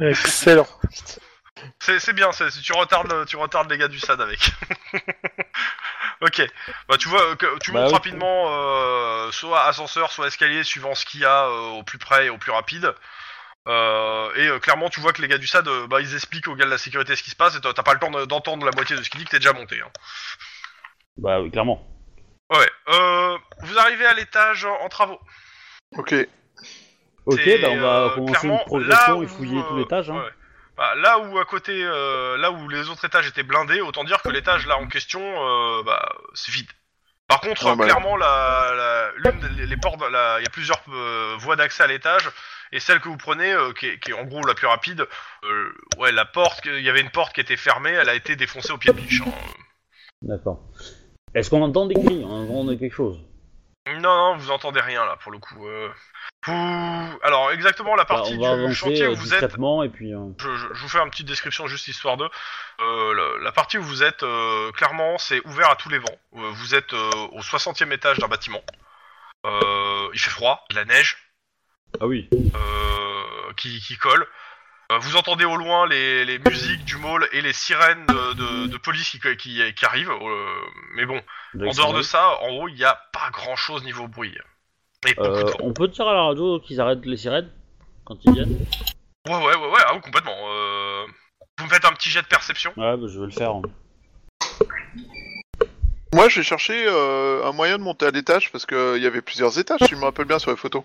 [SPEAKER 3] Excellent.
[SPEAKER 2] C'est, c'est bien, c'est, tu, retardes, le- tu retardes les gars du SAD avec. ok, bah tu vois, euh, que- tu
[SPEAKER 1] Bah
[SPEAKER 2] montes
[SPEAKER 1] oui.
[SPEAKER 2] rapidement, euh, soit ascenseur, soit escalier, suivant ce qu'il y a euh, au plus près et au plus rapide. Euh, et euh, clairement, tu vois que les gars du SAD, euh, bah, ils expliquent aux gars de la sécurité ce qui se passe, et t'as t'as pas le temps de- d'entendre la moitié de ce qu'ils disent, t'es déjà monté. hein.
[SPEAKER 1] Bah, oui, clairement.
[SPEAKER 2] Ouais, euh, vous arrivez à l'étage en, en travaux.
[SPEAKER 5] Ok.
[SPEAKER 1] Ok,
[SPEAKER 2] C'est,
[SPEAKER 1] bah on va
[SPEAKER 2] euh,
[SPEAKER 1] commencer
[SPEAKER 2] clairement,
[SPEAKER 1] une progression
[SPEAKER 2] là
[SPEAKER 1] et fouiller
[SPEAKER 2] où,
[SPEAKER 1] tout
[SPEAKER 2] euh,
[SPEAKER 1] l'étage. Hein.
[SPEAKER 2] ouais. Bah, là où à côté, euh, là où les autres étages étaient blindés, autant dire que l'étage là en question, euh, bah, c'est vide. Par contre,
[SPEAKER 5] Ah bah.
[SPEAKER 2] clairement, la, la- l'une des- les portes, la- il y a plusieurs euh, voies d'accès à l'étage, et celle que vous prenez, euh, qui, est, qui est en gros la plus rapide, euh, ouais, la porte, il y avait une porte qui était fermée, elle a été défoncée au pied de biche. hein.
[SPEAKER 1] D'accord. Est-ce qu'on entend des cris On entend quelque chose
[SPEAKER 2] Non, non, vous entendez rien là pour le coup. euh. Ouh. Alors exactement la
[SPEAKER 1] Bah,
[SPEAKER 2] partie
[SPEAKER 1] On va
[SPEAKER 2] du
[SPEAKER 1] avancer
[SPEAKER 2] chantier
[SPEAKER 1] euh,
[SPEAKER 2] où vous êtes,
[SPEAKER 1] discrètement et puis. euh,
[SPEAKER 2] je, je- je vous fais une petite description juste histoire de. Euh, la, la partie où vous êtes, euh, clairement, c'est ouvert à tous les vents. Euh, vous êtes euh, au 60e étage d'un bâtiment. Euh, il fait froid, de la neige
[SPEAKER 1] Ah oui.
[SPEAKER 2] euh, qui, qui colle. Euh, vous entendez au loin les, les musiques du mall et les sirènes de, de- de police qui, qui, qui arrivent. euh, mais bon, en dehors de ça, en haut, il n'y a pas grand chose niveau bruit. Et beaucoup
[SPEAKER 1] Euh,
[SPEAKER 2] de vent.
[SPEAKER 1] on peut dire à la radio qu'ils arrêtent les sirènes quand ils viennent
[SPEAKER 2] Ouais, ouais, ouais, ouais, ah oui, complètement. euh. Vous me faites un petit jet de perception.
[SPEAKER 1] Ouais, bah, je vais le faire. hein.
[SPEAKER 5] Moi, j'ai cherché euh, un moyen de monter à l'étage parce qu'il y avait plusieurs étages, si je me rappelle bien sur les photos.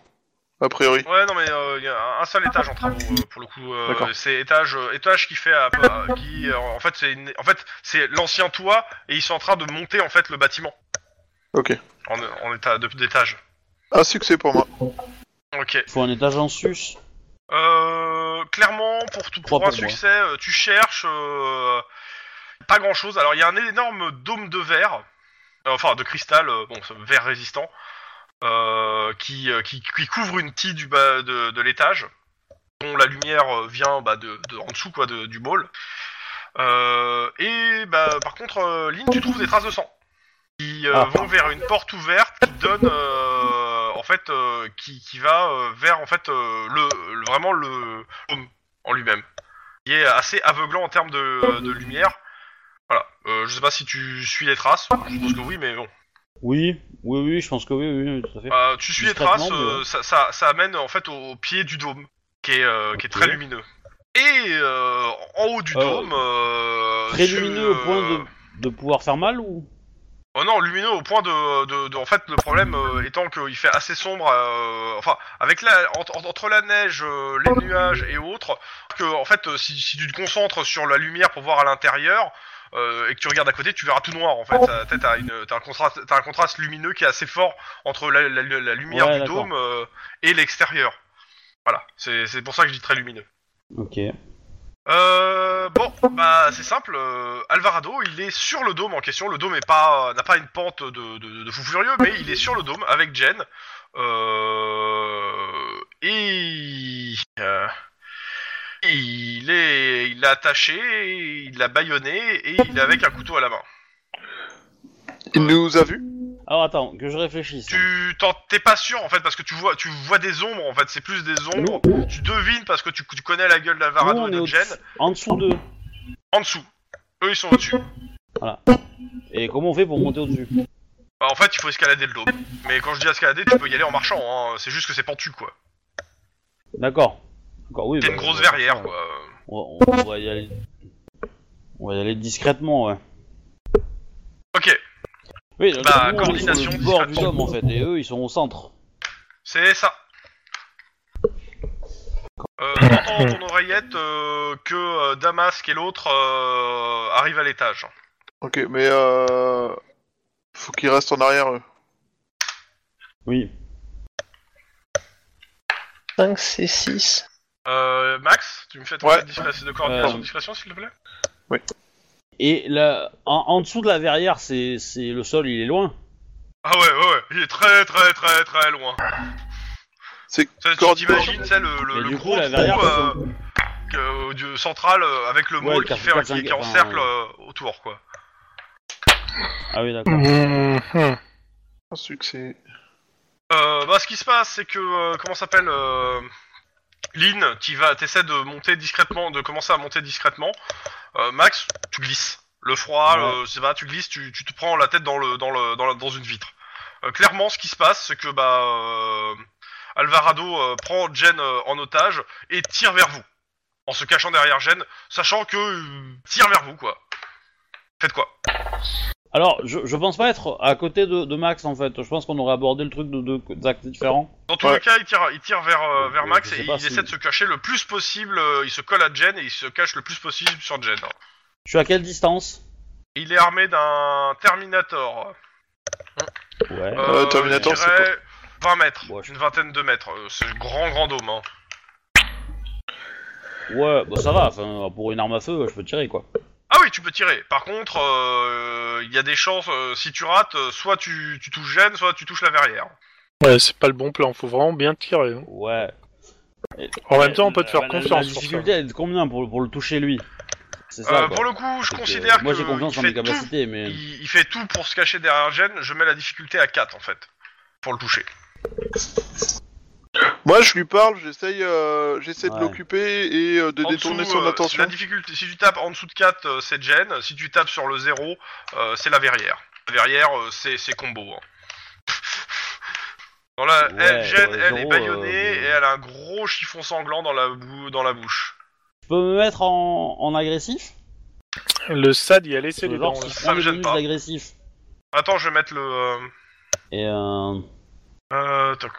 [SPEAKER 5] A priori.
[SPEAKER 2] Ouais, non, mais il y a un seul étage en travaux euh, pour le coup. euh,
[SPEAKER 5] D'accord.
[SPEAKER 2] c'est étage, euh, étage qui fait, à- à- qui, euh, en fait, c'est, une- en fait, c'est l'ancien toit et ils sont en train de monter en fait le bâtiment
[SPEAKER 5] Ok.
[SPEAKER 2] en, en état de- d'étage.
[SPEAKER 5] Un succès pour moi.
[SPEAKER 2] Ok.
[SPEAKER 1] Il faut un étage en sus.
[SPEAKER 2] Euh, clairement, pour, tout,
[SPEAKER 1] Trois
[SPEAKER 2] pour un
[SPEAKER 1] pour moi.
[SPEAKER 2] succès, euh, tu cherches euh, pas grand chose. Alors, il y a un énorme dôme de verre, euh, enfin de cristal, euh, bon, c'est verre résistant, euh, qui, euh, qui, qui couvre une tille du bas de, de l'étage, dont la lumière euh, vient bah, de, de- en dessous quoi, de- du bol. Euh, et bah, par contre, euh, Lynn, tu trouves des traces de sang qui euh,
[SPEAKER 1] Ah.
[SPEAKER 2] vont vers une porte ouverte qui donne euh, en fait euh, qui, qui va euh, vers en fait euh, le, le- vraiment le home en lui-même qui est assez aveuglant en termes de, de lumière voilà Euh, je sais pas si tu suis les traces je pense que oui mais bon
[SPEAKER 1] Oui, oui, oui, je pense que oui, oui, oui, tout à fait.
[SPEAKER 2] Euh, tu suis les traces
[SPEAKER 1] Discrètement, mais-
[SPEAKER 2] euh, ça, ça, ça amène en fait au, au pied du dôme qui est, euh, qui est
[SPEAKER 1] Ok.
[SPEAKER 2] très lumineux et euh, en haut du
[SPEAKER 1] Euh,
[SPEAKER 2] dôme euh,
[SPEAKER 1] Très
[SPEAKER 2] tu,
[SPEAKER 1] lumineux au point
[SPEAKER 2] euh,
[SPEAKER 1] de, de pouvoir faire mal ou
[SPEAKER 2] Oh Euh, non, lumineux au point de, de, de- en fait, le problème euh, étant qu'il fait assez sombre, euh, enfin, avec la, entre, entre la neige, euh, les nuages et autres, que, en fait, euh, si, si tu te concentres sur la lumière pour voir à l'intérieur, euh, et que tu regardes à côté, tu verras tout noir, en fait. T'as- T'as t'as une- t'as un, contraste- t'as un contraste lumineux qui est assez fort entre la, la- la- la lumière
[SPEAKER 1] Ouais,
[SPEAKER 2] du
[SPEAKER 1] d'accord.
[SPEAKER 2] dôme euh, et l'extérieur. Voilà, c'est c'est pour ça que je dis très lumineux.
[SPEAKER 1] Ok.
[SPEAKER 2] Euh, bon, bah c'est simple. euh, Alvarado, il est sur le dôme en question. Le dôme est pas, n'a pas une pente de, de, de fou furieux, mais il est sur le dôme avec Jen. Euh, et euh, il est, il l'a attaché, il l'a bâillonné et il est avec un couteau à la main.
[SPEAKER 5] Il nous a vus
[SPEAKER 1] Alors attends, que je réfléchisse.
[SPEAKER 2] Tu t'en- t'es pas sûr en fait parce que tu vois, tu vois des ombres en fait. C'est plus des ombres. Tu devines parce que tu, tu connais la gueule
[SPEAKER 1] Nous,
[SPEAKER 2] d'Alvarado
[SPEAKER 1] on
[SPEAKER 2] et
[SPEAKER 1] est
[SPEAKER 2] de
[SPEAKER 1] au-
[SPEAKER 2] Jen.
[SPEAKER 1] en dessous d'eux.
[SPEAKER 2] En dessous. Eux ils sont au dessus.
[SPEAKER 1] Et comment on fait pour monter au-dessus
[SPEAKER 2] Bah, en fait, il faut escalader le dôme. Mais quand je dis escalader, tu peux y aller en marchant, hein. c'est juste que c'est pentu quoi.
[SPEAKER 1] D'accord. D'accord, oui.
[SPEAKER 2] T'es
[SPEAKER 1] bah,
[SPEAKER 2] une grosse
[SPEAKER 1] euh,
[SPEAKER 2] verrière quoi.
[SPEAKER 1] On, on va y aller. On va y aller discrètement, ouais.
[SPEAKER 2] Ok,
[SPEAKER 1] Oui, là,
[SPEAKER 2] Bah,
[SPEAKER 1] nous, on est
[SPEAKER 2] coordination,
[SPEAKER 1] sur le bord du
[SPEAKER 2] discrètement.
[SPEAKER 1] dôme en fait, et eux ils sont au centre.
[SPEAKER 2] c'est ça. Euh, t'entends dans ton oreillette euh, que euh, Damask et l'autre euh, arrivent à l'étage.
[SPEAKER 5] Ok, mais euh... Faut qu'ils restent en arrière, eux.
[SPEAKER 1] Oui.
[SPEAKER 4] 5, c'est 6.
[SPEAKER 2] Euh, Max, tu me fais ton
[SPEAKER 5] Ouais.
[SPEAKER 2] jet de discrétion- de coordination
[SPEAKER 1] Euh.
[SPEAKER 2] de discrétion s'il te plaît
[SPEAKER 1] Et là, en, en dessous de la verrière, c'est c'est- le sol, il est loin.
[SPEAKER 2] Ah ouais, ouais, ouais, il est très très très très loin.
[SPEAKER 5] C'est
[SPEAKER 2] Ça, tu
[SPEAKER 5] Corde-
[SPEAKER 2] t'imagines, c'est le, le,
[SPEAKER 1] Mais
[SPEAKER 2] le
[SPEAKER 1] du coup,
[SPEAKER 2] gros
[SPEAKER 1] la verrière,
[SPEAKER 2] trou,
[SPEAKER 1] ça
[SPEAKER 2] euh, que- du central euh, avec le
[SPEAKER 1] Ouais,
[SPEAKER 2] môle
[SPEAKER 1] quatre-
[SPEAKER 2] qui, fait,
[SPEAKER 1] quatre-
[SPEAKER 2] qui, qui est en
[SPEAKER 1] enfin,
[SPEAKER 2] cercle euh, autour quoi.
[SPEAKER 1] Ah oui, d'accord.
[SPEAKER 3] Mhm.
[SPEAKER 5] un succès.
[SPEAKER 2] Euh, bah, ce qui se passe, c'est que euh, comment s'appelle euh, Lynn, tu vas, t'essaies de monter discrètement, de commencer à monter discrètement. Euh, Max, tu glisses. Le froid,
[SPEAKER 1] Ouais.
[SPEAKER 2] le- c'est pas, tu glisses, tu, tu te prends la tête dans le, dans le, dans, la- dans une vitre. Euh, clairement, ce qui se passe, c'est que bah euh, Alvarado euh, prend Jen euh, en otage et tire vers vous, en se cachant derrière Jen, sachant que euh, tire vers vous quoi. Faites quoi
[SPEAKER 1] Alors, je, je pense pas être à côté de, de Max en fait. Je pense qu'on aurait abordé le truc de deux actes différents.
[SPEAKER 2] Dans tous
[SPEAKER 5] Ouais.
[SPEAKER 2] les cas, il tire, il tire vers, euh, vers
[SPEAKER 1] Je
[SPEAKER 2] Max
[SPEAKER 1] sais
[SPEAKER 2] et il
[SPEAKER 1] pas si-
[SPEAKER 2] essaie de se cacher le plus possible. euh, il se colle à Jen et il se cache le plus possible sur Jen.
[SPEAKER 1] Je suis à quelle distance
[SPEAKER 2] Il est armé d'un Terminator.
[SPEAKER 1] Ouais.
[SPEAKER 5] Euh, Terminator,
[SPEAKER 2] je dirais 20 mètres,
[SPEAKER 1] Ouais, je-
[SPEAKER 2] une vingtaine de mètres. euh, C'est un grand, grand dôme. Hein.
[SPEAKER 1] Ouais, bah ça va. Enfin, pour une arme à feu, je peux tirer quoi.
[SPEAKER 2] Ah oui, tu peux tirer. Par contre, euh, il y a des chances, euh, si tu rates, euh, soit tu, tu touches Jen, soit tu touches la verrière.
[SPEAKER 3] Ouais, c'est pas le bon plan, faut vraiment bien tirer. hein.
[SPEAKER 1] Ouais.
[SPEAKER 3] En même temps, on peut te
[SPEAKER 1] La-
[SPEAKER 3] faire
[SPEAKER 1] la-
[SPEAKER 3] confiance
[SPEAKER 1] Euh, La
[SPEAKER 3] sur ça.
[SPEAKER 1] difficulté elle est de combien pour, pour le toucher lui C'est
[SPEAKER 2] Euh,
[SPEAKER 1] ça. quoi.
[SPEAKER 2] pour le coup, je
[SPEAKER 1] C'est que,
[SPEAKER 2] considère
[SPEAKER 1] Moi
[SPEAKER 2] que
[SPEAKER 1] j'ai confiance
[SPEAKER 2] il
[SPEAKER 1] en
[SPEAKER 2] fait
[SPEAKER 1] mes
[SPEAKER 2] tout-
[SPEAKER 1] capacités, mais.
[SPEAKER 2] il, il fait tout pour se cacher derrière Jen. Je mets la difficulté à 4 en fait, pour le toucher.
[SPEAKER 5] Moi, je lui parle, j'essaye euh, j'essaie
[SPEAKER 1] Ouais.
[SPEAKER 5] de l'occuper et euh, de
[SPEAKER 2] En
[SPEAKER 5] détourner
[SPEAKER 2] dessous,
[SPEAKER 5] son
[SPEAKER 2] euh,
[SPEAKER 5] attention.
[SPEAKER 2] La difficulté, si tu tapes en dessous de 4, euh, c'est Jen. Si tu tapes sur le 0, euh, c'est la verrière. La verrière, euh, c'est c'est combo. hein. Dans la,
[SPEAKER 1] Ouais,
[SPEAKER 2] elle, Jen,
[SPEAKER 1] ouais,
[SPEAKER 2] elle est
[SPEAKER 1] zéro,
[SPEAKER 2] baïonnée
[SPEAKER 1] euh,
[SPEAKER 2] et elle a un gros chiffon sanglant dans la, bou- dans la bouche.
[SPEAKER 1] Je peux me mettre en, en agressif
[SPEAKER 3] Le SAD, il a laissé les
[SPEAKER 1] Genre,
[SPEAKER 3] dents.
[SPEAKER 1] si
[SPEAKER 3] là.
[SPEAKER 1] je
[SPEAKER 2] Ça
[SPEAKER 1] prends
[SPEAKER 2] me
[SPEAKER 1] des
[SPEAKER 2] gêne
[SPEAKER 1] bonus
[SPEAKER 2] pas.
[SPEAKER 1] d'agressif.
[SPEAKER 2] Attends, je vais mettre le. euh,
[SPEAKER 1] Et euh,
[SPEAKER 2] euh, toc.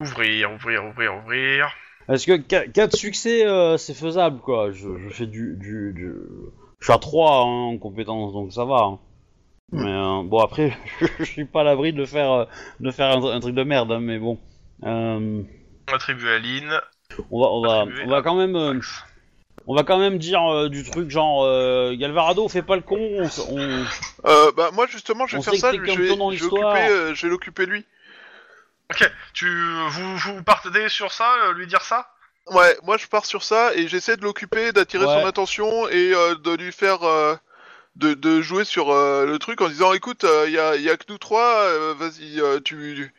[SPEAKER 2] Ouvrir, ouvrir, ouvrir, ouvrir.
[SPEAKER 1] Est-ce que 4 succès euh, c'est faisable quoi je, je fais du, du, du. Je suis à 3 en compétences donc ça va. hein.
[SPEAKER 5] Hmm.
[SPEAKER 1] Mais euh, bon après je suis pas à l'abri de faire euh, de faire un, un truc de merde hein, mais bon. Euh,
[SPEAKER 2] Attribué à Lynn.
[SPEAKER 1] on va on va
[SPEAKER 2] Attribué
[SPEAKER 1] on va
[SPEAKER 2] à
[SPEAKER 1] quand même euh,
[SPEAKER 2] Max.
[SPEAKER 1] on va quand même dire euh, du truc genre euh, Galvarado fais pas le con on, s- on-
[SPEAKER 5] Euh, bah, moi, justement, je vais
[SPEAKER 1] On
[SPEAKER 5] faire ça, je
[SPEAKER 1] s'explique
[SPEAKER 5] vais,
[SPEAKER 1] un peu dans
[SPEAKER 5] je vais
[SPEAKER 1] l'histoire.
[SPEAKER 5] occuper, euh, je vais l'occuper lui.
[SPEAKER 2] Tu, vous, vous partez sur ça, euh, lui dire ça
[SPEAKER 5] Ouais, moi je pars sur ça et j'essaie de l'occuper, d'attirer
[SPEAKER 1] Ouais.
[SPEAKER 5] son attention et euh, de lui faire. euh, de, de jouer sur euh, le truc en disant écoute, euh, il y, a, y a que nous trois, euh, vas-y, euh, tu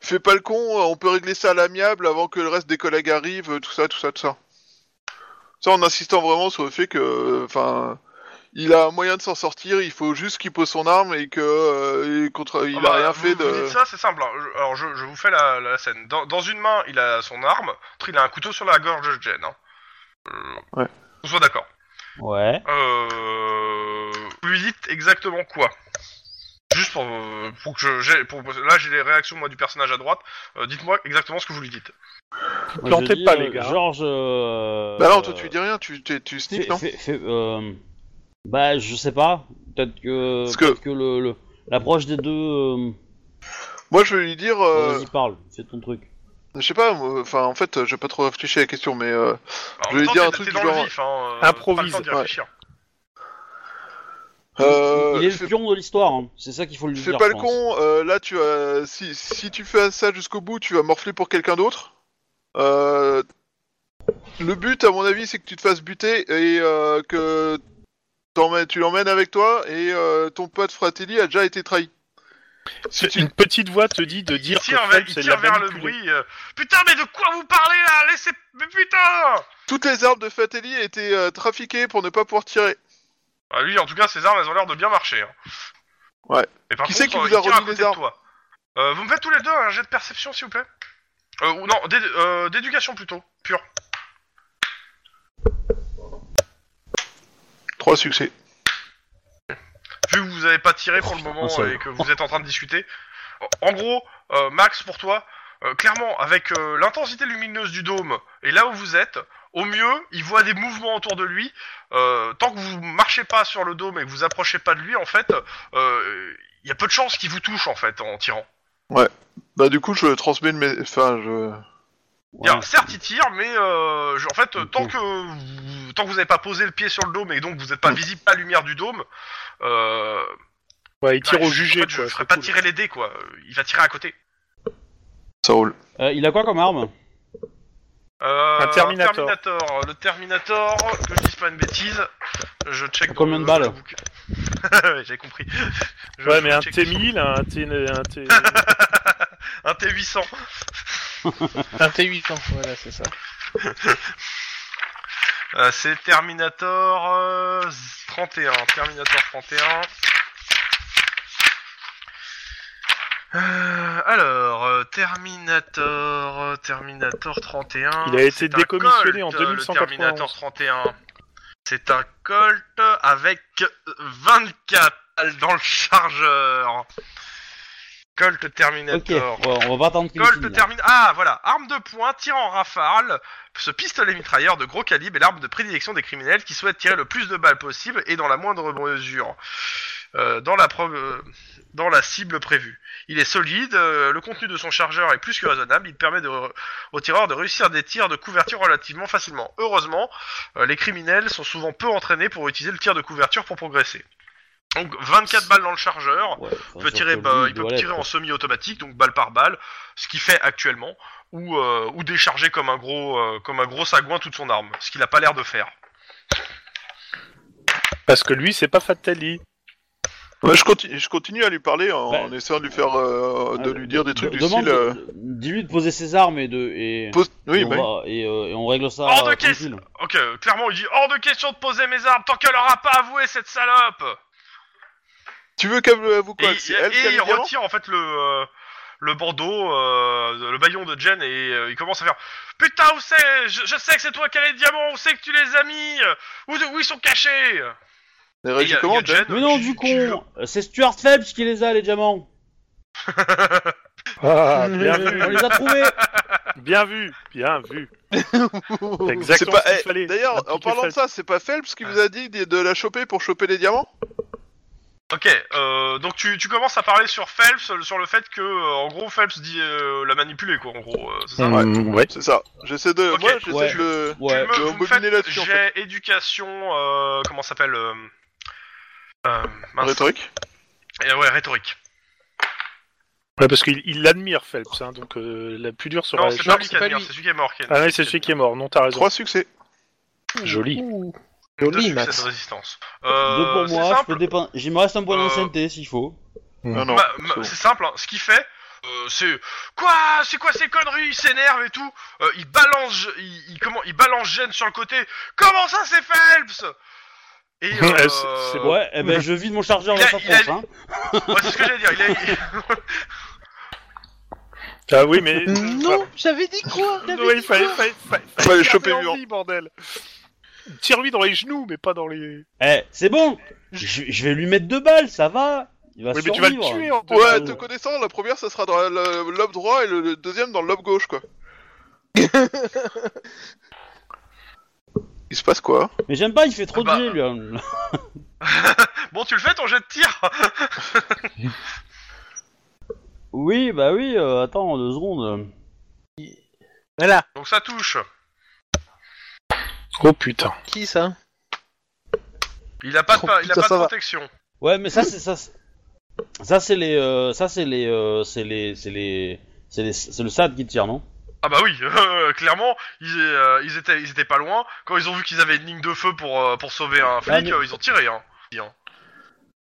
[SPEAKER 5] fais pas le con, euh, on peut régler ça à l'amiable avant que le reste des collègues arrivent, euh, tout ça, tout ça, tout ça. Ça en insistant vraiment sur le fait que. Enfin. Il a un moyen de s'en sortir, il faut juste qu'il pose son arme et que euh, et contre, il
[SPEAKER 2] Ah bah,
[SPEAKER 5] a rien
[SPEAKER 2] vous-
[SPEAKER 5] fait de.
[SPEAKER 2] Vous dites ça, c'est simple. hein. Je- Alors, je, je vous fais la, la scène. Dans, dans une main, il a son arme. L'autre, il a un couteau sur la gorge de Jen. Hein. Euh,
[SPEAKER 5] Ouais.
[SPEAKER 2] Qu'on soit d'accord.
[SPEAKER 1] ouais.
[SPEAKER 2] Euh... Vous lui dites exactement quoi Juste pour, euh, pour que je, j'ai- pour, là j'ai les réactions moi du personnage à droite. Euh, Dites-moi exactement ce que vous lui dites.
[SPEAKER 1] Moi,
[SPEAKER 3] plantez
[SPEAKER 1] je dis,
[SPEAKER 3] pas,
[SPEAKER 1] euh,
[SPEAKER 3] les gars.
[SPEAKER 1] Georges. euh,
[SPEAKER 5] Bah non, toi tu
[SPEAKER 1] euh,
[SPEAKER 5] dis rien, tu, tu, tu sniffes,
[SPEAKER 1] fais-
[SPEAKER 5] non
[SPEAKER 1] fais- fais- euh, Bah, je sais pas. Peut-être que.
[SPEAKER 5] Parce que-
[SPEAKER 1] Peut-être que le. le- L'approche des deux, euh,
[SPEAKER 5] Moi je vais lui dire, euh,
[SPEAKER 1] vas-y parle, c'est ton truc.
[SPEAKER 5] je sais pas, moi, enfin en fait j'ai pas trop réfléchi à la question, mais euh,
[SPEAKER 2] Alors,
[SPEAKER 5] Je vais
[SPEAKER 2] en même
[SPEAKER 5] dire un
[SPEAKER 2] temps,
[SPEAKER 5] truc
[SPEAKER 2] t'es- t'es
[SPEAKER 5] du
[SPEAKER 2] dans
[SPEAKER 5] genre,
[SPEAKER 2] le vif, hein, euh,
[SPEAKER 3] improvise,
[SPEAKER 2] Pas le temps d'y
[SPEAKER 5] ouais.
[SPEAKER 2] réfléchir.
[SPEAKER 5] euh,
[SPEAKER 1] il est
[SPEAKER 5] fais-
[SPEAKER 1] le pion de l'histoire, hein. c'est ça qu'il faut lui
[SPEAKER 5] fais
[SPEAKER 1] dire.
[SPEAKER 5] pas
[SPEAKER 1] je
[SPEAKER 5] le
[SPEAKER 1] pense.
[SPEAKER 5] con, euh, là tu as, si, si tu fais ça jusqu'au bout, tu vas morfler pour quelqu'un d'autre. Euh, le but à mon avis c'est que tu te fasses buter et euh, que t'emmènes- tu l'emmènes avec toi et euh, ton pote Fratelli a déjà été trahi. Si tu-
[SPEAKER 1] Euh,
[SPEAKER 3] Une petite voix te dit de dire
[SPEAKER 2] Il tire,
[SPEAKER 3] que
[SPEAKER 2] vers,
[SPEAKER 3] Fred,
[SPEAKER 2] il
[SPEAKER 3] c'est de
[SPEAKER 2] tire
[SPEAKER 3] la
[SPEAKER 2] vers le
[SPEAKER 3] manipulée.
[SPEAKER 2] bruit. euh, putain, mais de quoi vous parlez là Laissez. Mais putain
[SPEAKER 5] Toutes les armes de Fratelli étaient euh, trafiquées pour ne pas pouvoir tirer.
[SPEAKER 2] Ah, Lui, en tout cas, ses armes, elles ont l'air de bien marcher. hein.
[SPEAKER 5] Ouais.
[SPEAKER 2] Et par
[SPEAKER 5] Qui
[SPEAKER 2] contre,
[SPEAKER 5] c'est qui
[SPEAKER 2] euh,
[SPEAKER 5] vous
[SPEAKER 2] il
[SPEAKER 5] a
[SPEAKER 2] tire à
[SPEAKER 5] remis
[SPEAKER 2] côté
[SPEAKER 5] les
[SPEAKER 2] de
[SPEAKER 5] armes
[SPEAKER 2] toi. Euh, vous me faites tous les deux un jet de perception, s'il vous plaît euh, ou Non, d'é- euh, d'éducation plutôt, pure.
[SPEAKER 5] Trois succès.
[SPEAKER 2] Vu que vous avez pas tiré pour le moment
[SPEAKER 1] un seul.
[SPEAKER 2] et que vous êtes en train de discuter. En gros, euh, Max, pour toi, euh, clairement, avec euh, l'intensité lumineuse du dôme et là où vous êtes, au mieux, il voit des mouvements autour de lui. Euh, tant que vous marchez pas sur le dôme et que vous approchez pas de lui, en fait, euh, il y a peu de chances qu'il vous touche, en fait, en tirant.
[SPEAKER 5] Bah du coup je transmets le mé- enfin je
[SPEAKER 1] Ouais.
[SPEAKER 2] Alors, certes, il tire, mais euh, je- en fait, euh,
[SPEAKER 1] Ok.
[SPEAKER 2] tant que vous, tant que vous n'avez pas posé le pied sur le dôme et donc vous n'êtes pas
[SPEAKER 3] Mm.
[SPEAKER 2] visible à la lumière du dôme, euh,
[SPEAKER 3] Ouais, il tire
[SPEAKER 2] bah,
[SPEAKER 3] au
[SPEAKER 2] je-
[SPEAKER 3] jugé,
[SPEAKER 2] en fait, je
[SPEAKER 3] quoi.
[SPEAKER 2] ne ferai
[SPEAKER 3] c'est
[SPEAKER 2] pas
[SPEAKER 3] cool.
[SPEAKER 2] tirer les dés, quoi. Euh, Il va tirer à côté.
[SPEAKER 5] ça roule.
[SPEAKER 1] Euh, il a quoi comme arme
[SPEAKER 2] Euh,
[SPEAKER 3] Un Terminator.
[SPEAKER 2] Terminator. Le Terminator, que je dise pas une bêtise, je check. dans
[SPEAKER 1] Combien
[SPEAKER 2] le-
[SPEAKER 1] de balles
[SPEAKER 2] le bouquin. J'ai compris. Je-
[SPEAKER 3] Ouais,
[SPEAKER 2] je
[SPEAKER 3] mais un
[SPEAKER 2] check
[SPEAKER 3] T1000, un T... Un T...
[SPEAKER 2] sur- Un T800.
[SPEAKER 4] Un T8 ans, voilà, c'est ça.
[SPEAKER 2] Euh, c'est Terminator euh, 31. Terminator 31. Euh, alors, euh, Terminator, euh, Terminator 31.
[SPEAKER 3] Il a été
[SPEAKER 2] c'est un
[SPEAKER 3] décommissionné
[SPEAKER 2] Colt,
[SPEAKER 3] en
[SPEAKER 2] euh,
[SPEAKER 3] 2191.
[SPEAKER 2] Le Terminator 31. C'est un Colt avec 24 balles dans le chargeur. Colt
[SPEAKER 1] Ok,
[SPEAKER 2] Terminator.
[SPEAKER 1] ouais, on va pas attendre qu'il
[SPEAKER 2] Colt
[SPEAKER 1] finisse, là.
[SPEAKER 2] termine. Ah voilà, arme de poing, tir en rafale. Ce pistolet mitrailleur de gros calibre est l'arme de prédilection des criminels qui souhaitent tirer le plus de balles possible et dans la moindre mesure euh, dans, la pro- euh, dans la cible prévue. Il est solide, euh, le contenu de son chargeur est plus que raisonnable, il permet de re- aux tireurs de réussir des tirs de couverture relativement facilement. Heureusement, euh, les criminels sont souvent peu entraînés pour utiliser le tir de couverture pour progresser. Donc 24 balles dans le chargeur,
[SPEAKER 1] hein. Ouais, enfin,
[SPEAKER 2] il peut
[SPEAKER 1] sauf
[SPEAKER 2] tirer,
[SPEAKER 1] que
[SPEAKER 2] bah,
[SPEAKER 1] lui,
[SPEAKER 2] il peut
[SPEAKER 1] doit
[SPEAKER 2] tirer
[SPEAKER 1] l'être.
[SPEAKER 2] en semi-automatique, donc balle par balle, ce qu'il fait actuellement, ou, euh, ou décharger comme un gros, euh, comme un gros sagouin toute son arme, ce qu'il a pas l'air de faire.
[SPEAKER 3] Parce que lui, c'est pas Fatali.
[SPEAKER 5] Ouais, je continue je continue à lui parler en,
[SPEAKER 1] Bah,
[SPEAKER 5] en essayant de lui faire euh, de
[SPEAKER 1] Ah,
[SPEAKER 5] lui dire des trucs
[SPEAKER 1] de-
[SPEAKER 5] du
[SPEAKER 1] demande-
[SPEAKER 5] style euh,
[SPEAKER 1] Dis-lui de poser ses armes et de. Et,
[SPEAKER 5] pose- Oui,
[SPEAKER 1] et on
[SPEAKER 5] bah oui.
[SPEAKER 1] va- et, euh, et on règle ça.
[SPEAKER 2] Hors de
[SPEAKER 1] euh,
[SPEAKER 2] caisse.
[SPEAKER 1] tranquille.
[SPEAKER 2] Ok, euh, clairement, il dit hors de question de poser mes armes tant qu'elle aura pas avoué cette salope.
[SPEAKER 5] Tu veux qu'elle euh, vous
[SPEAKER 2] Et,
[SPEAKER 5] quoi
[SPEAKER 2] il-
[SPEAKER 5] C'est elle
[SPEAKER 2] et
[SPEAKER 5] qui a
[SPEAKER 2] il
[SPEAKER 5] les diamants
[SPEAKER 2] retire en fait le euh, le bandeau, euh, le baillon de Jen et euh, il commence à faire putain où c'est je, je sais que c'est toi qui as les diamants, où c'est que tu les as mis, où, où ils sont cachés.
[SPEAKER 5] Elle
[SPEAKER 2] Et il
[SPEAKER 5] réagit
[SPEAKER 2] y a-
[SPEAKER 5] comment
[SPEAKER 2] il y a Jen
[SPEAKER 1] Mais non,
[SPEAKER 2] qui-
[SPEAKER 1] du
[SPEAKER 2] qui-
[SPEAKER 1] con C'est Stuart Phelps qui les a, les diamants
[SPEAKER 3] Ah,
[SPEAKER 4] Mmh.
[SPEAKER 3] bien
[SPEAKER 1] On
[SPEAKER 3] vu,
[SPEAKER 1] les a trouvés
[SPEAKER 3] bien vu, bien vu.
[SPEAKER 5] Jen
[SPEAKER 3] C'est exactement
[SPEAKER 5] C'est pas-
[SPEAKER 3] ce qu'il
[SPEAKER 5] eh,
[SPEAKER 3] fallait.
[SPEAKER 5] D'ailleurs,
[SPEAKER 3] Appliquer
[SPEAKER 5] en parlant de
[SPEAKER 3] Fat-
[SPEAKER 5] ça, c'est pas Phelps qui vous a dit de, de la choper pour choper les diamants
[SPEAKER 2] Ok, euh, donc tu, tu commences à parler sur Phelps, euh, sur le fait que, euh, en gros, Phelps dit euh, la manipuler, quoi, en gros, euh, c'est ça
[SPEAKER 5] Ouais.
[SPEAKER 3] Mm, ouais.
[SPEAKER 5] C'est ça. J'essaie de.
[SPEAKER 2] Ok,
[SPEAKER 5] Moi, j'essaie
[SPEAKER 1] ouais.
[SPEAKER 5] de.
[SPEAKER 2] Tu
[SPEAKER 1] Ouais.
[SPEAKER 2] me-
[SPEAKER 5] je vais
[SPEAKER 2] vous me
[SPEAKER 5] embobiner
[SPEAKER 2] faites
[SPEAKER 5] là-dessus, en
[SPEAKER 2] J'ai éducation, euh, comment ça s'appelle euh, euh, mince.
[SPEAKER 5] Rhétorique
[SPEAKER 2] Eh ouais, rhétorique.
[SPEAKER 3] Ouais, parce qu'il il l'admire, Phelps, hein, donc euh, la plus dure sera
[SPEAKER 2] Non,
[SPEAKER 3] la
[SPEAKER 2] c'est
[SPEAKER 3] chute.
[SPEAKER 2] pas
[SPEAKER 4] non,
[SPEAKER 2] lui
[SPEAKER 4] c'est
[SPEAKER 2] qui
[SPEAKER 4] pas
[SPEAKER 2] admire,
[SPEAKER 4] lui.
[SPEAKER 2] c'est celui qui est mort. Qui est-
[SPEAKER 3] Ah oui, c'est celui qui est mort, non, t'as raison.
[SPEAKER 5] Trois succès.
[SPEAKER 3] Joli.
[SPEAKER 4] Ouh.
[SPEAKER 2] Deux
[SPEAKER 4] Joli,
[SPEAKER 2] succès
[SPEAKER 4] Max.
[SPEAKER 2] de résistance. Euh,
[SPEAKER 1] Deux pour
[SPEAKER 2] c'est
[SPEAKER 1] moi, je
[SPEAKER 2] simple.
[SPEAKER 1] peux dépen- J'y me reste un point
[SPEAKER 2] Euh,
[SPEAKER 1] d'ancienneté s'il faut.
[SPEAKER 5] Ah non.
[SPEAKER 2] Bah,
[SPEAKER 5] c'est
[SPEAKER 2] ma-
[SPEAKER 5] bon.
[SPEAKER 2] c'est simple, hein. ce qu'il fait, euh, c'est quoi C'est quoi ces conneries Il s'énerve et tout. Euh, il balance, il, il- comment Il balance Gêne sur le côté. Comment ça, c'est Phelps Et euh,
[SPEAKER 3] Ouais, c'est- c'est
[SPEAKER 1] Ouais, eh ben je vide mon chargeur
[SPEAKER 2] Il
[SPEAKER 1] dans
[SPEAKER 2] a-
[SPEAKER 1] sa
[SPEAKER 2] il a-
[SPEAKER 1] tronche, hein.
[SPEAKER 2] ouais, c'est ce que j'allais dire. Il a,
[SPEAKER 3] Ah oui, mais.
[SPEAKER 4] Non, j'avais dit quoi
[SPEAKER 3] Ouais,
[SPEAKER 4] J'avais
[SPEAKER 3] ouais, il
[SPEAKER 4] dit
[SPEAKER 3] fallait,
[SPEAKER 4] quoi
[SPEAKER 3] fallait, fallait,
[SPEAKER 5] Fallait le choper
[SPEAKER 3] garder en
[SPEAKER 5] vivant.
[SPEAKER 3] vie, bordel. Tire-lui dans les genoux, mais pas dans les.
[SPEAKER 1] Eh, c'est bon je, je vais lui mettre deux balles, ça va Il va
[SPEAKER 3] Oui, mais tu vas le
[SPEAKER 1] survivre.
[SPEAKER 3] tuer en deux.
[SPEAKER 5] Ouais,
[SPEAKER 1] Euh,
[SPEAKER 5] te connaissant, la première, ça sera dans le- l'aube droit et le, le deuxième dans l'aube gauche, quoi. Il se passe quoi
[SPEAKER 1] Mais j'aime pas, il fait trop
[SPEAKER 2] Bah.
[SPEAKER 1] de jet, lui. hein.
[SPEAKER 2] Bon, tu le fais ton jet de tir
[SPEAKER 1] Oui, bah oui, euh, attends, deux secondes.
[SPEAKER 4] Voilà.
[SPEAKER 2] Donc ça touche.
[SPEAKER 3] Oh putain.
[SPEAKER 4] Qui ça
[SPEAKER 2] Il a pas de,
[SPEAKER 5] Oh,
[SPEAKER 2] pa- il a
[SPEAKER 5] putain,
[SPEAKER 2] pas
[SPEAKER 5] ça
[SPEAKER 2] de
[SPEAKER 5] va.
[SPEAKER 2] protection.
[SPEAKER 1] Ouais, mais ça, c'est ça. c'est- Ça, c'est les. euh, ça, c'est les. euh, c'est les. C'est les. C'est les- c'est le SAD qui tire, non
[SPEAKER 2] Ah bah oui, euh, clairement, ils, euh, ils étaient, ils étaient pas loin. Quand ils ont vu qu'ils avaient une ligne de feu pour, euh, pour sauver un flic,
[SPEAKER 1] mais-
[SPEAKER 2] euh, ils ont tiré. Hein.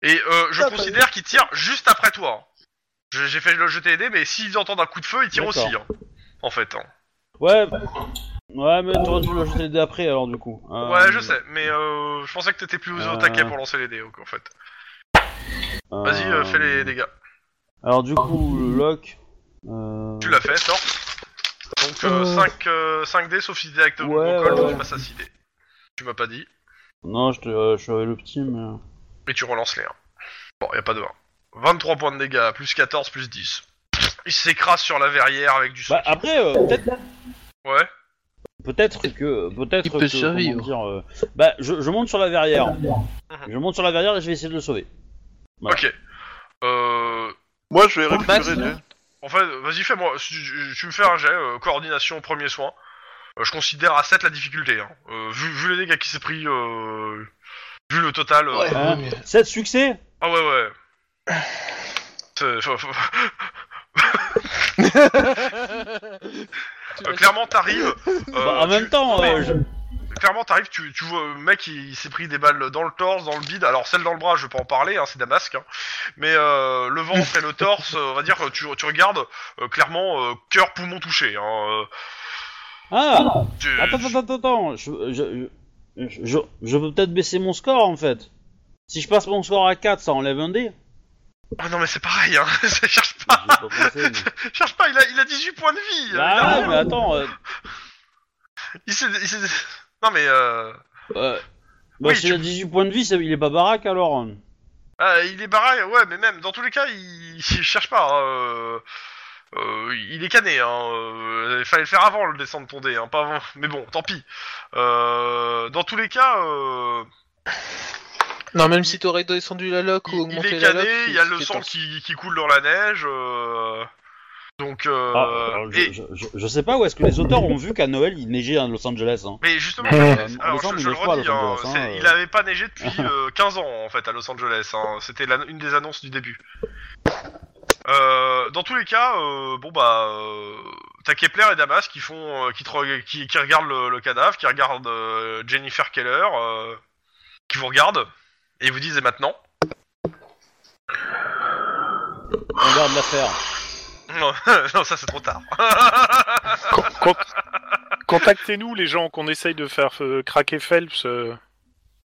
[SPEAKER 2] Et euh, je
[SPEAKER 4] Ah, bah
[SPEAKER 2] considère qu'ils tirent juste après toi. hein. Je- J'ai fait le jeter les dés, mais s'ils entendent un coup de feu, ils tirent
[SPEAKER 1] D'accord.
[SPEAKER 2] aussi. hein. En fait. hein.
[SPEAKER 1] Ouais. Ouais, mais t'aurais dû le jeter dès après, alors, du coup. Euh,
[SPEAKER 2] Ouais, je sais, mais euh, je pensais que t'étais plus
[SPEAKER 1] euh,
[SPEAKER 2] au taquet pour lancer les dés, en fait.
[SPEAKER 1] euh,
[SPEAKER 2] Vas-y, euh, fais les dégâts.
[SPEAKER 1] Alors, du coup, le lock. euh,
[SPEAKER 2] Tu l'as fait, sort. Donc euh,
[SPEAKER 4] Euh.
[SPEAKER 2] 5, euh, 5 dés, sauf si t'es avec ton
[SPEAKER 1] Ouais,
[SPEAKER 2] col,
[SPEAKER 1] ouais,
[SPEAKER 2] donc
[SPEAKER 1] ouais.
[SPEAKER 2] tu passes à 6 dés. Tu m'as pas dit,
[SPEAKER 1] Non, je te- euh, je savais le petit, mais.
[SPEAKER 2] et tu relances les 1. Bon, y a pas de 1. 23 points de dégâts, plus 14, plus 10. Il s'écrase sur la verrière avec du sang.
[SPEAKER 1] Bah, après, euh, peut-être.
[SPEAKER 2] Ouais.
[SPEAKER 1] Peut-être que. Peut-être
[SPEAKER 4] Il peut
[SPEAKER 1] que.
[SPEAKER 4] survivre.
[SPEAKER 1] comment dire, euh, Bah, je, je monte sur la verrière.
[SPEAKER 2] Ah.
[SPEAKER 1] Je monte sur la verrière et je vais essayer de le sauver. voilà.
[SPEAKER 2] Ok. Euh,
[SPEAKER 5] Moi, je vais
[SPEAKER 4] Pour Max,
[SPEAKER 5] récupérer.
[SPEAKER 4] là.
[SPEAKER 5] des-
[SPEAKER 2] en fait, vas-y, fais-moi. si Tu, tu me fais un jet, euh, coordination, premier soin. Euh, je considère à 7 la difficulté. hein. Euh, vu, vu les dégâts qui s'est pris, euh, vu le total. euh,
[SPEAKER 4] Ah
[SPEAKER 1] Hein 7 succès
[SPEAKER 2] Ah ouais, ouais. C'est- faut- faut- Euh, clairement, t'arrives. euh,
[SPEAKER 1] Bah, En
[SPEAKER 2] tu-
[SPEAKER 1] même temps,
[SPEAKER 2] mais-
[SPEAKER 1] euh, je-
[SPEAKER 2] Clairement, t'arrives, tu, tu vois, le mec, il, il s'est pris des balles dans le torse, dans le bide. Alors, celle dans le bras, je vais pas en parler, hein, c'est Damasque. hein. Mais euh, le ventre et le torse, euh, on va dire, que tu, tu regardes euh, clairement euh, cœur, poumon touché. Hein,
[SPEAKER 1] Ah
[SPEAKER 2] euh, tu-
[SPEAKER 1] Attends, attends, attends, attends, je, je, je, je- je peux peut-être baisser mon score en fait. Si je passe mon score à 4, ça enlève un dé.
[SPEAKER 2] Ah non, mais c'est pareil, hein. ça cherche
[SPEAKER 1] J'ai
[SPEAKER 2] pas,
[SPEAKER 1] pas pensé, mais-
[SPEAKER 2] cherche pas, il a, il a 18 points de vie. euh, il
[SPEAKER 1] Bah
[SPEAKER 2] a
[SPEAKER 1] ouais,
[SPEAKER 2] rien.
[SPEAKER 1] mais attends. euh,
[SPEAKER 2] Il s'est- il s'est- Non, mais euh,
[SPEAKER 1] euh, bah,
[SPEAKER 2] Oui,
[SPEAKER 1] si
[SPEAKER 2] tu-
[SPEAKER 1] il a 18 points de vie, ça- il est pas baraque alors. hein.
[SPEAKER 2] Ah, il est barré, ouais, mais même dans tous les cas, il, il cherche pas. hein, euh, euh, il est cané. Hein, euh, il fallait le faire avant le descendre ton dé, hein, pas avant. Mais bon, tant pis. Euh, dans tous les cas, euh,
[SPEAKER 4] Non, même si t'aurais descendu la loque ou
[SPEAKER 2] il, il
[SPEAKER 4] augmenté
[SPEAKER 2] est
[SPEAKER 4] la loque.
[SPEAKER 2] cané. Il y a
[SPEAKER 4] c'est-
[SPEAKER 2] le
[SPEAKER 4] c'est
[SPEAKER 2] sang
[SPEAKER 4] tense.
[SPEAKER 2] qui, qui coule dans la neige. euh, donc, euh,
[SPEAKER 1] Ah, alors, je,
[SPEAKER 2] et-
[SPEAKER 1] je, je- je sais pas où est-ce que les auteurs ont vu qu'à Noël il neigeait à Los Angeles. hein.
[SPEAKER 2] mais justement,
[SPEAKER 3] Mais,
[SPEAKER 2] euh,
[SPEAKER 1] euh,
[SPEAKER 2] alors,
[SPEAKER 1] Los
[SPEAKER 2] je,
[SPEAKER 1] Angeles,
[SPEAKER 2] je le
[SPEAKER 1] pas
[SPEAKER 2] redis,
[SPEAKER 1] Los
[SPEAKER 2] hein,
[SPEAKER 1] Angeles, hein,
[SPEAKER 2] c'est-
[SPEAKER 1] euh.
[SPEAKER 2] il avait pas neigé depuis euh, 15 ans en fait à Los Angeles. hein, C'était la- une des annonces du début. Euh, dans tous les cas, euh, bon bah, euh, t'as Kepler et Damas qui font, euh, qui, te re- qui, qui regardent le, le cadavre, qui regardent euh, Jennifer Keller, euh, qui vous regardent et vous disent et maintenant.
[SPEAKER 1] On garde l'affaire.
[SPEAKER 2] Non, non, ça c'est trop tard.
[SPEAKER 3] Con- con- Contactez-nous les gens qu'on essaye de faire euh, craquer Phelps. euh.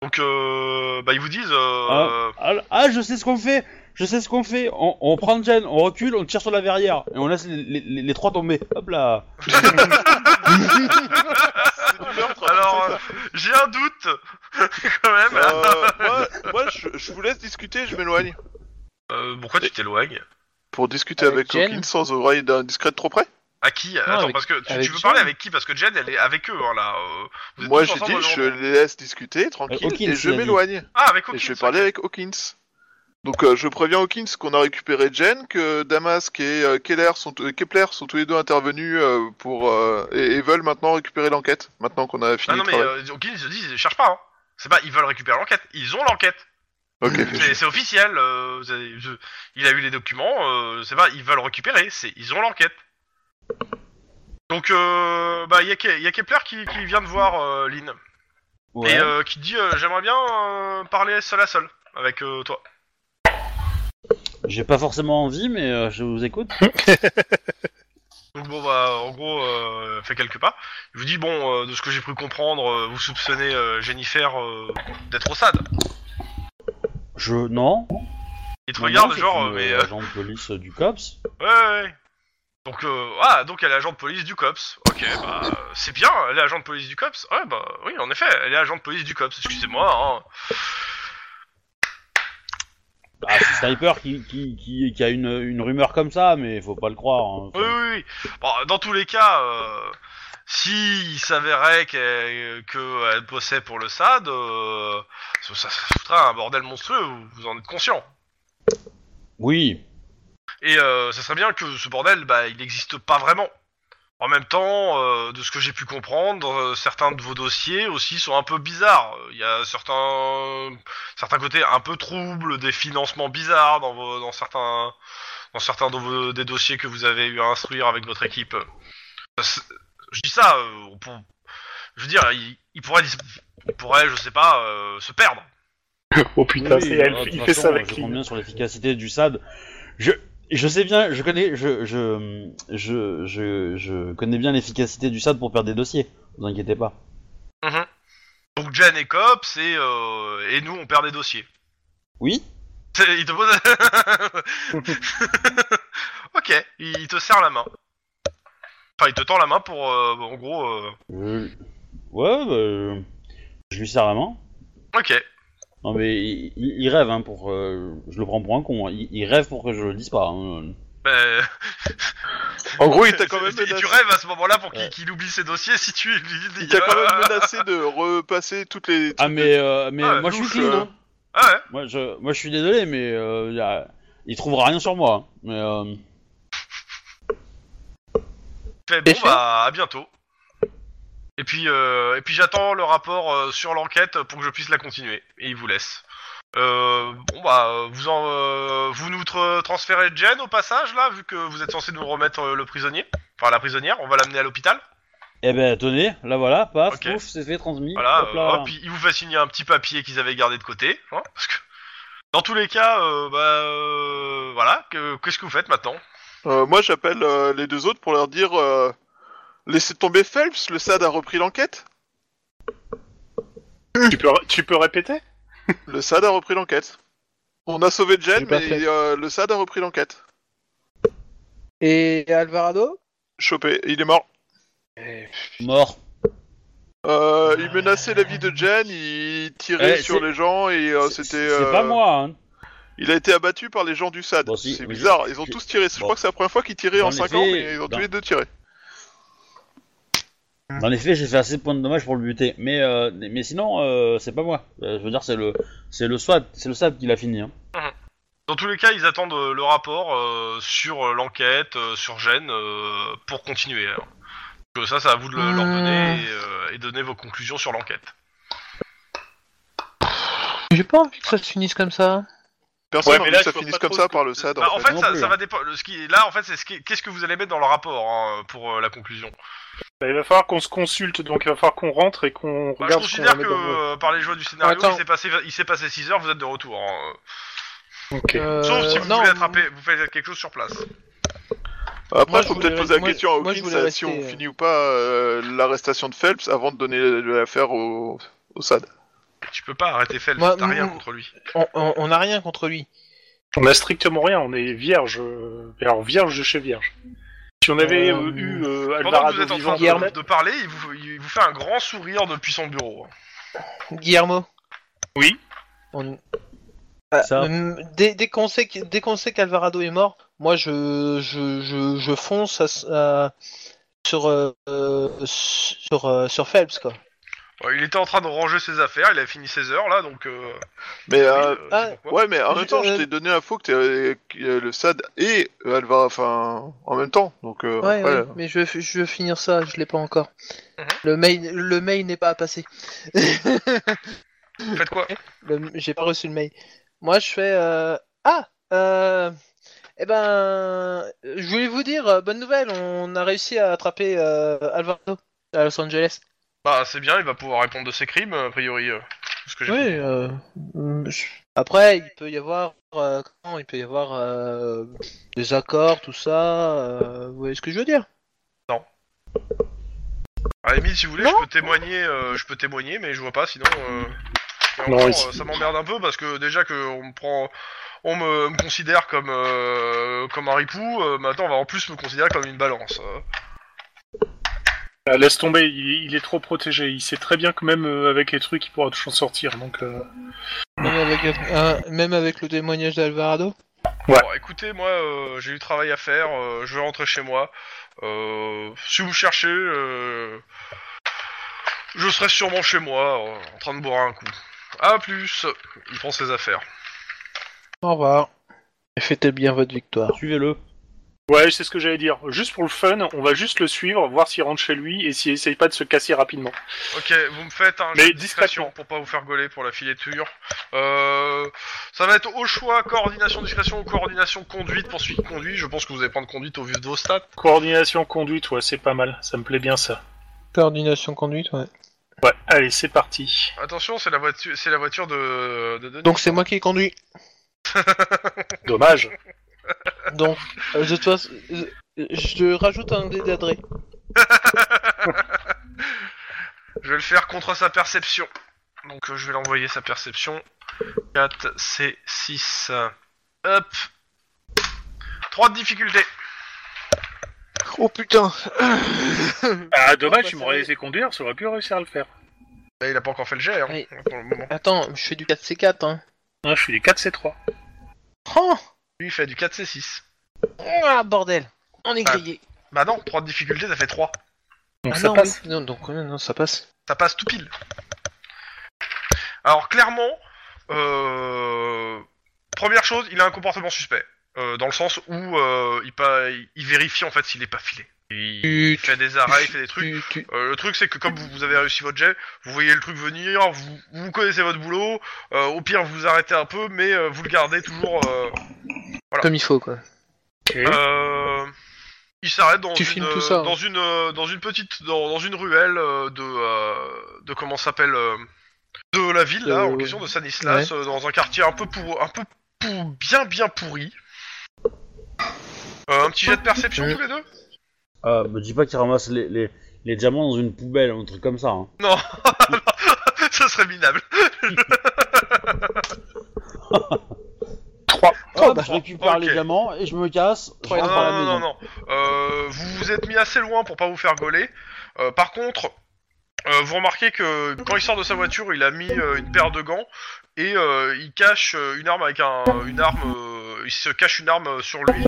[SPEAKER 2] Donc, euh, bah ils vous disent. euh,
[SPEAKER 1] Ah, ah, je sais ce qu'on fait Je sais ce qu'on fait on, on prend Jen, on recule, on tire sur la verrière et on laisse les, les- les- les trois tomber. Hop là
[SPEAKER 5] C'est du meurtre.
[SPEAKER 2] Alors, euh, j'ai un doute quand même.
[SPEAKER 5] Euh, moi, moi, je, je vous laisse discuter, je m'éloigne.
[SPEAKER 2] Euh, pourquoi tu t'éloignes
[SPEAKER 5] Pour discuter
[SPEAKER 4] Avec
[SPEAKER 5] avec,
[SPEAKER 4] Jen
[SPEAKER 5] Hawkins sans oreille discrète trop près
[SPEAKER 2] À qui Attends,
[SPEAKER 4] avec-
[SPEAKER 2] parce que tu- tu,
[SPEAKER 4] avec
[SPEAKER 2] veux
[SPEAKER 4] Jen.
[SPEAKER 2] parler avec qui Parce que Jen, elle est avec eux, hein, là. euh, vous êtes
[SPEAKER 5] Moi,
[SPEAKER 2] tous
[SPEAKER 5] j'ai
[SPEAKER 2] ensemble
[SPEAKER 5] dit,
[SPEAKER 2] dans le
[SPEAKER 5] je
[SPEAKER 2] moment.
[SPEAKER 5] les laisse discuter tranquille
[SPEAKER 1] Hawkins,
[SPEAKER 5] et je
[SPEAKER 1] il a dit.
[SPEAKER 5] m'éloigne.
[SPEAKER 2] Ah, avec
[SPEAKER 5] Et
[SPEAKER 2] Hawkins.
[SPEAKER 5] je vais parler avec Hawkins. Donc, euh, je préviens Hawkins qu'on a récupéré Jen, que Damask et euh, Keller sont, euh, Kepler sont tous les deux intervenus euh, pour euh, et, et veulent maintenant récupérer l'enquête. Maintenant qu'on a
[SPEAKER 2] Ah
[SPEAKER 5] fini
[SPEAKER 2] non,
[SPEAKER 5] le
[SPEAKER 2] mais
[SPEAKER 5] travail.
[SPEAKER 2] euh, Hawkins, ils disent, ils cherchent pas, hein. C'est pas, ils veulent récupérer l'enquête. Ils ont l'enquête.
[SPEAKER 5] Ok.
[SPEAKER 2] C'est c'est officiel. euh, c'est- je- il a eu les documents. euh, c'est pas, ils veulent récupérer. C'est, ils ont l'enquête. Donc, euh, bah, il y, a Ke- y a Kepler qui, qui vient de voir euh, Lynn.
[SPEAKER 1] Ouais.
[SPEAKER 2] Et euh, qui dit, euh, j'aimerais bien euh, parler seul à seul avec euh, toi.
[SPEAKER 1] J'ai pas forcément envie, mais euh, je vous écoute.
[SPEAKER 2] Donc bon bah en gros euh, fait quelques pas. Il vous dit bon euh, de ce que j'ai pu comprendre euh, vous soupçonnez euh, Jennifer euh, d'être au SAD.
[SPEAKER 1] Je. Non.
[SPEAKER 2] Il te
[SPEAKER 1] Non,
[SPEAKER 2] regarde
[SPEAKER 1] non, c'est
[SPEAKER 2] genre
[SPEAKER 1] une,
[SPEAKER 2] mais
[SPEAKER 1] euh,
[SPEAKER 2] euh,
[SPEAKER 1] agent de police euh, du cops.
[SPEAKER 2] ouais, ouais ouais. Donc euh, ah donc elle est agent de police du cops. Ok bah euh, c'est bien elle est agent de police du cops. Ouais bah oui en effet elle est agent de police du cops excusez-moi. Hein.
[SPEAKER 1] Ah, si sniper qui, qui, qui, qui a une, une rumeur comme ça, mais faut pas le croire. hein. Faut-
[SPEAKER 2] Oui, oui, oui. Bon, dans tous les cas, euh, s'il s'avérait qu'elle que euh, elle bossait pour le SAD, euh, ça, ça foutra un bordel monstrueux, vous, vous en êtes conscient.
[SPEAKER 1] Oui,
[SPEAKER 2] Et euh, ça serait bien que ce bordel, bah, il n'existe pas vraiment. En même temps, euh, de ce que j'ai pu comprendre, euh, certains de vos dossiers aussi sont un peu bizarres. Il y a certains, certains côtés un peu troubles, des financements bizarres dans, vos, dans certains, dans certains de vos- des dossiers que vous avez eu à instruire avec votre équipe. Euh, c'est- Je dis ça, euh, on pour- je veux dire, il, il pourrait, dis- il pourrait, je sais pas, euh, se perdre.
[SPEAKER 3] Oh putain,
[SPEAKER 1] Oui,
[SPEAKER 3] c'est
[SPEAKER 1] oui,
[SPEAKER 3] elle,
[SPEAKER 1] de toute
[SPEAKER 3] il fait
[SPEAKER 1] façon,
[SPEAKER 3] ça avec
[SPEAKER 1] Je
[SPEAKER 3] qui
[SPEAKER 1] compte bien sur l'efficacité du SAD. Je, je sais bien, je connais, je, je, je, je, je connais bien l'efficacité du SAD pour perdre des dossiers. Vous inquiétez pas.
[SPEAKER 2] Donc Jen et Cop, c'est euh, et nous on perd des dossiers.
[SPEAKER 1] Oui
[SPEAKER 2] C'est- Il te pose. ok, il te serre la main. Enfin, il te tend la main pour, euh, en gros. euh,
[SPEAKER 1] je... Ouais, bah, je- je lui sers la main.
[SPEAKER 2] Ok.
[SPEAKER 1] Non mais il, il- il rêve hein, pour. euh, je le prends pour un con. hein. Il, il rêve pour que je le dise pas. hein.
[SPEAKER 2] Ben,
[SPEAKER 5] En gros, il t'a quand même
[SPEAKER 2] et
[SPEAKER 5] menacé.
[SPEAKER 2] tu rêves à ce moment-là pour qu'il
[SPEAKER 1] Ouais.
[SPEAKER 2] qu'il oublie ses dossiers si tu lui dis.
[SPEAKER 5] Il t'a quand même menacé de repasser toutes les.
[SPEAKER 1] Ah mais euh, mais
[SPEAKER 2] Ah,
[SPEAKER 1] moi je suis
[SPEAKER 5] touche,
[SPEAKER 1] clean.
[SPEAKER 5] euh.
[SPEAKER 1] hein.
[SPEAKER 2] Ah ouais.
[SPEAKER 1] Moi je moi je suis désolé mais euh, il y a- il trouvera rien sur moi. hein. Mais euh,
[SPEAKER 2] Fait,
[SPEAKER 4] Et
[SPEAKER 2] bon,
[SPEAKER 4] cher.
[SPEAKER 2] bah, à bientôt. Et puis, euh, et puis j'attends le rapport euh, sur l'enquête pour que je puisse la continuer. Et il vous laisse. Euh, bon, bah, euh, vous, en, euh, vous nous tra- transférez Jen au passage, là, vu que vous êtes censé nous remettre euh, le prisonnier. Enfin, la prisonnière, on va l'amener à l'hôpital.
[SPEAKER 1] eh ben tenez, là voilà, paf,
[SPEAKER 2] Ok.
[SPEAKER 1] pouf, c'est fait transmis.
[SPEAKER 2] Voilà,
[SPEAKER 1] Hop
[SPEAKER 2] euh,
[SPEAKER 1] là.
[SPEAKER 2] hop, il il vous fait signer un petit papier qu'ils avaient gardé de côté. hein, parce que... Dans tous les cas, euh, bah, euh, voilà, que- qu'est-ce que vous faites maintenant
[SPEAKER 5] Euh, moi, j'appelle euh, les deux autres pour leur dire euh, laissez tomber Phelps. Le SAD a repris l'enquête.
[SPEAKER 3] tu peux, tu peux répéter
[SPEAKER 5] Le SAD a repris l'enquête. On a sauvé Jen,
[SPEAKER 4] J'ai pas
[SPEAKER 5] mais
[SPEAKER 4] fait.
[SPEAKER 5] euh, le SAD a repris l'enquête.
[SPEAKER 4] Et Alvarado
[SPEAKER 5] Chopé, il est mort.
[SPEAKER 1] Mort.
[SPEAKER 5] Euh, il menaçait la vie de Jen, il tirait
[SPEAKER 1] Eh,
[SPEAKER 5] sur
[SPEAKER 1] c'est-
[SPEAKER 5] les gens et
[SPEAKER 2] Oh,
[SPEAKER 5] euh,
[SPEAKER 1] C'est-
[SPEAKER 5] c'était.
[SPEAKER 1] C'est
[SPEAKER 5] euh,
[SPEAKER 1] pas moi. Hein.
[SPEAKER 5] Il a été abattu par les gens du SAD.
[SPEAKER 1] Bon, si,
[SPEAKER 5] c'est
[SPEAKER 1] mais
[SPEAKER 5] bizarre,
[SPEAKER 1] je-
[SPEAKER 5] ils ont
[SPEAKER 1] je-
[SPEAKER 5] tous tiré. Je
[SPEAKER 1] bon.
[SPEAKER 5] crois que c'est la première fois qu'ils tiraient
[SPEAKER 1] Dans
[SPEAKER 5] en
[SPEAKER 1] les
[SPEAKER 5] 5 ans,
[SPEAKER 1] faits,
[SPEAKER 5] mais ils ont
[SPEAKER 1] dans-
[SPEAKER 5] tous les deux tiré.
[SPEAKER 1] Dans les faits, j'ai fait assez de points de dommage pour le buter. Mais euh, mais sinon, euh, c'est pas moi. Euh, je veux dire, c'est le c'est le SWAT, c'est le SAD qui l'a fini. Hein.
[SPEAKER 2] Dans tous les cas, ils attendent euh, le rapport euh, sur euh, l'enquête, euh, sur Gênes, euh, pour continuer. hein. Donc, euh, ça, c'est à vous de le- leur donner et, euh, et donner vos conclusions sur l'enquête.
[SPEAKER 4] J'ai pas envie que ça se finisse comme ça.
[SPEAKER 5] Personne
[SPEAKER 3] Ouais,
[SPEAKER 5] n'a
[SPEAKER 3] mais
[SPEAKER 5] envie
[SPEAKER 3] là,
[SPEAKER 5] que ça
[SPEAKER 3] je vois
[SPEAKER 5] finisse
[SPEAKER 3] pas
[SPEAKER 5] comme
[SPEAKER 3] trop
[SPEAKER 5] ça
[SPEAKER 3] ce que-
[SPEAKER 5] par le SAD.
[SPEAKER 2] Bah,
[SPEAKER 5] en
[SPEAKER 2] en
[SPEAKER 5] fait.
[SPEAKER 2] fait,
[SPEAKER 1] non
[SPEAKER 2] ça,
[SPEAKER 1] plus,
[SPEAKER 2] ça
[SPEAKER 1] hein.
[SPEAKER 2] va dépendre. Ce qui, là, en fait, c'est ce qui- qu'est-ce que vous allez mettre dans le rapport hein, pour euh, la conclusion.
[SPEAKER 3] Bah, Il va falloir qu'on se consulte, donc il va falloir qu'on rentre et qu'on
[SPEAKER 2] Bah, je
[SPEAKER 3] regarde ce qu'on
[SPEAKER 2] considère
[SPEAKER 3] va
[SPEAKER 2] que
[SPEAKER 3] mettre dans le-
[SPEAKER 2] euh, par les joies du scénario,
[SPEAKER 4] Attends.
[SPEAKER 2] il s'est passé, il s'est passé 6 heures, vous êtes de retour. hein.
[SPEAKER 3] Ok.
[SPEAKER 4] Euh,
[SPEAKER 2] Sauf si vous
[SPEAKER 4] non,
[SPEAKER 2] voulez attraper, vous faites quelque chose sur place.
[SPEAKER 5] Après,
[SPEAKER 4] Moi, je
[SPEAKER 5] faut peut-être
[SPEAKER 4] voulais-
[SPEAKER 5] poser la
[SPEAKER 4] moi,
[SPEAKER 5] question à
[SPEAKER 4] moi, je
[SPEAKER 5] Hawkins
[SPEAKER 4] voulais
[SPEAKER 5] euh, si on
[SPEAKER 4] rester, euh,
[SPEAKER 5] finit ou pas euh, l'arrestation de Phelps avant de donner l'affaire au, au SAD.
[SPEAKER 2] Tu peux pas arrêter Phelps,
[SPEAKER 4] Moi,
[SPEAKER 2] t'as rien
[SPEAKER 4] moi-
[SPEAKER 2] contre lui.
[SPEAKER 4] On, on- on a rien contre lui.
[SPEAKER 3] On a strictement rien, on est vierge. euh, et Alors vierge de chez vierge. Si on avait
[SPEAKER 4] Euh,
[SPEAKER 3] euh, eu euh,
[SPEAKER 2] Pendant que vous
[SPEAKER 3] Alvarado
[SPEAKER 2] êtes en
[SPEAKER 3] vivant, euh,
[SPEAKER 2] train
[SPEAKER 4] Guillermo.
[SPEAKER 2] de, de parler, il vous, il vous fait un grand sourire depuis son bureau. hein.
[SPEAKER 4] Guillermo.
[SPEAKER 3] Oui.
[SPEAKER 4] On- Ah,
[SPEAKER 1] Ça.
[SPEAKER 4] hum, dès dès qu'on sait que- dès qu'on sait qu'Alvarado est mort, moi je je, je, je fonce à s- à- sur euh, euh, sur euh, sur Phelps quoi.
[SPEAKER 2] Ouais, il était en train de ranger ses affaires, il a fini ses heures là, donc. Euh,
[SPEAKER 5] Mais euh,
[SPEAKER 2] oui, euh,
[SPEAKER 4] ah,
[SPEAKER 2] c'est pourquoi.
[SPEAKER 5] ouais, mais en
[SPEAKER 4] Je-
[SPEAKER 5] même temps, je
[SPEAKER 4] euh,
[SPEAKER 5] t'ai donné l'info que, t'es- que le SAD et euh, elle va, enfin, en même temps. Donc euh,
[SPEAKER 4] Ouais,
[SPEAKER 5] après,
[SPEAKER 4] ouais, mais je, vais- je veux finir ça, je l'ai pas encore.
[SPEAKER 2] Mhm.
[SPEAKER 4] Le mail le mail n'est pas à passer.
[SPEAKER 2] Faites quoi
[SPEAKER 4] Le- J'ai pas reçu le mail. Moi, je fais. euh, Ah euh, Eh ben. euh, Je voulais vous dire, euh, bonne nouvelle, on a réussi à attraper euh, Alvarado à Los Angeles.
[SPEAKER 2] Bah, c'est bien, il va pouvoir répondre de ses crimes, a priori. euh, parce que j'ai-
[SPEAKER 4] Oui. euh, mm, je- Après, il peut y avoir. euh, comment Il peut y avoir euh, des accords, tout ça. euh, Vous voyez ce que je veux dire
[SPEAKER 2] À la limite, Ah, si vous voulez,
[SPEAKER 4] Non.
[SPEAKER 2] je peux témoigner, euh, je peux témoigner, mais je vois pas, sinon. euh, et
[SPEAKER 3] Non,
[SPEAKER 2] encore,
[SPEAKER 3] ici.
[SPEAKER 2] euh, ça m'emmerde un peu parce que déjà que on me prend, on me, me considère comme euh, comme un ripou. euh, maintenant, on va en plus me considérer comme une balance. euh.
[SPEAKER 3] Ah, laisse tomber, il, il est trop protégé. Il sait très bien que même euh, avec les trucs, il pourra toujours s'en sortir. Donc, euh,
[SPEAKER 4] Non, mais avec, euh, même avec le témoignage d'Alvarado
[SPEAKER 3] Ouais.
[SPEAKER 2] Bon, écoutez, moi, euh, j'ai du travail à faire, euh, je vais rentrer chez moi. Euh, si vous me cherchez, euh, je serai sûrement chez moi, euh, en train de boire un coup. À plus Il prend ses affaires.
[SPEAKER 4] Au revoir. Et fêtez bien votre victoire.
[SPEAKER 1] Suivez-le.
[SPEAKER 3] Ouais, c'est ce que j'allais dire. Juste pour le fun, on va juste le suivre, voir s'il rentre chez lui et s'il essaye pas de se casser rapidement.
[SPEAKER 2] Ok, vous me faites un
[SPEAKER 3] Mais
[SPEAKER 2] jeu de discrétion
[SPEAKER 3] discrètement.
[SPEAKER 2] pour pas vous faire gauler pour la filature. Euh, ça va être au choix coordination discrétion ou coordination conduite poursuite conduite. Je pense que vous allez prendre conduite au vu de vos stats.
[SPEAKER 3] Coordination conduite, ouais, c'est pas mal. Ça me plaît bien ça.
[SPEAKER 4] Coordination conduite, ouais.
[SPEAKER 3] Ouais, allez, c'est parti.
[SPEAKER 2] Attention, c'est la voiture, c'est la voiture de. de Denis.
[SPEAKER 4] Donc c'est moi qui conduis.
[SPEAKER 3] Dommage.
[SPEAKER 4] Donc, euh, de toute façon, euh, je rajoute un dé d'adré.
[SPEAKER 2] Je vais le faire contre sa perception. Donc euh, je vais l'envoyer sa perception. 4, C, 6. Hop. 3 de difficulté.
[SPEAKER 4] Oh putain
[SPEAKER 3] Ah,
[SPEAKER 4] dommage, tu
[SPEAKER 3] il
[SPEAKER 4] m'aurais laissé
[SPEAKER 3] conduire, ça aurait pu réussir à le faire.
[SPEAKER 2] Bah, il a pas encore fait le jet hein,
[SPEAKER 4] Oui.
[SPEAKER 2] pour le moment.
[SPEAKER 4] Attends, je fais du 4C4, hein.
[SPEAKER 3] Ah, je suis des 4C3.
[SPEAKER 4] Oh
[SPEAKER 2] Lui il fait du 4 C 6.
[SPEAKER 4] Ah, bordel On est
[SPEAKER 2] Ah,
[SPEAKER 4] grillé.
[SPEAKER 2] Bah non, 3 de difficulté ça fait 3.
[SPEAKER 3] Donc
[SPEAKER 4] Ah
[SPEAKER 3] ça
[SPEAKER 4] non,
[SPEAKER 3] passe.
[SPEAKER 4] oui, non, donc, ouais, non, ça passe.
[SPEAKER 2] ça passe tout pile. Alors clairement, euh, première chose, il a un comportement suspect, euh, dans le sens où euh, il, pa- il vérifie en fait s'il est pas filé. Il, il
[SPEAKER 4] Tu,
[SPEAKER 2] fait des arrêts, il fait des trucs.
[SPEAKER 4] tu, tu-
[SPEAKER 2] Euh, le truc c'est que comme vous, vous avez réussi votre jet, vous voyez le truc venir, vous, vous connaissez votre boulot, euh, au pire vous vous arrêtez un peu, mais euh, vous le gardez toujours. euh,
[SPEAKER 4] Comme il faut, quoi.
[SPEAKER 2] euh, il s'arrête dans,
[SPEAKER 4] Tu
[SPEAKER 2] une
[SPEAKER 4] filmes tout ça, hein.
[SPEAKER 2] dans une euh, dans une petite dans, dans une ruelle euh, de euh, de comment ça s'appelle euh, de la ville là
[SPEAKER 4] Euh,
[SPEAKER 2] en question de Sanislas euh, dans un quartier un peu pour un peu pour, bien bien pourri. Euh, un petit jet de perception
[SPEAKER 4] Mm.
[SPEAKER 2] tous les deux
[SPEAKER 1] Euh, me dis pas qu'il ramasse les, les, les diamants dans une poubelle ou un truc comme ça. Hein.
[SPEAKER 2] Non, ça serait minable.
[SPEAKER 3] 3.
[SPEAKER 1] Hop, Ah,
[SPEAKER 4] bah,
[SPEAKER 1] je récupère
[SPEAKER 2] ok.
[SPEAKER 1] les diamants et je me casse. Je
[SPEAKER 4] Trois et
[SPEAKER 1] rentre
[SPEAKER 2] Non,
[SPEAKER 1] à la
[SPEAKER 2] Ah, non,
[SPEAKER 1] maison.
[SPEAKER 2] non, non. Euh, vous vous êtes mis assez loin pour pas vous faire gauler. Euh, par contre, euh, vous remarquez que quand il sort de sa voiture, il a mis euh, une paire de gants et euh, il cache euh, une arme avec un, une arme. euh, il se cache une arme euh, sur lui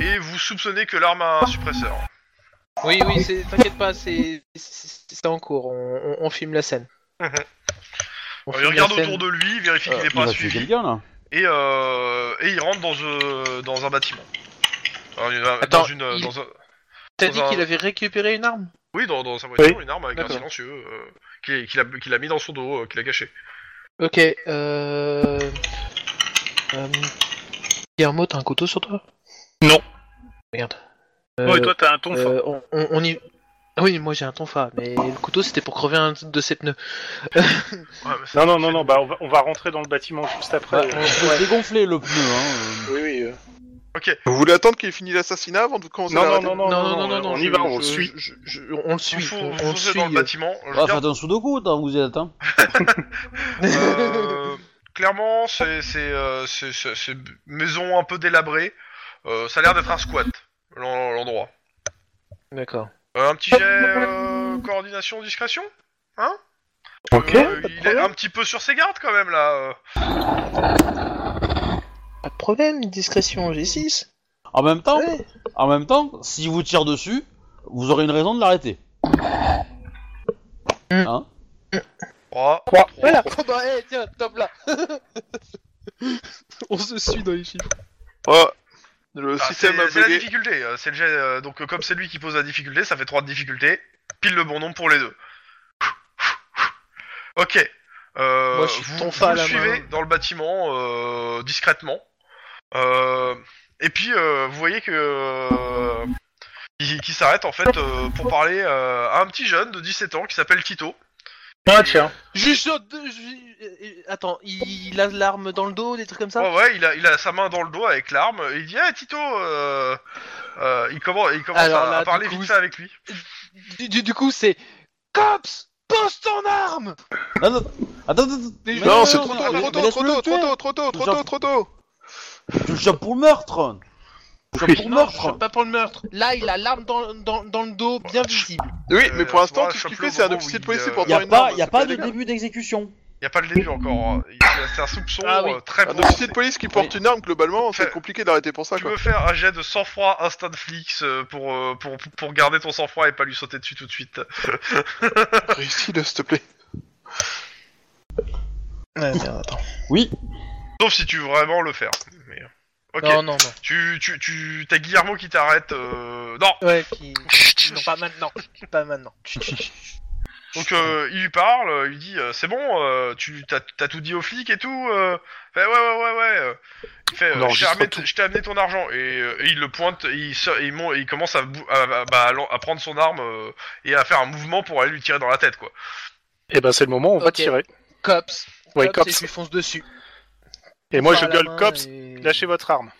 [SPEAKER 2] et vous soupçonnez que l'arme a un suppresseur.
[SPEAKER 4] Oui, oui, c'est- t'inquiète pas, c'est c'est- c'est en cours, on, on- on filme la scène.
[SPEAKER 2] Mhm.
[SPEAKER 4] On
[SPEAKER 2] Euh, il
[SPEAKER 4] filme
[SPEAKER 2] regarde
[SPEAKER 4] la scène.
[SPEAKER 2] autour de lui, il vérifie qu'il
[SPEAKER 1] Euh,
[SPEAKER 2] n'est
[SPEAKER 1] il
[SPEAKER 2] pas
[SPEAKER 1] va tuer
[SPEAKER 2] suivi
[SPEAKER 1] quelqu'un là.
[SPEAKER 2] et, euh, et il rentre dans, euh, dans un bâtiment. Dans une- dans
[SPEAKER 4] Attends,
[SPEAKER 2] une-
[SPEAKER 4] il-
[SPEAKER 2] dans un-
[SPEAKER 4] T'as
[SPEAKER 2] dans
[SPEAKER 4] dit
[SPEAKER 2] un-
[SPEAKER 3] hein.
[SPEAKER 4] qu'il avait récupéré une arme
[SPEAKER 2] Oui, dans, dans sa voiture,
[SPEAKER 3] Oui.
[SPEAKER 2] une arme avec un
[SPEAKER 4] D'accord.
[SPEAKER 2] silencieux euh, qu'il qu'il a, qu'il a mis dans son dos, euh, qu'il a caché.
[SPEAKER 4] Ok, euh... euh... Guillermo, t'as un couteau sur toi
[SPEAKER 3] Non.
[SPEAKER 4] Merde.
[SPEAKER 3] Oh, et
[SPEAKER 4] Euh,
[SPEAKER 3] toi, t'as un ton fort.
[SPEAKER 4] euh, on, on- on y... Ah Oui, moi j'ai un tonfa, mais le couteau c'était pour crever un de ses pneus.
[SPEAKER 2] Ouais, mais ça-
[SPEAKER 3] Non, non, non, non, bah on va, on va rentrer dans le bâtiment juste
[SPEAKER 1] Bah,
[SPEAKER 3] après.
[SPEAKER 1] on peut dégonfler le pneu. Hein. euh.
[SPEAKER 3] Oui, oui.
[SPEAKER 5] Vous voulez attendre qu'il ait fini l'assassinat avant de commencer
[SPEAKER 3] Non,
[SPEAKER 5] à
[SPEAKER 3] non,
[SPEAKER 5] l'arrêter
[SPEAKER 3] non, non, on y
[SPEAKER 4] je-
[SPEAKER 3] va, on
[SPEAKER 4] je-
[SPEAKER 3] suit.
[SPEAKER 4] je- je- on le
[SPEAKER 2] Vous
[SPEAKER 4] suit,
[SPEAKER 2] fou- vous
[SPEAKER 4] on, on le
[SPEAKER 2] foncez
[SPEAKER 4] suit. euh,
[SPEAKER 2] dans le bâtiment. Je
[SPEAKER 1] Ah,
[SPEAKER 2] regarde,
[SPEAKER 1] faites un sudoku tant que vous y êtes. Hein.
[SPEAKER 2] euh, clairement, c'est c'est, euh, c'est- c'est- c'est une maison un peu délabrée. Euh, ça a l'air d'être un squat, l'en- l'endroit.
[SPEAKER 4] D'accord.
[SPEAKER 2] Euh, un petit jet euh, coordination discrétion Hein
[SPEAKER 3] Ok,
[SPEAKER 2] Euh,
[SPEAKER 3] pas de
[SPEAKER 2] Il est
[SPEAKER 3] problème.
[SPEAKER 2] un petit peu sur ses gardes quand même là. euh.
[SPEAKER 4] Pas de problème, discrétion, j'ai 6.
[SPEAKER 1] En même temps,
[SPEAKER 4] Ouais.
[SPEAKER 1] en même temps, si vous tire dessus, vous aurez une raison de l'arrêter.
[SPEAKER 2] Trois.
[SPEAKER 3] Trois.
[SPEAKER 4] Voilà, oh bah, eh, tiens, top là On se suit dans les chiffres.
[SPEAKER 5] Ouais. Ah, Le
[SPEAKER 2] Ah, c'est
[SPEAKER 5] système a
[SPEAKER 2] c'est la
[SPEAKER 5] bugué.
[SPEAKER 2] difficulté. euh, C'est le jet. euh, donc euh, comme c'est lui qui pose la difficulté, ça fait trois de difficulté. Pile le bon nombre pour les deux. Ok. Euh,
[SPEAKER 4] Moi, je suis
[SPEAKER 2] vous,
[SPEAKER 4] ton fan
[SPEAKER 2] vous
[SPEAKER 4] hein, à
[SPEAKER 2] le
[SPEAKER 4] la
[SPEAKER 2] suivez
[SPEAKER 4] main.
[SPEAKER 2] dans le bâtiment euh, discrètement. Euh, et puis euh, vous voyez que euh, qui, qui s'arrête en fait euh, pour parler euh, à un petit jeune de 17 ans qui s'appelle Tito.
[SPEAKER 3] Ah, tiens.
[SPEAKER 4] Juste, sur deux- ju- euh, euh, attends, il, il a l'arme dans le dos, des trucs comme ça
[SPEAKER 2] Ouais, ouais, il a, il a sa main dans le dos avec l'arme. et Il dit Ah, Tito euh, euh, Il commence, il commence
[SPEAKER 4] Alors
[SPEAKER 2] à-
[SPEAKER 4] là,
[SPEAKER 2] à
[SPEAKER 4] du
[SPEAKER 2] parler
[SPEAKER 4] coup,
[SPEAKER 2] vite
[SPEAKER 4] je-
[SPEAKER 2] fait avec lui.
[SPEAKER 4] du, du- du coup, c'est Cops Pose ton arme
[SPEAKER 1] Non, non, Attends, attends, attends.
[SPEAKER 4] Mais
[SPEAKER 1] Mais
[SPEAKER 5] Non,
[SPEAKER 4] non,
[SPEAKER 5] c'est
[SPEAKER 4] non,
[SPEAKER 5] trop
[SPEAKER 4] non,
[SPEAKER 5] tôt,
[SPEAKER 1] mais-
[SPEAKER 5] trop
[SPEAKER 1] mais
[SPEAKER 5] tôt,
[SPEAKER 1] laisse-le
[SPEAKER 5] trop tôt,
[SPEAKER 1] le
[SPEAKER 5] trop
[SPEAKER 1] tuer.
[SPEAKER 5] tôt, trop tôt, trop tôt, trop tôt.
[SPEAKER 1] Tu le chopes pour le meurtre. Tu le chopes pour le
[SPEAKER 4] Non, je
[SPEAKER 1] meurtre.
[SPEAKER 4] chope pas pour le meurtre. Là, il a l'arme dans, dans, dans le dos, bien visible.
[SPEAKER 5] Oui,
[SPEAKER 2] Euh,
[SPEAKER 5] mais pour
[SPEAKER 2] tu
[SPEAKER 5] l'instant,
[SPEAKER 2] vois,
[SPEAKER 5] tout ce qu'il
[SPEAKER 2] chope-le
[SPEAKER 5] fait,
[SPEAKER 2] au
[SPEAKER 5] c'est un
[SPEAKER 2] moment où
[SPEAKER 5] officier de
[SPEAKER 2] il,
[SPEAKER 5] police
[SPEAKER 2] euh,
[SPEAKER 5] pour
[SPEAKER 1] Y
[SPEAKER 5] avoir
[SPEAKER 1] a
[SPEAKER 5] une
[SPEAKER 1] pas,
[SPEAKER 5] arme,
[SPEAKER 1] y a
[SPEAKER 5] c'est
[SPEAKER 1] pas de
[SPEAKER 5] illégal.
[SPEAKER 1] début d'exécution.
[SPEAKER 2] Il n'y a pas le début encore. hein. Il- C'est un soupçon
[SPEAKER 4] Ah oui.
[SPEAKER 2] euh, très
[SPEAKER 5] Un
[SPEAKER 2] prononcé.
[SPEAKER 5] officier de police qui porte une arme, globalement, c'est compliqué d'arrêter pour ça,
[SPEAKER 2] Tu
[SPEAKER 5] quoi.
[SPEAKER 2] veux faire un jet de sang-froid instant flics euh, pour, euh, pour, pour garder ton sang-froid et pas lui sauter dessus tout de suite.
[SPEAKER 5] Réussis-le, s'il te plaît.
[SPEAKER 1] Oui.
[SPEAKER 2] Sauf si tu veux vraiment le faire. Mais, euh, Ok.
[SPEAKER 4] Non, non, non.
[SPEAKER 2] Tu, tu, tu, t'as Guillermo qui t'arrête. euh, Non.
[SPEAKER 4] Ouais, qui... non, pas maintenant. Pas maintenant.
[SPEAKER 2] Donc euh, il lui parle, euh, il lui dit euh, c'est bon, euh, tu t'as, t'as tout dit aux flics et tout. Euh... Fait, ouais ouais ouais ouais. euh. Il fait,
[SPEAKER 3] On
[SPEAKER 2] euh, je, t'ai
[SPEAKER 3] enregistre
[SPEAKER 2] amené, je t'ai amené ton argent et, euh, et il le pointe, et il, se- il, mon- il commence à, bou- à, à- bah, à lan- à prendre son arme euh, et à faire un mouvement pour aller lui tirer dans la tête quoi.
[SPEAKER 3] Et ben c'est le moment où on va
[SPEAKER 4] Ok.
[SPEAKER 3] tirer.
[SPEAKER 4] Cops.
[SPEAKER 3] Ouais,
[SPEAKER 4] cops,
[SPEAKER 3] cops.
[SPEAKER 4] Et tu fonces dessus.
[SPEAKER 3] Et moi
[SPEAKER 4] Prends
[SPEAKER 3] je
[SPEAKER 4] la
[SPEAKER 3] gueule
[SPEAKER 4] main
[SPEAKER 3] cops,
[SPEAKER 4] et-
[SPEAKER 3] lâchez votre arme.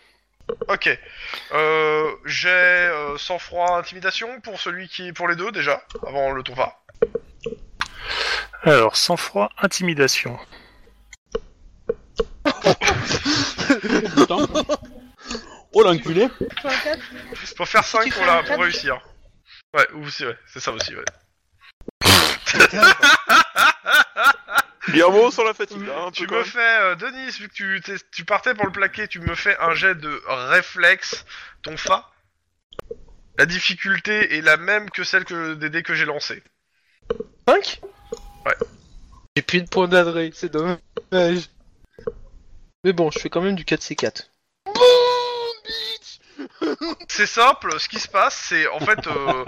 [SPEAKER 2] Ok. Euh, j'ai euh, sang-froid, intimidation pour celui qui pour les deux déjà avant le tour va.
[SPEAKER 3] Alors sang froid, intimidation.
[SPEAKER 1] Putain. Oh l'enculé.
[SPEAKER 2] Faut faire 5
[SPEAKER 6] Tu
[SPEAKER 2] pour,
[SPEAKER 6] fais
[SPEAKER 2] la,
[SPEAKER 6] un
[SPEAKER 2] pour
[SPEAKER 6] quatre.
[SPEAKER 2] réussir. Ouais, ou c'est ouais, c'est ça aussi ouais.
[SPEAKER 5] Guillermo, sans la fatigue, hein, un
[SPEAKER 2] Tu
[SPEAKER 5] peu
[SPEAKER 2] me
[SPEAKER 5] quand même.
[SPEAKER 2] fais, euh, Denis, vu que tu, t'es- tu partais pour le plaquer, tu me fais un jet de réflexe, ton fa. La difficulté est la même que celle que des dés que j'ai lancés.
[SPEAKER 4] 5
[SPEAKER 2] Ouais.
[SPEAKER 4] J'ai plus de points d'adresse, c'est dommage. Mais bon, je fais quand même du 4C4.
[SPEAKER 2] C'est simple, ce qui se passe, c'est en fait, euh,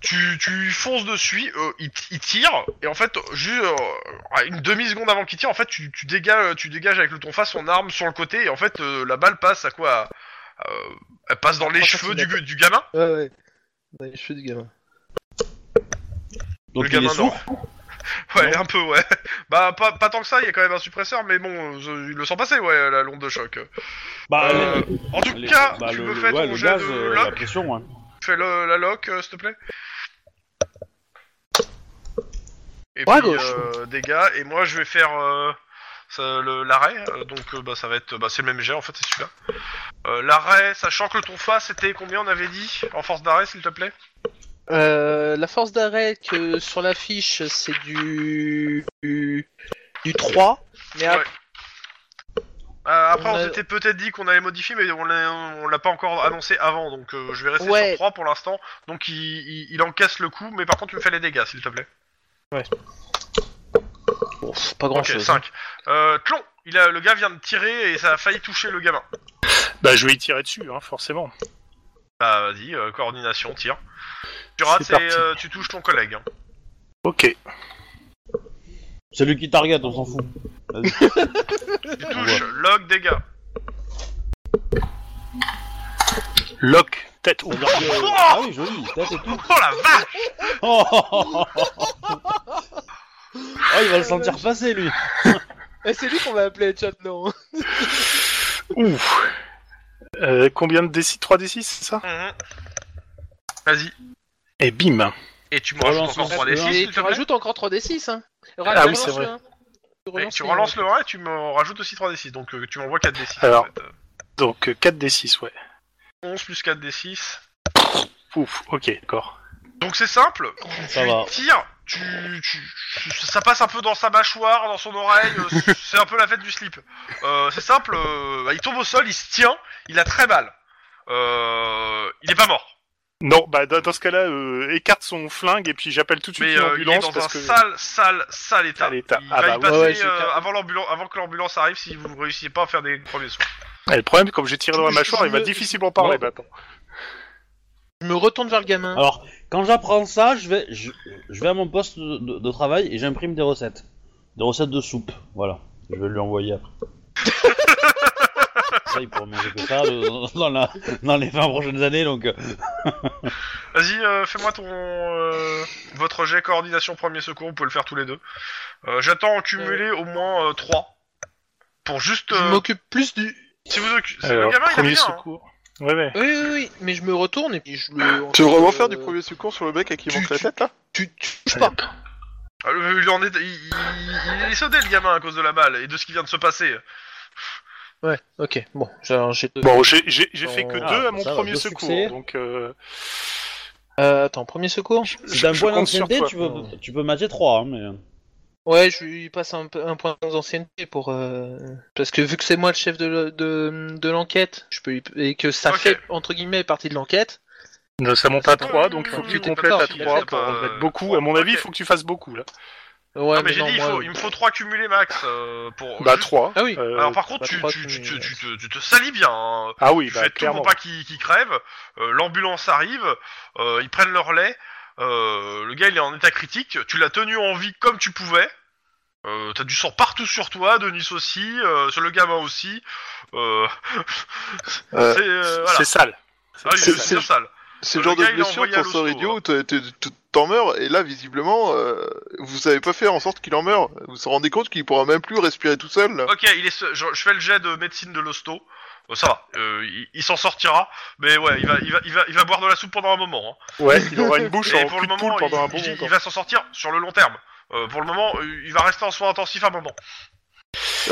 [SPEAKER 2] tu, tu lui fonces dessus, euh, il, t- il tire, et en fait, juste euh, une demi seconde avant qu'il tire, en fait, tu, tu dégages, tu dégages avec le ton fa son arme sur le côté, et en fait, euh, la balle passe à quoi à- euh, Elle passe dans les
[SPEAKER 4] Trois
[SPEAKER 2] cheveux du,
[SPEAKER 4] centimètres.
[SPEAKER 2] du gamin.
[SPEAKER 4] Ouais, ouais. Ouais, je suis du gamin.
[SPEAKER 1] Donc
[SPEAKER 2] le
[SPEAKER 1] il est
[SPEAKER 2] gamin
[SPEAKER 1] sourd.
[SPEAKER 2] Ouais, un peu, ouais. Bah, pas, pas tant que ça, il y a quand même un suppresseur, mais bon, euh, je- il le sent passer, ouais, la londe de choc.
[SPEAKER 1] Bah,
[SPEAKER 2] Euh,
[SPEAKER 1] les-
[SPEAKER 2] En tout
[SPEAKER 1] les-
[SPEAKER 2] cas,
[SPEAKER 1] bah,
[SPEAKER 2] tu
[SPEAKER 1] le, le-
[SPEAKER 2] me fais
[SPEAKER 1] ouais,
[SPEAKER 2] ton
[SPEAKER 1] le
[SPEAKER 2] jet
[SPEAKER 1] gaz,
[SPEAKER 2] de
[SPEAKER 1] euh, la
[SPEAKER 2] lock,
[SPEAKER 1] pression. hein.
[SPEAKER 2] fais le, la lock, euh, s'il te plaît. Et
[SPEAKER 4] Ouais,
[SPEAKER 2] puis,
[SPEAKER 4] gauche.
[SPEAKER 2] euh, dégâts, et moi je vais faire euh, ça, le- l'arrêt, euh, donc euh, bah, ça va être, bah, c'est le même jet en fait, c'est celui-là. Euh, l'arrêt, sachant que le ton fa c'était combien on avait dit en force d'arrêt, s'il te plaît
[SPEAKER 4] Euh, la force d'arrêt que sur la fiche, c'est du... du... du 3. Mais
[SPEAKER 2] Ouais.
[SPEAKER 4] après,
[SPEAKER 2] Euh, après,
[SPEAKER 4] On
[SPEAKER 2] on
[SPEAKER 4] a-
[SPEAKER 2] s'était peut-être dit qu'on allait modifier, mais on l'a on l'a pas encore annoncé avant, donc euh, je vais rester
[SPEAKER 4] Ouais.
[SPEAKER 2] sur 3 pour l'instant. Donc il, il- il encaisse le coup, mais par contre, tu me fais les dégâts, s'il te plaît.
[SPEAKER 4] bon, pff, pas hein. grand
[SPEAKER 2] ok,
[SPEAKER 4] chose.
[SPEAKER 2] 5. Euh, Tlon, il a, le gars vient de tirer et ça a failli toucher le gamin.
[SPEAKER 3] Bah je vais y tirer dessus, hein, forcément.
[SPEAKER 2] Bah vas-y, euh, coordination, tire. Tu rates
[SPEAKER 3] C'est
[SPEAKER 2] et
[SPEAKER 3] parti.
[SPEAKER 2] euh, tu touches ton collègue. hein.
[SPEAKER 3] Ok.
[SPEAKER 1] C'est lui qui target, on s'en fout.
[SPEAKER 2] Tu touches, log dégâts.
[SPEAKER 3] Lock, tête. Oh,
[SPEAKER 1] C'est-à-dire que- Ah oui, joli, tête et tout.
[SPEAKER 2] Oh la vache
[SPEAKER 1] Oh, oh, oh, oh, oh. Oh, il va le sentir passer lui.
[SPEAKER 4] Eh, c'est lui qu'on va appeler chat, non
[SPEAKER 3] Ouf. Euh, combien de D6 3 D6, c'est ça
[SPEAKER 2] Mhm. Vas-y.
[SPEAKER 3] Et bim.
[SPEAKER 2] Et tu me rajoutes
[SPEAKER 1] Relance
[SPEAKER 2] encore
[SPEAKER 1] le
[SPEAKER 2] 3
[SPEAKER 1] un.
[SPEAKER 2] d
[SPEAKER 4] Et
[SPEAKER 2] s'il
[SPEAKER 4] tu
[SPEAKER 2] te plaît.
[SPEAKER 4] rajoutes encore 3D6, hein
[SPEAKER 3] Ah oui, c'est
[SPEAKER 4] Relance-le,
[SPEAKER 3] vrai.
[SPEAKER 4] hein.
[SPEAKER 2] Et tu relances le 1 et tu me rajoutes aussi 3d6, donc euh, tu m'envoies 4d6 en
[SPEAKER 3] Alors.
[SPEAKER 2] fait. Euh,
[SPEAKER 3] Donc 4 D6, ouais.
[SPEAKER 2] 11 plus 4d6.
[SPEAKER 3] Ouf, ok, d'accord.
[SPEAKER 2] Donc c'est simple,
[SPEAKER 1] Ça va.
[SPEAKER 2] tire, tu, tu- ça passe un peu dans sa mâchoire, dans son oreille, euh, c'est un peu la fête du slip. Euh, c'est simple, euh, bah, il tombe au sol, il se tient, il a très mal. Euh, il est pas mort,
[SPEAKER 3] Non, bah dans, dans ce cas-là, euh, écarte son flingue et puis j'appelle tout de suite
[SPEAKER 2] mais
[SPEAKER 3] une
[SPEAKER 2] euh, il est
[SPEAKER 3] ambulance
[SPEAKER 2] dans un
[SPEAKER 3] parce que.
[SPEAKER 2] sale, sale, sale état.
[SPEAKER 3] Sale état.
[SPEAKER 2] Il
[SPEAKER 3] Ah
[SPEAKER 2] va
[SPEAKER 3] bah
[SPEAKER 2] y
[SPEAKER 3] ouais,
[SPEAKER 2] passer
[SPEAKER 4] ouais, c'est
[SPEAKER 2] euh,
[SPEAKER 4] clair.
[SPEAKER 2] avant, l'ambulance- avant que l'ambulance arrive si vous réussissez pas à faire des premiers soins.
[SPEAKER 3] Et le problème, comme j'ai tiré dans la
[SPEAKER 4] Je-
[SPEAKER 3] mâchoire,
[SPEAKER 4] je
[SPEAKER 3] il va
[SPEAKER 4] me-
[SPEAKER 3] difficilement parler
[SPEAKER 1] Ouais.
[SPEAKER 3] maintenant.
[SPEAKER 4] Je me retourne vers le
[SPEAKER 2] Ah,
[SPEAKER 4] gamin.
[SPEAKER 1] Alors, quand j'apprends ça, je vais, je, je vais à mon poste de, de- de travail et j'imprime des recettes. Des recettes de soupe, voilà. Je vais lui envoyer après. ça, il pourra manger que ça de- dans, la- dans les 20 prochaines années, donc... euh,
[SPEAKER 2] Vas-y, euh, fais-moi ton euh, votre jet coordination premier secours, vous pouvez le faire tous les deux. Euh, J'attends en cumuler au moins 3. Pour juste...
[SPEAKER 4] Je
[SPEAKER 2] euh,
[SPEAKER 4] m'occupe plus du...
[SPEAKER 2] Si vous occupez. Le
[SPEAKER 3] Alors,
[SPEAKER 2] gamin, il a
[SPEAKER 3] premier
[SPEAKER 2] rien, hein.
[SPEAKER 3] secours. Ouais, ouais.
[SPEAKER 4] Oui, oui, oui, mais je me retourne et puis je le...
[SPEAKER 5] Tu veux
[SPEAKER 4] euh,
[SPEAKER 5] vraiment faire du premier secours sur le mec à qui
[SPEAKER 4] tu-
[SPEAKER 5] manque la
[SPEAKER 4] tu-
[SPEAKER 5] tête, là
[SPEAKER 4] Tu tu touches pas
[SPEAKER 2] Ah, le- Il, en est, il, il- il est sauté, le gamin, à cause de la balle et de ce qui vient de se passer.
[SPEAKER 4] Ouais, ok, bon, alors j'ai...
[SPEAKER 3] Bon, j'ai j'ai- j'ai fait que
[SPEAKER 1] Ah,
[SPEAKER 3] deux à
[SPEAKER 1] ça
[SPEAKER 3] mon
[SPEAKER 1] va,
[SPEAKER 3] premier
[SPEAKER 1] deux
[SPEAKER 3] secours,
[SPEAKER 1] succès.
[SPEAKER 3] donc euh,
[SPEAKER 4] Euh, attends, premier secours
[SPEAKER 1] D'un
[SPEAKER 3] je
[SPEAKER 1] point
[SPEAKER 3] compte sur
[SPEAKER 1] d'ancienneté,
[SPEAKER 3] toi.
[SPEAKER 1] tu peux, tu peux matcher 3, hein, mais... euh,
[SPEAKER 4] Ouais, je lui passe un, peu- un point d'ancienneté pour. euh, Parce que vu que c'est moi le chef de, le- de, de l'enquête, je peux lui- et que ça
[SPEAKER 2] Ok.
[SPEAKER 4] fait, entre guillemets, partie de l'enquête.
[SPEAKER 3] Non, Ça monte à 3, donc il faut
[SPEAKER 2] Oui,
[SPEAKER 3] que tu
[SPEAKER 4] t'es pas
[SPEAKER 3] complètes à
[SPEAKER 4] parti,
[SPEAKER 3] 3
[SPEAKER 4] t'as
[SPEAKER 3] pour
[SPEAKER 2] pas,
[SPEAKER 3] en
[SPEAKER 2] euh,
[SPEAKER 3] mettre beaucoup.
[SPEAKER 2] trois.
[SPEAKER 3] À mon avis, il
[SPEAKER 2] Ok.
[SPEAKER 3] faut que tu fasses beaucoup là.
[SPEAKER 4] Ouais,
[SPEAKER 2] non, mais, j'ai dit, il,
[SPEAKER 4] moi,
[SPEAKER 2] faut, il me faut 3 cumulés max. euh, pour
[SPEAKER 3] Bah euh,
[SPEAKER 2] juste-
[SPEAKER 3] 3.
[SPEAKER 4] Ah oui.
[SPEAKER 2] Alors par contre,
[SPEAKER 4] bah,
[SPEAKER 2] tu,
[SPEAKER 4] trois
[SPEAKER 2] tu, tu, tu-
[SPEAKER 4] cumulés,
[SPEAKER 2] tu te, tu te salis bien. hein.
[SPEAKER 3] Ah oui,
[SPEAKER 2] tu
[SPEAKER 3] bah
[SPEAKER 2] fais tout
[SPEAKER 3] clairement.
[SPEAKER 2] pour pas qu'ils qu'ils crèvent. euh, L'ambulance arrive. euh, ils prennent leur lait. euh, le gars, il est en état critique. Tu l'as tenu en vie comme tu pouvais. Euh, T'as du sang partout sur toi, Denis aussi, euh, sur le gamin aussi. Euh,
[SPEAKER 5] Euh,
[SPEAKER 2] c'est euh, voilà.
[SPEAKER 3] C'est sale.
[SPEAKER 2] Ah oui,
[SPEAKER 5] c'est-
[SPEAKER 2] c'est bien sale.
[SPEAKER 5] C'est le
[SPEAKER 2] Le
[SPEAKER 5] genre
[SPEAKER 2] gars,
[SPEAKER 5] de
[SPEAKER 2] il est
[SPEAKER 5] blessure
[SPEAKER 2] envoyé à
[SPEAKER 5] pour sort
[SPEAKER 2] l'hosto,
[SPEAKER 5] idiot, t'es- t'es- t'es- t'en meurs, et là, visiblement, euh, vous avez pas fait en sorte qu'il en meure. Vous vous rendez compte qu'il pourra même plus respirer tout seul. Euh, là.
[SPEAKER 2] Ok, il est, se- je, je fais le jet de médecine de l'hosto. Euh, ça va, euh, il, il s'en sortira. Mais ouais, il va, il va, il va, il va boire de la soupe pendant un moment. hein.
[SPEAKER 3] Ouais, il aura une bouche
[SPEAKER 2] Et
[SPEAKER 3] en
[SPEAKER 2] pour
[SPEAKER 3] cul
[SPEAKER 2] le
[SPEAKER 3] de
[SPEAKER 2] moment,
[SPEAKER 3] poule
[SPEAKER 2] il,
[SPEAKER 3] pendant un bon
[SPEAKER 2] il-
[SPEAKER 3] moment.
[SPEAKER 2] il va s'en sortir sur le long terme. Euh, pour le moment, euh, il va rester en soins intensifs un moment.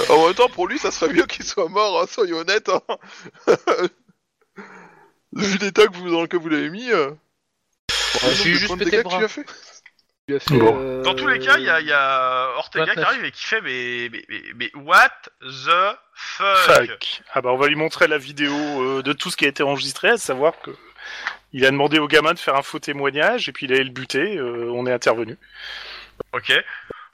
[SPEAKER 5] En même temps, pour lui, ça serait mieux qu'il soit mort, hein, soyons honnêtes. hein. Vu l'état que vous, dans lequel vous l'avez mis, euh,
[SPEAKER 4] je
[SPEAKER 5] le
[SPEAKER 4] suis
[SPEAKER 5] nombre de
[SPEAKER 4] juste
[SPEAKER 5] points de
[SPEAKER 4] pété le
[SPEAKER 5] dégâts que
[SPEAKER 4] bras.
[SPEAKER 5] tu as fait.
[SPEAKER 4] lui a fait,
[SPEAKER 3] Bon.
[SPEAKER 4] euh,
[SPEAKER 2] Dans tous les cas, il y a, il y a Ortega qui
[SPEAKER 4] 29.
[SPEAKER 2] arrive et qui fait mais, mais, mais, mais what the fuck,
[SPEAKER 3] Fuck. Ah bah on va lui montrer la vidéo euh, de tout ce qui a été enregistré, à savoir que il a demandé au gamin de faire un faux témoignage et puis il allait le buter. euh, on est intervenu.
[SPEAKER 2] Ok.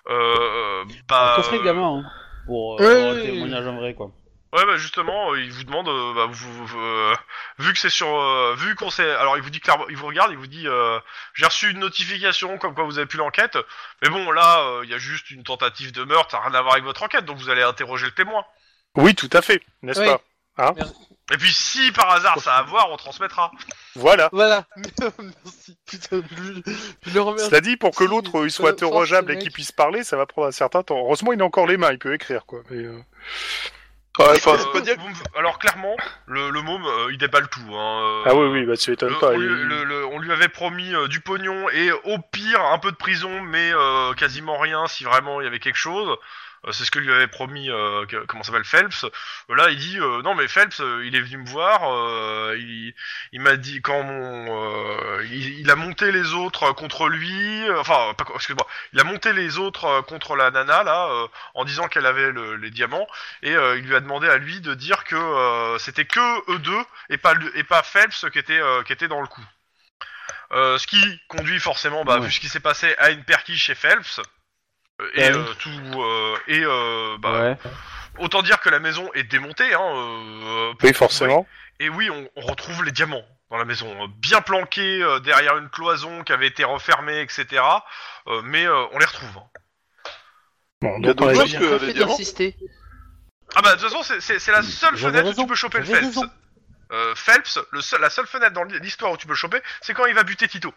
[SPEAKER 2] Euh, bah,
[SPEAKER 1] Coffret le gamin, hein, pour euh,
[SPEAKER 4] Ouais,
[SPEAKER 1] avoir un
[SPEAKER 4] ouais, ouais.
[SPEAKER 1] témoignage en vrai, quoi.
[SPEAKER 2] Ouais, bah justement, euh, il vous demande, euh, bah, vous, vous- vous, euh, vu que c'est sur, euh, vu qu'on sait, alors il vous dit clairement, il vous regarde, il vous dit, euh, j'ai reçu une notification comme quoi vous avez pu l'enquête, mais bon là, euh, il y a juste une tentative de meurtre, ça n'a rien à voir avec votre enquête, donc vous allez interroger le témoin.
[SPEAKER 3] Oui, tout à fait, n'est-ce
[SPEAKER 4] Oui.
[SPEAKER 3] pas
[SPEAKER 2] Et puis si par hasard ça a à voir, on transmettra.
[SPEAKER 3] Voilà.
[SPEAKER 4] Voilà. Merci. Putain, je, je le remercie.
[SPEAKER 3] Cela dit, pour que l'autre euh, il soit
[SPEAKER 4] Euh, force,
[SPEAKER 3] interrogeable
[SPEAKER 4] le
[SPEAKER 3] et qu'il
[SPEAKER 4] mec.
[SPEAKER 3] puisse parler, ça va prendre un certain temps. Heureusement, il a encore les mains, il peut écrire quoi. Mais, euh,
[SPEAKER 5] Ouais, Enfin,
[SPEAKER 2] Euh,
[SPEAKER 5] Bah, c'est pas dire
[SPEAKER 2] vous me- Alors clairement, le, le môme, euh, il déballe tout. Hein, euh,
[SPEAKER 3] Ah oui, oui, bah tu
[SPEAKER 2] le-
[SPEAKER 3] m'étonnes pas.
[SPEAKER 2] on, lui,
[SPEAKER 3] il-
[SPEAKER 2] le- le- on lui avait promis euh, du pognon et au pire un peu de prison, mais euh, quasiment rien si vraiment il y avait quelque chose. Euh, c'est ce que lui avait promis, euh, que- comment s'appelle Phelps. Euh, là, il dit euh, non mais Phelps, euh, il est venu me voir. euh, il il m'a dit quand mon, euh, il, il a monté les autres euh, contre lui. euh, Enfin, pas co- excuse-moi, il a monté les autres euh, contre la nana là euh, en disant qu'elle avait le- les diamants et euh, il lui a demandé à lui de dire que euh, c'était que eux deux et pas le- et pas Phelps qui était euh, qui était dans le coup. Euh, ce qui conduit forcément, bah,
[SPEAKER 1] Ouais.
[SPEAKER 2] vu ce qui s'est passé, à une perquise chez Phelps. Euh, Et
[SPEAKER 1] Ouais.
[SPEAKER 2] euh, tout euh, et euh, bah,
[SPEAKER 1] ouais.
[SPEAKER 2] autant dire que la maison est démontée. Hein, euh, euh,
[SPEAKER 3] Oui, forcément.
[SPEAKER 2] et oui, on, on retrouve les diamants dans la maison, euh, bien planqués euh, derrière une cloison qui avait été refermée, etc. Euh, mais euh, on les retrouve. hein.
[SPEAKER 3] Bon,
[SPEAKER 5] Il y a
[SPEAKER 3] donc, on
[SPEAKER 5] d'autres
[SPEAKER 3] a
[SPEAKER 5] choses
[SPEAKER 3] dit-
[SPEAKER 4] J'ai
[SPEAKER 5] que
[SPEAKER 4] pas
[SPEAKER 5] les
[SPEAKER 4] fait
[SPEAKER 5] diamants.
[SPEAKER 4] d'insister.
[SPEAKER 2] Ah bah de toute façon, c'est- c'est c'est la seule
[SPEAKER 1] J'avais
[SPEAKER 2] fenêtre où
[SPEAKER 1] raison,
[SPEAKER 2] tu peux choper le
[SPEAKER 1] j'avais
[SPEAKER 2] Phelps.
[SPEAKER 1] raison.
[SPEAKER 2] Euh, Phelps, le seul- la seule fenêtre dans l'histoire où tu peux le choper, c'est quand il va buter Tito.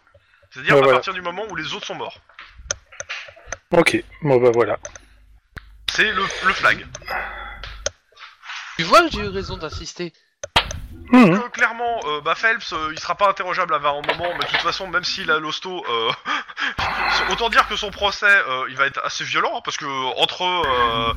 [SPEAKER 2] C'est-à-dire
[SPEAKER 3] Ouais,
[SPEAKER 2] à
[SPEAKER 3] voilà.
[SPEAKER 2] partir du moment où les autres sont morts.
[SPEAKER 3] Ok, bon bah voilà.
[SPEAKER 2] C'est le, le flag.
[SPEAKER 4] Tu vois, j'ai eu raison d'insister.
[SPEAKER 3] Hum, hum.
[SPEAKER 2] Donc, euh, clairement, euh, bah, Phelps, euh, il sera pas interrogeable avant un moment, mais de toute façon, même s'il a l'hosto, euh, autant dire que son procès, euh, il va être assez violent, hein, parce que euh, entre, euh,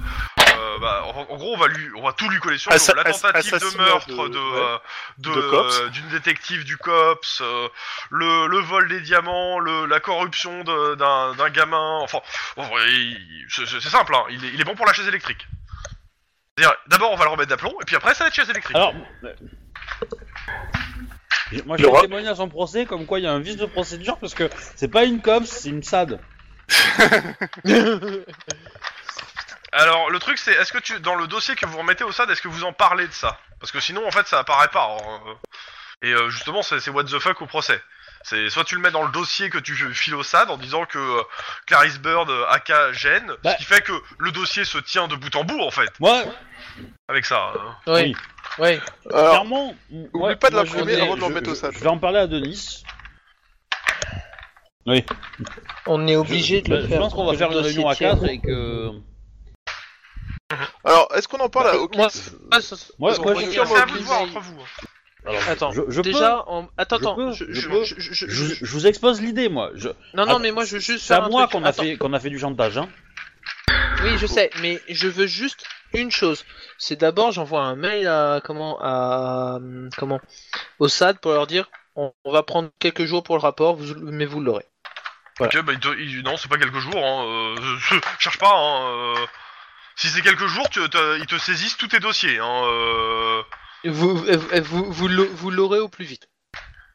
[SPEAKER 2] euh, bah, en, en gros, on va lui, on va tout lui coller sur le dos.
[SPEAKER 3] Assa-
[SPEAKER 2] la tentative de
[SPEAKER 3] assassinat
[SPEAKER 2] meurtre
[SPEAKER 3] de-
[SPEAKER 2] de,
[SPEAKER 3] ouais.
[SPEAKER 2] euh, de,
[SPEAKER 3] De cops.
[SPEAKER 2] euh, d'une détective du cops, euh, le, le vol des diamants, le, la corruption de- d'un, d'un gamin, enfin, en vrai, il- c'est, c'est- c'est simple, hein, il, est, il est bon pour la chaise électrique. C'est-à-dire, D'abord, on va le remettre d'aplomb, et puis après, ça va être chaise électrique.
[SPEAKER 1] Alors, euh, j'ai- moi je
[SPEAKER 3] Laura
[SPEAKER 1] vais témoigner à son procès comme quoi il y a un vice de procédure parce que c'est pas une COPS, c'est une SAD.
[SPEAKER 2] Alors, le truc, c'est, est-ce que tu, dans le dossier que vous remettez au SAD, est-ce que vous en parlez de ça Parce que sinon, en fait, ça apparaît pas. hein. Et euh, justement, c'est c'est what the fuck au procès. C'est soit tu le mets dans le dossier que tu files au SAD en disant que euh, Clarice Bird, euh, aka gêne,
[SPEAKER 1] Bah.
[SPEAKER 2] ce qui fait que le dossier se tient de bout en bout, en fait,
[SPEAKER 1] Moi,
[SPEAKER 2] avec ça. hein.
[SPEAKER 4] Ouais.
[SPEAKER 1] Oui.
[SPEAKER 4] Ouais.
[SPEAKER 5] Alors,
[SPEAKER 1] clairement. m-
[SPEAKER 5] oublie pas de
[SPEAKER 1] moi,
[SPEAKER 5] l'imprimer
[SPEAKER 1] je-
[SPEAKER 4] avant
[SPEAKER 5] de
[SPEAKER 1] je-
[SPEAKER 5] le remettre au
[SPEAKER 1] je-
[SPEAKER 5] sac.
[SPEAKER 1] Je vais en parler à Denis. Oui.
[SPEAKER 4] On est obligé
[SPEAKER 1] je,
[SPEAKER 4] de le
[SPEAKER 1] je
[SPEAKER 4] faire.
[SPEAKER 1] pense qu'on va
[SPEAKER 4] Le
[SPEAKER 1] faire une
[SPEAKER 4] dossier
[SPEAKER 1] réunion à
[SPEAKER 4] tiers.
[SPEAKER 1] 4 et que.
[SPEAKER 5] alors est-ce qu'on en parle à Hawkins
[SPEAKER 4] Moi, Ah, ça-
[SPEAKER 1] Moi,
[SPEAKER 4] ça-
[SPEAKER 1] moi,
[SPEAKER 4] ça-
[SPEAKER 1] je-
[SPEAKER 2] C'est
[SPEAKER 5] Confirme
[SPEAKER 2] à
[SPEAKER 5] au
[SPEAKER 2] vous de
[SPEAKER 5] plus.
[SPEAKER 2] voir entre vous. hein.
[SPEAKER 1] Alors,
[SPEAKER 5] Ah,
[SPEAKER 1] je-
[SPEAKER 4] Attends,
[SPEAKER 1] je, je
[SPEAKER 4] déjà, en- attends,
[SPEAKER 1] Je
[SPEAKER 4] attends.
[SPEAKER 1] peux,
[SPEAKER 4] je-
[SPEAKER 1] je
[SPEAKER 4] je-
[SPEAKER 1] peux.
[SPEAKER 4] je- je-
[SPEAKER 1] peux-
[SPEAKER 4] je-
[SPEAKER 1] je, je vous expose l'idée, moi. Je-
[SPEAKER 4] Non, non,
[SPEAKER 1] Attends,
[SPEAKER 4] mais moi, je veux juste
[SPEAKER 1] C'est
[SPEAKER 4] faire
[SPEAKER 1] à
[SPEAKER 4] un
[SPEAKER 1] moi
[SPEAKER 4] truc.
[SPEAKER 1] qu'on a,
[SPEAKER 4] Attends.
[SPEAKER 1] fait- qu'on a fait du chantage. Hein.
[SPEAKER 4] Oui, je sais, mais je veux juste une chose. C'est d'abord, j'envoie un mail à comment à comment au SAD pour leur dire on, on va prendre quelques jours pour le rapport, vous- mais vous l'aurez.
[SPEAKER 3] Voilà.
[SPEAKER 2] Ok, bah, il te- il- non, c'est pas quelques jours. Hein, euh, je- je- cherche pas. Hein, euh, si c'est quelques jours, tu, t'as- ils te saisissent tous tes dossiers. Hein, euh,
[SPEAKER 4] Vous, vous, vous, vous l'au- vous l'aurez au plus vite.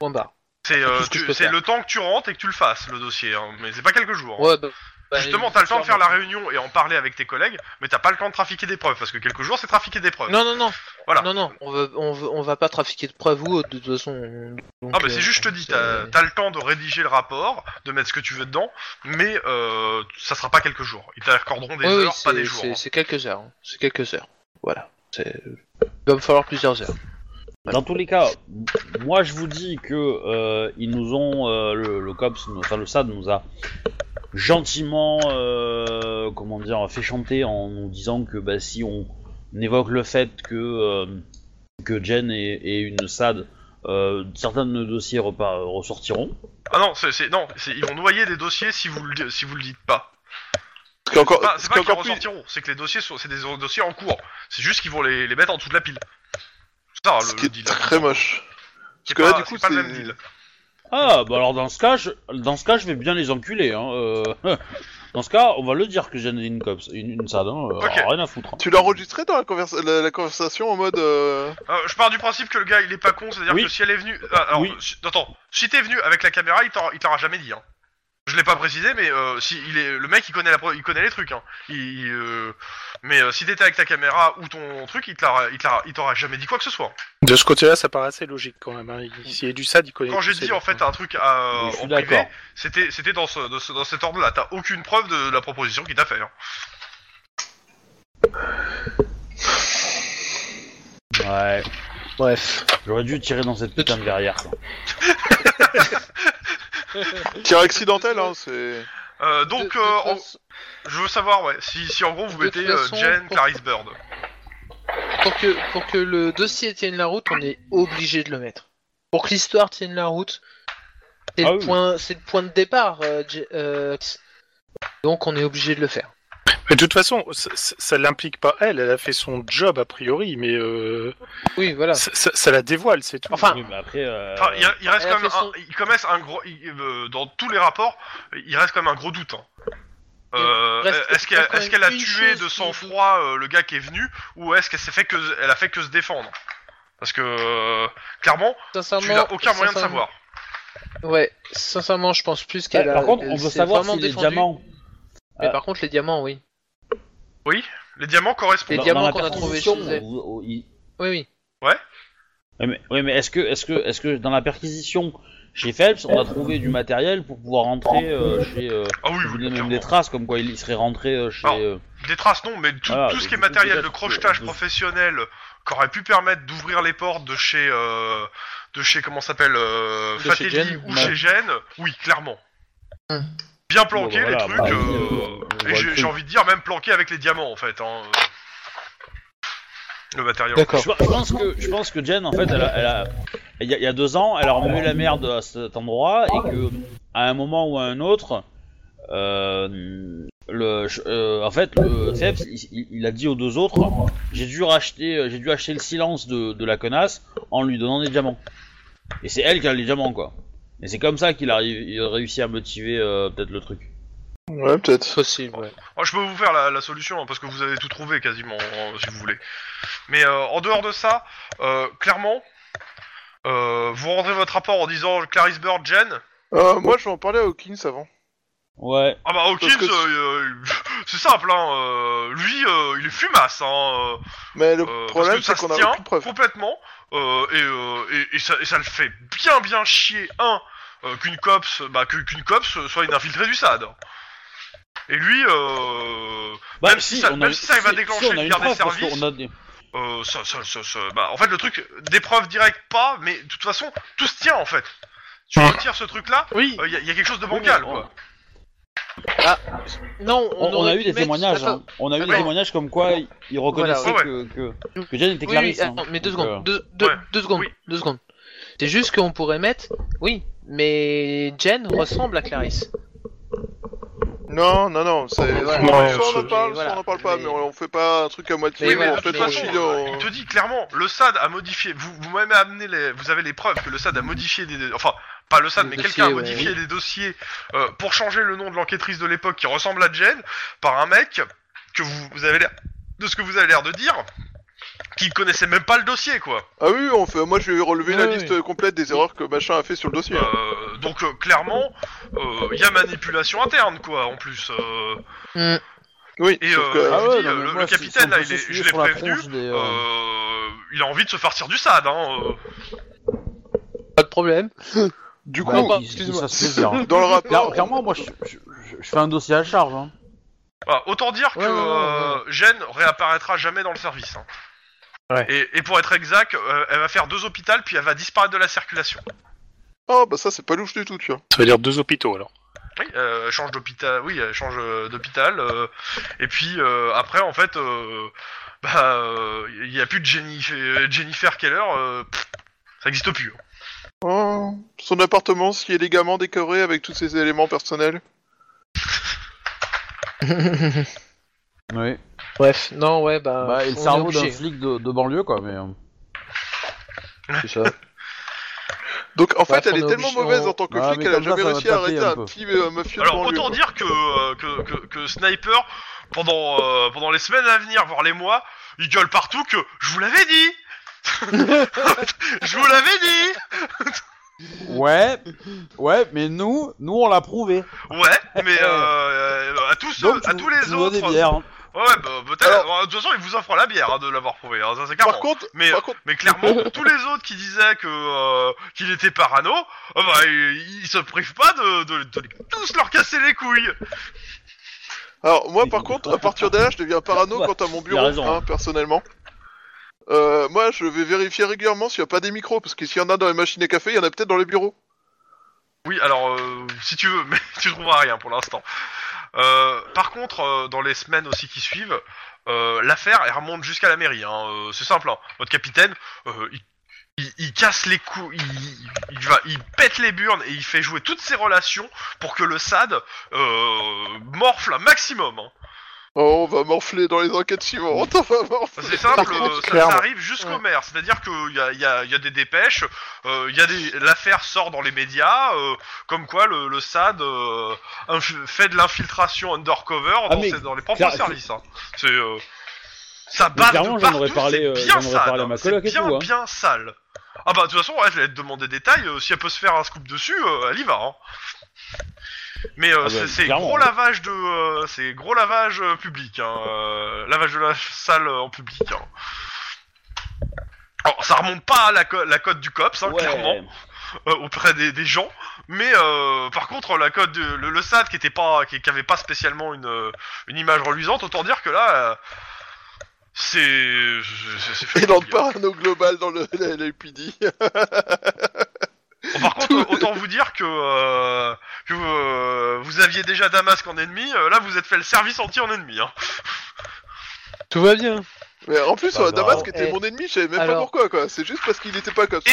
[SPEAKER 4] Point barre.
[SPEAKER 2] c'est euh,
[SPEAKER 4] tout ce que
[SPEAKER 2] tu-
[SPEAKER 4] je peux
[SPEAKER 2] c'est
[SPEAKER 4] faire.
[SPEAKER 2] le temps que tu rentres et que tu le fasses, le dossier. Hein, mais c'est pas quelques jours. hein.
[SPEAKER 4] Ouais, bah, bah,
[SPEAKER 2] Justement, t'as le temps de faire la
[SPEAKER 4] sûrement.
[SPEAKER 2] réunion et en parler avec tes collègues, mais t'as pas le temps de trafiquer des preuves, parce que quelques jours, c'est trafiquer des preuves.
[SPEAKER 4] Non, non, non.
[SPEAKER 2] Voilà.
[SPEAKER 4] Non, non, on va, on va, on va pas trafiquer de preuves ou autre, de toute façon. on- donc,
[SPEAKER 2] Ah bah
[SPEAKER 4] euh,
[SPEAKER 2] c'est juste, je te dis,
[SPEAKER 4] c'est-
[SPEAKER 2] t'as t'as le temps de rédiger le rapport, de mettre ce que tu veux dedans, mais euh, ça sera pas quelques jours. Ils t'accorderont des
[SPEAKER 4] Ouais, oui,
[SPEAKER 2] heures, pas
[SPEAKER 4] c'est-
[SPEAKER 2] des jours.
[SPEAKER 4] c'est-
[SPEAKER 2] hein.
[SPEAKER 4] C'est quelques heures. hein. C'est quelques heures. Voilà. C'est- Il va me falloir plusieurs heures.
[SPEAKER 1] Dans tous les cas, m- moi je vous dis que euh, ils nous ont euh, le, le cops, nous- enfin le SAD nous a gentiment, euh, comment dire, fait chanter en nous disant que bah, si on évoque le fait que euh, que Jen et, et une SAD, euh, certains de nos dossiers repa- ressortiront.
[SPEAKER 2] Ah non, c'est c'est- non, c'est- ils vont noyer des dossiers si vous le, si vous le dites pas.
[SPEAKER 5] Ce qui est encore,
[SPEAKER 2] Pas-
[SPEAKER 5] ce
[SPEAKER 2] c'est
[SPEAKER 5] qui
[SPEAKER 2] pas qu'ils
[SPEAKER 5] est encore Oh, plus,
[SPEAKER 2] ressortiront, c'est que les dossiers sont c'est des dossiers en cours. C'est juste qu'ils vont les, les mettre en dessous de la pile. C'est ça
[SPEAKER 5] ce
[SPEAKER 2] le,
[SPEAKER 5] qui
[SPEAKER 2] le
[SPEAKER 5] est
[SPEAKER 2] deal. hein.
[SPEAKER 5] très moche.
[SPEAKER 2] C'est
[SPEAKER 5] que là,
[SPEAKER 2] pas-
[SPEAKER 5] du coup,
[SPEAKER 2] c'est pas le
[SPEAKER 5] c'est-
[SPEAKER 2] même deal.
[SPEAKER 1] Ah bah alors dans ce cas, je, dans ce cas je vais bien les enculer. Hein, euh, dans ce cas, on va le dire que Jen est une cops, une, une SAD, hein, euh,
[SPEAKER 2] Ok.
[SPEAKER 1] alors, rien à foutre. hein.
[SPEAKER 5] Tu l'as enregistré dans la, conversa- la, la conversation en mode. euh,
[SPEAKER 2] Euh, je pars du principe que le gars il est pas con, c'est-à-dire
[SPEAKER 1] Oui.
[SPEAKER 2] que si elle est venue. ah, alors,
[SPEAKER 1] Oui.
[SPEAKER 2] si- attends, si t'es venu avec la caméra, il t'aura il t'aura jamais dit. Hein. Je l'ai pas précisé, mais euh, si il est le mec, il connaît la pro- il connaît les trucs. Hein. Il, il, euh, Mais euh, si t'étais avec ta caméra ou ton truc, il te l'aura- il te l'aura- il t'aura jamais dit quoi que ce soit.
[SPEAKER 3] De ce côté-là, ça paraît assez logique quand même. Hein. Il- S'il y a du SAD, il connaît
[SPEAKER 2] Quand
[SPEAKER 3] tous
[SPEAKER 2] j'ai
[SPEAKER 3] ces
[SPEAKER 2] dit en
[SPEAKER 3] mecs,
[SPEAKER 2] fait
[SPEAKER 3] hein.
[SPEAKER 2] un truc à,
[SPEAKER 1] Mais je suis
[SPEAKER 2] euh, en privé,
[SPEAKER 1] d'accord.
[SPEAKER 2] c'était c'était dans ce, de ce- dans cet ordre-là. T'as aucune preuve de la proposition qu'il t'a fait. hein.
[SPEAKER 1] Ouais,
[SPEAKER 4] Bref.
[SPEAKER 1] j'aurais dû tirer dans cette putain de verrière. quoi.
[SPEAKER 5] Tir accidentel, hein, c'est.
[SPEAKER 2] Euh, donc, euh,
[SPEAKER 4] De- de toute
[SPEAKER 2] en-
[SPEAKER 4] façon,
[SPEAKER 2] je veux savoir ouais, si, si en gros vous
[SPEAKER 4] de
[SPEAKER 2] mettez
[SPEAKER 4] toute
[SPEAKER 2] euh,
[SPEAKER 4] façon,
[SPEAKER 2] Jen,
[SPEAKER 4] pour-
[SPEAKER 2] Clarice Bird.
[SPEAKER 4] pour, que, pour que le dossier tienne la route, on est obligé de le mettre. Pour que l'histoire tienne la route, c'est
[SPEAKER 1] Ah
[SPEAKER 4] le,
[SPEAKER 1] oui.
[SPEAKER 4] point- c'est le point de départ. euh, J- euh, donc on est obligé de le faire.
[SPEAKER 3] Mais de toute façon, ça, ça- ça l'implique pas elle. Elle a fait son job a priori, mais euh,
[SPEAKER 4] Oui, voilà.
[SPEAKER 3] ça, ça- ça la dévoile, c'est tout.
[SPEAKER 4] Enfin,
[SPEAKER 1] Oui, mais après, euh,
[SPEAKER 2] Enfin, il, il reste
[SPEAKER 4] elle a
[SPEAKER 2] quand même,
[SPEAKER 4] fait
[SPEAKER 2] un,
[SPEAKER 4] son-
[SPEAKER 2] il commerce un gros, il- euh, dans tous les rapports, il reste quand même un gros doute. hein. Euh,
[SPEAKER 4] Il reste-
[SPEAKER 2] est-ce qu'elle,
[SPEAKER 4] encore
[SPEAKER 2] est-ce qu'elle a
[SPEAKER 4] une
[SPEAKER 2] tué
[SPEAKER 4] chose
[SPEAKER 2] de
[SPEAKER 4] qui-
[SPEAKER 2] sang-froid euh, le gars qui est venu, ou est-ce qu'elle s'est fait que, elle a fait que se défendre Parce que euh, clairement, tu
[SPEAKER 4] sincèrement,
[SPEAKER 2] n'as aucun moyen de
[SPEAKER 4] sincèrement-
[SPEAKER 2] savoir.
[SPEAKER 4] Ouais, sincèrement, je pense plus
[SPEAKER 1] Ouais,
[SPEAKER 4] qu'elle a.
[SPEAKER 1] par contre,
[SPEAKER 4] elle
[SPEAKER 1] on veut
[SPEAKER 4] s'est
[SPEAKER 1] savoir
[SPEAKER 4] vraiment
[SPEAKER 1] si les
[SPEAKER 4] défendue.
[SPEAKER 1] diamants. euh,
[SPEAKER 4] Mais par contre, les diamants, oui.
[SPEAKER 2] Les diamants correspondent.
[SPEAKER 4] Les
[SPEAKER 1] dans-
[SPEAKER 4] diamants
[SPEAKER 1] dans la
[SPEAKER 4] qu'on a trouvés
[SPEAKER 1] perquisition,
[SPEAKER 4] chez elle.
[SPEAKER 1] vous- vous- il-
[SPEAKER 4] Oui, oui.
[SPEAKER 1] Ouais, mais, ouais, mais est-ce que, est-ce que, est-ce que dans la perquisition chez Phelps, on a trouvé du matériel pour pouvoir rentrer euh, chez, euh,
[SPEAKER 2] Ah oui,
[SPEAKER 1] vous
[SPEAKER 2] oui,
[SPEAKER 1] donnez même
[SPEAKER 2] clairement.
[SPEAKER 1] des traces comme quoi il serait rentré euh, chez.
[SPEAKER 2] Alors,
[SPEAKER 1] euh,
[SPEAKER 2] Des traces, non, mais tout,
[SPEAKER 1] Ah,
[SPEAKER 2] tout ce
[SPEAKER 1] mais
[SPEAKER 2] qui est
[SPEAKER 1] du coup,
[SPEAKER 2] matériel de
[SPEAKER 1] peut-être
[SPEAKER 2] crochetage
[SPEAKER 1] que-
[SPEAKER 2] professionnel qu'aurait pu permettre d'ouvrir les portes de chez, euh, de chez comment ça s'appelle, euh,
[SPEAKER 4] De chez
[SPEAKER 2] Fatelli
[SPEAKER 4] Jen,
[SPEAKER 2] ou
[SPEAKER 1] ouais.
[SPEAKER 2] chez Gênes, oui, clairement.
[SPEAKER 4] Hmm.
[SPEAKER 2] Bien planqué
[SPEAKER 1] Bon, bah,
[SPEAKER 2] les
[SPEAKER 1] voilà,
[SPEAKER 2] trucs,
[SPEAKER 1] bah,
[SPEAKER 2] euh,
[SPEAKER 1] oui, euh, on voit
[SPEAKER 2] et
[SPEAKER 1] le
[SPEAKER 2] j'ai
[SPEAKER 1] truc.
[SPEAKER 2] j'ai envie de dire même planqué avec les diamants en fait. Hein, euh, le matériel.
[SPEAKER 4] D'accord.
[SPEAKER 1] Je, je pense que, je pense que Jen, en fait, elle a, elle a- il y a, il y a deux ans, elle a remué la merde à cet endroit et que, à un moment ou à un autre, euh, le, euh, en fait, le Phelps, il, il- il a dit aux deux autres, j'ai dû racheter, j'ai dû acheter le silence de, de la connasse en lui donnant des diamants. Et c'est elle qui a les diamants, quoi. Et c'est comme ça qu'il arrive, il a réussi à motiver euh, peut-être le truc.
[SPEAKER 5] Ouais, peut-être.
[SPEAKER 4] Possible, ouais.
[SPEAKER 2] Oh, je peux vous faire la, la solution hein, parce que vous avez tout trouvé quasiment hein, si vous voulez. Mais euh, en dehors de ça, euh, clairement, euh, vous rendrez votre rapport en disant Clarice Bird, Jen.
[SPEAKER 5] Euh, moi, je vais en parler à Hawkins avant.
[SPEAKER 1] Ouais.
[SPEAKER 2] Ah bah Hawkins,
[SPEAKER 5] Parce que-
[SPEAKER 2] euh, euh, c'est simple, hein, euh, lui euh, il est fumasse. Hein, euh,
[SPEAKER 5] Mais le
[SPEAKER 2] euh,
[SPEAKER 5] problème, c'est
[SPEAKER 2] parce que
[SPEAKER 5] qu'on
[SPEAKER 2] ça se
[SPEAKER 5] a
[SPEAKER 2] tient
[SPEAKER 5] aucune preuve.
[SPEAKER 2] complètement euh, et, euh, et, et ça, et ça le fait bien bien chier un euh, qu'une copse bah, que- qu'une copse soit une infiltrée du SAD. Et lui, euh,
[SPEAKER 1] Bah,
[SPEAKER 2] Même si ça- même si ça, il va
[SPEAKER 1] si- si
[SPEAKER 2] déclencher
[SPEAKER 1] on a
[SPEAKER 2] une
[SPEAKER 1] une
[SPEAKER 2] guerre des
[SPEAKER 1] preuve, parce
[SPEAKER 2] services.
[SPEAKER 1] qu'on a des-
[SPEAKER 2] Euh, ça, ça, ça, ça- bah, en fait, le truc, des preuves directes, pas, mais de toute façon, tout se tient en fait. Tu retires ce truc-là,
[SPEAKER 3] Oui.
[SPEAKER 2] il y, a- y a quelque chose de bancal,
[SPEAKER 1] Oui, mais
[SPEAKER 2] quoi.
[SPEAKER 4] Non,
[SPEAKER 1] on, on a
[SPEAKER 4] aurait
[SPEAKER 1] eu
[SPEAKER 4] pu
[SPEAKER 1] des
[SPEAKER 4] mettre-
[SPEAKER 1] témoignages.
[SPEAKER 4] Attends,
[SPEAKER 1] hein. On a eu des
[SPEAKER 4] attends.
[SPEAKER 1] témoignages comme quoi ils- ils reconnaissaient
[SPEAKER 2] Voilà,
[SPEAKER 1] que, que, que Jen était
[SPEAKER 4] Oui, oui,
[SPEAKER 1] Clarisse. hein.
[SPEAKER 4] attends, mais deux
[SPEAKER 1] Donc,
[SPEAKER 4] secondes,
[SPEAKER 1] euh,
[SPEAKER 4] deux, deux-
[SPEAKER 2] ouais,
[SPEAKER 4] deux secondes,
[SPEAKER 2] oui.
[SPEAKER 4] deux secondes. C'est juste qu'on pourrait mettre, oui, mais Jen ressemble à Clarisse.
[SPEAKER 5] Non, non, non. C'est...
[SPEAKER 4] voilà.
[SPEAKER 3] Ouais,
[SPEAKER 5] soit on en
[SPEAKER 3] je-
[SPEAKER 5] parle,
[SPEAKER 4] voilà.
[SPEAKER 5] soit on en parle pas, mais,
[SPEAKER 4] Mais-
[SPEAKER 5] on fait pas un truc à moitié.
[SPEAKER 4] Mais
[SPEAKER 2] Oui,
[SPEAKER 5] où,
[SPEAKER 2] mais
[SPEAKER 4] voilà,
[SPEAKER 5] en
[SPEAKER 2] de toute
[SPEAKER 5] fait,
[SPEAKER 4] mais-
[SPEAKER 2] façon,
[SPEAKER 5] on file
[SPEAKER 2] euh,
[SPEAKER 5] en-
[SPEAKER 2] il te dit clairement, le SAD a modifié, vous, vous m'avez amené les, vous avez les preuves que le SAD a modifié des, enfin, pas le SAD,
[SPEAKER 4] Le
[SPEAKER 2] mais
[SPEAKER 4] dossier,
[SPEAKER 2] quelqu'un a
[SPEAKER 4] ouais,
[SPEAKER 2] modifié
[SPEAKER 4] oui.
[SPEAKER 2] les dossiers euh, pour changer le nom de l'enquêtrice de l'époque qui ressemble à Jen par un mec que vous, vous avez l'air de ce que vous avez l'air de dire, qui connaissait même pas le dossier quoi.
[SPEAKER 5] Ah oui, on fait, moi je vais relever la
[SPEAKER 4] Ouais,
[SPEAKER 5] liste complète des erreurs que machin a fait sur le dossier.
[SPEAKER 2] Euh, donc euh, clairement, euh, il y a manipulation interne quoi en plus. euh,
[SPEAKER 4] Hmm.
[SPEAKER 5] Oui,
[SPEAKER 2] et,
[SPEAKER 5] sauf que-
[SPEAKER 2] euh,
[SPEAKER 5] ah,
[SPEAKER 2] je
[SPEAKER 6] ouais,
[SPEAKER 2] dis,
[SPEAKER 6] non,
[SPEAKER 2] euh,
[SPEAKER 6] mais
[SPEAKER 2] le-
[SPEAKER 6] moi,
[SPEAKER 2] le
[SPEAKER 6] si-
[SPEAKER 2] capitaine,
[SPEAKER 6] si on
[SPEAKER 2] là,
[SPEAKER 6] peut
[SPEAKER 2] il est-
[SPEAKER 6] se
[SPEAKER 2] je l'ai
[SPEAKER 6] sur la
[SPEAKER 2] prévenu,
[SPEAKER 6] tronche des, euh,
[SPEAKER 2] euh, il a envie de se farcir du SAD hein. euh.
[SPEAKER 4] Pas de problème.
[SPEAKER 5] du coup,
[SPEAKER 6] bah,
[SPEAKER 5] dans
[SPEAKER 6] qui- qui se fasse plaisir. hein.
[SPEAKER 5] le
[SPEAKER 6] Claire-
[SPEAKER 5] rapport,
[SPEAKER 6] Clairement, moi, je, je- je- je fais un dossier à charge. Hein.
[SPEAKER 2] Voilà, autant dire que
[SPEAKER 6] Ouais, ouais, ouais,
[SPEAKER 2] euh, Jeanne réapparaîtra jamais dans le service. hein.
[SPEAKER 3] Ouais.
[SPEAKER 2] Et, et pour être exact, euh, elle va faire deux hôpitaux puis elle va disparaître de la circulation.
[SPEAKER 5] ah bah ça c'est pas louche du tout, tu vois.
[SPEAKER 3] Ça veut dire deux hôpitaux alors.
[SPEAKER 2] Oui, euh, elle change d'hôpital. Oui, elle change euh, d'hôpital. euh, et puis euh, après, en fait, euh, bah, euh, il n'y a plus de Jennifer, euh, Jennifer Keller. euh, pff, ça n'existe plus. hein.
[SPEAKER 5] Oh, son appartement s'y est légamment décoré avec tous ses éléments personnels.
[SPEAKER 6] Oui.
[SPEAKER 4] Bref, non, ouais, bah.
[SPEAKER 6] Bah, et le
[SPEAKER 4] on est
[SPEAKER 6] cerveau d'un
[SPEAKER 4] obligé.
[SPEAKER 6] flic de, de banlieue, quoi. Mais, euh,
[SPEAKER 4] C'est ça.
[SPEAKER 5] Donc en
[SPEAKER 4] Bah,
[SPEAKER 5] fait, elle
[SPEAKER 4] on
[SPEAKER 5] est
[SPEAKER 4] est
[SPEAKER 5] tellement
[SPEAKER 4] obligé,
[SPEAKER 5] mauvaise
[SPEAKER 4] on-
[SPEAKER 5] en tant que
[SPEAKER 6] Ouais,
[SPEAKER 5] flic
[SPEAKER 6] mais
[SPEAKER 5] qu'elle a
[SPEAKER 6] comme ça,
[SPEAKER 5] jamais
[SPEAKER 6] ça va
[SPEAKER 5] réussi à
[SPEAKER 6] taper
[SPEAKER 5] arrêter
[SPEAKER 6] un
[SPEAKER 5] un,
[SPEAKER 6] peu.
[SPEAKER 5] petit euh, mafieux de
[SPEAKER 2] Alors
[SPEAKER 5] banlieue,
[SPEAKER 2] autant
[SPEAKER 5] quoi.
[SPEAKER 2] dire que, euh, que, que, que Sniper, pendant, euh, pendant les semaines à venir, voire les mois, il gueule partout que je vous l'avais dit. je vous l'avais dit.
[SPEAKER 6] Ouais, ouais, mais nous, nous, on l'a prouvé.
[SPEAKER 2] Ouais, mais euh, euh, à tous ceux-
[SPEAKER 6] Donc, tu
[SPEAKER 2] à
[SPEAKER 6] nous-
[SPEAKER 2] tous les
[SPEAKER 6] tu nous dois
[SPEAKER 2] autres.
[SPEAKER 6] des bières. hein.
[SPEAKER 2] Ouais, ouais, bah, peut-être.
[SPEAKER 5] Alors-
[SPEAKER 2] euh, De toute façon, il vous offre la bière hein, de l'avoir prouvé. hein, ça, c'est clairement.
[SPEAKER 5] Par contre,
[SPEAKER 2] mais,
[SPEAKER 5] par contre,
[SPEAKER 2] mais clairement, tous les autres qui disaient que euh, qu'il était parano, euh, bah, ils, ils se privent pas de, de, de tous leur casser les couilles.
[SPEAKER 5] alors moi par contre, à partir de là, je deviens parano quant à mon
[SPEAKER 1] Il a
[SPEAKER 5] bureau,
[SPEAKER 1] raison.
[SPEAKER 5] hein, personnellement. Euh, moi, je vais vérifier régulièrement s'il n'y a pas des micros, parce que s'il y en a dans les machines à café, il y en a peut-être dans les bureaux.
[SPEAKER 2] Oui, alors euh, si tu veux, mais tu trouveras rien pour l'instant. Euh, par contre, euh, dans les semaines aussi qui suivent, euh, l'affaire elle remonte jusqu'à la mairie. Hein, euh, c'est simple. hein. Votre capitaine, euh, il, il- il casse les coups, il, il va, il pète les burnes et il fait jouer toutes ses relations pour que le SAD euh, morfle un maximum. hein.
[SPEAKER 5] Oh, on va morfler dans les enquêtes suivantes, on va morfler.
[SPEAKER 2] C'est simple,
[SPEAKER 3] contre,
[SPEAKER 2] euh, ça,
[SPEAKER 3] clairement.
[SPEAKER 2] ça arrive jusqu'au
[SPEAKER 4] Ouais.
[SPEAKER 2] maire. C'est-à-dire qu'il y a, y a- y a des dépêches, euh, y a des... l'affaire sort dans les médias, euh, comme quoi le, le SAD euh, inf- fait de l'infiltration undercover
[SPEAKER 1] Ah,
[SPEAKER 2] dans,
[SPEAKER 1] mais
[SPEAKER 2] ses- dans les propres
[SPEAKER 1] clair-
[SPEAKER 2] services. hein. C'est, euh, ça
[SPEAKER 1] Mais
[SPEAKER 2] bat
[SPEAKER 1] clairement,
[SPEAKER 2] de
[SPEAKER 1] j'en aurais
[SPEAKER 2] partout,
[SPEAKER 1] parlé, euh,
[SPEAKER 2] c'est bien
[SPEAKER 1] j'en aurais
[SPEAKER 2] sale,
[SPEAKER 1] parlé à
[SPEAKER 2] hein.
[SPEAKER 1] ma
[SPEAKER 2] C'est
[SPEAKER 1] coloc et
[SPEAKER 2] bien,
[SPEAKER 1] tout, hein.
[SPEAKER 2] bien sale. Ah bah de toute façon, ouais, je vais te demander des détails, euh, si elle peut se faire un scoop dessus, euh, elle y va. hein. Mais euh,
[SPEAKER 1] Ah bah,
[SPEAKER 2] c'est- c'est
[SPEAKER 1] clairement.
[SPEAKER 2] gros lavage de, euh, c'est gros lavage euh, public, hein, euh, lavage de la salle euh, en public. hein. Alors, ça remonte pas à la, co- la cote du COPS, hein,
[SPEAKER 1] Ouais.
[SPEAKER 2] clairement, euh, auprès des, des gens. Mais euh, par contre, la cote de, le, le SAD qui était pas, qui, qui avait pas spécialement une, euh, une image reluisante, autant dire que là, euh, c'est, c'est- c'est fait
[SPEAKER 5] Et dans le
[SPEAKER 2] couille, hein.
[SPEAKER 5] parano global dans le la- la LAPD.
[SPEAKER 2] Bon, Par contre, euh, autant vous dire que, euh, que euh, vous aviez déjà Damasque en ennemi, euh, là vous êtes fait le service anti en ennemi. Hein.
[SPEAKER 4] Tout va bien.
[SPEAKER 5] Mais en plus,
[SPEAKER 1] Bah,
[SPEAKER 5] euh, Damasque
[SPEAKER 4] non.
[SPEAKER 5] était
[SPEAKER 4] Eh,
[SPEAKER 5] mon ennemi, je savais même pas
[SPEAKER 4] alors.
[SPEAKER 5] pourquoi, quoi. C'est juste parce qu'il était pas comme ça.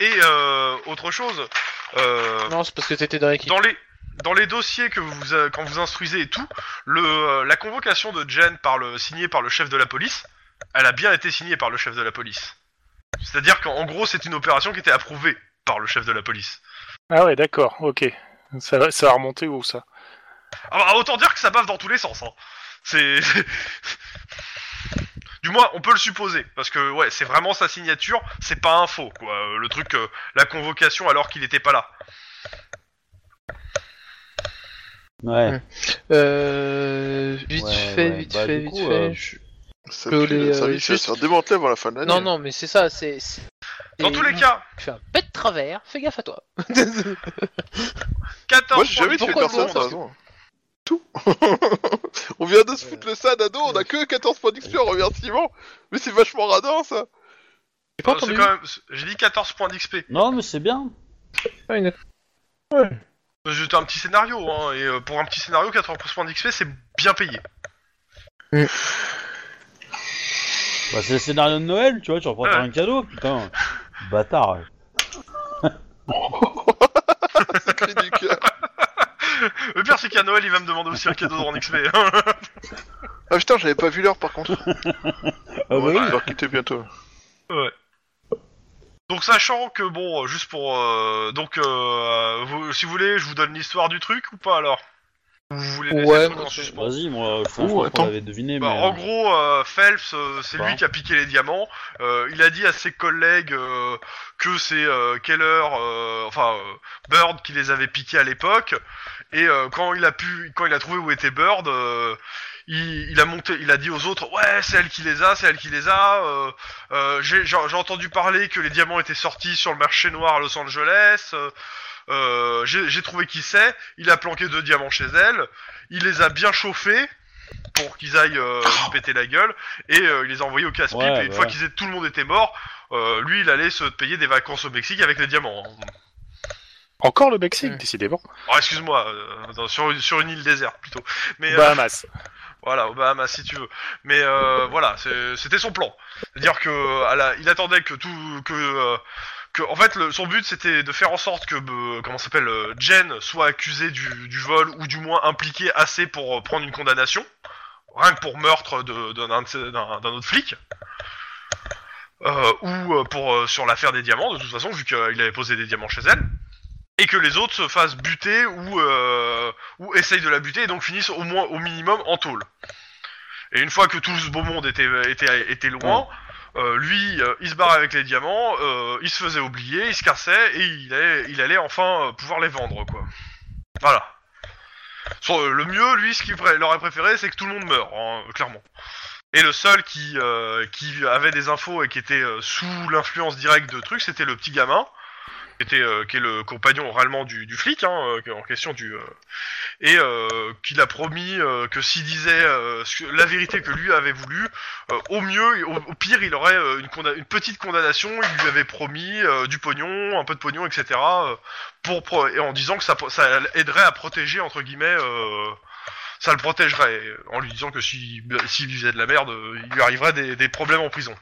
[SPEAKER 2] Et, et euh, autre chose, euh,
[SPEAKER 4] Non, c'est parce que t'étais dans l'équipe.
[SPEAKER 2] dans les dans les dossiers que vous euh, quand vous instruisez et tout, le euh, la convocation de Jen par le signée par le chef de la police, elle a bien été signée par le chef de la police. C'est-à-dire qu'en en gros c'est une opération qui était approuvée par le chef de la police.
[SPEAKER 3] Ah ouais, d'accord, ok. Ça va, ça va remonter où ça
[SPEAKER 2] Ah bah, autant dire que ça bave dans tous les sens. Hein. C'est c'est- du moins on peut le supposer parce que ouais c'est vraiment sa signature, c'est pas un faux quoi. Euh, Le truc euh, la convocation alors qu'il était pas là.
[SPEAKER 1] Ouais.
[SPEAKER 4] Euh, vite
[SPEAKER 6] Ouais,
[SPEAKER 4] fait,
[SPEAKER 6] ouais.
[SPEAKER 4] vite
[SPEAKER 6] Bah,
[SPEAKER 4] fait,
[SPEAKER 6] du
[SPEAKER 4] vite
[SPEAKER 6] coup,
[SPEAKER 4] fait.
[SPEAKER 6] euh,
[SPEAKER 4] je-
[SPEAKER 5] Ça
[SPEAKER 4] Que
[SPEAKER 5] pue
[SPEAKER 4] les,
[SPEAKER 5] le
[SPEAKER 4] euh,
[SPEAKER 5] service, ça va se
[SPEAKER 4] juste-
[SPEAKER 5] faire démanteler avant la fin de l'année.
[SPEAKER 4] Non, non, mais c'est ça, c'est. c'est-
[SPEAKER 2] Dans
[SPEAKER 4] et-
[SPEAKER 2] tous les cas,
[SPEAKER 4] Tu fais un pet de travers, fais gaffe à toi.
[SPEAKER 2] 14
[SPEAKER 5] Moi, j'ai jamais tué
[SPEAKER 4] Pourquoi
[SPEAKER 5] personne,
[SPEAKER 4] non,
[SPEAKER 5] ça.
[SPEAKER 4] parce
[SPEAKER 5] non. Tout. on vient de se foutre le sad à dos, on a que 14 points d'XP en remerciement. Mais c'est vachement radin, ça.
[SPEAKER 4] J'ai pas
[SPEAKER 2] Euh, c'est
[SPEAKER 4] entendu.
[SPEAKER 2] quand même- J'ai dit 14 points d'XP.
[SPEAKER 1] Non, mais c'est bien.
[SPEAKER 4] Ah, une-
[SPEAKER 2] C'était un petit scénario, hein, et euh, pour un petit scénario, 14 points d'XP, c'est bien payé.
[SPEAKER 1] Bah, c'est le scénario de Noël, tu vois, tu vas
[SPEAKER 2] Ouais.
[SPEAKER 1] faire un cadeau, putain. Bâtard.
[SPEAKER 5] Ça crie du cœur.
[SPEAKER 2] Le pire, c'est qu'à Noël, il va me demander aussi un cadeau en XP.
[SPEAKER 5] Ah putain, j'avais pas vu l'heure par contre.
[SPEAKER 1] Ah, bah
[SPEAKER 5] Ouais,
[SPEAKER 1] oui.
[SPEAKER 5] Je vais leur quitter bientôt.
[SPEAKER 2] ouais. Donc sachant que bon, juste pour euh, donc euh, vous- si vous voulez, je vous donne l'histoire du truc ou pas alors Vous voulez laisser
[SPEAKER 4] Ouais,
[SPEAKER 2] le truc
[SPEAKER 4] moi,
[SPEAKER 2] en
[SPEAKER 4] c'est-
[SPEAKER 2] suspens
[SPEAKER 1] Vas-y, moi, je
[SPEAKER 5] Ouh,
[SPEAKER 1] pense qu'on
[SPEAKER 5] attends.
[SPEAKER 1] l'avait deviné, mais...
[SPEAKER 2] Bah, en gros, euh, Phelps, euh, c'est
[SPEAKER 1] Bah.
[SPEAKER 2] lui qui a piqué les diamants. Euh, il a dit à ses collègues euh, que c'est euh, Keller, euh, enfin euh, Bird, qui les avait piqués à l'époque. Et euh, quand il a pu, quand il a trouvé où était Bird, euh, il, il a monté, il a dit aux autres, ouais, c'est elle qui les a, c'est elle qui les a. euh, euh, J'ai j'ai- j'ai entendu parler que les diamants étaient sortis sur le marché noir à Los Angeles. euh, euh, J'ai j'ai trouvé qui c'est. Il a planqué deux diamants chez elle. Il les a bien chauffés pour qu'ils aillent euh, lui péter la gueule et euh, il les a envoyés au casse-pipe.
[SPEAKER 1] Oh. Ouais,
[SPEAKER 2] et une
[SPEAKER 1] bah
[SPEAKER 2] fois
[SPEAKER 1] ouais.
[SPEAKER 2] qu'ils étaient tout le monde était mort, euh, lui il allait se payer des vacances au Mexique avec les diamants. hein.
[SPEAKER 3] Encore le Mexique,
[SPEAKER 4] Mm.
[SPEAKER 3] décidément.
[SPEAKER 2] Oh, excuse-moi, euh, dans- sur, une- sur une île déserte plutôt.
[SPEAKER 1] Bah,
[SPEAKER 2] Mais euh,
[SPEAKER 3] Bahamas.
[SPEAKER 2] voilà, au Bahamas si tu veux. Mais euh, voilà, c'est- c'était son plan. C'est-à-dire que euh, à la- il attendait que tout que euh, que en fait le- son but c'était de faire en sorte que euh, comment ça s'appelle euh, Jen soit accusée du, du vol ou du moins impliquée assez pour euh, prendre une condamnation, rien que pour meurtre de- de- d'un de ses- d'un- d'un autre flic. Euh, ou euh, pour euh, sur l'affaire des diamants de toute façon vu qu'il avait posé des diamants chez elle et que les autres se fassent buter ou euh, ou essayent de la buter et donc finissent au moins au minimum en tôle. Et une fois que tout ce beau monde était, était, était loin, euh, lui, euh, il se barrait avec les diamants, euh, il se faisait oublier, il se cassait, et il allait, il allait enfin euh, pouvoir les vendre, quoi. Voilà. Sur- euh, le mieux, lui, ce qu'il pré- leur aurait préféré, c'est que tout le monde meure, hein, clairement. Et le seul qui, euh, qui avait des infos et qui était euh, sous l'influence directe de trucs, c'était le petit gamin, qui, était, euh, qui est le compagnon oralement du, du flic, hein, euh, en question du... euh, et euh, qu'il a promis euh, que s'il disait euh, ce que- la vérité que lui avait voulu, euh, au mieux, et au, au pire, il aurait euh, une, condam- une petite condamnation. Il lui avait promis euh, du pognon, un peu de pognon, etc. euh, pour pro- et en disant que ça, pro- ça aiderait à protéger entre guillemets, euh, ça le protégerait euh, en lui disant que si s'il vivait de la merde, euh, il lui arriverait des, des problèmes en prison.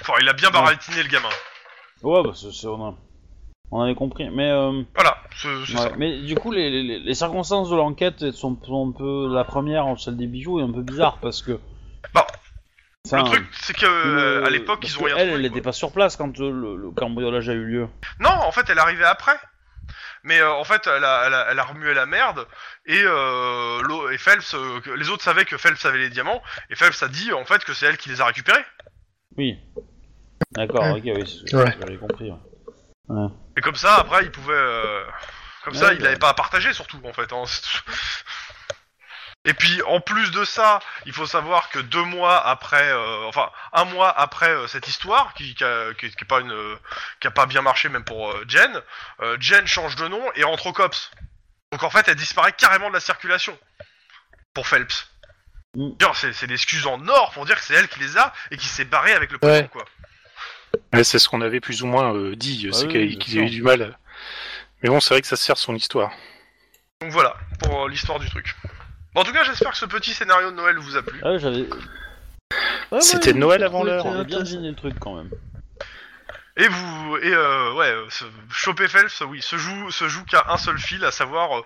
[SPEAKER 2] Enfin, il a bien baratiné le gamin.
[SPEAKER 1] Ouais, bah, c'est- c'est- on, a... on avait compris, mais... euh,
[SPEAKER 2] Voilà, c'est c'est
[SPEAKER 1] ouais.
[SPEAKER 2] ça.
[SPEAKER 1] Mais du coup, les, les- les circonstances de l'enquête sont, sont un peu... La première, celle des bijoux, est un peu bizarre, parce que...
[SPEAKER 2] Bah,
[SPEAKER 1] Enfin,
[SPEAKER 2] le truc, c'est que euh,
[SPEAKER 1] le-
[SPEAKER 2] à l'époque,
[SPEAKER 1] parce
[SPEAKER 2] ils ont
[SPEAKER 1] que
[SPEAKER 2] rien
[SPEAKER 1] Elle,
[SPEAKER 2] trouvé,
[SPEAKER 1] elle
[SPEAKER 2] quoi.
[SPEAKER 1] était pas sur place quand euh, le, le cambriolage a eu lieu.
[SPEAKER 2] Non, en fait, elle arrivait après. Mais euh, en fait, elle a, elle, a, elle a remué la merde et, euh, l'au- et Phelps, euh, que- les autres savaient que Phelps avait les diamants et Phelps a dit en fait que c'est elle qui les a récupérés.
[SPEAKER 1] Oui. D'accord, ok, oui, c'est ce que
[SPEAKER 4] Ouais.
[SPEAKER 1] j'avais compris. ouais.
[SPEAKER 2] Et comme ça, après, il pouvait, euh, comme
[SPEAKER 1] Ouais,
[SPEAKER 2] ça,
[SPEAKER 1] bah.
[SPEAKER 2] il
[SPEAKER 1] ouais.
[SPEAKER 2] n'avait pas à partager surtout en fait. hein. Et puis en plus de ça, il faut savoir que deux mois après, euh, enfin un mois après euh, cette histoire, qui, qui, a, qui, est- qui est pas une, euh, qui a pas bien marché même pour euh, Jen, euh, Jen change de nom et entre au cops. Donc en fait, elle disparaît carrément de la circulation pour Phelps.
[SPEAKER 1] Mm.
[SPEAKER 2] D'ailleurs, C'est c'est l'excuse en or pour dire que c'est elle qui les a et qui s'est barrée avec le poisson
[SPEAKER 4] Ouais.
[SPEAKER 2] quoi.
[SPEAKER 3] Ouais, c'est ce qu'on avait plus ou moins euh, dit,
[SPEAKER 1] Ah
[SPEAKER 3] c'est
[SPEAKER 1] oui,
[SPEAKER 3] qu'il
[SPEAKER 1] bien
[SPEAKER 3] qu'il a eu
[SPEAKER 1] sûr.
[SPEAKER 3] du mal. Mais bon, c'est vrai que ça sert son histoire.
[SPEAKER 2] Donc voilà pour euh, l'histoire du truc. Bon, en tout cas, j'espère que ce petit scénario de Noël vous a plu.
[SPEAKER 1] Ah ouais, j'avais... Ouais,
[SPEAKER 3] C'était
[SPEAKER 1] ouais,
[SPEAKER 3] Noël
[SPEAKER 1] j'ai
[SPEAKER 3] avant
[SPEAKER 1] trouvé
[SPEAKER 3] l'heure. hein,
[SPEAKER 1] qu'on avait bien deviné le truc, quand même.
[SPEAKER 2] Et vous, et euh, ouais, euh, se- choper Phelps, oui, se joue, se joue qu'à un seul fil, à savoir euh,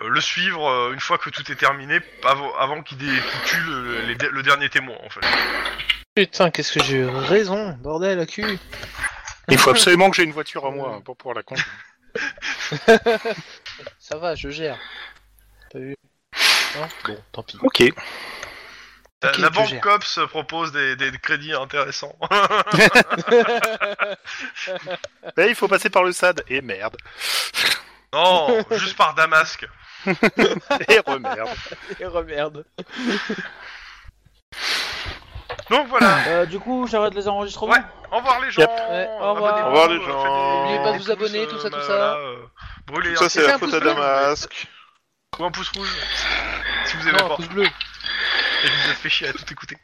[SPEAKER 2] euh, le suivre euh, une fois que tout est terminé, avant, avant qu'il dé- qu'il tue le, les de- le dernier témoin, en fait.
[SPEAKER 4] Putain, qu'est-ce que j'ai eu raison, bordel, à cul.
[SPEAKER 3] Il faut absolument que j'ai une voiture à moi hein, pour pouvoir la conduire.
[SPEAKER 4] Ça va, je gère. T'as vu Non Bon, tant pis.
[SPEAKER 3] Ok.
[SPEAKER 2] La-
[SPEAKER 4] Ok,
[SPEAKER 2] la
[SPEAKER 4] tu
[SPEAKER 2] banque
[SPEAKER 4] gères.
[SPEAKER 2] Cops propose des, des crédits intéressants.
[SPEAKER 3] Ben, il faut passer par le SAD. Et merde.
[SPEAKER 2] non, juste par Damasque.
[SPEAKER 3] Et remerde.
[SPEAKER 4] Et remerde.
[SPEAKER 2] Donc voilà,
[SPEAKER 1] Euh, du coup, j'arrête les enregistrements
[SPEAKER 2] Ouais. au revoir les gens.
[SPEAKER 3] Yep.
[SPEAKER 4] Ouais, au revoir.
[SPEAKER 2] abonnez-vous,
[SPEAKER 5] Au revoir, les
[SPEAKER 2] euh,
[SPEAKER 5] gens.
[SPEAKER 2] faites des-
[SPEAKER 5] N'oubliez
[SPEAKER 4] pas
[SPEAKER 2] des
[SPEAKER 4] de vous
[SPEAKER 2] pouces,
[SPEAKER 4] abonner, tout ça,
[SPEAKER 2] euh,
[SPEAKER 4] tout
[SPEAKER 2] bah,
[SPEAKER 4] ça.
[SPEAKER 2] voilà, euh, brûlez
[SPEAKER 5] Tout
[SPEAKER 2] un
[SPEAKER 5] ça, c'est
[SPEAKER 4] c'est
[SPEAKER 5] la
[SPEAKER 4] un
[SPEAKER 5] faute
[SPEAKER 4] pouce
[SPEAKER 5] à
[SPEAKER 4] bleu.
[SPEAKER 5] Damasque.
[SPEAKER 2] ou un pouce rouge si vous aimez
[SPEAKER 4] Non,
[SPEAKER 2] pas.
[SPEAKER 4] pouce bleu.
[SPEAKER 2] Et je vous ai fait chier à tout écouter.